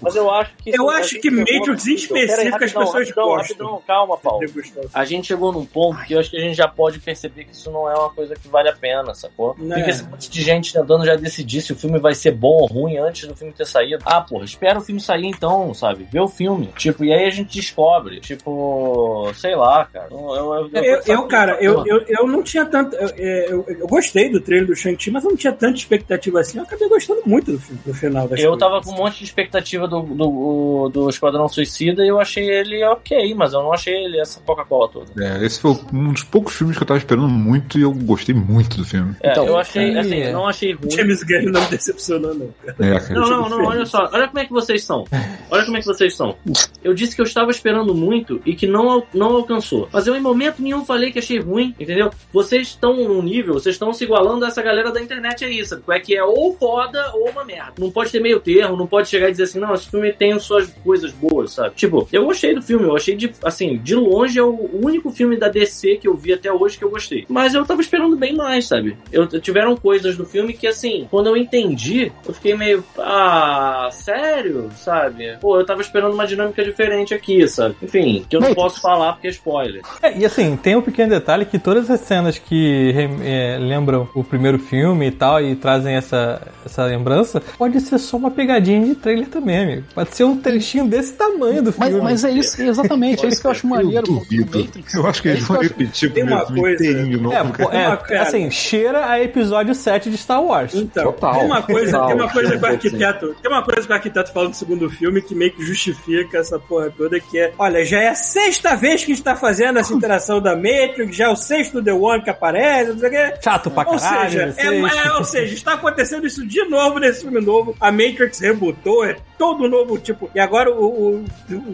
[SPEAKER 6] Mas eu acho que. é um
[SPEAKER 5] Eu
[SPEAKER 6] a
[SPEAKER 5] acho
[SPEAKER 6] gente
[SPEAKER 5] que
[SPEAKER 6] chegou
[SPEAKER 5] Matrix
[SPEAKER 6] num
[SPEAKER 5] em
[SPEAKER 6] nível- Pera aí,
[SPEAKER 5] específico as
[SPEAKER 6] rapidão,
[SPEAKER 5] pessoas
[SPEAKER 6] rapidão,
[SPEAKER 5] gostam.
[SPEAKER 6] rapidão, calma,
[SPEAKER 5] É
[SPEAKER 6] Paulo. A gente chegou num ponto que eu acho que a gente já pode perceber que isso não é uma coisa que vale a pena, sacou?
[SPEAKER 5] Né.
[SPEAKER 6] Fica esse monte de gente tentando já decidir se o filme vai ser bom ou ruim antes do filme ter saído. Ah, porra, espera o filme sair então, sabe? Vê o filme. Tipo, e aí a gente descobre. Tipo, sei lá, cara. Eu, eu- eu-
[SPEAKER 5] Eu, eu, cara,
[SPEAKER 1] tá
[SPEAKER 5] eu, eu, eu não tinha tanto. Eu, é, eu, eu gostei do trailer do Shang-Chi, mas eu não tinha tanta expectativa assim. Eu acabei gostando muito do, fi- do final da
[SPEAKER 6] Eu tava com um monte de expectativa do, do, do Esquadrão Suicida e eu achei ele ok, mas eu não achei ele essa Coca-Cola toda.
[SPEAKER 7] É, esse foi um dos poucos filmes que eu tava esperando muito e eu gostei muito do filme.
[SPEAKER 6] É,
[SPEAKER 1] Então,
[SPEAKER 6] eu achei,
[SPEAKER 4] e-
[SPEAKER 6] assim, eu não achei ruim.
[SPEAKER 5] James Gunn não me decepcionou, não. cara.
[SPEAKER 7] É, cara.
[SPEAKER 6] Não, não, não, olha só, olha como é que vocês são. Olha como é que vocês são. Eu disse que eu estava esperando muito e que não, al- não alcançou. Mas eu em momento nenhum falei que achei ruim, entendeu? Vocês estão num nível, vocês estão se igualando a essa galera da internet aí, sabe? É que é ou foda ou uma merda. Não pode ter meio termo, não pode chegar e dizer assim, não, esse filme tem suas coisas boas, sabe? Tipo, eu gostei do filme, eu achei de, assim, de longe é o único filme da DC que eu vi até hoje que eu gostei. Mas eu tava esperando bem mais, sabe? Eu, tiveram coisas do filme que, assim, quando eu entendi, eu fiquei meio, ah, sério, sabe? Pô, eu tava esperando uma dinâmica diferente aqui, sabe? Enfim, que eu não
[SPEAKER 1] Matrix.
[SPEAKER 6] posso falar porque é spoiler.
[SPEAKER 4] É, e assim, tem um pequeno detalhe que todas as cenas que rem- é, lembram o primeiro filme e tal, e trazem essa, essa lembrança, pode ser só uma pegadinha de trailer também, amigo. Pode ser um trechinho desse tamanho do
[SPEAKER 1] mas,
[SPEAKER 4] filme.
[SPEAKER 1] mas é isso, exatamente. É isso que eu acho
[SPEAKER 7] Eu
[SPEAKER 1] maneiro. pô,
[SPEAKER 7] duvido.
[SPEAKER 1] do Matrix.
[SPEAKER 7] Eu acho que
[SPEAKER 1] É
[SPEAKER 7] eles
[SPEAKER 1] isso que
[SPEAKER 7] vão
[SPEAKER 1] eu acho-
[SPEAKER 7] repetir o
[SPEAKER 5] Tem uma
[SPEAKER 7] primeiro filme
[SPEAKER 5] coisa-
[SPEAKER 7] inteirinho de novo.
[SPEAKER 4] É, pô,
[SPEAKER 7] cara.
[SPEAKER 4] é,
[SPEAKER 5] Uma cara.
[SPEAKER 4] assim, cheira a episódio 7 de Star Wars.
[SPEAKER 5] Então,
[SPEAKER 7] Total.
[SPEAKER 5] tem uma coisa,
[SPEAKER 7] Total.
[SPEAKER 5] tem uma coisa que o arquiteto, tem uma coisa que o arquiteto fala no segundo filme que meio que justifica essa porra toda que é, olha, já é a sexta vez que a gente tá fazendo essa interação da Matrix, já é o sexto The One que aparece, não sei o quê.
[SPEAKER 4] Chato pra
[SPEAKER 5] Ou
[SPEAKER 4] caralho.
[SPEAKER 5] seja, é,
[SPEAKER 4] vocês.
[SPEAKER 5] é, ou seja, está acontecendo isso de novo nesse filme novo. A Matrix rebutou, é todo novo tipo. E agora o, o,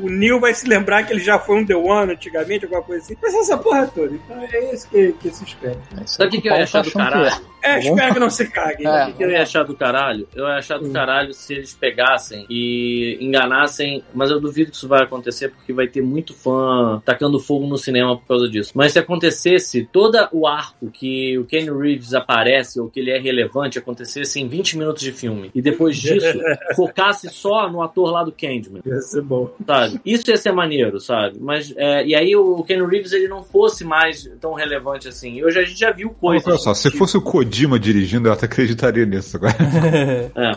[SPEAKER 5] o Neo vai se lembrar que ele já foi um The One antigamente, alguma coisa assim. Mas essa porra toda. Então é isso que, que se espera.
[SPEAKER 6] Sabe o que, que eu ia
[SPEAKER 1] Paulo tá
[SPEAKER 6] achar do
[SPEAKER 1] achando que
[SPEAKER 6] caralho?
[SPEAKER 5] É,
[SPEAKER 1] Tá bom?
[SPEAKER 5] espero que não se cague.
[SPEAKER 1] É.
[SPEAKER 6] O que eu ia achar do caralho? Eu ia achar do caralho se eles pegassem e enganassem, mas eu duvido que isso vai acontecer porque vai ter muito fã tacando fogo no cinema por causa disso. Mas se acontecesse, todo o arco que o Keanu Reeves aparece ou que ele é relevante acontecesse em 20 minutos de filme e depois disso focasse só no ator lá do Candyman.
[SPEAKER 5] Ia ser bom.
[SPEAKER 6] Sabe? Isso ia ser maneiro, sabe? Mas, é, e aí o Keanu Reeves ele não fosse mais tão relevante assim. Hoje a gente já viu coisas.
[SPEAKER 7] Olha só, se fosse o Kojima dirigindo, eu até acreditaria nisso agora.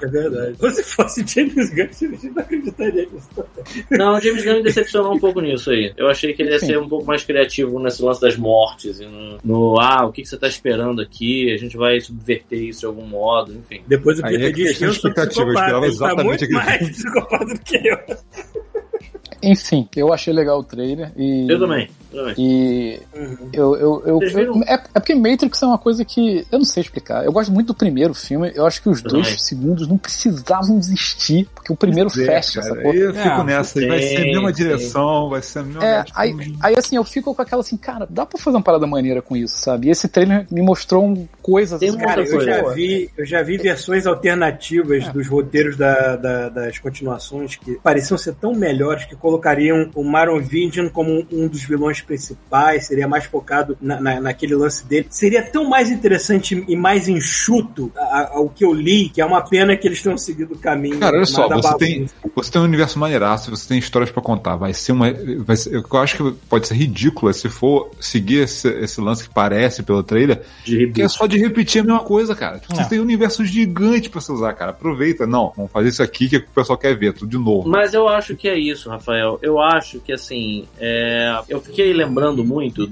[SPEAKER 5] É verdade. Ou se fosse James Gunn, a gente não acreditaria nisso.
[SPEAKER 6] Não, o James Gunn me decepcionou um pouco nisso aí. Eu achei que ele ia ser um pouco mais criativo nesse lance das mortes. E no, no, ah, o que, que você tá esperando aqui? A gente vai subverter isso de algum modo, enfim.
[SPEAKER 5] Depois o
[SPEAKER 7] Aí
[SPEAKER 5] Peter
[SPEAKER 7] é que
[SPEAKER 5] diz que
[SPEAKER 7] questão
[SPEAKER 5] eu sou
[SPEAKER 7] expectativa, eu esperava
[SPEAKER 5] psicopata. Ele tá
[SPEAKER 7] exatamente
[SPEAKER 5] muito
[SPEAKER 7] aquilo.
[SPEAKER 5] mais psicopata do que eu.
[SPEAKER 1] Enfim, eu achei legal o trailer e.
[SPEAKER 6] Eu também, eu também.
[SPEAKER 1] E
[SPEAKER 7] Uhum.
[SPEAKER 1] eu, eu, eu,
[SPEAKER 6] Vocês viram?
[SPEAKER 1] é, é porque Matrix é uma coisa que eu não sei explicar. Eu gosto muito do primeiro filme, eu acho que os
[SPEAKER 6] Eu
[SPEAKER 1] dois
[SPEAKER 6] também.
[SPEAKER 1] segundos não precisavam existir, porque o primeiro
[SPEAKER 7] É,
[SPEAKER 1] fecha
[SPEAKER 7] cara,
[SPEAKER 1] essa
[SPEAKER 7] aí
[SPEAKER 1] porra.
[SPEAKER 7] eu fico
[SPEAKER 4] É,
[SPEAKER 7] nessa, aí vai
[SPEAKER 6] sim,
[SPEAKER 7] ser a mesma
[SPEAKER 6] sim.
[SPEAKER 7] direção, vai ser a mesma.
[SPEAKER 1] É, aí, aí assim, eu fico com aquela assim, cara, dá pra fazer uma parada maneira com isso, sabe? E esse trailer me mostrou um, coisas
[SPEAKER 6] Tem
[SPEAKER 1] assim,
[SPEAKER 6] muita
[SPEAKER 1] cara,
[SPEAKER 5] Cara,
[SPEAKER 1] eu-
[SPEAKER 5] eu já
[SPEAKER 1] pô,
[SPEAKER 5] vi, eu já vi versões alternativas
[SPEAKER 7] É.
[SPEAKER 5] dos roteiros da- da- das continuações que pareciam ser tão melhores que colocariam o Maron Vindian como um dos vilões principais, seria mais focado na, na- naquele lance dele. Seria tão mais interessante e mais enxuto a- a- ao que eu li, que é uma pena que eles tenham seguido o caminho.
[SPEAKER 7] Cara, olha só,
[SPEAKER 5] da
[SPEAKER 7] você
[SPEAKER 5] bagunça.
[SPEAKER 7] tem, você tem um universo maneiraço, você tem histórias pra contar. Vai ser uma. Vai ser- eu acho que pode ser ridícula se for seguir esse, esse lance que parece pelo trailer,
[SPEAKER 6] De
[SPEAKER 7] que
[SPEAKER 6] reboot.
[SPEAKER 7] é só de repetir a mesma coisa, cara. Tipo, Você tem um universo gigante pra você usar, cara. Aproveita. Não, vamos fazer isso aqui que, é o que o pessoal quer ver, tudo de novo.
[SPEAKER 6] Mas eu acho que é isso, Rafael. Eu acho que assim, é, eu fiquei lembrando muito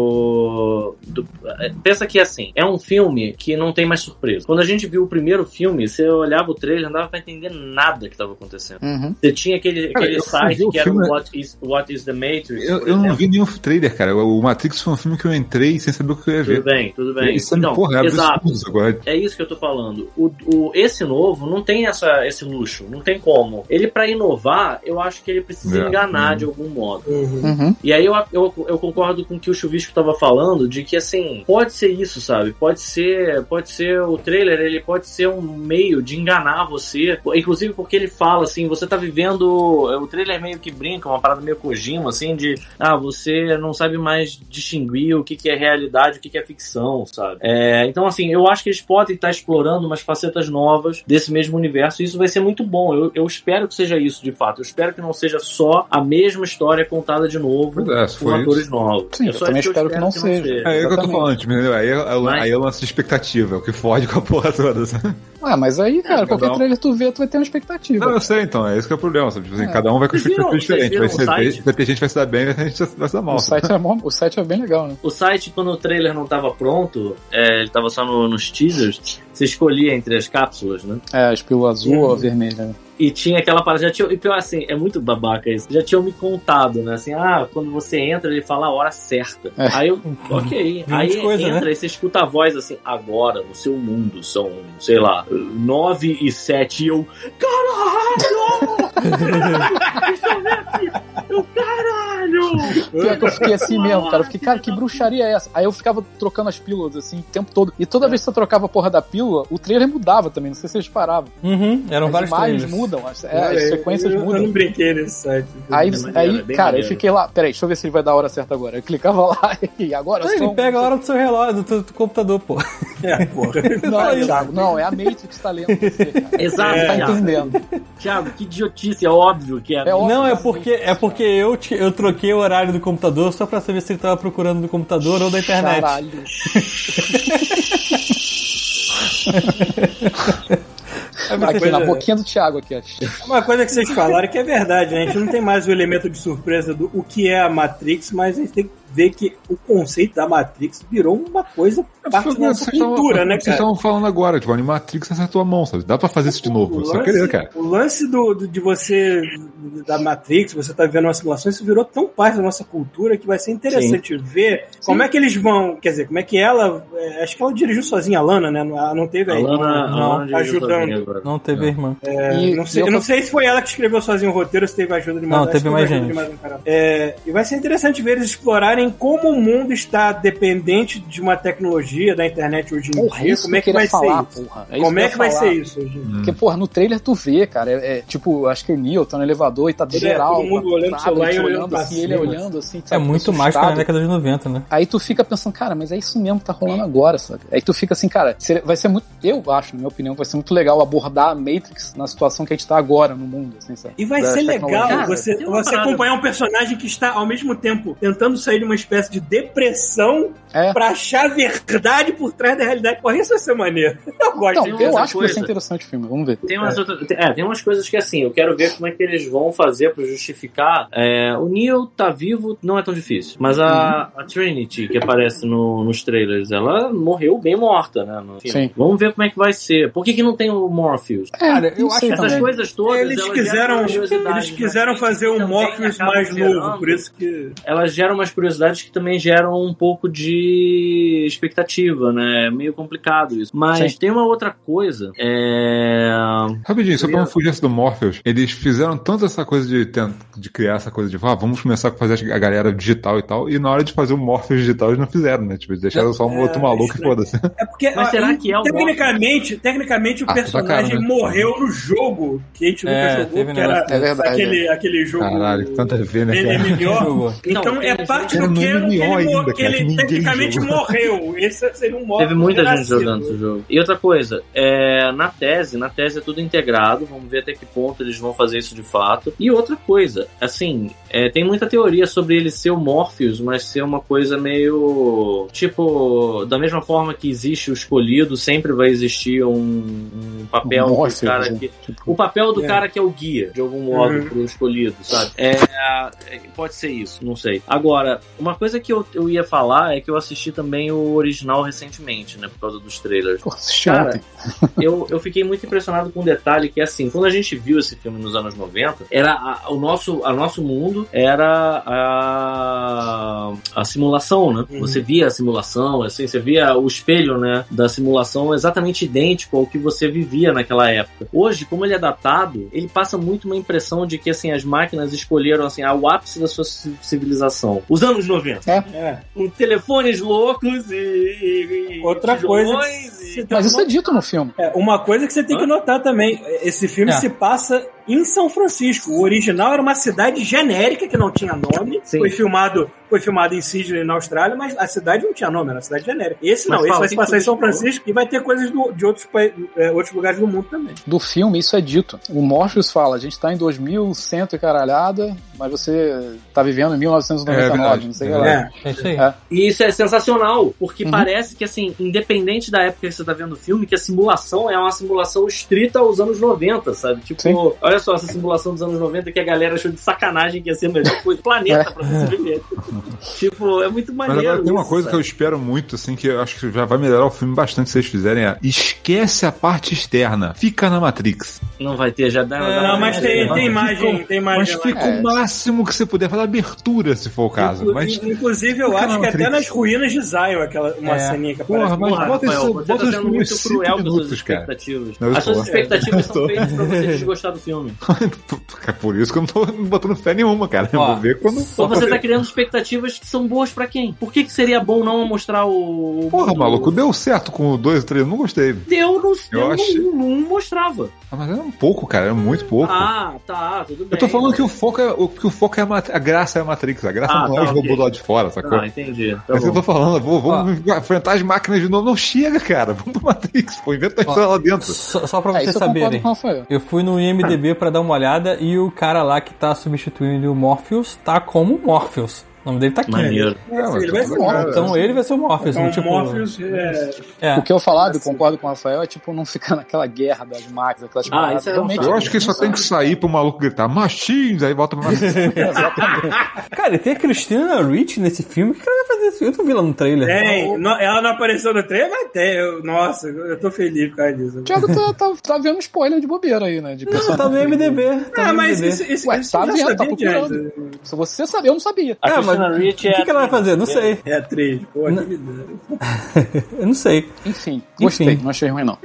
[SPEAKER 6] do, do- é, pensa que assim é um filme que não tem mais surpresa. Quando a gente viu o primeiro filme, você olhava o trailer, não dava pra entender nada que tava acontecendo.
[SPEAKER 1] Uhum.
[SPEAKER 6] Você tinha aquele,
[SPEAKER 7] Cara,
[SPEAKER 6] aquele
[SPEAKER 7] eu fui ver
[SPEAKER 6] site
[SPEAKER 7] o
[SPEAKER 6] que era
[SPEAKER 7] filme- é-
[SPEAKER 6] o What is, What is the Matrix.
[SPEAKER 7] Eu,
[SPEAKER 6] por
[SPEAKER 7] eu não
[SPEAKER 6] exemplo.
[SPEAKER 7] vi nenhum trailer, cara. O Matrix foi um filme que eu entrei sem saber o que eu ia
[SPEAKER 6] Tudo
[SPEAKER 7] ver.
[SPEAKER 6] bem, tudo bem.
[SPEAKER 7] Isso é,
[SPEAKER 6] Então,
[SPEAKER 7] porra, é
[SPEAKER 6] exato.
[SPEAKER 7] absurdo isso agora.
[SPEAKER 6] É isso que eu tô falando. O, o- esse novo não tem essa, esse luxo, não tem como. Ele, pra inovar, eu acho que ele precisa
[SPEAKER 7] É.
[SPEAKER 6] enganar de algum modo.
[SPEAKER 5] Uhum.
[SPEAKER 1] Uhum.
[SPEAKER 6] E aí eu, eu, eu concordo com o que o Chuvisco tava falando, de que assim, pode ser isso, sabe? Pode ser, pode ser o trailer, ele pode ser um meio de enganar você. Inclusive porque ele fala assim, você tá vivendo. O trailer meio que brinca, uma parada meio Kojima, assim, de ah, você não sabe mais distinguir o que, que é realidade, o que, que é ficção, sabe? É, então, assim, eu acho que eles podem estar explorando umas facetas novas desse mesmo universo e isso vai ser muito bom. Eu, eu espero que seja isso, de fato. Eu espero que não seja só a mesma história contada de novo
[SPEAKER 7] Pois é, se
[SPEAKER 6] com
[SPEAKER 7] for
[SPEAKER 6] atores
[SPEAKER 7] isso.
[SPEAKER 6] novos.
[SPEAKER 1] Sim,
[SPEAKER 6] É
[SPEAKER 1] eu
[SPEAKER 6] só
[SPEAKER 1] também
[SPEAKER 6] isso
[SPEAKER 1] espero que não seja.
[SPEAKER 7] É, é o que eu tô
[SPEAKER 1] Exatamente.
[SPEAKER 7] falando, tipo, entendeu? Aí, é-
[SPEAKER 6] Mas-
[SPEAKER 7] aí é o lance de expectativa, é o que fode com a porra toda. sabe?
[SPEAKER 1] Ah, mas
[SPEAKER 6] É,
[SPEAKER 1] aí, cara, qualquer
[SPEAKER 7] legal.
[SPEAKER 1] trailer tu vê, tu vai ter uma expectativa.
[SPEAKER 7] Não, eu sei, então. É isso que é o problema. Sabe? Tipo assim, Cada um vai com
[SPEAKER 6] Vocês viram-
[SPEAKER 7] expectativa diferente. Vai,
[SPEAKER 6] vocês viram o
[SPEAKER 7] ser-
[SPEAKER 6] site?
[SPEAKER 7] vai ter gente que vai se dar bem, vai ter gente que vai se dar mal.
[SPEAKER 1] o,
[SPEAKER 7] sabe?
[SPEAKER 1] site é mó- o site é bem legal, né?
[SPEAKER 6] O site, quando o trailer não tava pronto, é, ele tava só no- nos teasers, você escolhia entre as cápsulas, né?
[SPEAKER 1] É, as pílulas azul ou a vermelha. né?
[SPEAKER 6] E tinha aquela parada, já tinha, e pior assim, é muito babaca isso, já tinham me contado, né? Assim, ah, quando você entra, ele fala a hora certa.
[SPEAKER 1] É.
[SPEAKER 6] Aí eu, ok. aí
[SPEAKER 4] coisa,
[SPEAKER 6] entra e você escuta a voz assim, agora no seu mundo são, sei lá, nove e sete e eu, caralho! eu, caralho!
[SPEAKER 1] Pior que eu fiquei assim mesmo, cara. Eu fiquei, cara, que bruxaria é essa? Aí eu ficava trocando as pílulas, assim, o tempo todo. E toda vez que você trocava a porra da pílula, o trailer mudava também. Não sei se vocês paravam.
[SPEAKER 4] Uhum, eram
[SPEAKER 1] as
[SPEAKER 4] vários
[SPEAKER 1] imagens
[SPEAKER 4] trailers.
[SPEAKER 1] mudam, as, é,
[SPEAKER 5] Olha,
[SPEAKER 1] as sequências
[SPEAKER 5] eu, Eu
[SPEAKER 1] mudam.
[SPEAKER 5] não né, brinquei nesse site.
[SPEAKER 1] Aí,
[SPEAKER 6] É maneiro, é
[SPEAKER 1] aí
[SPEAKER 6] bem
[SPEAKER 1] cara, eu
[SPEAKER 6] maneiro.
[SPEAKER 1] fiquei lá. Peraí, deixa eu ver se ele vai dar a hora certa agora. Eu clicava lá e agora
[SPEAKER 4] Não,
[SPEAKER 1] são-
[SPEAKER 4] ele pega a hora do seu relógio, do teu do computador, pô.
[SPEAKER 5] É, porra.
[SPEAKER 4] Só
[SPEAKER 1] Não,
[SPEAKER 4] isso.
[SPEAKER 1] Thiago, não, é a Matrix que tá lendo você, cara.
[SPEAKER 6] Exato,
[SPEAKER 1] Você não tá
[SPEAKER 6] Thiago.
[SPEAKER 1] entendendo.
[SPEAKER 6] Thiago, que idiotice, é óbvio que é.
[SPEAKER 1] É óbvio.
[SPEAKER 4] Não, é porque, é porque eu, te- eu troquei o horário do computador só pra saber se ele tava procurando do computador ou da internet.
[SPEAKER 1] Caralho. Aqui,
[SPEAKER 5] É coisa-
[SPEAKER 1] Tipo assim,
[SPEAKER 5] é
[SPEAKER 1] na boquinha do Thiago aqui, ó.
[SPEAKER 5] Uma coisa que vocês falaram que é verdade, né? A gente não tem mais o elemento de surpresa do o que é a Matrix, mas a gente tem que ver que o conceito da Matrix virou uma coisa
[SPEAKER 6] é
[SPEAKER 5] parte da nossa
[SPEAKER 7] tavam-
[SPEAKER 5] cultura, né,
[SPEAKER 7] É Tipo, vocês
[SPEAKER 5] cara?
[SPEAKER 7] estavam falando agora, tipo, Animatrix acertou a mão, sabe? Dá pra fazer isso de
[SPEAKER 6] Tipo,
[SPEAKER 7] novo. Só querer, cara.
[SPEAKER 5] o lance do, do- de você, da Matrix, você tá vivendo uma simulação, isso virou tão parte da nossa cultura que vai ser interessante ver como é que eles vão, quer dizer, como é que ela, é, acho que ela dirigiu sozinha a Lana, né? Ela não teve
[SPEAKER 6] A
[SPEAKER 5] aí,
[SPEAKER 6] Lana, a
[SPEAKER 5] não,
[SPEAKER 6] Lana dirigiu
[SPEAKER 5] ajudando.
[SPEAKER 6] sozinha agora.
[SPEAKER 4] Não
[SPEAKER 5] É.
[SPEAKER 4] teve irmã.
[SPEAKER 1] E-
[SPEAKER 5] não
[SPEAKER 1] e
[SPEAKER 5] sei,
[SPEAKER 1] eu
[SPEAKER 5] eu não sei se foi ela que escreveu sozinha o roteiro, se teve a ajuda de
[SPEAKER 4] Não,
[SPEAKER 5] mais acho que
[SPEAKER 4] teve mais
[SPEAKER 5] a ajuda
[SPEAKER 4] gente.
[SPEAKER 5] de mais um cara. É, e vai ser interessante ver eles explorarem pensar em como o mundo está dependente de uma tecnologia da internet hoje em
[SPEAKER 1] Porra,
[SPEAKER 5] dia,
[SPEAKER 1] isso
[SPEAKER 5] como é que
[SPEAKER 1] eu
[SPEAKER 5] vai
[SPEAKER 1] queria falar,
[SPEAKER 5] ser isso?
[SPEAKER 1] porra. É isso
[SPEAKER 5] como
[SPEAKER 1] que
[SPEAKER 5] é
[SPEAKER 1] eu
[SPEAKER 5] que
[SPEAKER 1] ia
[SPEAKER 5] vai
[SPEAKER 1] falar.
[SPEAKER 5] ser isso hoje em dia?
[SPEAKER 1] Porque, porra, no trailer tu vê, cara. É, é, tipo, acho que é o Neil tá no elevador e tá
[SPEAKER 5] Ele é,
[SPEAKER 1] geral.
[SPEAKER 5] todo mundo
[SPEAKER 1] com a
[SPEAKER 5] olhando pro celular e
[SPEAKER 1] tablet,
[SPEAKER 5] olhando pra
[SPEAKER 1] assim, ele
[SPEAKER 5] cima.
[SPEAKER 1] olhando assim.
[SPEAKER 4] É
[SPEAKER 1] sabe,
[SPEAKER 4] muito
[SPEAKER 1] assustado.
[SPEAKER 4] mais que na década de 90, né?
[SPEAKER 1] Aí tu fica pensando, cara, mas é isso mesmo que tá rolando agora, sabe? Aí tu fica assim, cara, se- vai ser muito. Eu acho, na minha opinião, vai ser muito legal abordar a Matrix na situação que a gente tá agora no mundo, assim, sabe?
[SPEAKER 5] E vai
[SPEAKER 1] Das
[SPEAKER 5] ser legal
[SPEAKER 1] tecnologias.
[SPEAKER 5] você,
[SPEAKER 9] tem uma
[SPEAKER 5] você
[SPEAKER 9] parada-
[SPEAKER 5] acompanhar um personagem que está, ao mesmo tempo, tentando sair de uma espécie de depressão
[SPEAKER 1] É.
[SPEAKER 5] pra achar a verdade por trás da realidade. Porra, isso vai ser maneiro. Eu gosto
[SPEAKER 1] Então,
[SPEAKER 5] disso.
[SPEAKER 6] tem
[SPEAKER 1] eu
[SPEAKER 6] outra
[SPEAKER 1] acho que vai ser
[SPEAKER 6] coisa.
[SPEAKER 1] interessante o filme, vamos ver.
[SPEAKER 6] Tem umas, outras, tem- é, tem umas coisas que assim, eu quero ver como é que eles vão fazer pra justificar. É, o Neo tá vivo, não é tão difícil. Mas a, a Trinity, que aparece no- nos trailers, ela morreu bem morta, né? no filme.
[SPEAKER 1] Sim.
[SPEAKER 6] Vamos ver como é que vai ser. Por que, que não tem o Morpheus?
[SPEAKER 4] Cara, eu acho
[SPEAKER 1] que
[SPEAKER 4] que
[SPEAKER 6] Essas coisas todas.
[SPEAKER 5] Eles
[SPEAKER 6] elas
[SPEAKER 5] quiseram,
[SPEAKER 6] geram curiosidades,
[SPEAKER 5] eles quiseram
[SPEAKER 6] né?
[SPEAKER 5] fazer um
[SPEAKER 6] Também
[SPEAKER 5] Morpheus
[SPEAKER 6] acaba
[SPEAKER 5] mais novo,
[SPEAKER 6] gerando-
[SPEAKER 5] por isso que.
[SPEAKER 6] Elas geram umas curiosidades que também geram um pouco de expectativa, né? É meio complicado isso. Mas tem uma outra coisa. É.
[SPEAKER 7] Rapidinho, só pra não
[SPEAKER 6] Curioso.
[SPEAKER 7] fugir essa do Morpheus, eles fizeram tanto essa coisa de, ten- de criar essa coisa de ah, vamos começar a fazer a galera digital e tal, e na hora de fazer o Morpheus digital eles não fizeram, né? Tipo, eles deixaram só um
[SPEAKER 5] É,
[SPEAKER 7] outro maluco e
[SPEAKER 5] estranho.
[SPEAKER 7] foda-se.
[SPEAKER 5] É porque.
[SPEAKER 6] Mas
[SPEAKER 5] ó,
[SPEAKER 6] será
[SPEAKER 5] em-
[SPEAKER 6] que é o
[SPEAKER 5] Tecnicamente, tecnicamente o
[SPEAKER 7] Ah, tá
[SPEAKER 5] personagem
[SPEAKER 7] cara, né?
[SPEAKER 5] morreu no jogo que a gente nunca
[SPEAKER 4] É,
[SPEAKER 5] jogou,
[SPEAKER 4] teve
[SPEAKER 5] que era
[SPEAKER 1] negócio- É verdade,
[SPEAKER 5] aquele, aquele jogo.
[SPEAKER 7] Caralho, que tanto a ver, né, cara?
[SPEAKER 5] MMO.
[SPEAKER 4] Jogou.
[SPEAKER 5] Então
[SPEAKER 6] Não,
[SPEAKER 5] é
[SPEAKER 6] tem
[SPEAKER 5] parte
[SPEAKER 7] gente-
[SPEAKER 5] do que
[SPEAKER 7] Era no
[SPEAKER 5] ele,
[SPEAKER 7] MMO
[SPEAKER 5] mo-
[SPEAKER 7] ainda,
[SPEAKER 5] que
[SPEAKER 7] cara,
[SPEAKER 5] ele
[SPEAKER 7] ninguém
[SPEAKER 5] tecnicamente
[SPEAKER 7] jogou.
[SPEAKER 5] morreu. Esse seria um morto.
[SPEAKER 6] Teve muita gente
[SPEAKER 5] renascido.
[SPEAKER 6] jogando esse jogo. E outra coisa, é, na tese, na tese é tudo integrado, vamos ver até que ponto eles vão fazer isso de fato. E outra coisa, assim, é, tem muita teoria sobre ele ser o Morpheus, mas ser uma coisa meio. Tipo, da mesma forma que existe o escolhido, sempre vai existir um, um papel
[SPEAKER 1] Morpheus,
[SPEAKER 6] do cara
[SPEAKER 1] né?
[SPEAKER 6] que. O papel do
[SPEAKER 5] É.
[SPEAKER 6] cara que é o guia, de algum modo,
[SPEAKER 5] Uhum.
[SPEAKER 6] pro escolhido, sabe? É, é, pode ser isso, não sei. Agora, uma coisa que eu, eu ia falar é que eu assisti também o original recentemente, né? Por causa dos trailers.
[SPEAKER 1] Pô, assisti
[SPEAKER 6] Cara,
[SPEAKER 1] ontem.
[SPEAKER 6] Eu, eu fiquei muito impressionado com um detalhe que é assim, quando a gente viu esse filme nos anos 90, era a- o nosso, a nosso mundo era a, a simulação, né?
[SPEAKER 5] Uhum.
[SPEAKER 6] Você via a simulação, assim, você via o espelho, né, da simulação exatamente idêntico ao que você vivia naquela época. Hoje, como ele é datado, ele passa muito uma impressão de que assim as máquinas escolheram assim ah, o ápice da sua ci- civilização, os anos 90,
[SPEAKER 5] É.
[SPEAKER 6] com telefones loucos e, e- e
[SPEAKER 5] Outra coisa que
[SPEAKER 6] tijolões e-
[SPEAKER 5] se
[SPEAKER 1] Mas isso
[SPEAKER 5] tornou-
[SPEAKER 1] é dito no filme.
[SPEAKER 5] É, uma coisa que você tem que notar também, esse filme
[SPEAKER 4] É.
[SPEAKER 5] se passa em São Francisco. O original era uma cidade genérica que não tinha nome.
[SPEAKER 6] Sim.
[SPEAKER 5] Foi filmado, foi filmado em Sydney, na Austrália, mas a cidade não tinha nome, era uma cidade genérica. Esse
[SPEAKER 6] Mas
[SPEAKER 5] não, esse
[SPEAKER 6] fala,
[SPEAKER 5] vai
[SPEAKER 6] o
[SPEAKER 5] se
[SPEAKER 6] que
[SPEAKER 5] passar em
[SPEAKER 6] que
[SPEAKER 5] São
[SPEAKER 6] tu falou?
[SPEAKER 5] Francisco e vai ter coisas do- de outros, pa- é, outros lugares do mundo também.
[SPEAKER 1] do filme, isso é dito. O Morpheus fala, a gente tá em 2100 e caralhada, mas você tá vivendo em 1999,
[SPEAKER 7] É verdade,
[SPEAKER 1] não sei o
[SPEAKER 7] é
[SPEAKER 1] que lá.
[SPEAKER 7] verdade.
[SPEAKER 5] É.
[SPEAKER 4] É isso aí.
[SPEAKER 1] É.
[SPEAKER 6] E isso é sensacional, porque
[SPEAKER 1] Uhum.
[SPEAKER 6] parece que, assim, independente da época que você tá vendo o filme, que a simulação é uma simulação estrita aos anos 90, sabe? Tipo,
[SPEAKER 1] Sim.
[SPEAKER 6] olha só essa simulação dos anos 90 que a galera achou de sacanagem que ia ser a melhor coisa do planeta pra você viver. tipo, é muito
[SPEAKER 7] Mas
[SPEAKER 6] maneiro.
[SPEAKER 7] agora tem uma
[SPEAKER 6] isso,
[SPEAKER 7] coisa que eu
[SPEAKER 6] sabe?
[SPEAKER 7] espero muito, assim, que eu acho que já vai melhorar o filme bastante se eles fizerem é esquece a parte externa, fica na Matrix.
[SPEAKER 6] Não vai ter, já dá. dá
[SPEAKER 5] Não,
[SPEAKER 6] pra
[SPEAKER 5] É, mas
[SPEAKER 6] ver,
[SPEAKER 5] tem,
[SPEAKER 6] né?
[SPEAKER 5] tem imagem, tem imagem
[SPEAKER 7] Mas
[SPEAKER 5] lá.
[SPEAKER 7] fica
[SPEAKER 1] é.
[SPEAKER 7] o máximo que você puder, faz a abertura se for o caso.
[SPEAKER 5] Inclu-
[SPEAKER 7] Mas
[SPEAKER 5] Inclusive, eu
[SPEAKER 7] Fica
[SPEAKER 5] acho
[SPEAKER 7] na
[SPEAKER 5] que até
[SPEAKER 7] Matrix.
[SPEAKER 5] nas ruínas de Zion, aquela, uma
[SPEAKER 4] É.
[SPEAKER 5] ceninha que aparece.
[SPEAKER 7] Porra, mas
[SPEAKER 6] Porra,
[SPEAKER 7] bota
[SPEAKER 6] Rafael,
[SPEAKER 7] isso,
[SPEAKER 6] você
[SPEAKER 7] bota
[SPEAKER 6] tá
[SPEAKER 7] isso
[SPEAKER 6] sendo
[SPEAKER 7] nos
[SPEAKER 6] muito
[SPEAKER 7] 5
[SPEAKER 6] cruel com suas
[SPEAKER 7] minutos, cara.
[SPEAKER 6] expectativas.
[SPEAKER 7] Não, eu
[SPEAKER 6] As suas
[SPEAKER 7] sou.
[SPEAKER 6] expectativas
[SPEAKER 7] Eu
[SPEAKER 6] são
[SPEAKER 7] sou.
[SPEAKER 6] feitas pra você desgostar do filme.
[SPEAKER 7] É por isso que eu não tô botando fé nenhuma, cara. Eu
[SPEAKER 4] Ó.
[SPEAKER 7] vou ver quando.
[SPEAKER 6] Ou você tá criando expectativas que são boas pra quem? Por que, que seria bom não mostrar o.
[SPEAKER 7] Porra,
[SPEAKER 6] o-
[SPEAKER 7] maluco, deu certo com o 2 e 3, não gostei.
[SPEAKER 6] Deu no
[SPEAKER 7] Eu
[SPEAKER 6] deu
[SPEAKER 7] acho-
[SPEAKER 6] no- não mostrava.
[SPEAKER 7] Ah, Mas era um pouco, cara, era muito pouco.
[SPEAKER 6] Ah, tá, tudo bem.
[SPEAKER 7] eu tô falando que o foco é, o- que o foco é a, mat- a graça é a Matrix, a graça
[SPEAKER 6] Ah,
[SPEAKER 7] não é
[SPEAKER 6] tá,
[SPEAKER 7] os
[SPEAKER 6] ok.
[SPEAKER 7] robôs lá de fora, sacou?
[SPEAKER 6] Ah, entendi. Tá
[SPEAKER 7] É isso que eu
[SPEAKER 6] bom.
[SPEAKER 7] tô
[SPEAKER 6] Ah.
[SPEAKER 7] falando, vou,
[SPEAKER 4] Ó.
[SPEAKER 7] vamos enfrentar as máquinas de novo. Não chega, cara. Vamos pra Matrix, pô. Inventa a história lá dentro.
[SPEAKER 4] Só, só pra
[SPEAKER 1] É,
[SPEAKER 4] vocês
[SPEAKER 1] isso eu concordo
[SPEAKER 4] saberem.
[SPEAKER 1] com o Rafael.
[SPEAKER 4] Eu fui no IMDB pra dar uma olhada e o cara lá que tá substituindo o Morpheus tá como Morpheus. O nome dele tá aqui.
[SPEAKER 6] Maneiro.
[SPEAKER 7] É, mas-
[SPEAKER 5] ele vai ser morto,
[SPEAKER 4] Então ele vai ser o Morpheus.
[SPEAKER 5] Então,
[SPEAKER 4] né? tipo,
[SPEAKER 5] Morpheus, é,
[SPEAKER 4] É.
[SPEAKER 1] O que eu falado, e concordo com o Rafael, é tipo não ficar naquela guerra das máquinas, aquelas
[SPEAKER 6] Ah,
[SPEAKER 1] paradas.
[SPEAKER 6] isso é
[SPEAKER 1] Realmente,
[SPEAKER 7] Eu acho que só tem que sair pro maluco gritar Machins, aí volta pra Matrix.
[SPEAKER 4] Cara, e tem a Christina Rich nesse filme. O que ela vai fazer isso? Eu tô vi lá no trailer.
[SPEAKER 5] tem. Não- ela não apareceu no trailer, mas tem. Eu- nossa, eu tô feliz por causa disso.
[SPEAKER 1] o Thiago tá, tá, tá vendo spoiler de bobeira aí, né? De
[SPEAKER 4] Não, tá no MDB. Tá
[SPEAKER 5] Ah,
[SPEAKER 4] no
[SPEAKER 5] mas
[SPEAKER 4] IMDb.
[SPEAKER 5] isso, isso,
[SPEAKER 1] Ué,
[SPEAKER 5] isso
[SPEAKER 1] tá
[SPEAKER 5] eu já
[SPEAKER 1] vendo, tá
[SPEAKER 5] sabia de antes.
[SPEAKER 1] procurando. Se você sabia, eu não sabia.
[SPEAKER 6] A
[SPEAKER 4] É,
[SPEAKER 6] Christina
[SPEAKER 4] mas
[SPEAKER 6] Rich
[SPEAKER 4] O
[SPEAKER 6] é.
[SPEAKER 4] que, que ela vai
[SPEAKER 10] assim,
[SPEAKER 4] fazer? Não sei.
[SPEAKER 5] É atriz, pô,
[SPEAKER 4] Não.
[SPEAKER 5] que vida.
[SPEAKER 4] Eu não sei.
[SPEAKER 1] Enfim, gostei, não achei ruim não.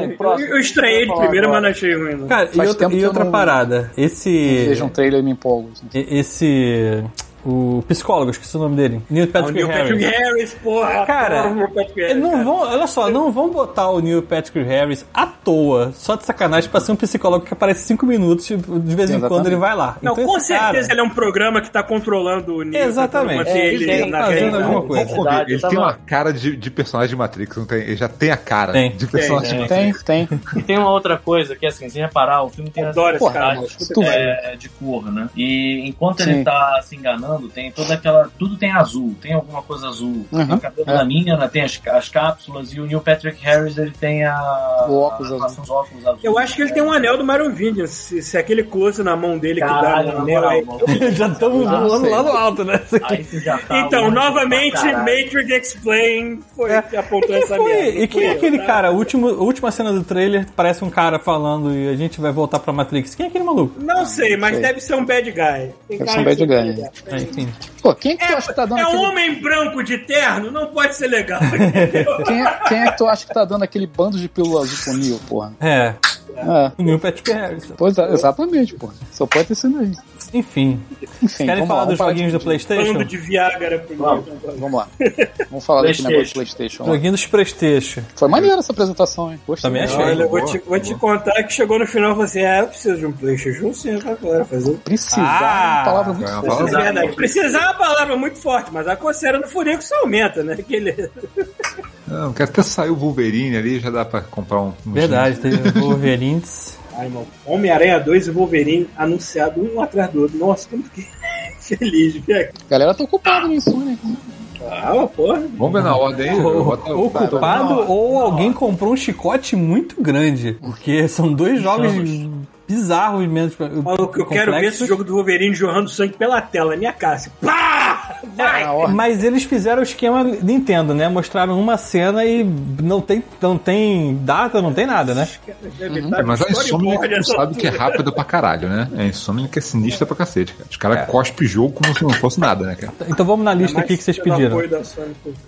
[SPEAKER 5] Eu, eu estranhei de primeira, mas não achei ruim. não.
[SPEAKER 4] Cara, e
[SPEAKER 1] Faz
[SPEAKER 4] outra,
[SPEAKER 1] tempo
[SPEAKER 4] e
[SPEAKER 1] que eu
[SPEAKER 4] outra
[SPEAKER 1] não-
[SPEAKER 4] parada. Esse.
[SPEAKER 1] Veja um trailer e me empolgo. assim.
[SPEAKER 4] e- Esse. o psicólogo, esqueci o nome dele. Neil
[SPEAKER 5] É o
[SPEAKER 4] Patrick
[SPEAKER 5] Neil
[SPEAKER 4] Harris.
[SPEAKER 5] Patrick Harris, porra.
[SPEAKER 4] Cara,
[SPEAKER 5] adoro o Neil Patrick
[SPEAKER 4] É,
[SPEAKER 5] Harris,
[SPEAKER 4] Não
[SPEAKER 5] cara.
[SPEAKER 4] vão, olha só, não vão botar o Neil Patrick Harris à toa, só de sacanagem, pra ser um psicólogo que aparece cinco minutos e de vez em
[SPEAKER 1] Exatamente.
[SPEAKER 4] quando ele vai lá.
[SPEAKER 5] Não,
[SPEAKER 4] Então,
[SPEAKER 5] com
[SPEAKER 4] esse cara-
[SPEAKER 5] certeza ele é um programa que tá controlando o Neil.
[SPEAKER 4] Exatamente.
[SPEAKER 5] tentando manter
[SPEAKER 4] É,
[SPEAKER 5] ele
[SPEAKER 4] ele tá
[SPEAKER 5] na né?
[SPEAKER 4] fazendo
[SPEAKER 5] realidade.
[SPEAKER 4] alguma coisa.
[SPEAKER 7] Vamos combinar,
[SPEAKER 6] Verdade,
[SPEAKER 7] Então, ele
[SPEAKER 6] tá
[SPEAKER 7] tem
[SPEAKER 6] bom.
[SPEAKER 7] uma cara de, de personagem de Matrix, não tem? Ele já tem a cara
[SPEAKER 4] Tem.
[SPEAKER 7] de personagem
[SPEAKER 4] É.
[SPEAKER 7] de Matrix.
[SPEAKER 1] Tem, tem.
[SPEAKER 10] E tem uma outra coisa que, assim, sem reparar, o filme tem essa
[SPEAKER 5] Adoro esse
[SPEAKER 10] qualidade
[SPEAKER 5] cara, maluco. Puta
[SPEAKER 10] é, de cor, né? E enquanto
[SPEAKER 1] Sim.
[SPEAKER 10] ele tá se enganando, tem toda aquela. Tudo tem azul, tem alguma coisa azul. Tem
[SPEAKER 1] Uhum,
[SPEAKER 10] o cabelo
[SPEAKER 1] é.
[SPEAKER 10] da mina, tem as, as cápsulas, e o Neil Patrick Harris ele tem a.
[SPEAKER 1] O óculos
[SPEAKER 10] a- a-
[SPEAKER 1] azul.
[SPEAKER 10] Os óculos É. azul.
[SPEAKER 5] Eu acho que ele tem um anel do Merovingian. Se, se aquele close na mão dele
[SPEAKER 10] Caralho,
[SPEAKER 5] que dá
[SPEAKER 10] na
[SPEAKER 5] no anel
[SPEAKER 10] moral,
[SPEAKER 5] aí.
[SPEAKER 10] mano.
[SPEAKER 4] já estamos
[SPEAKER 1] Não
[SPEAKER 4] voando
[SPEAKER 1] sei.
[SPEAKER 4] lá no alto, né? Isso aqui.
[SPEAKER 10] Aí você já tá
[SPEAKER 5] Então,
[SPEAKER 10] longe pra
[SPEAKER 5] novamente,
[SPEAKER 10] caralho.
[SPEAKER 5] Matrix Explain foi
[SPEAKER 1] É.
[SPEAKER 5] que apontou essa
[SPEAKER 4] Foi,
[SPEAKER 5] merda.
[SPEAKER 4] e quem é
[SPEAKER 5] Foi,
[SPEAKER 4] aquele
[SPEAKER 5] tá?
[SPEAKER 4] cara? Último, última cena do trailer parece um cara falando e a gente vai voltar pra Matrix. Quem é aquele maluco?
[SPEAKER 5] Não sei, mas
[SPEAKER 1] sei.
[SPEAKER 5] deve ser um bad guy. Tem
[SPEAKER 1] Deve
[SPEAKER 5] cara
[SPEAKER 1] ser um
[SPEAKER 5] de
[SPEAKER 1] bad guy.
[SPEAKER 4] Ah, enfim.
[SPEAKER 1] Pô, quem é que tu acha que tá
[SPEAKER 5] É,
[SPEAKER 1] dando
[SPEAKER 5] é um
[SPEAKER 1] aquele...
[SPEAKER 5] homem branco de terno, não pode ser legal. entendeu?
[SPEAKER 1] Quem é, quem é que tu acha que tá dando aquele bando de pílula azul pro Neil, porra?
[SPEAKER 4] É,
[SPEAKER 1] É.
[SPEAKER 4] o Neil Patrick Harris.
[SPEAKER 1] Pois é, exatamente, porra. Só pode ter sido aí.
[SPEAKER 4] Enfim,
[SPEAKER 1] Enfim,
[SPEAKER 4] querem
[SPEAKER 1] vamos
[SPEAKER 4] falar
[SPEAKER 1] lá. vamos
[SPEAKER 4] dos
[SPEAKER 1] falar
[SPEAKER 4] joguinhos do
[SPEAKER 1] de-
[SPEAKER 4] Playstation?
[SPEAKER 5] Falando de Viagra pro
[SPEAKER 1] Vamos lá. Vamos falar desse negócio do Playstation. lá.
[SPEAKER 4] Joguinho dos Playstation.
[SPEAKER 1] Foi maneiro essa apresentação, hein? Gostei.
[SPEAKER 4] Também achei.
[SPEAKER 5] Olha, eu vou
[SPEAKER 7] Boa,
[SPEAKER 5] te, vou te contar que chegou no final e falei assim: ah, eu preciso de um PlayStation 5 agora. Fazer o
[SPEAKER 1] Precisar é
[SPEAKER 4] Ah,
[SPEAKER 1] uma palavra muito
[SPEAKER 7] é uma
[SPEAKER 1] forte.
[SPEAKER 5] É
[SPEAKER 7] Precisar,
[SPEAKER 5] verdade. Precisar é uma palavra muito forte, mas a coceira no furico só aumenta, né? Aquele...
[SPEAKER 7] Não, que até saiu o Wolverine ali, já dá pra comprar um. um
[SPEAKER 4] Verdade, teve o Wolverines.
[SPEAKER 5] Ai, irmão. Homem-Aranha 2 e Wolverine anunciado um atrás do outro. Nossa, como fiquei feliz, velho.
[SPEAKER 1] A galera tá ocupada no Insônia.
[SPEAKER 5] Ah, uma porra.
[SPEAKER 7] gin. Vamos ver na ordem aí.
[SPEAKER 4] Ou-
[SPEAKER 7] bota-
[SPEAKER 4] ou
[SPEAKER 7] vai, vai.
[SPEAKER 4] culpado ou alguém comprou um chicote muito grande. Porque são dois jogos bizarros menos.
[SPEAKER 5] Olha, o que eu quero ver esse
[SPEAKER 4] complexos.
[SPEAKER 5] jogo do Wolverine jorrando sangue pela tela, minha casa. Pá! Vai!
[SPEAKER 1] Na ordem.
[SPEAKER 4] Mas eles fizeram o esquema Nintendo, né? Mostraram uma cena e não tem, não tem data, não tem nada, né?
[SPEAKER 5] Tá,
[SPEAKER 7] É, mas a Insomniac tu sabe que é rápida pra caralho, né? A Insomniac é sinistra pra cacete, cara. Os caras
[SPEAKER 4] É.
[SPEAKER 7] cospem jogo como se não fosse nada, né, cara?
[SPEAKER 4] Então vamos
[SPEAKER 5] É
[SPEAKER 4] na lista aqui que vocês pediram.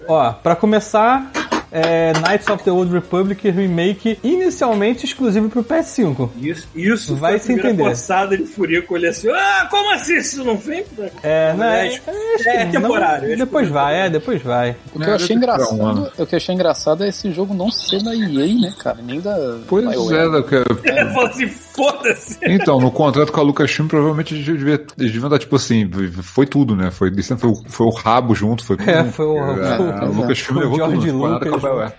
[SPEAKER 4] Ó, pra começar, é Knights of the Old Republic remake inicialmente exclusivo pro PS5.
[SPEAKER 5] Isso, isso
[SPEAKER 4] Vai
[SPEAKER 5] foi a
[SPEAKER 4] se
[SPEAKER 5] primeira
[SPEAKER 4] entender.
[SPEAKER 5] forçada de furico. Ele assim, ah, como assim isso não vem?
[SPEAKER 4] É, né?
[SPEAKER 5] É, é temporário, é
[SPEAKER 4] depois vai, é, depois vai.
[SPEAKER 1] O que eu achei
[SPEAKER 7] Não, mano.
[SPEAKER 1] engraçado, o que eu achei engraçado é esse jogo não ser da EA, né, cara? Nem da.
[SPEAKER 7] Pois
[SPEAKER 1] BioWare.
[SPEAKER 7] é, da- que-
[SPEAKER 5] Ele falou assim, foda-se.
[SPEAKER 7] então, no contrato com a Lucasfilm, provavelmente eles deviam, eles deviam dar, tipo assim, foi tudo, né? Foi, foi, o- foi o rabo junto, foi tudo.
[SPEAKER 4] É, foi o-
[SPEAKER 7] A, a Lucasfilm
[SPEAKER 4] o
[SPEAKER 7] levou tudo, não
[SPEAKER 4] George
[SPEAKER 7] ficou nada é. com a
[SPEAKER 4] Lucas.
[SPEAKER 7] BioWare.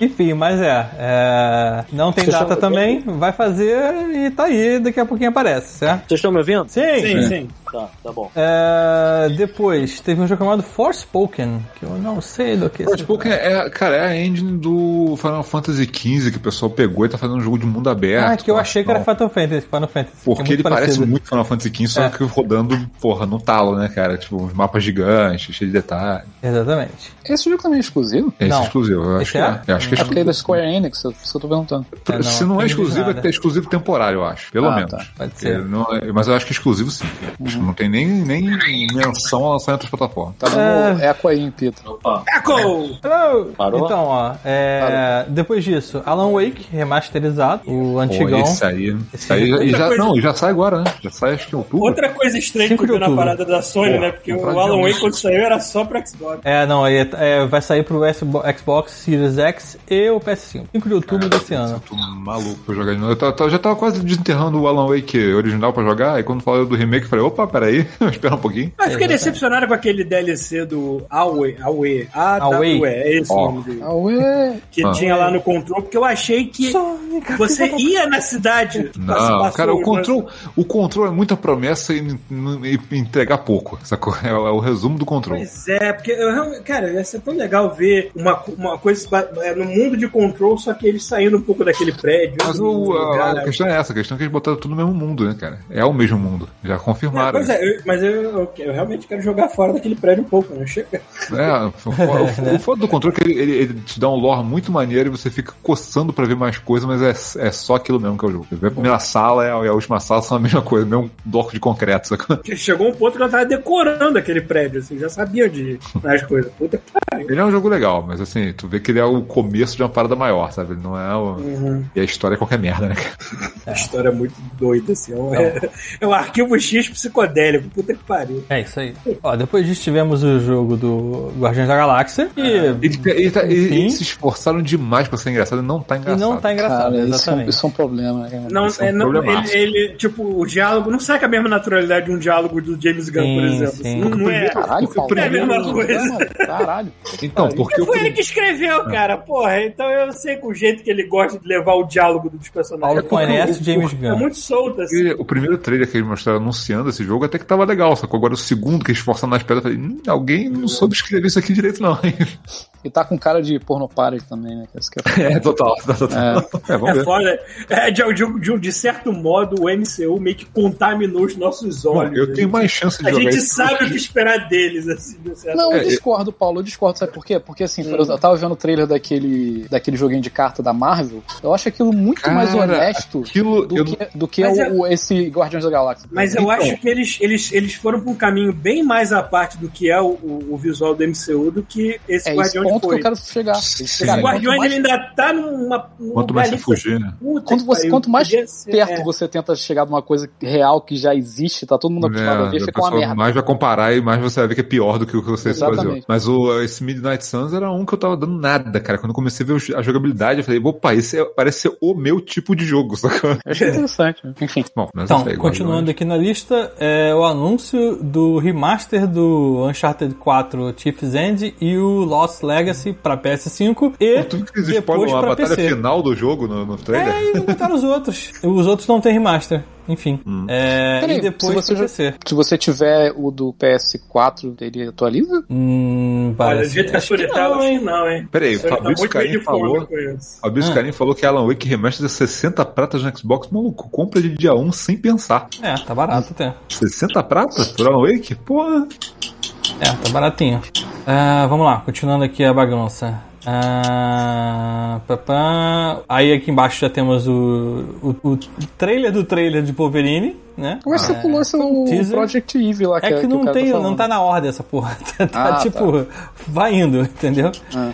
[SPEAKER 4] Enfim, mas é. é, não tem data também, vai fazer e tá aí, daqui a pouquinho aparece, certo?
[SPEAKER 6] Vocês estão me ouvindo?
[SPEAKER 4] Sim!
[SPEAKER 5] sim.
[SPEAKER 6] Tá, tá bom.
[SPEAKER 4] É, depois, teve um jogo chamado Forspoken, que eu não sei do que.
[SPEAKER 7] Pô, tipo, que é, cara, é a engine do Final Fantasy XV que o pessoal pegou e tá fazendo um jogo de mundo aberto.
[SPEAKER 4] ah, que eu achei que era
[SPEAKER 7] não.
[SPEAKER 4] Final Fantasy. Final Fantasy que é
[SPEAKER 7] Porque ele parece
[SPEAKER 4] parecido.
[SPEAKER 7] muito Final Fantasy XV, só
[SPEAKER 4] É.
[SPEAKER 7] que rodando, porra, no talo, né, cara? Tipo, uns mapas gigantes, cheio de detalhes.
[SPEAKER 4] Exatamente.
[SPEAKER 1] Esse jogo também é exclusivo?
[SPEAKER 7] É esse
[SPEAKER 4] Não.
[SPEAKER 7] exclusivo, eu acho
[SPEAKER 4] Esse
[SPEAKER 7] que
[SPEAKER 4] é?
[SPEAKER 7] é. Eu acho que é
[SPEAKER 1] Acho que é
[SPEAKER 7] exclusivo.
[SPEAKER 1] da Square Enix, é por isso que eu tô perguntando.
[SPEAKER 4] É, não,
[SPEAKER 7] Se não
[SPEAKER 4] não
[SPEAKER 7] é
[SPEAKER 4] diz
[SPEAKER 7] exclusivo,
[SPEAKER 4] nada.
[SPEAKER 7] é exclusivo temporário, eu acho. Pelo
[SPEAKER 1] Ah,
[SPEAKER 7] menos.
[SPEAKER 1] tá.
[SPEAKER 4] Pode
[SPEAKER 7] É,
[SPEAKER 4] ser.
[SPEAKER 7] não é- mas eu acho que é exclusivo sim. Acho
[SPEAKER 4] Uhum.
[SPEAKER 7] que Não tem nem, nem menção a lançar em outras plataformas.
[SPEAKER 1] Tá dando é... eco aí em Pita.
[SPEAKER 10] Opa,
[SPEAKER 5] Echo!
[SPEAKER 4] Hello.
[SPEAKER 6] Parou?
[SPEAKER 4] Então, ó, é, depois disso, Alan Wake remasterizado, o antigão.
[SPEAKER 7] Pô, esse é- aí.
[SPEAKER 4] Esse é
[SPEAKER 7] Esse aí já, e
[SPEAKER 5] outra
[SPEAKER 7] já-
[SPEAKER 5] coisa-
[SPEAKER 7] não, já sai agora, né? Já sai acho que em outubro.
[SPEAKER 5] Outra coisa estranha que
[SPEAKER 4] Cinco
[SPEAKER 5] eu
[SPEAKER 4] de
[SPEAKER 5] vi na
[SPEAKER 4] outubro.
[SPEAKER 5] parada da Sony, né? Porque o
[SPEAKER 7] comprado
[SPEAKER 5] Alan
[SPEAKER 7] de
[SPEAKER 5] Wake
[SPEAKER 7] um.
[SPEAKER 5] quando saiu era só pro Xbox.
[SPEAKER 4] É, não, é, é, vai sair pro Xbox Xbox Series X e o PS5. 5 de outubro desse ano.
[SPEAKER 7] Tô maluco pra jogar de novo. Eu, tava- tava- já tava quase desenterrando o Alan Wake original pra jogar, e quando falou do remake, eu falei, opa, peraí, espera um pouquinho.
[SPEAKER 5] Mas fiquei
[SPEAKER 4] Exatamente.
[SPEAKER 5] decepcionado com aquele DLC do Awe, Awe,
[SPEAKER 4] Awe.
[SPEAKER 5] Awe, é esse
[SPEAKER 7] Ó.
[SPEAKER 5] o nome dele,
[SPEAKER 1] Aue!
[SPEAKER 5] que
[SPEAKER 7] Ah.
[SPEAKER 5] tinha lá no Control, porque eu achei que
[SPEAKER 4] assim,
[SPEAKER 5] você
[SPEAKER 4] tá
[SPEAKER 5] ia na cidade. passa-
[SPEAKER 7] Não,
[SPEAKER 5] passa
[SPEAKER 7] cara, o
[SPEAKER 5] mas-
[SPEAKER 7] control, o control é muita promessa e, n- n- e entregar pouco. Sacou? É, o- é o resumo do control.
[SPEAKER 5] Pois é, porque eu realmente- cara, ia ser tão legal ver uma, co- uma coisa é, no mundo de Control, só que eles saindo um pouco daquele prédio.
[SPEAKER 7] Mas
[SPEAKER 5] outro
[SPEAKER 7] o- a,
[SPEAKER 5] lugar.
[SPEAKER 7] a questão é essa, a questão é que eles botaram tudo no mesmo mundo, né, cara? É o mesmo mundo. Já
[SPEAKER 5] Não,
[SPEAKER 7] confirmaram.
[SPEAKER 5] pois é, eu- mas eu, eu- eu realmente quero jogar fora daquele prédio um pouco, né? Chega.
[SPEAKER 7] É, o, fo- o foda do controle é que ele, ele- ele te dá um lore muito maneiro e você fica coçando pra ver mais coisas, mas é, é só aquilo mesmo que é o jogo. Você vê A primeira sala e a, e a última sala são a mesma coisa, mesmo bloco de concreto, sacou?
[SPEAKER 5] Chegou um ponto que eu tava decorando aquele prédio, assim, já sabia de as coisas. Puta
[SPEAKER 7] Ele é um jogo legal, mas assim, tu vê que ele é o começo começo de uma parada maior, sabe? Ele não é o...
[SPEAKER 5] Uhum.
[SPEAKER 7] E a história é qualquer merda, né? cara?
[SPEAKER 5] A história é muito doida, assim. É um, é, é um arquivo X psicodélico. Puta que pariu.
[SPEAKER 4] É isso aí. Ó, depois disso tivemos o jogo do Guardiões da Galáxia
[SPEAKER 1] É,
[SPEAKER 4] e,
[SPEAKER 7] Eles, eles- eles-
[SPEAKER 4] Enfim.
[SPEAKER 7] eles tá- se esforçaram demais pra ser engraçado e não tá
[SPEAKER 4] e
[SPEAKER 7] engraçado.
[SPEAKER 4] não tá engraçado,
[SPEAKER 1] é Cara, isso, é um-
[SPEAKER 4] exatamente.
[SPEAKER 1] isso é um problema, né, cara?
[SPEAKER 5] Não,
[SPEAKER 7] Esse é um
[SPEAKER 5] é, não ele,
[SPEAKER 7] problemaço.
[SPEAKER 5] ele, tipo, o diálogo não sai com a mesma naturalidade de um diálogo do James Gunn, por
[SPEAKER 4] Sim,
[SPEAKER 5] exemplo.
[SPEAKER 4] sim.
[SPEAKER 5] Não, não é.
[SPEAKER 1] Caralho,
[SPEAKER 7] O
[SPEAKER 1] Paulo.
[SPEAKER 5] primeiro-
[SPEAKER 1] é a mesma coisa. Caralho.
[SPEAKER 7] Então, porque o
[SPEAKER 5] Foi ele que escreveu, cara, porra. Então eu sei que o jeito que ele gosta de levar o diálogo dos personagens. É
[SPEAKER 4] Paulo
[SPEAKER 1] um
[SPEAKER 4] conhece
[SPEAKER 5] o-
[SPEAKER 4] James
[SPEAKER 5] o-
[SPEAKER 4] Gunn.
[SPEAKER 5] É muito solto, assim.
[SPEAKER 7] E o primeiro trailer que eles mostraram anunciando esse jogo até que tava legal, sacou? Agora o segundo que eles forçaram nas pedras, eu falei, hum, alguém não soube escrever isso aqui direito, não. hein?"
[SPEAKER 1] E tá com cara de porno party também, né? que isso que é-
[SPEAKER 7] É, total, total. É, vamos
[SPEAKER 5] É
[SPEAKER 7] ver.
[SPEAKER 5] foda. É, de, de- de- de certo modo, o MCU meio que contaminou os nossos
[SPEAKER 7] Bom,
[SPEAKER 5] olhos. né?
[SPEAKER 7] eu tenho mais chance de
[SPEAKER 5] A
[SPEAKER 7] jogar
[SPEAKER 5] gente
[SPEAKER 7] isso.
[SPEAKER 5] sabe o que esperar deles, assim, de um certo
[SPEAKER 1] Não,
[SPEAKER 7] É, Hum.
[SPEAKER 1] eu
[SPEAKER 7] eu-
[SPEAKER 1] discordo, Paulo. Eu discordo, sabe por quê? Porque assim, por exemplo, eu tava vendo o trailer daquele, daquele joguinho de carta da Marvel. Eu acho aquilo muito mais
[SPEAKER 7] Cara,
[SPEAKER 1] honesto
[SPEAKER 7] Aquilo,
[SPEAKER 1] do
[SPEAKER 7] eu
[SPEAKER 1] que, do que
[SPEAKER 5] Mas
[SPEAKER 1] o-
[SPEAKER 5] é-
[SPEAKER 1] o- esse Guardiões da Galáxia.
[SPEAKER 5] Mas eu
[SPEAKER 1] Então,
[SPEAKER 5] acho que eles, eles, eles foram pra um caminho bem mais à parte do que é o, o- o visual do MCU do que esse
[SPEAKER 1] É esse
[SPEAKER 5] Guardião de
[SPEAKER 1] ponto que eu
[SPEAKER 5] Coelho.
[SPEAKER 1] quero chegar.
[SPEAKER 7] Sim.
[SPEAKER 1] Cara,
[SPEAKER 5] O Guardiões
[SPEAKER 1] quanto mais,
[SPEAKER 5] ele ainda tá numa. num
[SPEAKER 7] Quanto
[SPEAKER 5] lugar
[SPEAKER 7] mais se
[SPEAKER 5] ali que
[SPEAKER 7] fugir,
[SPEAKER 1] tá
[SPEAKER 7] né?
[SPEAKER 5] puta
[SPEAKER 1] Quanto
[SPEAKER 5] que
[SPEAKER 1] você-
[SPEAKER 5] pariu,
[SPEAKER 1] quanto mais
[SPEAKER 5] podia ser,
[SPEAKER 1] perto
[SPEAKER 5] é.
[SPEAKER 1] você tenta chegar de uma coisa real que já existe, tá todo mundo acostumado a
[SPEAKER 7] É,
[SPEAKER 1] ver,
[SPEAKER 7] o
[SPEAKER 1] fica uma
[SPEAKER 7] pessoal
[SPEAKER 1] merda.
[SPEAKER 7] mais vai comparar e mais você vai ver que é pior do que o que você
[SPEAKER 1] Exatamente.
[SPEAKER 7] fazia. Mas o, esse Midnight Suns era um que eu tava dando nada, cara. Quando eu comecei a ver o- a jogabilidade, eu falei, opa, esse é- parece ser o meu tipo de jogo, sacou?
[SPEAKER 1] Eu achei interessante. né? Enfim.
[SPEAKER 7] Bom, mas
[SPEAKER 4] Então,
[SPEAKER 7] isso aí,
[SPEAKER 1] né?
[SPEAKER 4] continuando aqui na lista, é o anúncio do remaster do Uncharted 4 Chief's End e o Lost Legacy pra PS5 e
[SPEAKER 7] Pô, Tu que eles
[SPEAKER 4] depois
[SPEAKER 7] spoilam a
[SPEAKER 4] pra
[SPEAKER 7] batalha
[SPEAKER 4] PC.
[SPEAKER 7] final do jogo no, no trailer?
[SPEAKER 4] É, e não botaram os outros. Os outros não tem remaster. Enfim.
[SPEAKER 1] Hum.
[SPEAKER 4] É,
[SPEAKER 1] Peraí,
[SPEAKER 4] e depois
[SPEAKER 1] se você já-
[SPEAKER 4] pra PC.
[SPEAKER 1] Se você tiver o do PS4, ele atualiza?
[SPEAKER 4] Hum,
[SPEAKER 5] Olha,
[SPEAKER 4] parece.
[SPEAKER 5] do jeito que a
[SPEAKER 4] acho que
[SPEAKER 5] Sony tava,
[SPEAKER 4] não,
[SPEAKER 5] acho
[SPEAKER 4] hein?
[SPEAKER 5] que não, hein?
[SPEAKER 7] Peraí,
[SPEAKER 5] A Sony tá
[SPEAKER 7] Fabrício
[SPEAKER 5] muito meio
[SPEAKER 7] Caim
[SPEAKER 5] de fome
[SPEAKER 7] falou-
[SPEAKER 5] com isso.
[SPEAKER 7] Fabrício
[SPEAKER 4] Ah.
[SPEAKER 7] Carim falou que Alan Wake Remaster é 60 pratas no Xbox. Maluco, compra de dia 1 sem pensar.
[SPEAKER 4] É, tá
[SPEAKER 1] Ah.
[SPEAKER 4] barato até.
[SPEAKER 7] 60 pratas por Alan Wake? Porra.
[SPEAKER 4] É, tá baratinho. Ah, vamos lá, continuando aqui a bagunça. Ah, papá. Aí aqui embaixo já temos o, o, o trailer do trailer de Wolverine, né?
[SPEAKER 1] Como é que você pulou esse o
[SPEAKER 4] um teaser.
[SPEAKER 1] Project Eve lá?
[SPEAKER 4] É que,
[SPEAKER 1] o
[SPEAKER 4] não
[SPEAKER 1] cara
[SPEAKER 4] tem,
[SPEAKER 1] tá
[SPEAKER 4] não
[SPEAKER 1] falando?
[SPEAKER 4] tá na ordem essa porra. Tá, tá,
[SPEAKER 1] Ah, tá. Ah.
[SPEAKER 4] tipo, vai indo, entendeu?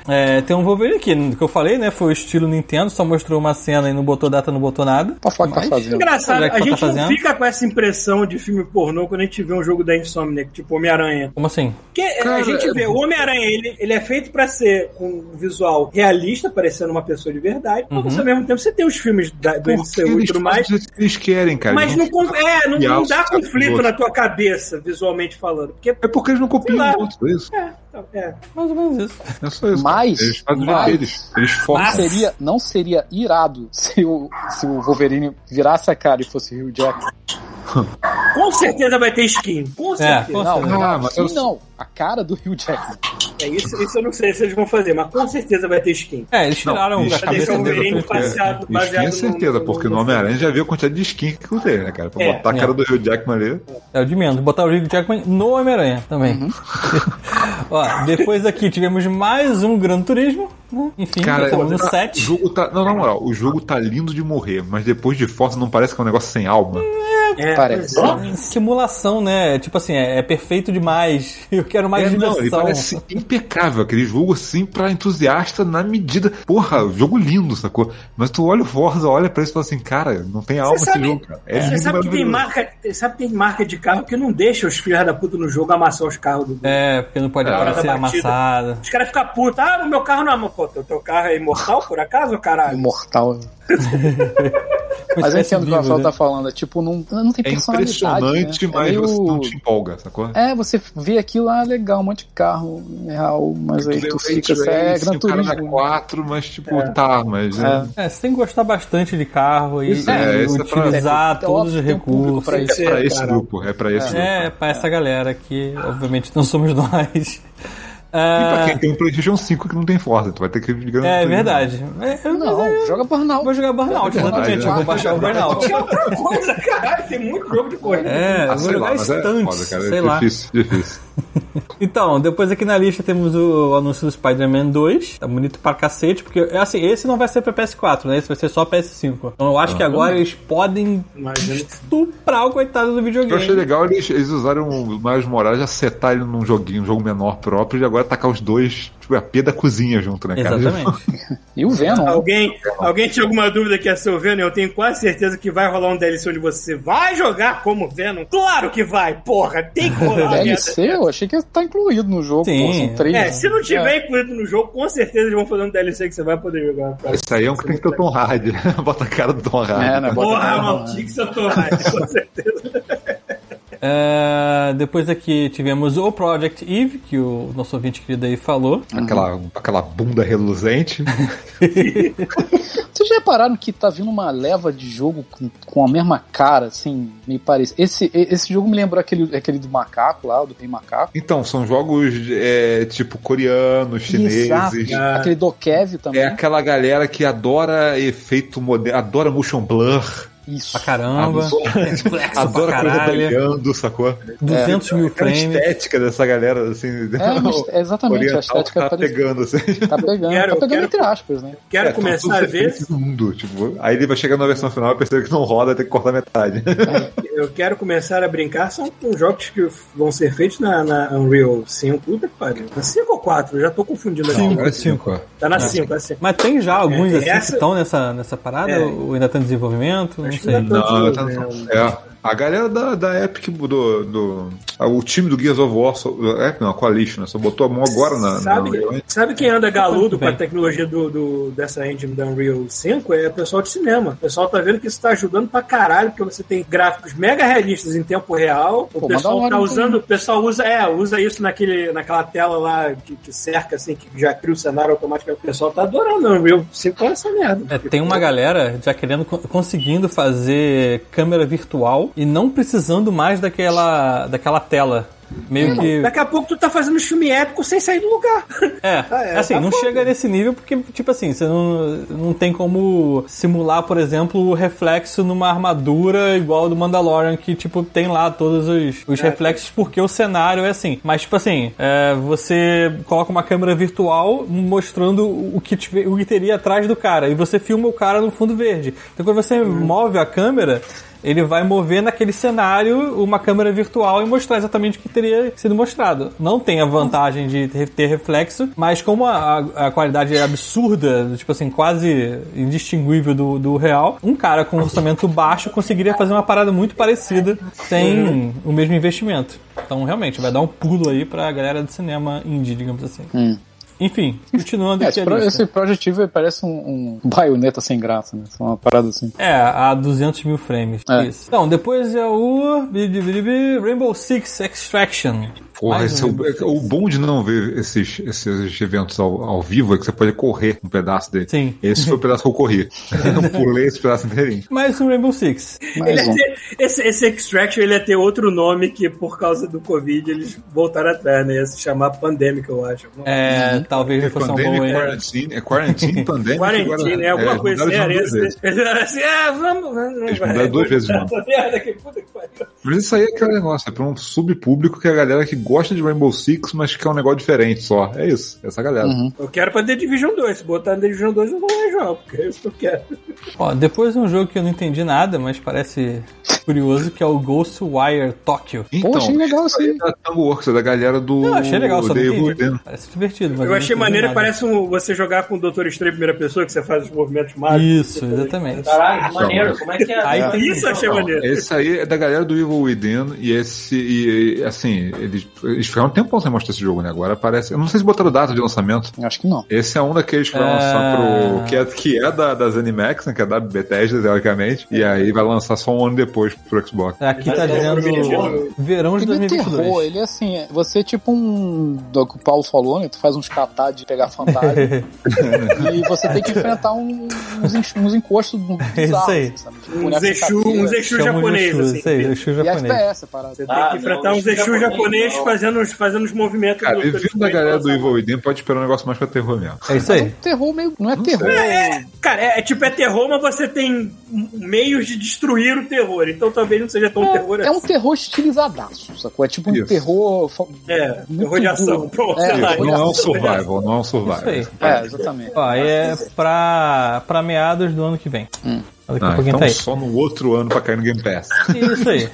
[SPEAKER 4] É, tem um Wolverine aqui, que eu falei, né? Foi o estilo Nintendo, só mostrou uma cena e não botou data, não botou nada.
[SPEAKER 1] Pra falar que tá
[SPEAKER 4] Mas-
[SPEAKER 1] fazendo.
[SPEAKER 5] Engraçado,
[SPEAKER 4] Olha que tá
[SPEAKER 5] a gente não
[SPEAKER 4] fazendo.
[SPEAKER 5] fica com essa impressão de filme pornô quando a gente vê um jogo da Insomniac, tipo Homem-Aranha.
[SPEAKER 4] Como assim?
[SPEAKER 5] Porque é, a gente vê, o Homem-Aranha, ele, ele é feito pra ser com um visual realista, parecendo uma pessoa de verdade, mas ao mesmo tempo você tem os filmes da- do
[SPEAKER 7] Por que
[SPEAKER 5] MCU e
[SPEAKER 7] eles fazem
[SPEAKER 5] tudo mais,
[SPEAKER 7] do jeito que eles querem, cara.
[SPEAKER 5] mas
[SPEAKER 7] Eles
[SPEAKER 5] não, com- é, não, não dá
[SPEAKER 7] Sabe,
[SPEAKER 5] conflito
[SPEAKER 7] outro.
[SPEAKER 5] na tua cabeça, visualmente falando. Porque,
[SPEAKER 7] É porque eles não copiam
[SPEAKER 5] Sei lá.
[SPEAKER 7] o outro, é isso.
[SPEAKER 5] é,
[SPEAKER 4] Mais ou menos isso.
[SPEAKER 7] É só isso.
[SPEAKER 1] Mas-
[SPEAKER 7] eles fazem do jeito
[SPEAKER 1] mas-
[SPEAKER 7] deles. Eles forçam.
[SPEAKER 1] Seria, não seria irado se o, se o Wolverine virasse a cara e fosse Hugh Jackman?
[SPEAKER 5] com certeza vai ter skin. Com
[SPEAKER 4] É,
[SPEAKER 5] certeza.
[SPEAKER 4] com
[SPEAKER 1] Não,
[SPEAKER 4] certeza.
[SPEAKER 7] Ah, mas
[SPEAKER 1] sim,
[SPEAKER 7] eu-
[SPEAKER 1] não. A cara do Hugh Jackman.
[SPEAKER 5] É, isso, isso eu não sei se eles vão fazer, mas com certeza vai ter skin.
[SPEAKER 4] É, eles
[SPEAKER 7] Não,
[SPEAKER 4] tiraram
[SPEAKER 7] eles
[SPEAKER 4] a cabeça
[SPEAKER 5] deixam o
[SPEAKER 4] dele.
[SPEAKER 5] Wolverine
[SPEAKER 4] do trailer.
[SPEAKER 5] passear. baseado-
[SPEAKER 7] Isso
[SPEAKER 5] baseado
[SPEAKER 7] tinha
[SPEAKER 5] no-
[SPEAKER 7] certeza,
[SPEAKER 5] no-
[SPEAKER 7] porque
[SPEAKER 5] no-
[SPEAKER 7] no Homem-Aranha já viu a quantidade de skin que eu tenho, né, cara? Pra
[SPEAKER 5] É,
[SPEAKER 7] botar a cara do Rio Jackman ali.
[SPEAKER 4] É o de menos. Botar o Hugh Jackman no Homem-Aranha também.
[SPEAKER 1] Uhum.
[SPEAKER 4] Ó, depois aqui tivemos mais um Gran Turismo. né? Enfim,
[SPEAKER 7] Cara,
[SPEAKER 4] estamos no
[SPEAKER 7] tá- o
[SPEAKER 4] 7.
[SPEAKER 7] jogo tá. Não, na moral, o jogo tá lindo de morrer, mas depois de força não parece que é um negócio sem alma.
[SPEAKER 5] É,
[SPEAKER 1] Parece.
[SPEAKER 5] pois é.
[SPEAKER 4] Simulação, né? Tipo assim, é, é perfeito demais. Eu quero mais
[SPEAKER 7] é, não,
[SPEAKER 4] diversão.
[SPEAKER 7] ele parece impecável, aquele jogo assim pra entusiasta na medida. Porra, jogo lindo, sacou? Mas tu olha o Forza, olha pra isso e fala assim, cara, não tem alma esse
[SPEAKER 5] sabe-
[SPEAKER 7] jogo, cara. É
[SPEAKER 5] Você
[SPEAKER 7] lindo,
[SPEAKER 5] sabe que, tem
[SPEAKER 7] maravilhoso.
[SPEAKER 5] marca, sabe que tem marca de carro que não deixa os filhos da puta no jogo amassar os carros do
[SPEAKER 4] É, porque não pode
[SPEAKER 7] É,
[SPEAKER 4] parecer
[SPEAKER 5] batida.
[SPEAKER 4] amassado.
[SPEAKER 5] Os caras ficam putos. Ah, no meu carro não é uma Pô, teu, teu carro é imortal, por acaso, caralho?
[SPEAKER 1] Imortal. um Mas eu entendo o que o
[SPEAKER 4] Vivo,
[SPEAKER 1] Rafael
[SPEAKER 4] né?
[SPEAKER 1] tá falando. É tipo, não, não tem
[SPEAKER 7] É
[SPEAKER 1] personalidade.
[SPEAKER 7] impressionante,
[SPEAKER 1] né?
[SPEAKER 7] mas
[SPEAKER 1] é meio-
[SPEAKER 7] você não te empolga, sacou?
[SPEAKER 1] É, você vê aquilo, ah, legal, um monte de carro, é real, mas aí tu fica, isso é Gran
[SPEAKER 7] o cara dá
[SPEAKER 1] Turismo.
[SPEAKER 7] quatro, mas tipo, tá, mas.
[SPEAKER 1] É.
[SPEAKER 4] É, você tem que gostar bastante de carro e,
[SPEAKER 7] Isso é,
[SPEAKER 4] e
[SPEAKER 7] isso é pra-
[SPEAKER 4] utilizar
[SPEAKER 1] Tem-
[SPEAKER 4] todos os
[SPEAKER 1] tem um público pra
[SPEAKER 4] recursos.
[SPEAKER 7] É pra esse grupo, é pra esse grupo.
[SPEAKER 4] É, pra essa galera que, obviamente, não somos nós.
[SPEAKER 7] E pra
[SPEAKER 4] Ah,
[SPEAKER 7] quem tem um PlayStation 5 que não tem Forza, tu vai ter que ligar no
[SPEAKER 4] é
[SPEAKER 7] Turismo.
[SPEAKER 4] verdade. É, eu-
[SPEAKER 1] Não, joga
[SPEAKER 4] eu
[SPEAKER 1] Burnout.
[SPEAKER 4] vou jogar Burnout,
[SPEAKER 7] É verdade,
[SPEAKER 4] exatamente. Eu vou
[SPEAKER 7] é.
[SPEAKER 4] baixar o Burnout.
[SPEAKER 5] É outra coisa, caralho. Tem muito jogo de corrida.
[SPEAKER 4] É,
[SPEAKER 7] Ah,
[SPEAKER 4] eu vou
[SPEAKER 7] sei lá,
[SPEAKER 4] jogar
[SPEAKER 7] mas é
[SPEAKER 4] Stunts,
[SPEAKER 7] foda, cara.
[SPEAKER 4] sei
[SPEAKER 7] é
[SPEAKER 4] lá.
[SPEAKER 7] difícil, difícil.
[SPEAKER 4] Então, depois aqui na lista temos o anúncio do Spider-Man 2. Tá bonito pra cacete, porque é assim, esse não vai ser pra PS4, né? Esse vai ser só PS5. Então eu acho
[SPEAKER 7] Ah.
[SPEAKER 4] que agora eles podem
[SPEAKER 5] Imagina.
[SPEAKER 4] estuprar o coitado do
[SPEAKER 7] Eu achei
[SPEAKER 4] videogame.
[SPEAKER 7] legal um eles, eles usaram o Miles Morales, acertar ele num joguinho, um jogo menor próprio, e agora tacar os dois, tipo, tipo a P da cozinha junto, né, cara?
[SPEAKER 1] E o Venom. né?
[SPEAKER 5] Alguém, alguém tinha alguma dúvida que ia ser o Venom? Eu tenho quase certeza que vai rolar um DLC onde você vai jogar como Venom. Claro que vai, porra! Tem que rolar uma merda.
[SPEAKER 1] DLC, eu achei que tá incluído no jogo.
[SPEAKER 4] Sim.
[SPEAKER 1] pô, são três.
[SPEAKER 5] É É, se não tiver incluído no jogo, com certeza eles vão fazer um DLC que você vai poder jogar. cara.
[SPEAKER 7] Isso aí é um que tem que ter o Tom Hardy. Bota a cara do Tom Hardy.
[SPEAKER 1] É, né? Bota
[SPEAKER 5] Porra,
[SPEAKER 1] cara, né?
[SPEAKER 5] maldito que você torrade, com certeza.
[SPEAKER 4] É, depois aqui tivemos o Project Eve, que o nosso ouvinte querido aí falou.
[SPEAKER 7] Aquela, aquela bunda reluzente.
[SPEAKER 1] Vocês já repararam que tá vindo uma leva de jogo com, com a mesma cara, assim, me parece. Esse, e- esse jogo me lembrou aquele, aquele do macaco lá, o do Rei Macaco.
[SPEAKER 7] Então, são jogos é, tipo coreanos, chineses.
[SPEAKER 1] Exato. Aquele Dokev também.
[SPEAKER 7] É aquela galera que adora efeito moderno, adora motion blur,
[SPEAKER 1] Isso.
[SPEAKER 4] Pra caramba.
[SPEAKER 7] Ah, adora
[SPEAKER 4] pra
[SPEAKER 7] coisa É.
[SPEAKER 4] caralho.
[SPEAKER 7] brilhando, sacou?
[SPEAKER 4] 200 mil
[SPEAKER 7] Aquela
[SPEAKER 4] frames.
[SPEAKER 7] estética dessa galera, assim.
[SPEAKER 1] É, mas- é exatamente, a
[SPEAKER 7] oriental
[SPEAKER 1] estética
[SPEAKER 7] tá
[SPEAKER 1] parece-
[SPEAKER 7] pegando, assim.
[SPEAKER 1] tá pegando.
[SPEAKER 5] Quero,
[SPEAKER 1] tá pegando
[SPEAKER 5] quero.
[SPEAKER 1] entre aspas, né?
[SPEAKER 5] Quero
[SPEAKER 7] É,
[SPEAKER 5] começar
[SPEAKER 7] tudo
[SPEAKER 5] a ver.
[SPEAKER 7] perfeito do Mundo, tipo, aí ele vai chegar na versão final e percebe que não roda, tem que cortar metade.
[SPEAKER 5] Eu quero começar a brincar. São com jogos que vão ser feitos na, na Unreal 5. Puta que pariu. Na 5 ou 4? Eu já tô confundindo aqui.
[SPEAKER 4] é
[SPEAKER 7] Agora sim, cara.
[SPEAKER 5] Tá na 5, assim.
[SPEAKER 4] Mas tem já alguns
[SPEAKER 5] É,
[SPEAKER 4] assim
[SPEAKER 5] essa-
[SPEAKER 4] que estão nessa, nessa parada?
[SPEAKER 5] É.
[SPEAKER 4] Ou ainda estão em desenvolvimento? Não
[SPEAKER 5] Acho que
[SPEAKER 4] sei.
[SPEAKER 5] ainda
[SPEAKER 7] Não, tá-
[SPEAKER 5] né?
[SPEAKER 7] é. A galera da, da Epic, do, do- O time do Gears of War, só, é, não, a Coalition, né, só botou a mão agora na.
[SPEAKER 5] Sabe,
[SPEAKER 7] na-
[SPEAKER 5] sabe quem anda galudo com a
[SPEAKER 4] Bem.
[SPEAKER 5] tecnologia do, do- dessa engine da Unreal 5? É o pessoal de cinema. O pessoal tá vendo que isso tá ajudando pra caralho, porque você tem gráficos mega realistas em tempo real.
[SPEAKER 1] Pô,
[SPEAKER 5] O
[SPEAKER 1] mas da
[SPEAKER 5] pessoal
[SPEAKER 1] hora,
[SPEAKER 5] tá
[SPEAKER 1] não
[SPEAKER 5] usando, o pessoal usa, é, usa isso naquele, naquela tela lá que, que cerca, assim, que já cria o cenário automaticamente. O pessoal tá adorando a Unreal 5 com essa merda.
[SPEAKER 4] É, tem uma galera já querendo, co- conseguindo fazer câmera virtual e não precisando mais daquela, daquela tela. Meio que.
[SPEAKER 5] Daqui a pouco tu tá fazendo filme épico sem sair do lugar.
[SPEAKER 4] É,
[SPEAKER 5] Ah, é,
[SPEAKER 4] assim,
[SPEAKER 5] tá
[SPEAKER 4] não
[SPEAKER 5] foda.
[SPEAKER 4] chega nesse nível porque, tipo assim, você não, não tem como simular, por exemplo, o reflexo numa armadura igual a do Mandalorian, que, tipo, tem lá todos os, os
[SPEAKER 5] É.
[SPEAKER 4] reflexos porque o cenário é assim. Mas, tipo assim, é, você coloca uma câmera virtual mostrando o que, tiver- o que teria atrás do cara e você filma o cara no fundo verde. Então, quando você
[SPEAKER 5] Uhum.
[SPEAKER 4] move a câmera. Ele vai mover naquele cenário uma câmera virtual e mostrar exatamente o que teria sido mostrado. Não tem a vantagem de ter- ter reflexo, mas como a, a- a qualidade é absurda, tipo assim, quase indistinguível do, do real, um cara com um orçamento baixo conseguiria fazer uma parada muito parecida sem o mesmo investimento. Então, realmente, vai dar um pulo aí pra galera do cinema indie, digamos assim.
[SPEAKER 1] Hum.
[SPEAKER 4] Enfim, continuando
[SPEAKER 1] É, esse,
[SPEAKER 4] aqui a
[SPEAKER 1] pro,
[SPEAKER 4] lista.
[SPEAKER 1] esse Project Eve parece um, um baioneta sem graça, né? Uma parada assim.
[SPEAKER 4] É, a 200 mil frames.
[SPEAKER 1] É.
[SPEAKER 4] Isso. Então, depois é o Rainbow Six Extraction.
[SPEAKER 7] Porra,
[SPEAKER 4] Mais
[SPEAKER 7] esse é
[SPEAKER 4] um.
[SPEAKER 7] o, é o bom de não ver esses, esses eventos ao, ao vivo é que você pode correr um pedaço dele.
[SPEAKER 4] Sim.
[SPEAKER 7] Esse foi o pedaço que eu corri. Eu pulei esse pedaço inteirinho.
[SPEAKER 4] Mais um Rainbow Six.
[SPEAKER 1] Mais
[SPEAKER 5] Ele assim.
[SPEAKER 1] um.
[SPEAKER 5] ia ter- esse, esse Extraction ele ia ter outro nome que, por causa do Covid, eles voltaram atrás, né? Ia se chamar Pandemic, eu acho.
[SPEAKER 4] É,
[SPEAKER 1] Uhum.
[SPEAKER 4] talvez não fosse um bom
[SPEAKER 7] Pandemic,
[SPEAKER 4] hein?
[SPEAKER 7] quarantine, é quarantine, pandemic. é,
[SPEAKER 5] Quarentena, né? Alguma coisa
[SPEAKER 7] um
[SPEAKER 5] assim. Era esse, Eles eram assim, ah, vamos. vamos
[SPEAKER 7] Eles mudaram duas vezes, mano.
[SPEAKER 5] Essa merda que puta que pariu.
[SPEAKER 7] Mas isso aí é aquele negócio, é pra um subpúblico que é a galera que gosta de Rainbow Six, mas que é um negócio diferente só. É isso, essa galera.
[SPEAKER 4] Uhum.
[SPEAKER 5] Eu quero pra The Division 2. Se botar no The Division 2, eu vou lá jogar, porque é isso que eu quero.
[SPEAKER 4] Ó, depois um jogo que eu não entendi nada, mas parece curioso, que é o Ghostwire Tokyo.
[SPEAKER 7] Então,
[SPEAKER 1] Pô, achei legal
[SPEAKER 7] isso aí
[SPEAKER 1] esse.
[SPEAKER 7] é da Tango Works, é da galera do.
[SPEAKER 4] Eu achei legal, só não
[SPEAKER 7] Dave
[SPEAKER 4] entendi.
[SPEAKER 7] Wooden.
[SPEAKER 4] Parece divertido, mas
[SPEAKER 5] Eu achei
[SPEAKER 4] não entendi
[SPEAKER 5] maneiro que
[SPEAKER 4] nada.
[SPEAKER 5] parece um, você jogar com o Doutor Estranho em primeira pessoa, que você faz os movimentos mágicos.
[SPEAKER 4] Isso, exatamente.
[SPEAKER 6] Caralho, maneiro, como é que é?
[SPEAKER 4] Aí tem-
[SPEAKER 5] Isso eu achei maneiro.
[SPEAKER 7] Esse aí é da galera do Evil Within e esse, e, e, assim, eles, eles ficaram um tempão sem mostrar esse jogo, né? Agora parece. Eu não sei se botaram data de lançamento.
[SPEAKER 1] Acho que não.
[SPEAKER 7] Esse é um daqueles que vai
[SPEAKER 4] Ah.
[SPEAKER 7] lançar pro. que é, que é da, da Zenimax, né? Que é da Bethesda, teoricamente. E aí vai lançar só um ano depois pro Xbox.
[SPEAKER 4] Aqui tá
[SPEAKER 6] Mas é um
[SPEAKER 4] dizendo
[SPEAKER 6] jogo.
[SPEAKER 4] verão de
[SPEAKER 1] Ele é terror,
[SPEAKER 4] 2022.
[SPEAKER 1] ele é assim, é- você é tipo um. do que o Paulo falou, né? Tu faz uns catar de pegar fantasma e você tem que enfrentar um- uns, en- uns encostos bizarros.
[SPEAKER 4] aí.
[SPEAKER 1] assim, sabe? Tipo,
[SPEAKER 5] Uns
[SPEAKER 1] boneco
[SPEAKER 5] Exu,
[SPEAKER 1] caveira.
[SPEAKER 5] uns Exu
[SPEAKER 4] Chama o
[SPEAKER 5] um japonês,
[SPEAKER 4] Exu,
[SPEAKER 5] assim.
[SPEAKER 4] isso aí, Exu
[SPEAKER 1] é, E
[SPEAKER 4] japonês. tá
[SPEAKER 1] FPS, parada.
[SPEAKER 5] Você tem
[SPEAKER 6] Ah,
[SPEAKER 5] que enfrentar
[SPEAKER 6] não,
[SPEAKER 5] uns
[SPEAKER 6] isso é
[SPEAKER 5] Exu
[SPEAKER 6] japonês,
[SPEAKER 5] japoneses
[SPEAKER 6] não.
[SPEAKER 5] fazendo, os- fazendo os movimentos
[SPEAKER 7] Cara,
[SPEAKER 5] do
[SPEAKER 7] vivendo da galera do Evil Within pode esperar um negócio mais pra terror mesmo.
[SPEAKER 4] É
[SPEAKER 1] Mas
[SPEAKER 4] isso
[SPEAKER 1] é
[SPEAKER 4] aí.
[SPEAKER 1] um terror meio. Não é terror.
[SPEAKER 5] É, cara, é, é tipo, é terror, mas você tem m- meios de destruir o terror. Então talvez não seja tão terror
[SPEAKER 1] É um
[SPEAKER 5] assim.
[SPEAKER 1] terror estilizadaço, sacou? É tipo um
[SPEAKER 7] Isso.
[SPEAKER 1] terror. fa-
[SPEAKER 5] É,
[SPEAKER 1] muito
[SPEAKER 5] terror de ação.
[SPEAKER 1] duro.
[SPEAKER 5] Pronto,
[SPEAKER 1] É,
[SPEAKER 5] sei lá.
[SPEAKER 1] terror de
[SPEAKER 7] Não é um
[SPEAKER 1] ação.
[SPEAKER 7] survival, não é um
[SPEAKER 4] Isso
[SPEAKER 7] survival.
[SPEAKER 4] aí.
[SPEAKER 1] É, exatamente.
[SPEAKER 5] Hum.
[SPEAKER 4] Ó, aí é pra, pra meados do ano que vem. Daqui a
[SPEAKER 7] Ah,
[SPEAKER 4] pouquinho
[SPEAKER 7] então
[SPEAKER 4] tá aí.
[SPEAKER 7] só no outro ano pra cair no Game Pass.
[SPEAKER 4] Isso aí.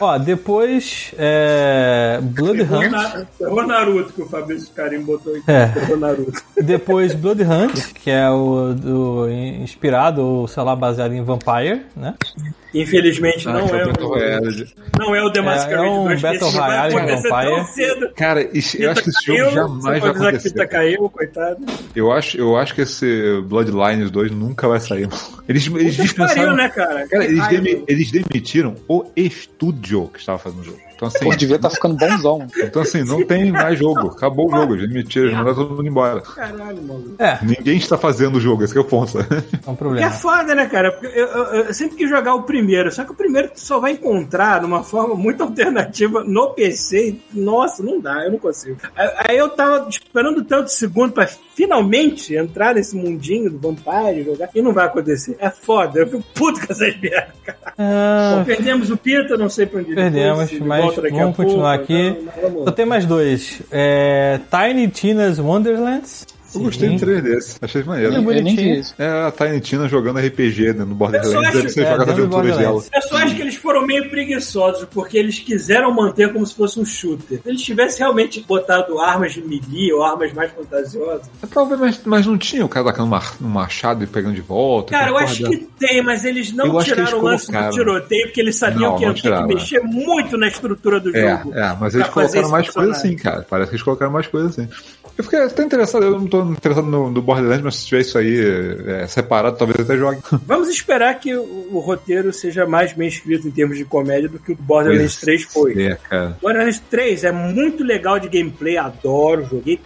[SPEAKER 4] Ó, depois. É... Bloodhunt.
[SPEAKER 5] O Naruto que o Fabrício Carim botou aí.
[SPEAKER 4] É.
[SPEAKER 5] O Naruto.
[SPEAKER 4] Depois Bloodhunt, que é o do, inspirado, ou sei lá, baseado em Vampire, né?
[SPEAKER 5] Infelizmente
[SPEAKER 7] Ah,
[SPEAKER 5] não
[SPEAKER 7] que é
[SPEAKER 5] é,
[SPEAKER 7] o
[SPEAKER 5] o.
[SPEAKER 7] Battle Royale.
[SPEAKER 5] Não é o The
[SPEAKER 4] É,
[SPEAKER 5] Masquerade
[SPEAKER 4] é um
[SPEAKER 5] 2,
[SPEAKER 4] Battle
[SPEAKER 5] esse vai
[SPEAKER 4] Royale de
[SPEAKER 5] acontecer tão
[SPEAKER 4] vampire.
[SPEAKER 5] cedo.
[SPEAKER 7] Cara, isso- é. eu acho que esse jogo jamais vai
[SPEAKER 5] você pode avisar que tá
[SPEAKER 7] acontecer.
[SPEAKER 5] Pita caiu, coitado.
[SPEAKER 7] Eu acho, eu acho que esse Bloodlines 2 nunca vai sair. Eles, eles
[SPEAKER 5] Puta que pariu,
[SPEAKER 7] dispensaram.
[SPEAKER 5] né, cara?
[SPEAKER 7] Cara,
[SPEAKER 5] Que
[SPEAKER 7] eles,
[SPEAKER 5] raiva.
[SPEAKER 7] demi- eles demitiram o estúdio que estava fazendo o jogo. Então assim,
[SPEAKER 1] Pô, devia estar ficando bonzão.
[SPEAKER 7] então, assim não tem mais jogo. Acabou o jogo. Eles demitiram, eles mandaram todo mundo embora.
[SPEAKER 5] Caralho, mano.
[SPEAKER 4] É,
[SPEAKER 7] Ninguém está fazendo o jogo, esse que é o ponto. sabe?
[SPEAKER 4] é um
[SPEAKER 5] Que é
[SPEAKER 4] problema.
[SPEAKER 5] foda, né, cara? Porque eu, eu- eu sempre quis jogar o primeiro, só que o primeiro tu só vai encontrar de uma forma muito alternativa no PC. e, Nossa, não dá, eu não consigo. Aí aí eu tava esperando tanto segundo pra finalmente entrar nesse mundinho do Vampire, jogar, e não vai acontecer. É foda, eu fico puto com essas merda.
[SPEAKER 4] Ah,
[SPEAKER 5] Bom, perdemos o Pita, não sei pra onde ele foi,
[SPEAKER 4] Perdemos,
[SPEAKER 5] se ele
[SPEAKER 4] mas
[SPEAKER 5] volta daqui a
[SPEAKER 4] vamos continuar
[SPEAKER 5] pouco,
[SPEAKER 4] aqui.
[SPEAKER 5] não, mas vamos
[SPEAKER 4] só tem mais dois. É, Tiny Tina's Wonderlands.
[SPEAKER 7] Eu gostei de
[SPEAKER 4] Sim.
[SPEAKER 7] três desses. Achei maneiro.
[SPEAKER 4] É
[SPEAKER 1] Eu nem
[SPEAKER 4] bonitinho.
[SPEAKER 1] vi isso.
[SPEAKER 7] É a Tiny Tina jogando RPG né, no
[SPEAKER 5] Eu só
[SPEAKER 7] Borderlands.
[SPEAKER 5] acho-
[SPEAKER 7] Deve ser
[SPEAKER 4] é,
[SPEAKER 7] jogar as
[SPEAKER 4] dentro do
[SPEAKER 7] aventuras dela.
[SPEAKER 4] Borderlands.
[SPEAKER 5] Eu só acho que eles foram meio preguiçosos, porque eles quiseram manter como se fosse um shooter. Se eles tivessem realmente botado armas de melee ou armas mais fantasiosas.
[SPEAKER 7] Talvez, É mas, mas não tinha o cara tacando um mar- um machado e pegando de volta.
[SPEAKER 5] Cara, eu
[SPEAKER 7] aquela
[SPEAKER 5] acho
[SPEAKER 7] porra
[SPEAKER 5] que tem, mas eles não
[SPEAKER 7] Eu acho que
[SPEAKER 5] tiraram
[SPEAKER 7] eles
[SPEAKER 5] o lance do
[SPEAKER 7] colocaram.
[SPEAKER 5] tiroteio, porque eles sabiam
[SPEAKER 7] Não,
[SPEAKER 5] que iam
[SPEAKER 7] não
[SPEAKER 5] ter que
[SPEAKER 7] tiraram, né?
[SPEAKER 5] mexer muito na estrutura do
[SPEAKER 7] É,
[SPEAKER 5] jogo.
[SPEAKER 7] é, mas eles
[SPEAKER 5] pra
[SPEAKER 7] colocaram
[SPEAKER 5] fazer esse
[SPEAKER 7] mais coisa assim,
[SPEAKER 5] personagem.
[SPEAKER 7] cara. Parece que eles colocaram mais coisa assim. Eu fiquei até interessado, eu não tô interessado no, no Borderlands, mas se tiver isso aí é, separado, talvez eu até jogue.
[SPEAKER 5] Vamos esperar que o, o roteiro seja mais bem escrito em termos de comédia do que o Borderlands 3 foi.
[SPEAKER 7] É, cara.
[SPEAKER 5] Borderlands 3 é muito legal de gameplay, adoro, joguei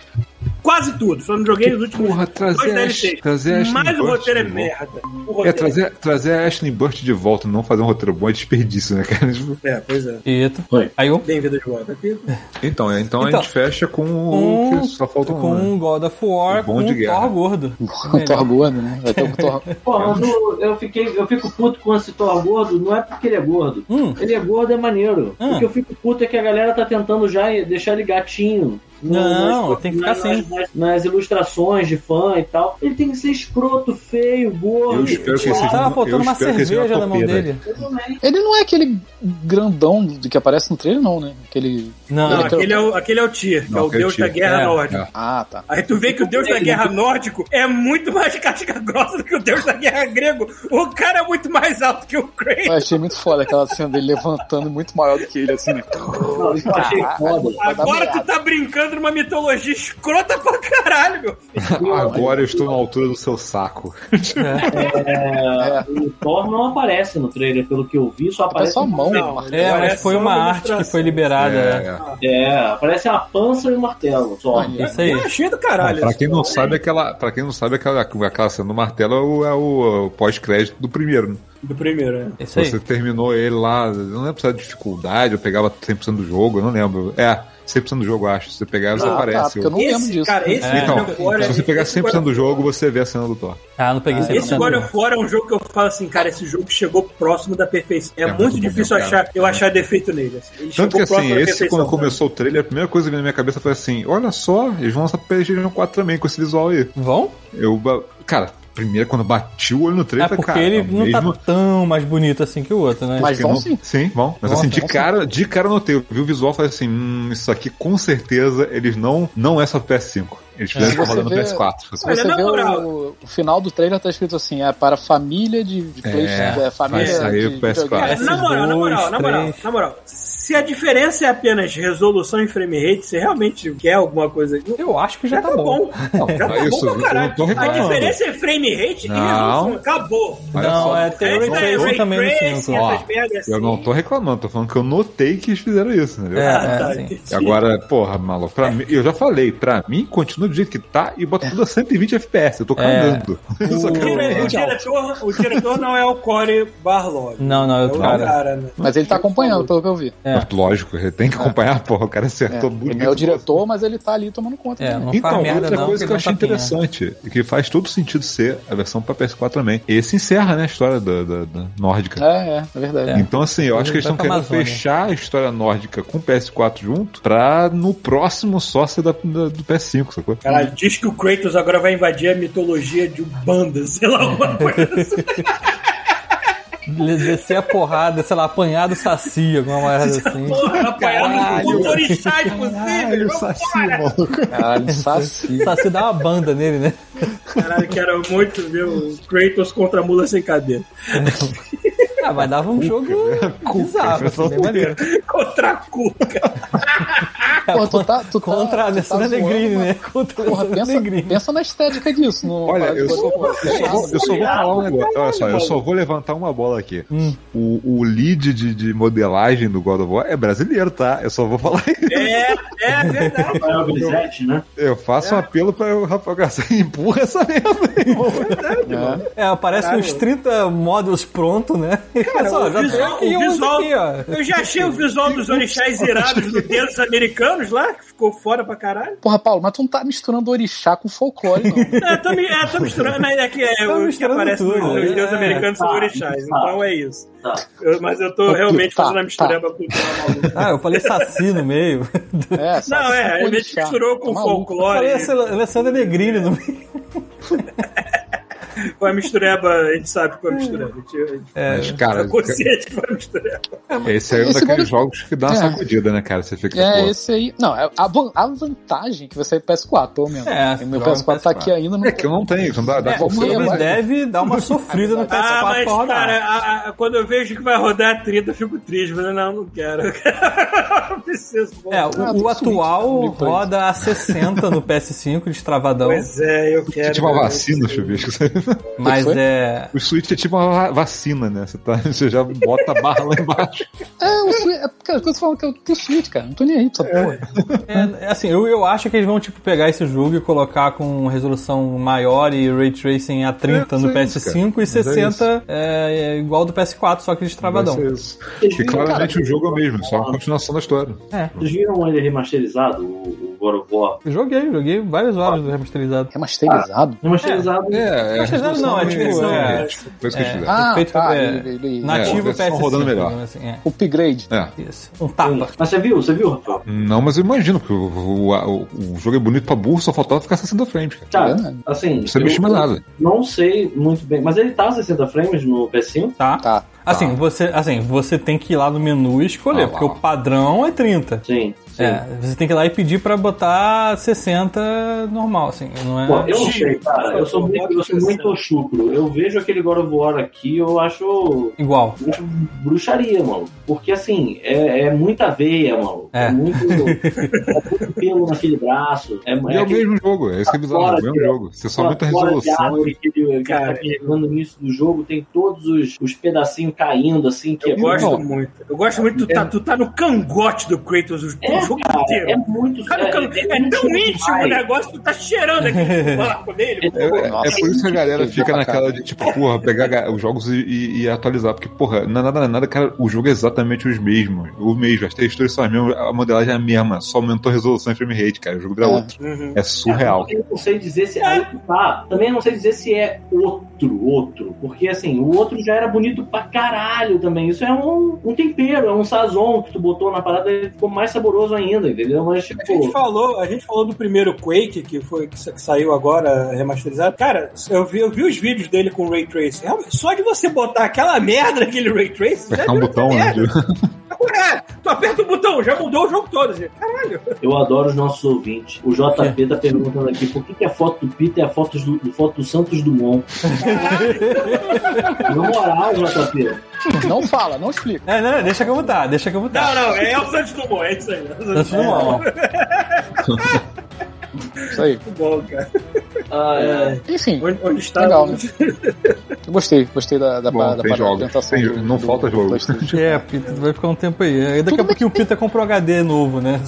[SPEAKER 5] quase tudo, só não joguei os últimos
[SPEAKER 7] Porra,
[SPEAKER 5] dois
[SPEAKER 7] trazer a, Ash-
[SPEAKER 5] DLCs.
[SPEAKER 7] trazer a Ashley
[SPEAKER 5] Mas o
[SPEAKER 7] Burch
[SPEAKER 5] roteiro é
[SPEAKER 7] de volta.
[SPEAKER 5] merda. O
[SPEAKER 7] É,
[SPEAKER 5] roteiro
[SPEAKER 7] trazer, trazer a Ashley Burst de volta, não fazer um roteiro bom é desperdício, né, cara? Tipo,
[SPEAKER 5] é, pois é.
[SPEAKER 4] Eita.
[SPEAKER 10] Oi.
[SPEAKER 4] Aí um.
[SPEAKER 5] Bem-vindo de volta aqui.
[SPEAKER 7] Então, é, então,
[SPEAKER 4] Então,
[SPEAKER 7] a gente fecha com o
[SPEAKER 4] Com,
[SPEAKER 7] que só falta um.
[SPEAKER 4] com
[SPEAKER 7] né?
[SPEAKER 4] um God of War
[SPEAKER 7] O bom
[SPEAKER 4] com
[SPEAKER 7] de
[SPEAKER 4] um
[SPEAKER 7] guerra.
[SPEAKER 4] Thor gordo.
[SPEAKER 1] O Thor gordo, né? Vai ter um Thor...
[SPEAKER 6] Pô, mas o- eu, fiquei, eu fico puto com esse Thor gordo, não é porque ele é gordo.
[SPEAKER 4] Hum.
[SPEAKER 6] Ele é gordo, é maneiro.
[SPEAKER 4] Ah.
[SPEAKER 6] O que eu fico puto é que a galera tá tentando já deixar ele gatinho. No-
[SPEAKER 4] Não, tem que ficar assim.
[SPEAKER 6] nas- nas ilustrações de fã e tal. Ele tem que ser escroto, feio, gordo.
[SPEAKER 7] Eu espero que
[SPEAKER 6] sei lá.
[SPEAKER 7] seja-
[SPEAKER 4] Tava
[SPEAKER 7] eu
[SPEAKER 4] faltando uma
[SPEAKER 7] espero que seja uma
[SPEAKER 4] cerveja na mão
[SPEAKER 7] topeira.
[SPEAKER 4] dele.
[SPEAKER 6] Eu também.
[SPEAKER 1] Ele não é aquele grandão do que aparece no trailer, não, né? Aquele.
[SPEAKER 5] Não,
[SPEAKER 4] Não,
[SPEAKER 1] Ele-
[SPEAKER 5] aquele é o, aquele é o Tyr, que
[SPEAKER 7] Não,
[SPEAKER 5] é o
[SPEAKER 7] aquele é o
[SPEAKER 5] deus da
[SPEAKER 7] Tyr.
[SPEAKER 5] guerra
[SPEAKER 4] É,
[SPEAKER 5] nórdica.
[SPEAKER 7] é.
[SPEAKER 1] Ah, tá.
[SPEAKER 5] Aí tu vê que o deus da guerra nórdico é muito mais casca grossa do que o deus da guerra grego. O cara é muito mais alto que o Kratos.
[SPEAKER 1] Eu achei muito foda aquela cena dele levantando muito maior do que ele, assim, né?
[SPEAKER 6] Não, isso eu achei foda.
[SPEAKER 1] Vai dar
[SPEAKER 5] Agora tu
[SPEAKER 1] merda.
[SPEAKER 5] tá brincando numa mitologia escrota pra caralho, meu.
[SPEAKER 7] Agora eu estou na altura do seu saco.
[SPEAKER 6] O Thor não aparece no trailer, pelo que eu vi,
[SPEAKER 7] Tá
[SPEAKER 6] só aparece.
[SPEAKER 1] Aparece só a mão,
[SPEAKER 5] Não,
[SPEAKER 1] mano.
[SPEAKER 4] É, mas
[SPEAKER 5] Parece
[SPEAKER 4] foi
[SPEAKER 5] só
[SPEAKER 4] uma
[SPEAKER 5] uma
[SPEAKER 4] arte que
[SPEAKER 5] ilustração.
[SPEAKER 4] foi liberada. né? É
[SPEAKER 6] É, aparece a pança e o martelo só.
[SPEAKER 1] Maneiro.
[SPEAKER 4] Isso aí.
[SPEAKER 5] Eu achei Tá do
[SPEAKER 7] Ah,
[SPEAKER 5] caralho.
[SPEAKER 7] pra quem não sabe, aquela, pra quem não sabe, aquela, aquela cena do martelo é o, é o- é o pós-crédito do primeiro. né?
[SPEAKER 5] Do primeiro, né?
[SPEAKER 4] é Isso aí.
[SPEAKER 7] Você terminou ele lá, eu não lembro se era dificuldade, eu pegava 100% do jogo, eu não lembro. É, 100% do jogo, eu acho. Se você pegar, você
[SPEAKER 1] Ah, tá,
[SPEAKER 7] aparece.
[SPEAKER 1] porque eu não lembro disso.
[SPEAKER 5] Cara, esse
[SPEAKER 4] É,
[SPEAKER 5] God
[SPEAKER 7] Então,
[SPEAKER 5] of War é-
[SPEAKER 7] se você pegar
[SPEAKER 5] esse
[SPEAKER 7] 100%
[SPEAKER 5] God
[SPEAKER 7] do jogo, você vê a cena do Thor.
[SPEAKER 4] Ah, não peguei
[SPEAKER 1] Ah,
[SPEAKER 4] esse
[SPEAKER 5] Esse God of War é um jogo que eu falo assim, cara, esse jogo chegou próximo da perfeição. É,
[SPEAKER 7] É
[SPEAKER 5] muito,
[SPEAKER 7] muito bom,
[SPEAKER 5] difícil
[SPEAKER 7] cara.
[SPEAKER 5] achar, eu achar defeito nele. assim. Ele
[SPEAKER 7] Tanto
[SPEAKER 5] chegou
[SPEAKER 7] que
[SPEAKER 5] próximo
[SPEAKER 7] assim,
[SPEAKER 5] da
[SPEAKER 7] esse
[SPEAKER 5] perfeição,
[SPEAKER 7] quando começou o trailer, a primeira coisa que veio na minha cabeça foi assim: olha só, eles vão lançar pro PlayStation 4 também com esse visual aí.
[SPEAKER 4] Vão?
[SPEAKER 7] Eu, ba- cara, primeiro quando eu bati o olho no
[SPEAKER 4] É
[SPEAKER 7] trailer, eu falei,
[SPEAKER 4] porque
[SPEAKER 7] cara, é
[SPEAKER 4] ele
[SPEAKER 7] o
[SPEAKER 4] não
[SPEAKER 7] mesmo-
[SPEAKER 4] tá tão mais bonito assim que o outro, né?
[SPEAKER 1] Mas
[SPEAKER 7] Que
[SPEAKER 1] vão
[SPEAKER 7] não-
[SPEAKER 1] sim.
[SPEAKER 7] Sim, vão. Mas
[SPEAKER 4] Vão,
[SPEAKER 7] assim, de
[SPEAKER 4] vão sim.
[SPEAKER 7] cara, de cara eu notei. Eu vi o visual e falei assim: hum, isso aqui com certeza eles não, não é só PS5. Eles fizeram
[SPEAKER 1] Se
[SPEAKER 7] pra
[SPEAKER 1] você
[SPEAKER 7] rodar no
[SPEAKER 1] vê-
[SPEAKER 7] PS4.
[SPEAKER 1] Se
[SPEAKER 5] Olha,
[SPEAKER 1] você
[SPEAKER 5] na
[SPEAKER 1] vê
[SPEAKER 5] moral.
[SPEAKER 1] o, o final do trailer, tá escrito assim: é para família de, de PlayStation. É, família
[SPEAKER 7] vai sair
[SPEAKER 1] de
[SPEAKER 7] o PS4.
[SPEAKER 5] Cara,
[SPEAKER 1] videogame.
[SPEAKER 5] na
[SPEAKER 4] Esses
[SPEAKER 5] moral, na
[SPEAKER 4] dois,
[SPEAKER 5] moral, na moral,
[SPEAKER 4] três.
[SPEAKER 5] na moral. Se a diferença é apenas resolução e frame rate, você realmente quer alguma coisa.
[SPEAKER 4] Eu acho que já,
[SPEAKER 5] Já tá bom. Já tá
[SPEAKER 7] é isso,
[SPEAKER 5] bom
[SPEAKER 7] eu
[SPEAKER 5] pra caralho.
[SPEAKER 7] não tô
[SPEAKER 5] A
[SPEAKER 7] reclamando.
[SPEAKER 5] diferença é frame rate e
[SPEAKER 7] Não.
[SPEAKER 5] resolução. Acabou.
[SPEAKER 7] Olha
[SPEAKER 4] não,
[SPEAKER 7] só.
[SPEAKER 4] é tem
[SPEAKER 5] Aí
[SPEAKER 4] Ray
[SPEAKER 5] tá
[SPEAKER 4] Tracing
[SPEAKER 5] ray
[SPEAKER 4] também no
[SPEAKER 5] tracing,
[SPEAKER 4] 5.
[SPEAKER 7] ó.
[SPEAKER 5] essas merdas assim.
[SPEAKER 7] Eu não tô reclamando, tô falando que eu notei que eles fizeram isso, entendeu?
[SPEAKER 4] É,
[SPEAKER 5] Ah, tá,
[SPEAKER 4] é, sim.
[SPEAKER 5] entendi.
[SPEAKER 7] E Agora, porra, maluco, pra mim, eu já falei, pra mim continua do jeito que tá e bota tudo a 120 FPS, eu tô cagando. Só
[SPEAKER 5] O
[SPEAKER 7] que-
[SPEAKER 4] é
[SPEAKER 5] dire- o diretor, o diretor não é o Corey Barlog.
[SPEAKER 4] Não, não, é
[SPEAKER 5] É
[SPEAKER 4] outro
[SPEAKER 5] o
[SPEAKER 4] cara.
[SPEAKER 5] cara, né?
[SPEAKER 1] Mas ele tá acompanhando, pelo que eu vi.
[SPEAKER 4] É.
[SPEAKER 7] Lógico, ele tem que acompanhar, porra, o cara
[SPEAKER 1] É,
[SPEAKER 7] acertou
[SPEAKER 1] Ele
[SPEAKER 7] bonito.
[SPEAKER 1] não é o diretor, mas ele tá ali tomando conta.
[SPEAKER 4] É,
[SPEAKER 1] também.
[SPEAKER 4] não
[SPEAKER 7] Então,
[SPEAKER 4] faz merda
[SPEAKER 7] outra
[SPEAKER 4] não. tá
[SPEAKER 7] coisa que
[SPEAKER 4] porque
[SPEAKER 7] eu
[SPEAKER 4] dá
[SPEAKER 7] achei
[SPEAKER 4] tapinha.
[SPEAKER 7] interessante, e que faz todo sentido ser a versão pra PS4 também. Esse encerra, né, a história da, da- da nórdica.
[SPEAKER 1] É, é, é verdade.
[SPEAKER 7] Então, assim, eu acho que eles
[SPEAKER 4] Vai
[SPEAKER 7] estão
[SPEAKER 4] pra
[SPEAKER 7] querendo
[SPEAKER 4] Amazônia.
[SPEAKER 7] fechar a história nórdica com o PS4 junto pra no próximo só ser da, da- do PS5, sacou?
[SPEAKER 5] Caralho, diz que o Kratos agora vai invadir a mitologia de Umbanda, sei lá, alguma coisa assim.
[SPEAKER 4] descer a porrada, sei lá, apanhar do saci, alguma merda assim.
[SPEAKER 5] Porra, é um apanhar
[SPEAKER 4] Caralho.
[SPEAKER 5] os orixás possíveis.
[SPEAKER 11] Caralho,
[SPEAKER 5] vamos-
[SPEAKER 11] saci, maluco.
[SPEAKER 1] Caralho, saci.
[SPEAKER 4] Saci dá uma banda nele, né?
[SPEAKER 5] Caralho, quero muito ver o Kratos contra a mula sem cadeira.
[SPEAKER 4] Ah, mas dava um jogo bizarro, assim, bem maneiro.
[SPEAKER 5] Contra a cuca.
[SPEAKER 1] Pô, tu tá, tu tá-
[SPEAKER 4] Contra a
[SPEAKER 1] tu tá
[SPEAKER 4] Alessandra
[SPEAKER 1] zoando,
[SPEAKER 4] Negrini,
[SPEAKER 1] mas-
[SPEAKER 4] né? Contra a
[SPEAKER 1] Porra,
[SPEAKER 4] Alessandra
[SPEAKER 1] pensa,
[SPEAKER 4] Negrini.
[SPEAKER 1] pensa na estética disso. No,
[SPEAKER 7] Olha, eu
[SPEAKER 1] Pô,
[SPEAKER 7] sou- Eu só vou- eu só vou falar um negócio. Olha só, eu só vou levantar uma bola aqui.
[SPEAKER 4] Hum.
[SPEAKER 7] O, o lead de, de modelagem do God of War é brasileiro, tá? Eu só vou falar isso.
[SPEAKER 5] É, é verdade.
[SPEAKER 10] É o Grisete, né?
[SPEAKER 7] Eu
[SPEAKER 4] É.
[SPEAKER 7] faço um apelo pra o Rafael Garcia empurra essa merda aí.
[SPEAKER 4] É, aparecem uns 30 modelos prontos, né?
[SPEAKER 5] Cara,
[SPEAKER 4] Só,
[SPEAKER 5] o
[SPEAKER 4] já tem
[SPEAKER 5] visual-
[SPEAKER 4] aqui
[SPEAKER 5] o
[SPEAKER 4] um
[SPEAKER 5] visual-
[SPEAKER 4] aqui, ó.
[SPEAKER 5] Eu já achei o visual dos orixás irados do dedos americanos lá, que ficou fora pra caralho.
[SPEAKER 1] Porra, Paulo, mas tu não tá misturando orixá com folclore, não.
[SPEAKER 5] É, tô, mi- é, tô misturando, mas é que é,
[SPEAKER 4] Tá
[SPEAKER 5] o que
[SPEAKER 4] misturando
[SPEAKER 5] aparece
[SPEAKER 4] tudo,
[SPEAKER 5] nos
[SPEAKER 4] né?
[SPEAKER 5] deuses
[SPEAKER 4] É,
[SPEAKER 5] americanos
[SPEAKER 10] tá,
[SPEAKER 5] são orixás,
[SPEAKER 10] tá.
[SPEAKER 5] então é isso.
[SPEAKER 10] Tá.
[SPEAKER 5] Eu- mas eu tô
[SPEAKER 1] Tá,
[SPEAKER 5] realmente
[SPEAKER 1] tá,
[SPEAKER 5] fazendo a mistureba com cultura maluca.
[SPEAKER 4] Ah, eu falei saci no meio.
[SPEAKER 1] É, saci
[SPEAKER 5] Não, é,
[SPEAKER 1] com
[SPEAKER 5] a gente
[SPEAKER 1] orixá.
[SPEAKER 5] misturou
[SPEAKER 1] Tá
[SPEAKER 5] com
[SPEAKER 1] maluco?
[SPEAKER 5] folclore,
[SPEAKER 4] falei Alessa- Alessandra Negrini no meio. é
[SPEAKER 5] com a mistureba, a gente sabe com a mistureba. A gente, a gente
[SPEAKER 7] Mas,
[SPEAKER 4] É,
[SPEAKER 7] cara,
[SPEAKER 5] tá consciente que foi a mistureba.
[SPEAKER 7] esse aí é um
[SPEAKER 1] Esse
[SPEAKER 7] daqueles
[SPEAKER 1] God-
[SPEAKER 7] jogos que dá uma
[SPEAKER 1] É.
[SPEAKER 7] sacudida, né, cara? Você fica,
[SPEAKER 1] É,
[SPEAKER 7] pô,
[SPEAKER 1] esse aí. Não, é a, van- a vantagem é que você é PS4, pelo menos.
[SPEAKER 4] É,
[SPEAKER 1] E meu
[SPEAKER 4] joga
[SPEAKER 1] PS4 tá
[SPEAKER 4] PS4.
[SPEAKER 1] aqui ainda. Não...
[SPEAKER 7] é que eu não tenho, não dá, dá
[SPEAKER 4] É, o
[SPEAKER 7] qualquer-
[SPEAKER 1] eu-
[SPEAKER 4] filme deve dar uma sofrida no PS4
[SPEAKER 5] Ah, mas,
[SPEAKER 4] pra rodar.
[SPEAKER 5] cara, a- a- quando eu vejo que vai rodar 30, eu fico triste. Mas não, não quero. não preciso. pô.
[SPEAKER 4] É, o,
[SPEAKER 1] Ah,
[SPEAKER 4] o
[SPEAKER 1] tem
[SPEAKER 4] atual
[SPEAKER 1] Switch, tá?
[SPEAKER 4] roda a 60 no PS5, destravadão.
[SPEAKER 5] Pois é, eu quero.
[SPEAKER 7] É tipo uma vacina, chuvisco.
[SPEAKER 4] mas
[SPEAKER 1] foi?
[SPEAKER 4] é.
[SPEAKER 7] O Switch é tipo uma va- vacina, né? Você, tá, você já bota a barra lá embaixo.
[SPEAKER 1] É, o Switch. É, cara, quando você fala que eu tenho Switch, cara, não tô nem aí, pra essa porra.
[SPEAKER 4] é, é assim, eu, eu acho que eles vão, tipo, pegar esse jogo e colocar com resolução maior e ray tracing a 30
[SPEAKER 7] É,
[SPEAKER 4] no
[SPEAKER 7] isso é isso,
[SPEAKER 4] PS5 e
[SPEAKER 7] cara. Mas é
[SPEAKER 4] 60 é, é igual do PS4, só que destravadão.
[SPEAKER 7] Vai ser isso. Que claramente o jogo é o mesmo, só uma continuação da história.
[SPEAKER 6] Vocês viram ele remasterizado, o o God of War?
[SPEAKER 4] Joguei, joguei várias horas do remasterizado.
[SPEAKER 1] É Remasterizado?
[SPEAKER 6] Remasterizado
[SPEAKER 7] É, é.
[SPEAKER 4] Remasterizado não, é tipo,
[SPEAKER 7] resolução,
[SPEAKER 4] é-
[SPEAKER 7] é, tipo, foi isso que eles fizeram.
[SPEAKER 1] Ah,
[SPEAKER 4] feito
[SPEAKER 1] tá.
[SPEAKER 4] é,
[SPEAKER 1] Ele, ele,
[SPEAKER 4] Nativo
[SPEAKER 7] é,
[SPEAKER 4] PS5.
[SPEAKER 7] rodando melhor.
[SPEAKER 4] digamos Assim, é.
[SPEAKER 1] Upgrade.
[SPEAKER 7] É.
[SPEAKER 4] Isso. Um tapa.
[SPEAKER 6] Mas você viu, você viu, Rafael?
[SPEAKER 7] Não, mas eu imagino, porque o, o- a- o- o jogo é bonito pra burro, só faltava ficar 60 frames, cara.
[SPEAKER 6] Tá,
[SPEAKER 1] Verdade.
[SPEAKER 6] assim.
[SPEAKER 7] Não precisa
[SPEAKER 6] eu
[SPEAKER 7] mexer mais nada.
[SPEAKER 6] Não sei muito bem, mas ele tá a 60 frames no PS5?
[SPEAKER 4] Tá?
[SPEAKER 1] Tá.
[SPEAKER 4] Assim, Você, assim, você tem que ir lá no menu e
[SPEAKER 7] Ah,
[SPEAKER 4] escolher,
[SPEAKER 7] lá.
[SPEAKER 4] porque o padrão é 30.
[SPEAKER 6] Sim. sim.
[SPEAKER 4] É, você tem que ir lá e pedir pra botar 60 normal, assim, não é?
[SPEAKER 6] Pô, eu não sei, cara. Eu sou muito, eu sou muito chucro. Eu vejo aquele God of War aqui, eu acho.
[SPEAKER 4] Igual.
[SPEAKER 6] eu acho Bruxaria, mano. Porque assim, é, é muita veia, mano. É,
[SPEAKER 4] É.
[SPEAKER 6] muito. é muito pelo naquele braço.
[SPEAKER 7] E
[SPEAKER 6] É, é
[SPEAKER 7] é o
[SPEAKER 6] aquele-
[SPEAKER 7] mesmo jogo, é isso que é bizarro, é o mesmo jogo. Você só muita
[SPEAKER 6] fora de
[SPEAKER 7] resolução.
[SPEAKER 6] árvore que ele que ele tá
[SPEAKER 5] Cara,
[SPEAKER 6] carregando no início do jogo, tem todos os, os pedacinhos caindo, assim, que
[SPEAKER 5] Eu gosto muito. Eu gosto muito. Tu tá, tu tá no cangote do Kratos o
[SPEAKER 6] É,
[SPEAKER 5] jogo inteiro.
[SPEAKER 6] cara, é né? muito. Uhum.
[SPEAKER 5] Cara, o can- é, tão íntimo o
[SPEAKER 6] demais.
[SPEAKER 5] negócio, tu tá cheirando aqui lá com ele.
[SPEAKER 7] É, é- é por isso que a galera fica naquela de, tipo, porra, pegar ga- os jogos e, e- e atualizar. Porque, porra, não é nada, não é nada, cara, o jogo é exatamente os mesmos. O mesmo, as texturas são as mesmas, a modelagem é a mesma, só aumentou a resolução e frame rate, cara. O jogo vira
[SPEAKER 1] É.
[SPEAKER 7] outro.
[SPEAKER 5] Uhum.
[SPEAKER 7] É surreal.
[SPEAKER 6] Eu não sei dizer se. Aí que tá. Também não sei dizer se é outro, outro. Porque assim, o outro já era bonito pra caralho também. Isso é um, um tempero, é um sazon que tu botou na parada e ficou mais saboroso ainda, entendeu? Mas tipo.
[SPEAKER 5] A gente, falou, a gente falou do primeiro Quake, que foi que sa- que saiu agora remasterizado. Cara, eu vi, eu vi os vídeos dele com Ray Tracing. Realmente, Só de você botar aquela merda naquele Ray Tracing, já
[SPEAKER 7] Apertar um
[SPEAKER 5] virou
[SPEAKER 7] botão, né?
[SPEAKER 5] merda. É, tu aperta o botão, já mudou o jogo todo. gente. Caralho.
[SPEAKER 6] Eu adoro os nossos ouvintes. O
[SPEAKER 7] É.
[SPEAKER 6] JP tá perguntando aqui por que, que a foto do Peter é a foto do, foto do Santos Dumont. Na moral, JP.
[SPEAKER 1] Não fala, não explica.
[SPEAKER 4] É, não, deixa que eu botar, deixa que eu
[SPEAKER 5] Não,
[SPEAKER 4] botar.
[SPEAKER 5] não, é o Santos Dumont, é isso aí. É o Santos
[SPEAKER 4] Isso não é mal.
[SPEAKER 1] Isso aí.
[SPEAKER 5] Dumont, cara.
[SPEAKER 6] Ah, é.
[SPEAKER 1] Enfim,
[SPEAKER 5] Onde, onde está?
[SPEAKER 1] Legal, né? eu gostei. Gostei da, da,
[SPEAKER 7] Bom,
[SPEAKER 1] parada-
[SPEAKER 7] tem
[SPEAKER 1] parada da
[SPEAKER 7] jogos.
[SPEAKER 1] apresentação
[SPEAKER 7] Tem-
[SPEAKER 1] do-
[SPEAKER 7] não
[SPEAKER 1] do-
[SPEAKER 7] falta
[SPEAKER 1] do
[SPEAKER 7] jogo.
[SPEAKER 1] PlayStation.
[SPEAKER 4] É, Pita, vai ficar um tempo aí. Aí Daqui a
[SPEAKER 1] Tudo
[SPEAKER 4] pouquinho o Pita compra um HD novo, né?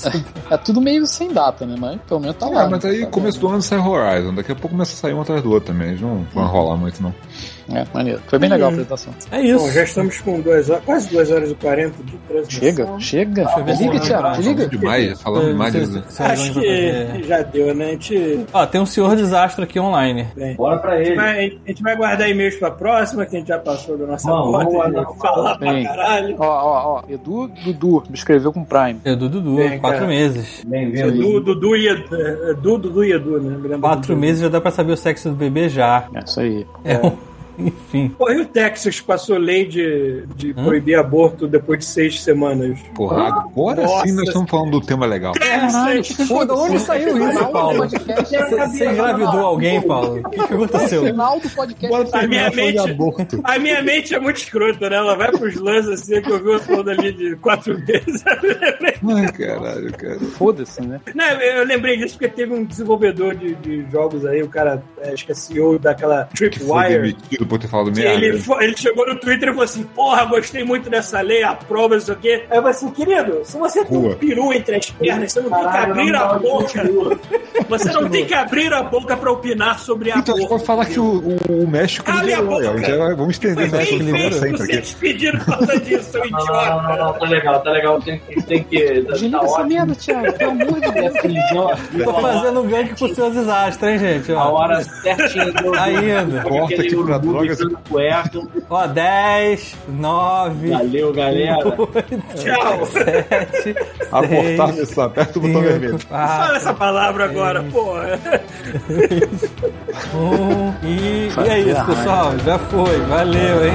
[SPEAKER 1] É tudo meio sem data, né? Mas pelo menos tá lá.
[SPEAKER 7] Ah, mas
[SPEAKER 1] né?
[SPEAKER 7] aí
[SPEAKER 1] Tá
[SPEAKER 7] começo do ano sai Horizon, daqui a pouco começa a sair um atrás do outro também, eles não vão rolar muito não. Tá
[SPEAKER 1] bom. É, maneiro. Foi bem legal a apresentação.
[SPEAKER 4] É isso.
[SPEAKER 5] Bom, já estamos com duas horas, quase 2 horas e 40 de transmissão.
[SPEAKER 1] Chega, chega.
[SPEAKER 4] Deixa eu ver se
[SPEAKER 1] Liga,
[SPEAKER 4] eu
[SPEAKER 1] Thiago,
[SPEAKER 4] lembro.
[SPEAKER 1] liga.
[SPEAKER 7] Demais, falando
[SPEAKER 4] Eu não
[SPEAKER 7] demais.
[SPEAKER 4] sei
[SPEAKER 7] de-
[SPEAKER 4] se- se alguém
[SPEAKER 5] Acho
[SPEAKER 4] vai fazer.
[SPEAKER 5] que já deu, né? A gente,
[SPEAKER 4] Ó, tem um senhor desastre aqui online.
[SPEAKER 6] Bora pra ele.
[SPEAKER 5] vai, a gente vai guardar e-mails pra próxima, que a gente já passou da nossa
[SPEAKER 6] Vamos,
[SPEAKER 5] porta.
[SPEAKER 6] vamos
[SPEAKER 5] de
[SPEAKER 6] guardar.
[SPEAKER 5] falar pra
[SPEAKER 1] Sim.
[SPEAKER 5] caralho.
[SPEAKER 1] Ó, ó, ó. Edu Dudu me escreveu com Prime.
[SPEAKER 4] Edu É Dudu,
[SPEAKER 5] Vem,
[SPEAKER 4] quatro
[SPEAKER 5] cara.
[SPEAKER 4] meses.
[SPEAKER 6] Bem-vindo.
[SPEAKER 5] Edu, Dudu e Edu, é, eh, Edu, Dudu e Edu, né? Me lembro
[SPEAKER 4] Quatro
[SPEAKER 5] do Dudu.
[SPEAKER 4] meses já dá pra saber o sexo do bebê já.
[SPEAKER 1] É isso aí.
[SPEAKER 4] É, um- Enfim.
[SPEAKER 5] Porra, e o Texas passou lei de, de proibir aborto depois de seis semanas?
[SPEAKER 7] Porra, agora sim nós estamos falando do tema legal.
[SPEAKER 4] Caralho, foda onde saiu isso, Paulo?
[SPEAKER 1] podcast,
[SPEAKER 4] Você você engravidou alguém, Paulo? O que, que
[SPEAKER 1] o
[SPEAKER 4] aconteceu?
[SPEAKER 1] final do podcast.
[SPEAKER 5] A minha, mente,
[SPEAKER 7] aborto.
[SPEAKER 5] a minha mente é muito escrota, né? Ela vai pros lãs assim, que eu vi uma falando ali de quatro meses.
[SPEAKER 7] Ai, caralho, cara.
[SPEAKER 1] Foda-se, né?
[SPEAKER 5] Não, eu eu lembrei disso porque teve um desenvolvedor de, de jogos aí, o cara, é, acho que é CEO daquela
[SPEAKER 7] Que foi
[SPEAKER 5] Tripwire.
[SPEAKER 7] demitido por ter falado
[SPEAKER 5] que
[SPEAKER 7] merda.
[SPEAKER 5] Ele, fo- ele chegou no Twitter e falou assim: Porra, gostei muito dessa lei, aprova isso aqui. Aí eu falei assim: Querido, se você tem
[SPEAKER 7] Rua.
[SPEAKER 5] um peru entre as pernas, você não
[SPEAKER 6] Caralho,
[SPEAKER 5] tem que abrir
[SPEAKER 6] não
[SPEAKER 5] a
[SPEAKER 6] dá,
[SPEAKER 5] boca. Você não tem que abrir a boca pra opinar sobre a
[SPEAKER 7] Então, a gente pode falar que o, tá o- o México
[SPEAKER 5] Cala a
[SPEAKER 7] liberou.
[SPEAKER 5] boca,
[SPEAKER 7] é, a gente
[SPEAKER 5] cara.
[SPEAKER 7] vai- Vamos estender
[SPEAKER 5] Foi
[SPEAKER 7] o México
[SPEAKER 5] bem
[SPEAKER 7] liberou
[SPEAKER 5] feito,
[SPEAKER 7] sempre aqui.
[SPEAKER 5] vocês pediram por causa disso, seu
[SPEAKER 6] Não, não, não,
[SPEAKER 5] idiota.
[SPEAKER 6] não, tá legal, tá legal. Tem, que- tem que. Tá,
[SPEAKER 1] Desliga
[SPEAKER 6] tá
[SPEAKER 1] essa
[SPEAKER 6] ótimo.
[SPEAKER 1] merda, Thiago. Pelo amor de Deus.
[SPEAKER 6] Assim, ó,
[SPEAKER 4] Tô
[SPEAKER 6] a hora-
[SPEAKER 4] fazendo um gank pro seu desastre, hein, gente?
[SPEAKER 6] A
[SPEAKER 4] Ó,
[SPEAKER 6] hora certinha do.
[SPEAKER 4] ainda.
[SPEAKER 6] com
[SPEAKER 7] Corta
[SPEAKER 6] aquele
[SPEAKER 7] aqui pra
[SPEAKER 6] urubu
[SPEAKER 7] drogas.
[SPEAKER 6] usando cueca.
[SPEAKER 4] Ó, 10, 9,
[SPEAKER 6] Valeu, galera.
[SPEAKER 4] 8,
[SPEAKER 5] Tchau.
[SPEAKER 4] 7,
[SPEAKER 7] Abortar, pessoal. Aperta o botão vermelho.
[SPEAKER 5] Fala essa palavra agora, porra.
[SPEAKER 4] um, E, e é isso, pessoal. Já foi. Valeu, hein?